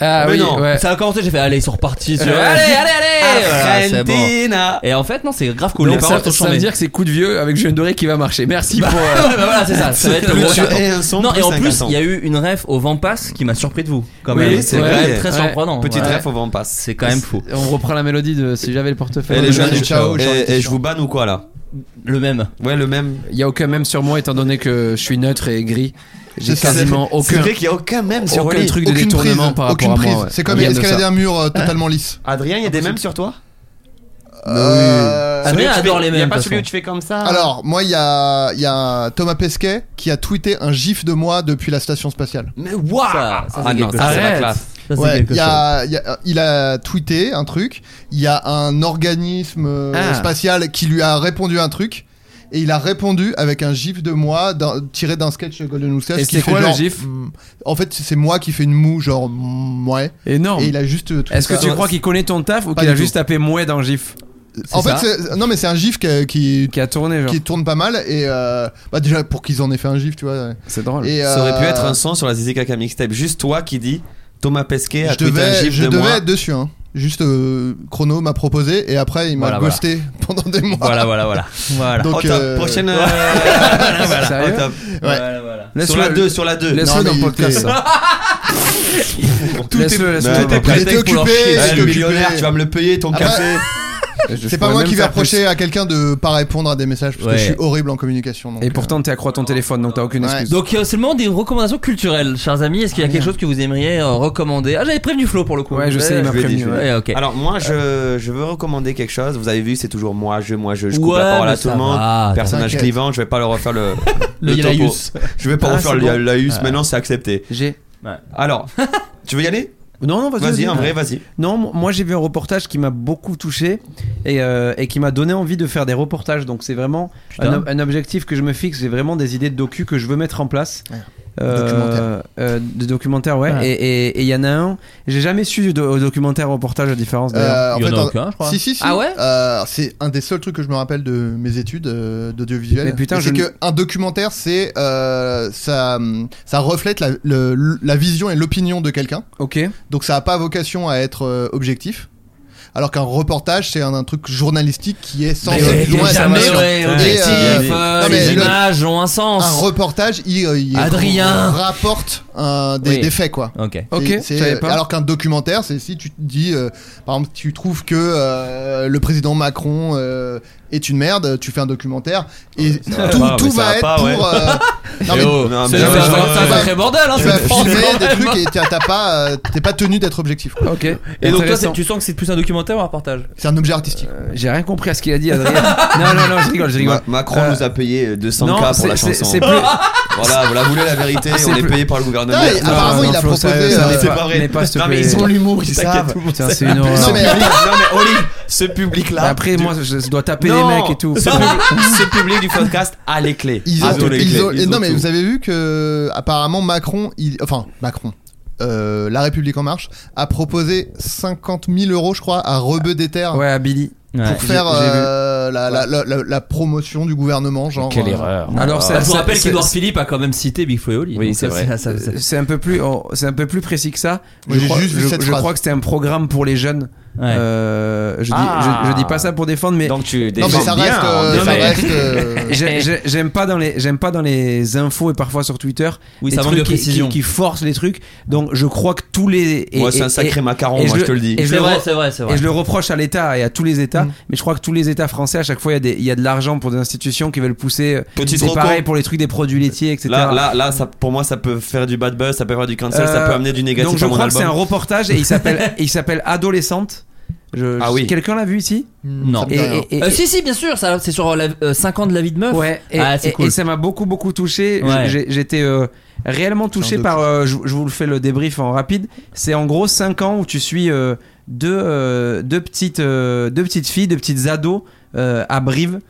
Speaker 3: Ah
Speaker 8: Mais
Speaker 3: oui,
Speaker 8: non,
Speaker 3: ouais.
Speaker 7: Ça a commencé, j'ai fait allez, ils sont repartis. sur-
Speaker 3: Euh,
Speaker 7: allez, allez, allez Ah, Voilà, c'est bon.
Speaker 8: Argentina.
Speaker 7: Et en fait, non, c'est grave cool.
Speaker 3: Donc
Speaker 7: Les paroles
Speaker 3: ça,
Speaker 7: sont
Speaker 3: ça veut
Speaker 7: chambées.
Speaker 3: dire que c'est coup de vieux avec Julien Doré qui va marcher. Merci pour.
Speaker 7: Ouais,
Speaker 3: euh,
Speaker 7: bah voilà, c'est ça. Ça va être le
Speaker 8: Plus
Speaker 7: gros
Speaker 8: tu
Speaker 7: carton.
Speaker 8: hais un son,
Speaker 7: Non,
Speaker 8: plus
Speaker 7: et en
Speaker 8: c'est un
Speaker 7: plus,
Speaker 8: carton.
Speaker 7: il y a eu une ref au Vampas qui m'a surpris de vous. Quand
Speaker 3: Oui,
Speaker 7: même.
Speaker 3: c'est
Speaker 7: quand
Speaker 8: vrai.
Speaker 7: même très
Speaker 3: Ouais.
Speaker 7: surprenant.
Speaker 8: Petite
Speaker 7: Ouais.
Speaker 8: rêve ref, on va en passe.
Speaker 7: C'est quand même fou.
Speaker 3: On reprend la mélodie de Si j'avais le portefeuille.
Speaker 8: Et les
Speaker 9: le
Speaker 8: jeunes,
Speaker 9: jeunes, ciao,
Speaker 8: et-
Speaker 9: ciao,
Speaker 8: et
Speaker 9: ciao.
Speaker 8: je vous banne ou quoi là
Speaker 7: Le même.
Speaker 8: Ouais, le même.
Speaker 3: Il y a aucun même sur moi étant donné que je suis neutre et gris. J'ai
Speaker 9: C'est ça,
Speaker 3: quasiment
Speaker 8: C'est
Speaker 3: aucun.
Speaker 8: vrai qu'il y a aucun même sur
Speaker 3: aucun
Speaker 8: Oli.
Speaker 3: truc de
Speaker 9: Aucune prise,
Speaker 3: détournement par rapport
Speaker 9: aucune
Speaker 3: à moi.
Speaker 9: prise.
Speaker 3: ouais.
Speaker 9: C'est comme
Speaker 3: Il y a de
Speaker 9: escalader
Speaker 3: ça.
Speaker 9: un mur euh, totalement lisse.
Speaker 8: Adrien, il y a des mêmes sur toi
Speaker 9: Euh,
Speaker 7: Adrien adore les
Speaker 8: Il y a
Speaker 7: mêmes.
Speaker 8: pas
Speaker 7: de
Speaker 8: celui où
Speaker 7: toute
Speaker 8: tu fais comme ça
Speaker 9: Alors, moi, il y a, il y a Thomas Pesquet qui a tweeté un gif de moi depuis la station spatiale.
Speaker 8: Mais waouh
Speaker 7: Ça, ça, c'est
Speaker 8: Ah non,
Speaker 7: quelque
Speaker 8: ça c'est la
Speaker 3: Arrête.
Speaker 8: classe.
Speaker 7: façon. Ça, c'est
Speaker 9: Ouais,
Speaker 7: quelque
Speaker 9: il, y a, il y a- il a tweeté un truc. Il y a un organisme euh,
Speaker 3: Ah.
Speaker 9: spatial qui lui a répondu un truc. Et il a répondu avec un gif de moi d'un- tiré d'un sketch Golden Moustache.
Speaker 3: Et
Speaker 9: qui
Speaker 3: c'était
Speaker 9: fait
Speaker 3: quoi, le
Speaker 9: genre,
Speaker 3: gif
Speaker 9: mm, En fait, c'est moi qui fais une moue, genre mm, ouais.
Speaker 3: Énorme.
Speaker 9: Et il a juste. euh, tweeté
Speaker 3: Est-ce que
Speaker 9: ça.
Speaker 3: tu crois qu'il connaît ton taf ou
Speaker 9: Pas
Speaker 3: qu'il a
Speaker 9: du tout.
Speaker 3: juste tapé mouet dans GIF
Speaker 9: En
Speaker 3: c'est
Speaker 9: fait, c'est- non, mais c'est un gif qui, qui,
Speaker 3: Qui a tourné, genre.
Speaker 9: qui tourne pas mal. Et euh, bah, déjà, pour qu'ils en aient fait un gif, tu vois.
Speaker 3: C'est drôle.
Speaker 9: Et,
Speaker 8: Ça aurait pu
Speaker 9: euh,
Speaker 8: être un son sur la ZZ Kaka mixtape. Juste toi qui dis Thomas Pesquet a
Speaker 9: je
Speaker 8: tweeté un
Speaker 9: devais,
Speaker 8: gif
Speaker 9: je
Speaker 8: de
Speaker 9: devais
Speaker 8: moi.
Speaker 9: être dessus. Hein. Juste euh, Chrono m'a proposé et après il m'a
Speaker 7: Voilà,
Speaker 9: ghosté pendant des mois.
Speaker 7: Voilà, voilà, voilà. Voilà.
Speaker 9: Donc,
Speaker 8: Au top.
Speaker 9: euh,
Speaker 8: Prochaine. euh,
Speaker 3: Sérieux
Speaker 8: au top.
Speaker 7: Voilà, voilà.
Speaker 8: Sur la
Speaker 3: Laisse-le-
Speaker 8: 2, sur la 2.
Speaker 9: Non,
Speaker 3: Laisse-le
Speaker 9: mais
Speaker 3: dans le
Speaker 9: il
Speaker 3: podcast. Bah,
Speaker 9: était-
Speaker 3: ça.
Speaker 8: Tout
Speaker 3: Laisse-le, laisse-le.
Speaker 8: Non,
Speaker 3: dans le
Speaker 8: t'es
Speaker 9: Il
Speaker 8: prêt.
Speaker 3: podcast.
Speaker 9: était
Speaker 8: Prétexte pour leur
Speaker 9: occupé,
Speaker 8: chier.
Speaker 9: il
Speaker 8: Ouais,
Speaker 9: était
Speaker 8: le
Speaker 9: occupé.
Speaker 8: millionnaire, tu vas me le payer ton
Speaker 9: Après,
Speaker 8: café.
Speaker 3: Je
Speaker 9: C'est pas
Speaker 3: pourrais
Speaker 9: moi
Speaker 3: même
Speaker 9: qui vais
Speaker 3: faire plus.
Speaker 9: reprocher à quelqu'un de pas répondre à des messages parce
Speaker 7: Ouais.
Speaker 9: que je suis horrible en communication. donc,
Speaker 3: hein. Et
Speaker 9: euh,
Speaker 3: pourtant, t'es accro à ton téléphone, donc t'as aucune
Speaker 9: Ouais.
Speaker 3: excuse.
Speaker 7: Donc euh, c'est le moment des recommandations culturelles, chers amis. Est-ce qu'il y a quelque chose que vous aimeriez euh, recommander Ah j'avais prévenu Flo pour le coup.
Speaker 3: Ah, Ouais, je sais, il m'a
Speaker 8: je vais
Speaker 3: prévenu.
Speaker 8: dire, je vais
Speaker 3: ouais.
Speaker 7: Ouais, ok.
Speaker 8: Alors moi je, je veux recommander quelque chose. Vous avez vu c'est toujours moi je moi je je coupe
Speaker 7: Ouais,
Speaker 8: la parole
Speaker 7: mais
Speaker 8: à tout
Speaker 7: ça
Speaker 8: le monde.
Speaker 3: Ah,
Speaker 7: va,
Speaker 8: Personnage
Speaker 9: t'inquiète.
Speaker 8: clivant. Je vais pas leur refaire le
Speaker 7: Le
Speaker 8: topo.
Speaker 7: laïus.
Speaker 8: Je vais pas
Speaker 3: Ah,
Speaker 8: refaire
Speaker 3: c'est
Speaker 8: le
Speaker 3: bon.
Speaker 8: laïus. Maintenant c'est accepté.
Speaker 3: J'ai.
Speaker 8: Alors tu veux y aller
Speaker 3: Non, non, vas-y.
Speaker 8: Vas-y
Speaker 3: vas-y.
Speaker 8: en vrai vas-y.
Speaker 3: Non, m- moi j'ai vu un reportage qui m'a beaucoup touché et, euh, et qui m'a donné envie de faire des reportages. Donc c'est vraiment
Speaker 7: Putain.
Speaker 3: un, ob- un objectif que je me fixe. J'ai vraiment des idées de docu que je veux mettre en place.
Speaker 9: Documentaire.
Speaker 3: euh, de documentaires, ouais.
Speaker 7: Ouais.
Speaker 3: Et- Et et il y en a un. J'ai jamais su de au documentaire reportage la différence d'ailleurs.
Speaker 9: euh, en
Speaker 7: Il y en
Speaker 9: fait,
Speaker 7: a
Speaker 9: en-
Speaker 7: aucun, je crois.
Speaker 9: Si, si, si.
Speaker 7: Ah ouais
Speaker 9: Euh, C'est un des seuls trucs que je me rappelle de mes études euh, d'audiovisuel.
Speaker 3: Mais putain,
Speaker 9: Et
Speaker 3: je
Speaker 9: c'est
Speaker 3: ne-
Speaker 9: que un documentaire, c'est euh, ça, hum, ça reflète la, le- la vision et l'opinion de quelqu'un.
Speaker 3: ok.
Speaker 9: Donc ça n'a pas vocation à être euh, objectif. Alors qu'un reportage, c'est un, un truc journalistique qui est sans
Speaker 7: Mais
Speaker 9: euh,
Speaker 7: c'est
Speaker 9: plus loin
Speaker 7: jamais
Speaker 9: information.
Speaker 7: vrai,
Speaker 9: Et,
Speaker 7: objectif,
Speaker 9: euh,
Speaker 7: euh,
Speaker 9: non, mais
Speaker 7: les
Speaker 9: le-
Speaker 7: images ont un sens.
Speaker 9: un reportage, il, euh, il
Speaker 7: Adrien.
Speaker 9: rapporte un- des,
Speaker 7: Oui.
Speaker 9: des faits, quoi.
Speaker 7: Ok.
Speaker 3: Ok,
Speaker 9: Et
Speaker 3: je
Speaker 9: c'est-
Speaker 3: savais pas.
Speaker 9: Alors qu'un documentaire, c'est si tu te dis, euh, par exemple, tu trouves que euh, le président Macron euh, est une merde, tu fais un documentaire et
Speaker 8: va
Speaker 9: tout,
Speaker 8: pas,
Speaker 9: tout
Speaker 8: mais ça
Speaker 9: va
Speaker 8: va
Speaker 9: être
Speaker 8: pas,
Speaker 9: pour.
Speaker 8: ouais.
Speaker 9: euh, non, mais
Speaker 8: Non,
Speaker 7: C'est
Speaker 8: mais-
Speaker 7: un- c'est
Speaker 8: Ouais,
Speaker 7: un
Speaker 8: ouais, ouais.
Speaker 7: sacré bordel, hein,
Speaker 9: tu
Speaker 7: ce
Speaker 9: vas
Speaker 7: franchement,
Speaker 9: filmer des
Speaker 7: quand même.
Speaker 9: trucs et t'as t'as pas, euh, t'es pas tenu d'être objectif. quoi.
Speaker 3: Ok.
Speaker 7: Et donc toi,
Speaker 3: Intéressant.
Speaker 7: c'est- tu sens que c'est plus un documentaire ou un reportage
Speaker 9: C'est un objet artistique.
Speaker 3: Euh, J'ai rien compris à ce qu'il a dit, Adrien. non, non, non, je rigole, je rigole.
Speaker 8: Ma- Macron
Speaker 3: Euh,
Speaker 8: nous a payé 200
Speaker 3: non,
Speaker 8: k pour
Speaker 3: c'est-
Speaker 8: la
Speaker 3: c'est-
Speaker 8: chanson.
Speaker 3: c'est plus-
Speaker 8: Voilà vous la voulez la vérité.
Speaker 3: C'est
Speaker 8: On est
Speaker 3: plus-
Speaker 8: payé par le gouvernement.
Speaker 9: Non, et apparemment, il a
Speaker 3: Ah, Flo,
Speaker 9: proposé.
Speaker 3: sérieux, ça
Speaker 9: euh,
Speaker 3: n'est
Speaker 8: c'est
Speaker 3: pas-
Speaker 8: pas vrai.
Speaker 3: n'est pas, s'il te
Speaker 8: non mais ils
Speaker 3: plaît.
Speaker 8: ont l'humour, ils
Speaker 3: T'inquiète,
Speaker 8: savent.
Speaker 3: Putain, c'est une horreur.
Speaker 9: Non, mais-
Speaker 8: Public- non mais Oli, ce public là.
Speaker 3: Après, moi, je je dois taper
Speaker 8: Non, Ah.
Speaker 3: les mecs et tout.
Speaker 8: Ce public, ce public du podcast a les clés.
Speaker 9: Ils
Speaker 8: Ah,
Speaker 9: ont,
Speaker 8: les
Speaker 9: ils
Speaker 8: clés,
Speaker 9: ont-
Speaker 8: ils
Speaker 9: et non
Speaker 8: ont
Speaker 9: mais
Speaker 8: tout.
Speaker 9: vous avez vu que apparemment Macron, il, enfin Macron, euh, La République en Marche a proposé 50 000 euros je crois à Rebeu des Terres
Speaker 3: Ouais, à Billy.
Speaker 9: pour
Speaker 11: Ouais.
Speaker 9: faire
Speaker 11: J'ai- j'ai vu.
Speaker 9: euh, la, la- la- la- la promotion du gouvernement. Genre, euh,
Speaker 3: Alors, ça-
Speaker 7: je vous
Speaker 3: ça-
Speaker 7: rappelle
Speaker 3: c'est-
Speaker 7: qu'Edouard Philippe a quand même cité Big Flo et Oli.
Speaker 3: Oui,
Speaker 7: Donc
Speaker 3: c'est
Speaker 7: ça,
Speaker 3: vrai.
Speaker 7: ça- ça-
Speaker 3: C'est un peu plus, oh, c'est un peu plus précis que ça.
Speaker 9: Moi,
Speaker 3: je
Speaker 9: j'ai
Speaker 3: crois,
Speaker 9: juste vu
Speaker 3: je-
Speaker 9: cette
Speaker 3: je
Speaker 9: phrase.
Speaker 3: crois que c'était un programme pour les jeunes.
Speaker 7: Ouais.
Speaker 3: Euh, je, dis,
Speaker 15: Ah.
Speaker 3: je, je dis pas ça pour défendre, mais
Speaker 15: Donc tu
Speaker 3: mais
Speaker 15: défends
Speaker 3: ça
Speaker 15: bien,
Speaker 3: reste,
Speaker 15: en
Speaker 8: hein.
Speaker 3: euh,
Speaker 15: effet.
Speaker 3: ça reste,
Speaker 9: euh,
Speaker 3: J'ai- j'ai- j'aime pas dans les, j'aime pas dans les infos et parfois sur Twitter
Speaker 7: Oui,
Speaker 3: les
Speaker 7: ça manque
Speaker 3: trucs
Speaker 7: de
Speaker 3: qui-
Speaker 7: précision.
Speaker 3: qui, qui forcent les trucs. Donc je crois que tous les et-
Speaker 8: Ouais, c'est
Speaker 3: et-
Speaker 8: un sacré
Speaker 3: et-
Speaker 8: macaron,
Speaker 3: et
Speaker 8: moi, je te le dis.
Speaker 3: et
Speaker 7: C'est
Speaker 3: le
Speaker 7: vrai,
Speaker 3: re-
Speaker 7: c'est vrai, c'est vrai.
Speaker 3: Et je le reproche à l'État et à tous les États, mais je crois que tous les États français à chaque fois il y a des, il y a de l'argent pour des institutions qui veulent pousser. euh,
Speaker 8: Petite
Speaker 3: C'est
Speaker 8: reco.
Speaker 3: pareil pour les trucs des produits laitiers, etc.
Speaker 8: Là, là, là, ça, pour moi, ça peut faire du bad buzz, ça peut faire du cancel, ça
Speaker 3: Euh,
Speaker 8: peut amener du négatif
Speaker 3: Donc je
Speaker 8: à mon
Speaker 3: crois que
Speaker 8: album.
Speaker 3: c'est un reportage et il s'appelle il s'appelle Adolescente. Je-
Speaker 8: Ah
Speaker 3: je-
Speaker 8: oui.
Speaker 3: Quelqu'un l'a vu ici
Speaker 7: Non.
Speaker 3: Et- et- et-
Speaker 7: Euh, si, si, bien sûr, ça, c'est sur 5 ans de la vie de meuf.
Speaker 3: Ouais, et,
Speaker 7: ah, c'est
Speaker 3: et-
Speaker 7: cool.
Speaker 3: et ça m'a beaucoup beaucoup touché.
Speaker 7: Ouais.
Speaker 3: J'ai- J'étais euh, réellement touché
Speaker 7: docu.
Speaker 3: par. euh, je, je vous le fais le débrief en rapide. C'est en gros 5 ans où tu suis euh, deux, euh, deux, petites, euh, deux petites filles, deux petites ados euh, à Brive.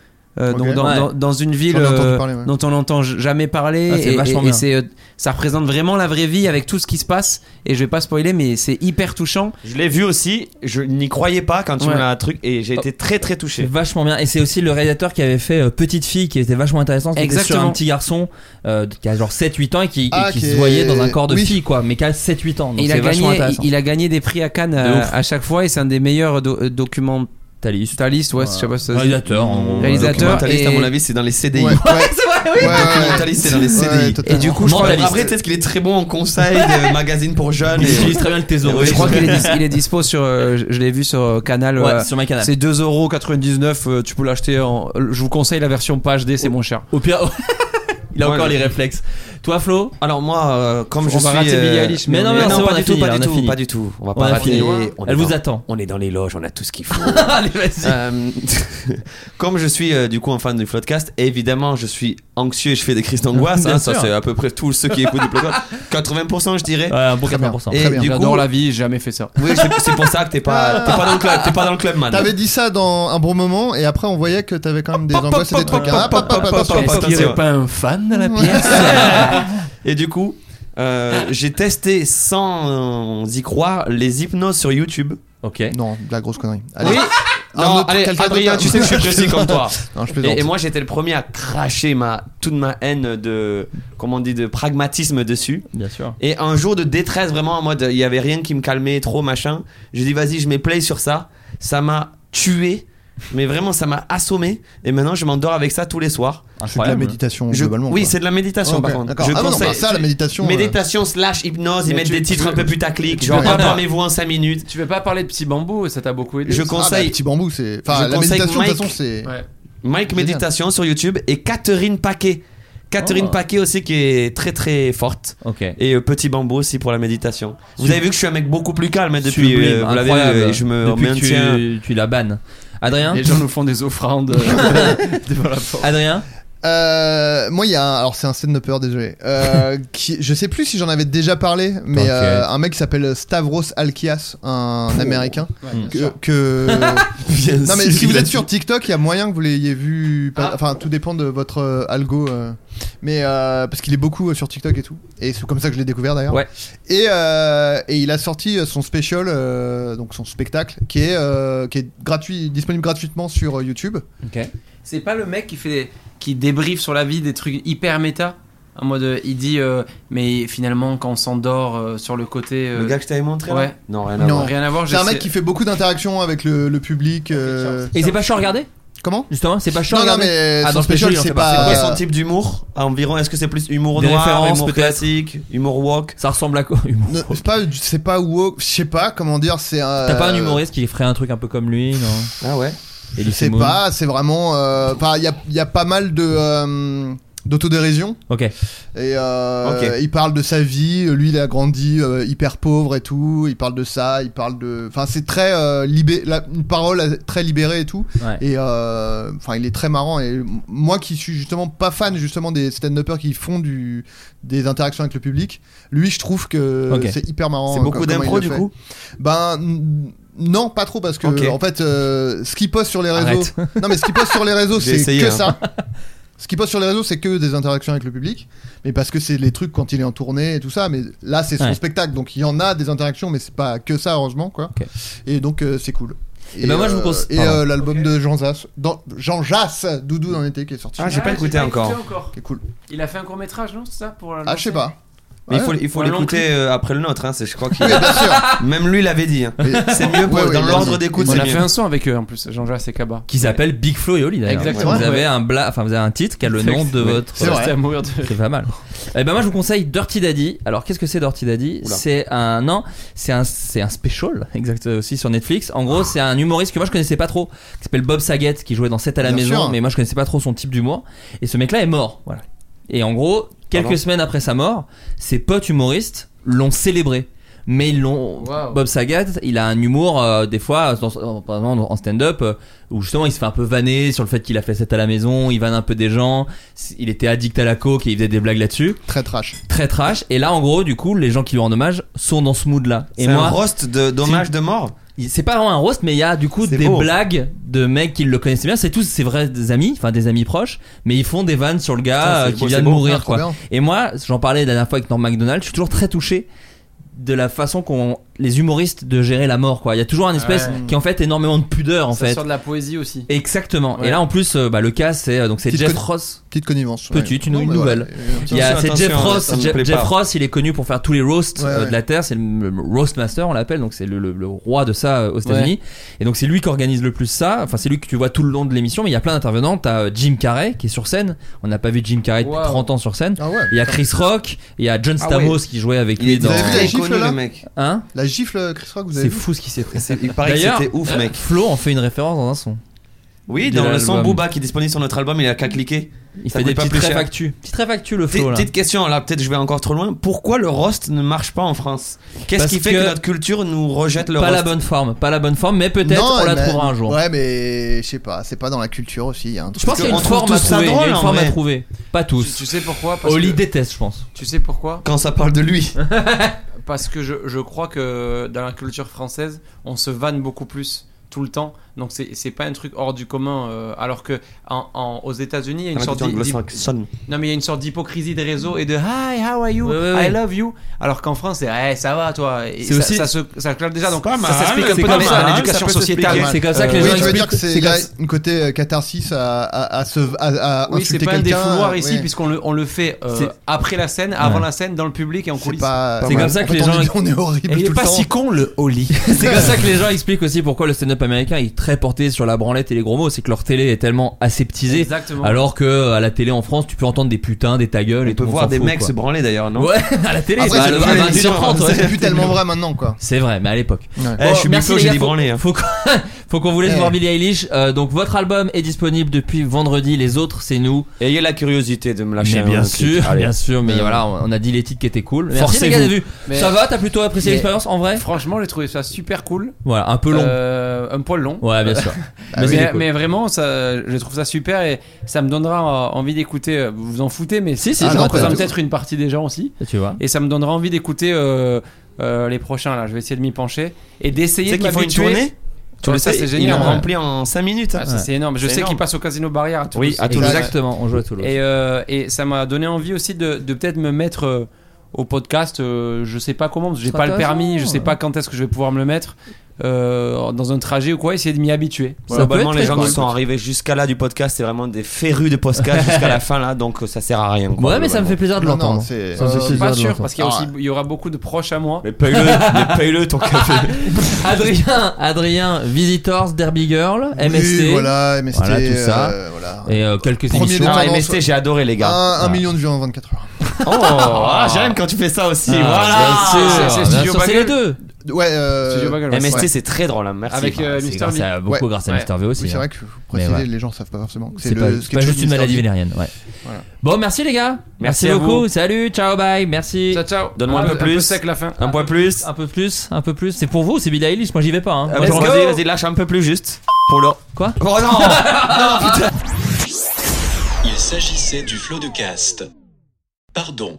Speaker 3: euh,
Speaker 9: Ok.
Speaker 3: donc dans,
Speaker 9: Ouais.
Speaker 3: dans- dans une ville
Speaker 9: J'en ai entendu
Speaker 3: euh,
Speaker 9: parler, ouais.
Speaker 3: dont on n'entend j- jamais parler
Speaker 7: Ah, c'est
Speaker 3: et-
Speaker 7: vachement
Speaker 3: et- et
Speaker 7: bien.
Speaker 3: c'est, euh, ça représente vraiment la vraie vie avec tout ce qui se passe et je vais pas spoiler mais c'est hyper touchant
Speaker 8: Je l'ai vu aussi, je n'y croyais pas quand tu
Speaker 3: Ouais.
Speaker 8: me l'as truc et j'ai été très très touché.
Speaker 7: C'est vachement bien. Et c'est aussi le réalisateur qui avait fait euh, Petite fille qui était vachement intéressant. Qui était sur
Speaker 3: Exactement.
Speaker 7: un petit garçon euh, qui a genre 7-8 ans et qui, et
Speaker 9: Ah,
Speaker 7: qui
Speaker 9: qui
Speaker 7: se
Speaker 9: est-
Speaker 7: voyait dans un corps de
Speaker 9: oui.
Speaker 7: fille, quoi. Mais qui a 7-8 ans. Donc
Speaker 3: il
Speaker 7: c'est
Speaker 3: a,
Speaker 7: vachement
Speaker 3: gagné,
Speaker 7: intéressant.
Speaker 3: il, il a gagné des prix à Cannes
Speaker 7: De
Speaker 3: euh,
Speaker 7: ouf.
Speaker 3: à, chaque fois et c'est un des meilleurs do- euh,
Speaker 7: documentaliste.
Speaker 3: Taliste, ouais, je sais pas si ça se dit.
Speaker 7: Réalisateur, en gros.
Speaker 3: Réalisateur.
Speaker 8: Euh, Documentaliste,
Speaker 3: et-
Speaker 8: à mon avis, c'est dans les CDI.
Speaker 9: Ouais, ouais.
Speaker 8: Documentaliste, c'est dans les
Speaker 9: Ouais,
Speaker 8: CDI.
Speaker 3: Et
Speaker 9: totalement.
Speaker 3: du coup, je crois,
Speaker 7: Mentaliste.
Speaker 8: Après, tu sais ce qu'il est très bon en conseil de magazine pour jeunes.
Speaker 7: Il
Speaker 8: et-
Speaker 7: utilise très bien le thésaurus.
Speaker 3: je crois qu'il est, dis- il est dispo sur. euh, je je l'ai vu sur euh, Canal.
Speaker 7: Ouais,
Speaker 3: euh,
Speaker 7: sur MyCanal.
Speaker 3: C'est 2,99€. euh, tu peux l'acheter en. Je vous conseille la version pas HD, c'est moins cher.
Speaker 7: Au pire, il a
Speaker 8: Ouais,
Speaker 7: encore
Speaker 8: je-
Speaker 7: les réflexes. Toi, Flo
Speaker 8: Alors moi, euh, comme je
Speaker 3: On va
Speaker 8: suis,
Speaker 3: rater
Speaker 8: euh,
Speaker 3: Billie Eilish,
Speaker 7: mais
Speaker 8: mais
Speaker 7: on
Speaker 8: non,
Speaker 7: est-
Speaker 8: mais
Speaker 7: non,
Speaker 8: non,
Speaker 7: on a
Speaker 8: pas du
Speaker 7: fini,
Speaker 8: tout, pas
Speaker 7: on
Speaker 8: du
Speaker 7: a
Speaker 8: tout,
Speaker 7: fini.
Speaker 8: pas du tout. On va
Speaker 7: On
Speaker 8: pas
Speaker 7: a
Speaker 8: rater.
Speaker 7: fini.
Speaker 8: On est
Speaker 7: Elle vous
Speaker 8: dans-
Speaker 7: attend.
Speaker 8: On est dans les loges, on a tout ce qu'il faut.
Speaker 7: Allez, vas-y.
Speaker 8: Euh, comme je suis euh, du coup un fan du Floodcast, évidemment je suis anxieux et je fais des crises d'angoisse.
Speaker 7: Bien
Speaker 8: hein, ça
Speaker 7: sûr.
Speaker 8: c'est à peu près tous ceux qui écoutent le Floodcast. 80% je dirais.
Speaker 7: Ouais, un bon
Speaker 9: bien.
Speaker 7: 80%.
Speaker 8: Et
Speaker 9: très bien.
Speaker 8: du
Speaker 3: J'adore
Speaker 8: coup,
Speaker 3: la vie, j'ai jamais fait ça.
Speaker 8: oui, c'est- c'est pour ça que t'es pas, t'es pas dans le club, t'es pas dans le club, man.
Speaker 9: T'avais dit ça dans un bon moment et après on voyait que t'avais quand même des angoisses et des trucs. Ah, pop, pop, pop, pop,
Speaker 8: Est-ce
Speaker 9: pop.
Speaker 8: qu'il y aurait
Speaker 3: pas un fan dans la pièce
Speaker 8: Et du coup, euh, j'ai testé sans y croire les hypnoses sur YouTube.
Speaker 7: Ok.
Speaker 9: Non, de la grosse connerie. Allez.
Speaker 8: Oui.
Speaker 9: Un
Speaker 8: Non,
Speaker 9: autre-
Speaker 8: allez,
Speaker 9: quelqu'un
Speaker 8: Adrien,
Speaker 9: d'autre.
Speaker 8: tu sais que je suis précis comme toi.
Speaker 9: Non, hein, je plaisante.
Speaker 8: Et, et moi, j'étais le premier à cracher ma, toute ma haine de, comment on dit, de pragmatisme dessus.
Speaker 7: Bien sûr.
Speaker 8: Et un jour de détresse, vraiment en mode, il y avait rien qui me calmait trop, machin. J'ai dit, vas-y, je mets play sur ça. Ça m'a tué. Mais vraiment, ça m'a assommé. Et maintenant, je m'endors avec ça tous les soirs.
Speaker 9: C'est de la
Speaker 7: Incroyable.
Speaker 9: méditation
Speaker 8: Je-
Speaker 9: globalement.
Speaker 8: oui,
Speaker 9: quoi.
Speaker 8: c'est de la méditation
Speaker 9: Ah, ok,
Speaker 8: par contre.
Speaker 9: d'accord.
Speaker 8: Je
Speaker 9: Ah, non,
Speaker 8: conseille-
Speaker 9: bah, ça, la méditation, euh,
Speaker 8: Méditation slash hypnose, ils
Speaker 3: Mais
Speaker 8: mettent
Speaker 3: tu-
Speaker 8: des titres
Speaker 3: tu-
Speaker 8: un peu putaclic.
Speaker 3: tu
Speaker 8: Genre,
Speaker 3: vas pas-
Speaker 8: parlez-vous en 5 minutes.
Speaker 3: Tu veux pas parler de petit bambou, ça t'a beaucoup aidé.
Speaker 8: Je
Speaker 9: Ah, bah,
Speaker 8: conseille.
Speaker 9: petit bambou, c'est. Enfin,
Speaker 8: Je
Speaker 9: la
Speaker 8: conseille
Speaker 9: méditation, de toute
Speaker 8: Mike.
Speaker 9: façon, c'est.
Speaker 3: Ouais.
Speaker 8: Mike
Speaker 9: Génial.
Speaker 8: Méditation sur YouTube et Catherine Paquet. Catherine
Speaker 7: Oh.
Speaker 8: Paquet aussi qui est très très forte.
Speaker 7: Ok.
Speaker 8: Et euh, Petit Bambou aussi pour la méditation. Vous avez vu que je suis un mec beaucoup plus calme hein, depuis.
Speaker 7: Sublime,
Speaker 8: euh, vous l'avez vu,
Speaker 7: incroyable.
Speaker 8: et je me
Speaker 7: Depuis que
Speaker 8: maintiens.
Speaker 7: tu, tu la bannes. Adrien
Speaker 3: Les gens nous font des offrandes euh, devant la porte.
Speaker 7: Adrien
Speaker 9: Euh, moi, il y a un. Alors, c'est un stand-upper, désolé. Euh, qui, je sais plus si j'en avais déjà parlé, mais
Speaker 7: T'inquiète.
Speaker 9: euh, un mec qui s'appelle Stavros Alkias, un américain. que. que- non, mais si vous êtes sur TikTok, il y a moyen que vous l'ayez vu. pas- Enfin, tout dépend de votre euh, algo. euh, mais euh, parce qu'il est beaucoup euh, sur TikTok et tout. Et c'est comme ça que je l'ai découvert d'ailleurs.
Speaker 8: Ouais.
Speaker 9: Et, euh, et il a sorti euh, son special, euh, donc son spectacle, qui est, euh, qui est gratuit, disponible gratuitement sur euh, YouTube.
Speaker 7: Ok.
Speaker 3: C'est pas le mec qui fait des- qui débriefe sur la vie des trucs hyper méta en mode euh, il dit euh, mais finalement quand on s'endort euh, sur le côté euh, bah
Speaker 8: Le gars que je t'avais montré là
Speaker 3: ouais.
Speaker 8: Non, rien à
Speaker 9: Non.
Speaker 8: voir.
Speaker 3: rien à voir
Speaker 9: C'est un
Speaker 3: j'essaie-
Speaker 9: mec qui fait beaucoup d'interactions avec le, le public. euh,
Speaker 7: Et c'est pas chaud à regarder
Speaker 9: Comment
Speaker 7: Justement, c'est pas chaud à
Speaker 9: Non, non,
Speaker 7: regarder.
Speaker 9: mais
Speaker 7: Ah,
Speaker 9: son
Speaker 7: dans le
Speaker 9: special,
Speaker 7: special, il en
Speaker 9: c'est
Speaker 7: fait pas.
Speaker 8: C'est
Speaker 9: pas. euh,
Speaker 8: quoi son type d'humour Environ, est-ce que c'est plus humour
Speaker 7: Des
Speaker 8: noir,
Speaker 7: références,
Speaker 8: humour
Speaker 7: peut-être.
Speaker 8: classique, humour walk
Speaker 7: Ça ressemble à quoi humour
Speaker 9: ne- c'est pas, c'est pas woke, je sais pas comment dire, c'est un. euh,
Speaker 7: T'as pas un humoriste qui ferait un truc un peu comme lui Non.
Speaker 8: Ah ouais
Speaker 9: Je sais pas, c'est vraiment. euh, Enfin, il y a, il y a pas mal de. euh, d'autodérision
Speaker 7: Ok.
Speaker 9: et euh,
Speaker 8: Ok.
Speaker 9: il parle de sa vie lui il a grandi euh, hyper pauvre et tout il parle de ça il parle de enfin c'est très euh, libé- la- une parole euh, très libérée et tout
Speaker 7: Ouais.
Speaker 9: et euh, enfin il est très marrant et m- moi qui suis justement pas fan justement des stand-uppers qui font du des interactions avec le public lui je trouve que
Speaker 7: Ok.
Speaker 9: c'est hyper marrant
Speaker 8: C'est
Speaker 9: euh,
Speaker 8: beaucoup
Speaker 9: comment il
Speaker 8: d'impro
Speaker 9: le
Speaker 8: du
Speaker 9: fait.
Speaker 8: coup
Speaker 9: ben n- non, pas trop parce que
Speaker 8: Ok.
Speaker 9: en fait, euh, ce qui poste sur les réseaux,
Speaker 7: Arrête.
Speaker 9: non mais ce qui poste sur les réseaux,
Speaker 8: J'ai
Speaker 9: c'est
Speaker 8: essayé,
Speaker 9: que
Speaker 8: hein.
Speaker 9: ça. Ce qui poste sur les réseaux, c'est que des interactions avec le public, mais parce que c'est les trucs quand il est en tournée et tout ça. Mais là, c'est son
Speaker 7: Ouais.
Speaker 9: spectacle, donc il y en a des interactions, mais c'est pas que ça, heureusement quoi.
Speaker 7: Ok.
Speaker 9: Et donc euh, c'est cool.
Speaker 7: Et, ben moi je vous
Speaker 9: euh,
Speaker 7: conseille.
Speaker 9: Et
Speaker 7: Pardon.
Speaker 9: euh, l'album de Jean Jass, dans, Jean Jass, Doudou dans l'été qui est sorti.
Speaker 8: Ah, j'ai pas écouté encore.
Speaker 9: Qui est cool.
Speaker 10: Il a fait un court métrage, non C'est ça pour la
Speaker 9: Ah, je sais pas.
Speaker 8: Mais il
Speaker 9: Ouais.
Speaker 8: faut, il faut
Speaker 9: Ouais,
Speaker 8: l'écouter euh, après le nôtre, hein, c'est- je crois qu'il.
Speaker 9: Oui, bien sûr.
Speaker 8: Même lui l'avait dit. hein. C'est mieux pour,
Speaker 3: Ouais, ouais,
Speaker 8: dans
Speaker 3: il a
Speaker 8: l'ordre
Speaker 3: dit.
Speaker 8: d'écoute.
Speaker 3: On
Speaker 8: c'est
Speaker 3: a fait
Speaker 8: mieux.
Speaker 3: un son avec eux en plus, Jean-Jacques et Kaba.
Speaker 7: Qui s'appelle Big Flo et Oli d'ailleurs.
Speaker 3: Exactement.
Speaker 7: Vous avez
Speaker 3: Ouais.
Speaker 7: un bla, enfin vous avez un titre qui a le nom de
Speaker 3: Ouais.
Speaker 7: votre.
Speaker 3: C'est vrai. C'est à mourir de-
Speaker 7: C'est pas mal. Et ben moi je vous conseille Dirty Daddy. Alors qu'est-ce que c'est Dirty Daddy
Speaker 3: Oula.
Speaker 7: C'est un non, c'est un c'est un special exact euh, aussi sur Netflix. En gros c'est un humoriste que moi je connaissais pas trop. Qui s'appelle Bob Saget qui jouait dans 7 à la
Speaker 3: Bien
Speaker 7: maison,
Speaker 3: sûr.
Speaker 7: mais moi je connaissais pas trop son type d'humour. Et ce mec-là est mort. Voilà. Et en gros quelques
Speaker 3: Pardon
Speaker 7: semaines après sa mort, ses potes humoristes l'ont célébré. Mais ils l'ont.
Speaker 3: Wow.
Speaker 7: Bob Saget, il a un humour euh, des fois, dans- en- par exemple en stand-up, euh, où justement il se fait un peu vanner sur le fait qu'il a fait cette à la maison, il vanne un peu des gens. s- Il était addict à la coke et il faisait des blagues là-dessus.
Speaker 9: Très trash.
Speaker 7: Très trash. Et là, en gros, du coup, les gens qui lui rendent hommage sont dans ce mood-là. Et
Speaker 8: C'est
Speaker 7: moi,
Speaker 8: un roast de- d'hommage
Speaker 7: c'est-
Speaker 8: de mort.
Speaker 7: il- C'est pas vraiment un roast, mais il y a du coup
Speaker 8: C'est
Speaker 7: des
Speaker 8: beau.
Speaker 7: blagues de mecs qui le connaissaient bien. C'est tous ses vrais amis, enfin des amis proches, mais ils font des vannes sur le
Speaker 8: Putain,
Speaker 7: gars
Speaker 8: c'est
Speaker 7: euh,
Speaker 8: beau,
Speaker 7: qui
Speaker 8: c'est
Speaker 7: vient de
Speaker 8: beau.
Speaker 7: mourir,
Speaker 8: Ah, trop
Speaker 7: quoi.
Speaker 8: bien.
Speaker 7: Et moi, j'en parlais la dernière fois avec Norm MacDonald, je suis toujours très touché de la façon qu'ont les humoristes de gérer la mort, quoi. Il y a toujours un espèce
Speaker 3: Ouais.
Speaker 7: qui est en fait énormément de pudeur, en
Speaker 3: Ça
Speaker 7: fait.
Speaker 3: sort de la poésie aussi.
Speaker 7: Exactement.
Speaker 3: Ouais.
Speaker 7: Et là, en plus, euh, bah, le cas, c'est euh, donc c'est
Speaker 9: Petite
Speaker 7: Jeff
Speaker 9: con-
Speaker 7: Ross.
Speaker 9: Petite connivence. ouais.
Speaker 7: Petite, une,
Speaker 9: Non,
Speaker 7: une
Speaker 9: mais
Speaker 7: nouvelle.
Speaker 9: voilà. euh,
Speaker 7: Il y a-
Speaker 8: Attention,
Speaker 7: c'est Jeff
Speaker 8: attention,
Speaker 7: Ross.
Speaker 8: ça me
Speaker 7: Je-
Speaker 8: plaît
Speaker 7: Jeff
Speaker 8: pas.
Speaker 7: Ross, il est connu pour faire tous les roasts
Speaker 9: Ouais,
Speaker 7: euh,
Speaker 9: ouais.
Speaker 7: de la Terre. C'est le, le roast master, on l'appelle. Donc c'est le, le- le roi de ça euh, aux États-Unis. Et donc c'est lui qui organise le plus ça. Enfin, c'est lui que tu vois tout le long de l'émission. Mais il y a plein d'intervenants. T'as euh, Jim Carrey qui est sur scène. On n'a pas vu Jim Carrey depuis
Speaker 3: Wow.
Speaker 7: 30 ans sur scène.
Speaker 9: Ah ouais.
Speaker 7: Il y a Chris Rock. Il y a John
Speaker 8: Ah
Speaker 7: Stamos
Speaker 8: ouais.
Speaker 7: qui jouait avec
Speaker 8: Il est
Speaker 7: lui dans.
Speaker 9: Vous avez vu la
Speaker 8: très
Speaker 9: gifle
Speaker 8: connu
Speaker 9: là
Speaker 8: le mec.
Speaker 7: Hein
Speaker 9: La gifle, Chris Rock, vous avez
Speaker 7: C'est
Speaker 9: vu
Speaker 7: fou ce qui s'est passé.
Speaker 8: Il paraît que
Speaker 7: D'ailleurs,
Speaker 8: c'était ouf, mec.
Speaker 7: Flo en fait une référence dans un son.
Speaker 8: Oui,
Speaker 7: de
Speaker 8: dans le
Speaker 7: l'album.
Speaker 8: son Booba qui est disponible sur notre album, il a qu'à cliquer.
Speaker 7: Il
Speaker 8: Ça
Speaker 7: fait
Speaker 8: coûte
Speaker 7: des
Speaker 8: pas
Speaker 7: petites
Speaker 8: plus cher.
Speaker 7: réfactus. Petites réfactus le Flo
Speaker 8: Petite
Speaker 7: là.
Speaker 8: petite question, là peut-être je vais encore trop loin. Pourquoi le roast ne marche pas en France Qu'est-ce
Speaker 7: Parce
Speaker 8: qui fait que...
Speaker 7: que-
Speaker 8: notre culture nous rejette le
Speaker 7: pas
Speaker 8: roast
Speaker 7: la bonne forme, pas la bonne forme, mais peut-être
Speaker 9: Non,
Speaker 7: on la
Speaker 9: mais-
Speaker 7: trouvera un jour.
Speaker 9: Ouais, mais je sais pas, c'est pas dans la culture aussi. il y a un
Speaker 7: Je
Speaker 9: truc.
Speaker 7: pense qu'il y a une
Speaker 8: Parce qu'on trouve
Speaker 7: forme à
Speaker 8: tous ça
Speaker 7: trouver.
Speaker 8: drôle,
Speaker 7: il y a une
Speaker 8: en
Speaker 7: forme à
Speaker 8: vrai.
Speaker 7: trouver. Pas
Speaker 3: Tu,
Speaker 7: tous.
Speaker 3: tu sais pourquoi parce
Speaker 7: Oli
Speaker 3: que-
Speaker 7: déteste, je pense.
Speaker 3: Tu sais pourquoi
Speaker 8: Quand ça parle de lui.
Speaker 3: Parce que je, je crois que dans la culture française, on se vanne beaucoup plus tout le temps. Donc c'est c'est pas un truc hors du commun. euh, alors que en, en- aux États-Unis, il y a une
Speaker 8: La
Speaker 3: sorte
Speaker 8: culture
Speaker 3: d'hy- d'hy-
Speaker 8: anglo-saxonne.
Speaker 3: non mais il y a une sorte d'hypocrisie des réseaux et de Hi, how are you,
Speaker 7: Ouais, ouais, ouais.
Speaker 3: I love you. Alors qu'en France, c'est Eh, ça va toi. Et
Speaker 7: C'est
Speaker 3: ça,
Speaker 7: aussi-
Speaker 3: ça se ça claque déjà. Donc
Speaker 8: C'est pas
Speaker 3: ça
Speaker 8: mal,
Speaker 3: s'explique un
Speaker 8: c'est
Speaker 3: peu
Speaker 8: pas
Speaker 3: comme ça,
Speaker 8: mal,
Speaker 3: l'éducation
Speaker 8: ça peut
Speaker 3: sociétale.
Speaker 8: s'expliquer.
Speaker 7: C'est comme ça que les
Speaker 9: Euh, Oui,
Speaker 7: gens
Speaker 9: tu veux dire
Speaker 7: expliquent.
Speaker 9: que c'est
Speaker 7: c'est
Speaker 9: il y a
Speaker 7: comme ça-
Speaker 9: une côté euh, catharsis à, à, à se à, à
Speaker 3: Oui, c'est
Speaker 9: insulter
Speaker 3: pas un
Speaker 9: quelqu'un,
Speaker 3: défouloir
Speaker 9: euh,
Speaker 3: ici,
Speaker 9: ouais.
Speaker 3: puisqu'on le, on le fait euh,
Speaker 7: C'est-
Speaker 3: après la scène, avant la scène, dans le public et en
Speaker 9: C'est
Speaker 3: coulisses.
Speaker 9: pas. pas
Speaker 7: C'est comme
Speaker 9: mal.
Speaker 7: ça
Speaker 9: En
Speaker 7: que les
Speaker 9: fait, on
Speaker 7: gens-
Speaker 9: dit- On est
Speaker 3: Et
Speaker 9: horrible
Speaker 3: il
Speaker 9: tout
Speaker 3: est
Speaker 9: le
Speaker 3: pas
Speaker 9: temps.
Speaker 3: si con le Oli.
Speaker 7: C'est comme ça que les gens expliquent aussi pourquoi le stand-up américain est très porté sur la branlette et les gros mots. C'est que leur télé est tellement aseptisée.
Speaker 3: Exactement.
Speaker 7: Alors que euh, à la télé en France, tu peux entendre des putains, des ta gueule et
Speaker 8: On peut
Speaker 7: tout, on
Speaker 8: voir
Speaker 7: s'en
Speaker 8: des
Speaker 7: fout,
Speaker 8: mecs
Speaker 7: quoi.
Speaker 8: se branler d'ailleurs, non
Speaker 7: Ouais, à la télé,
Speaker 9: Après,
Speaker 7: bah,
Speaker 9: c'est
Speaker 7: le-
Speaker 9: plus-
Speaker 7: à 20h30, ouais.
Speaker 9: C'est plus tellement vrai maintenant quoi.
Speaker 7: C'est vrai, mais à l'époque.
Speaker 8: Eh,
Speaker 7: Bon,
Speaker 8: je suis
Speaker 7: merci,
Speaker 8: Biclo,
Speaker 7: les
Speaker 8: j'ai
Speaker 7: gars,
Speaker 8: dit
Speaker 7: faut-
Speaker 8: branler. hein.
Speaker 7: Faut qu'on faut qu'on vous laisse
Speaker 9: Eh.
Speaker 7: voir Billie Eilish. Euh, donc votre album est disponible depuis vendredi. Les autres, c'est nous.
Speaker 8: Ayez la curiosité de me lâcher
Speaker 7: Mais
Speaker 8: un
Speaker 7: bien
Speaker 8: clip.
Speaker 7: sûr,
Speaker 8: Allez.
Speaker 7: bien sûr, mais
Speaker 8: Euh,
Speaker 7: voilà, on on a dit les titres qui étaient cool. Merci les
Speaker 8: Forcez-vous.
Speaker 7: gars d'avoir vu.
Speaker 3: Mais-
Speaker 7: Ça va, t'as plutôt apprécié
Speaker 3: Mais-
Speaker 7: l'expérience en vrai
Speaker 3: Franchement, j'ai trouvé ça super cool.
Speaker 7: Voilà, un peu long.
Speaker 3: Euh, un poil long.
Speaker 7: Ouais, bien sûr.
Speaker 9: Ah,
Speaker 3: mais,
Speaker 7: c'était cool.
Speaker 3: mais vraiment, ça, je trouve ça super et ça me donnera euh, envie d'écouter. euh, Vous vous en foutez, mais
Speaker 7: Si, si,
Speaker 3: ça
Speaker 7: je m'en
Speaker 3: représente
Speaker 9: fous.
Speaker 3: peut-être une partie des gens aussi.
Speaker 7: Tu vois.
Speaker 3: Et ça me donnera envie d'écouter euh, euh, les prochains. Là, je vais essayer de m'y pencher et d'essayer
Speaker 8: C'est
Speaker 3: de
Speaker 8: qu'ils font une
Speaker 3: m'habituer.
Speaker 8: tournée
Speaker 3: Tu le sais, c'est
Speaker 8: Ils
Speaker 3: génial.
Speaker 8: l'ont
Speaker 3: ouais.
Speaker 8: rempli en 5 minutes. hein.
Speaker 3: Ah, ça, C'est énorme. Je
Speaker 8: C'est
Speaker 3: sais
Speaker 8: énorme.
Speaker 3: qu'ils passent au Casino Barrière. à Toulouse.
Speaker 8: Oui, à Toulouse.
Speaker 7: Exactement, on joue à Toulouse.
Speaker 3: Et, euh, et ça m'a donné envie aussi de, de peut-être me mettre euh, au podcast. euh, je sais pas comment, parce que j'ai
Speaker 7: C'est
Speaker 3: pas le
Speaker 7: intéressant.
Speaker 3: permis, je sais pas quand est-ce que je vais pouvoir me le mettre euh, dans un trajet ou quoi. Essayer de m'y habituer.
Speaker 7: Ça
Speaker 8: Globalement, les
Speaker 7: peut être très
Speaker 8: gens
Speaker 7: cool.
Speaker 8: qui sont arrivés jusqu'à là du podcast, c'est vraiment des férus de podcast jusqu'à la fin là, donc euh, ça sert à rien. quoi,
Speaker 7: Ouais, mais ça me fait plaisir de
Speaker 9: Non, non,
Speaker 7: l'entendre.
Speaker 9: c'est.
Speaker 3: Euh,
Speaker 9: Euh,
Speaker 3: pas sûr, parce qu'il y, a
Speaker 9: Ah
Speaker 3: aussi- il y aura beaucoup de proches à moi.
Speaker 8: globalement. Mais paye-le, mais paye-le ton café.
Speaker 7: Adrien, Adrien, Visitors, Derby Girl,
Speaker 9: oui,
Speaker 7: MST.
Speaker 9: Voilà, MST.
Speaker 7: Voilà, tout ça.
Speaker 9: euh, voilà.
Speaker 7: Et euh, quelques
Speaker 9: Premier
Speaker 7: émissions.
Speaker 9: des-
Speaker 8: Non,
Speaker 9: non,
Speaker 8: MST, j'ai adoré les
Speaker 9: Un,
Speaker 8: gars.
Speaker 9: un
Speaker 7: Voilà.
Speaker 9: million de vues en 24 heures.
Speaker 8: Oh, ah, j'aime quand tu fais ça aussi.
Speaker 7: Ah, bien sûr,
Speaker 8: voilà.
Speaker 3: c'est- c'est
Speaker 7: bien
Speaker 3: Studio
Speaker 7: sûr, c'est les
Speaker 3: Bagel.
Speaker 7: deux.
Speaker 9: Ouais, euh,
Speaker 3: Studio Bagel, ouais.
Speaker 8: MST,
Speaker 9: Ouais.
Speaker 8: c'est très drôle, hein, merci.
Speaker 3: Avec euh,
Speaker 7: C'est
Speaker 3: Mister
Speaker 7: grâce
Speaker 3: V.
Speaker 7: à- beaucoup
Speaker 9: Ouais.
Speaker 7: grâce à Mister V aussi.
Speaker 9: Oui, c'est
Speaker 7: hein.
Speaker 9: vrai que vous précisez,
Speaker 7: ouais.
Speaker 9: les gens savent pas forcément. que
Speaker 7: C'est
Speaker 9: le
Speaker 7: pas,
Speaker 9: sketch
Speaker 7: c'est pas
Speaker 9: show
Speaker 7: juste
Speaker 9: de
Speaker 7: une
Speaker 9: Mr.
Speaker 7: maladie
Speaker 9: Bean.
Speaker 7: vénérienne, ouais.
Speaker 9: Voilà.
Speaker 7: Bon, merci les gars.
Speaker 8: Merci à
Speaker 7: beaucoup.
Speaker 8: vous.
Speaker 7: Salut, ciao, bye. Merci.
Speaker 3: Ciao, ciao.
Speaker 8: Donne-moi Ah, un peu plus.
Speaker 3: sec la fin.
Speaker 8: Un point plus.
Speaker 7: Un peu plus, un peu plus. C'est pour vous, c'est Billie Eilish. Moi, j'y vais pas. Hein.
Speaker 8: Ah,
Speaker 7: Let's
Speaker 8: bon,
Speaker 7: go.
Speaker 8: Vas-y, vas-y, lâche un peu plus juste. Pour le.
Speaker 7: Quoi
Speaker 8: Oh non
Speaker 16: Il s'agissait du flot de caste. Pardon.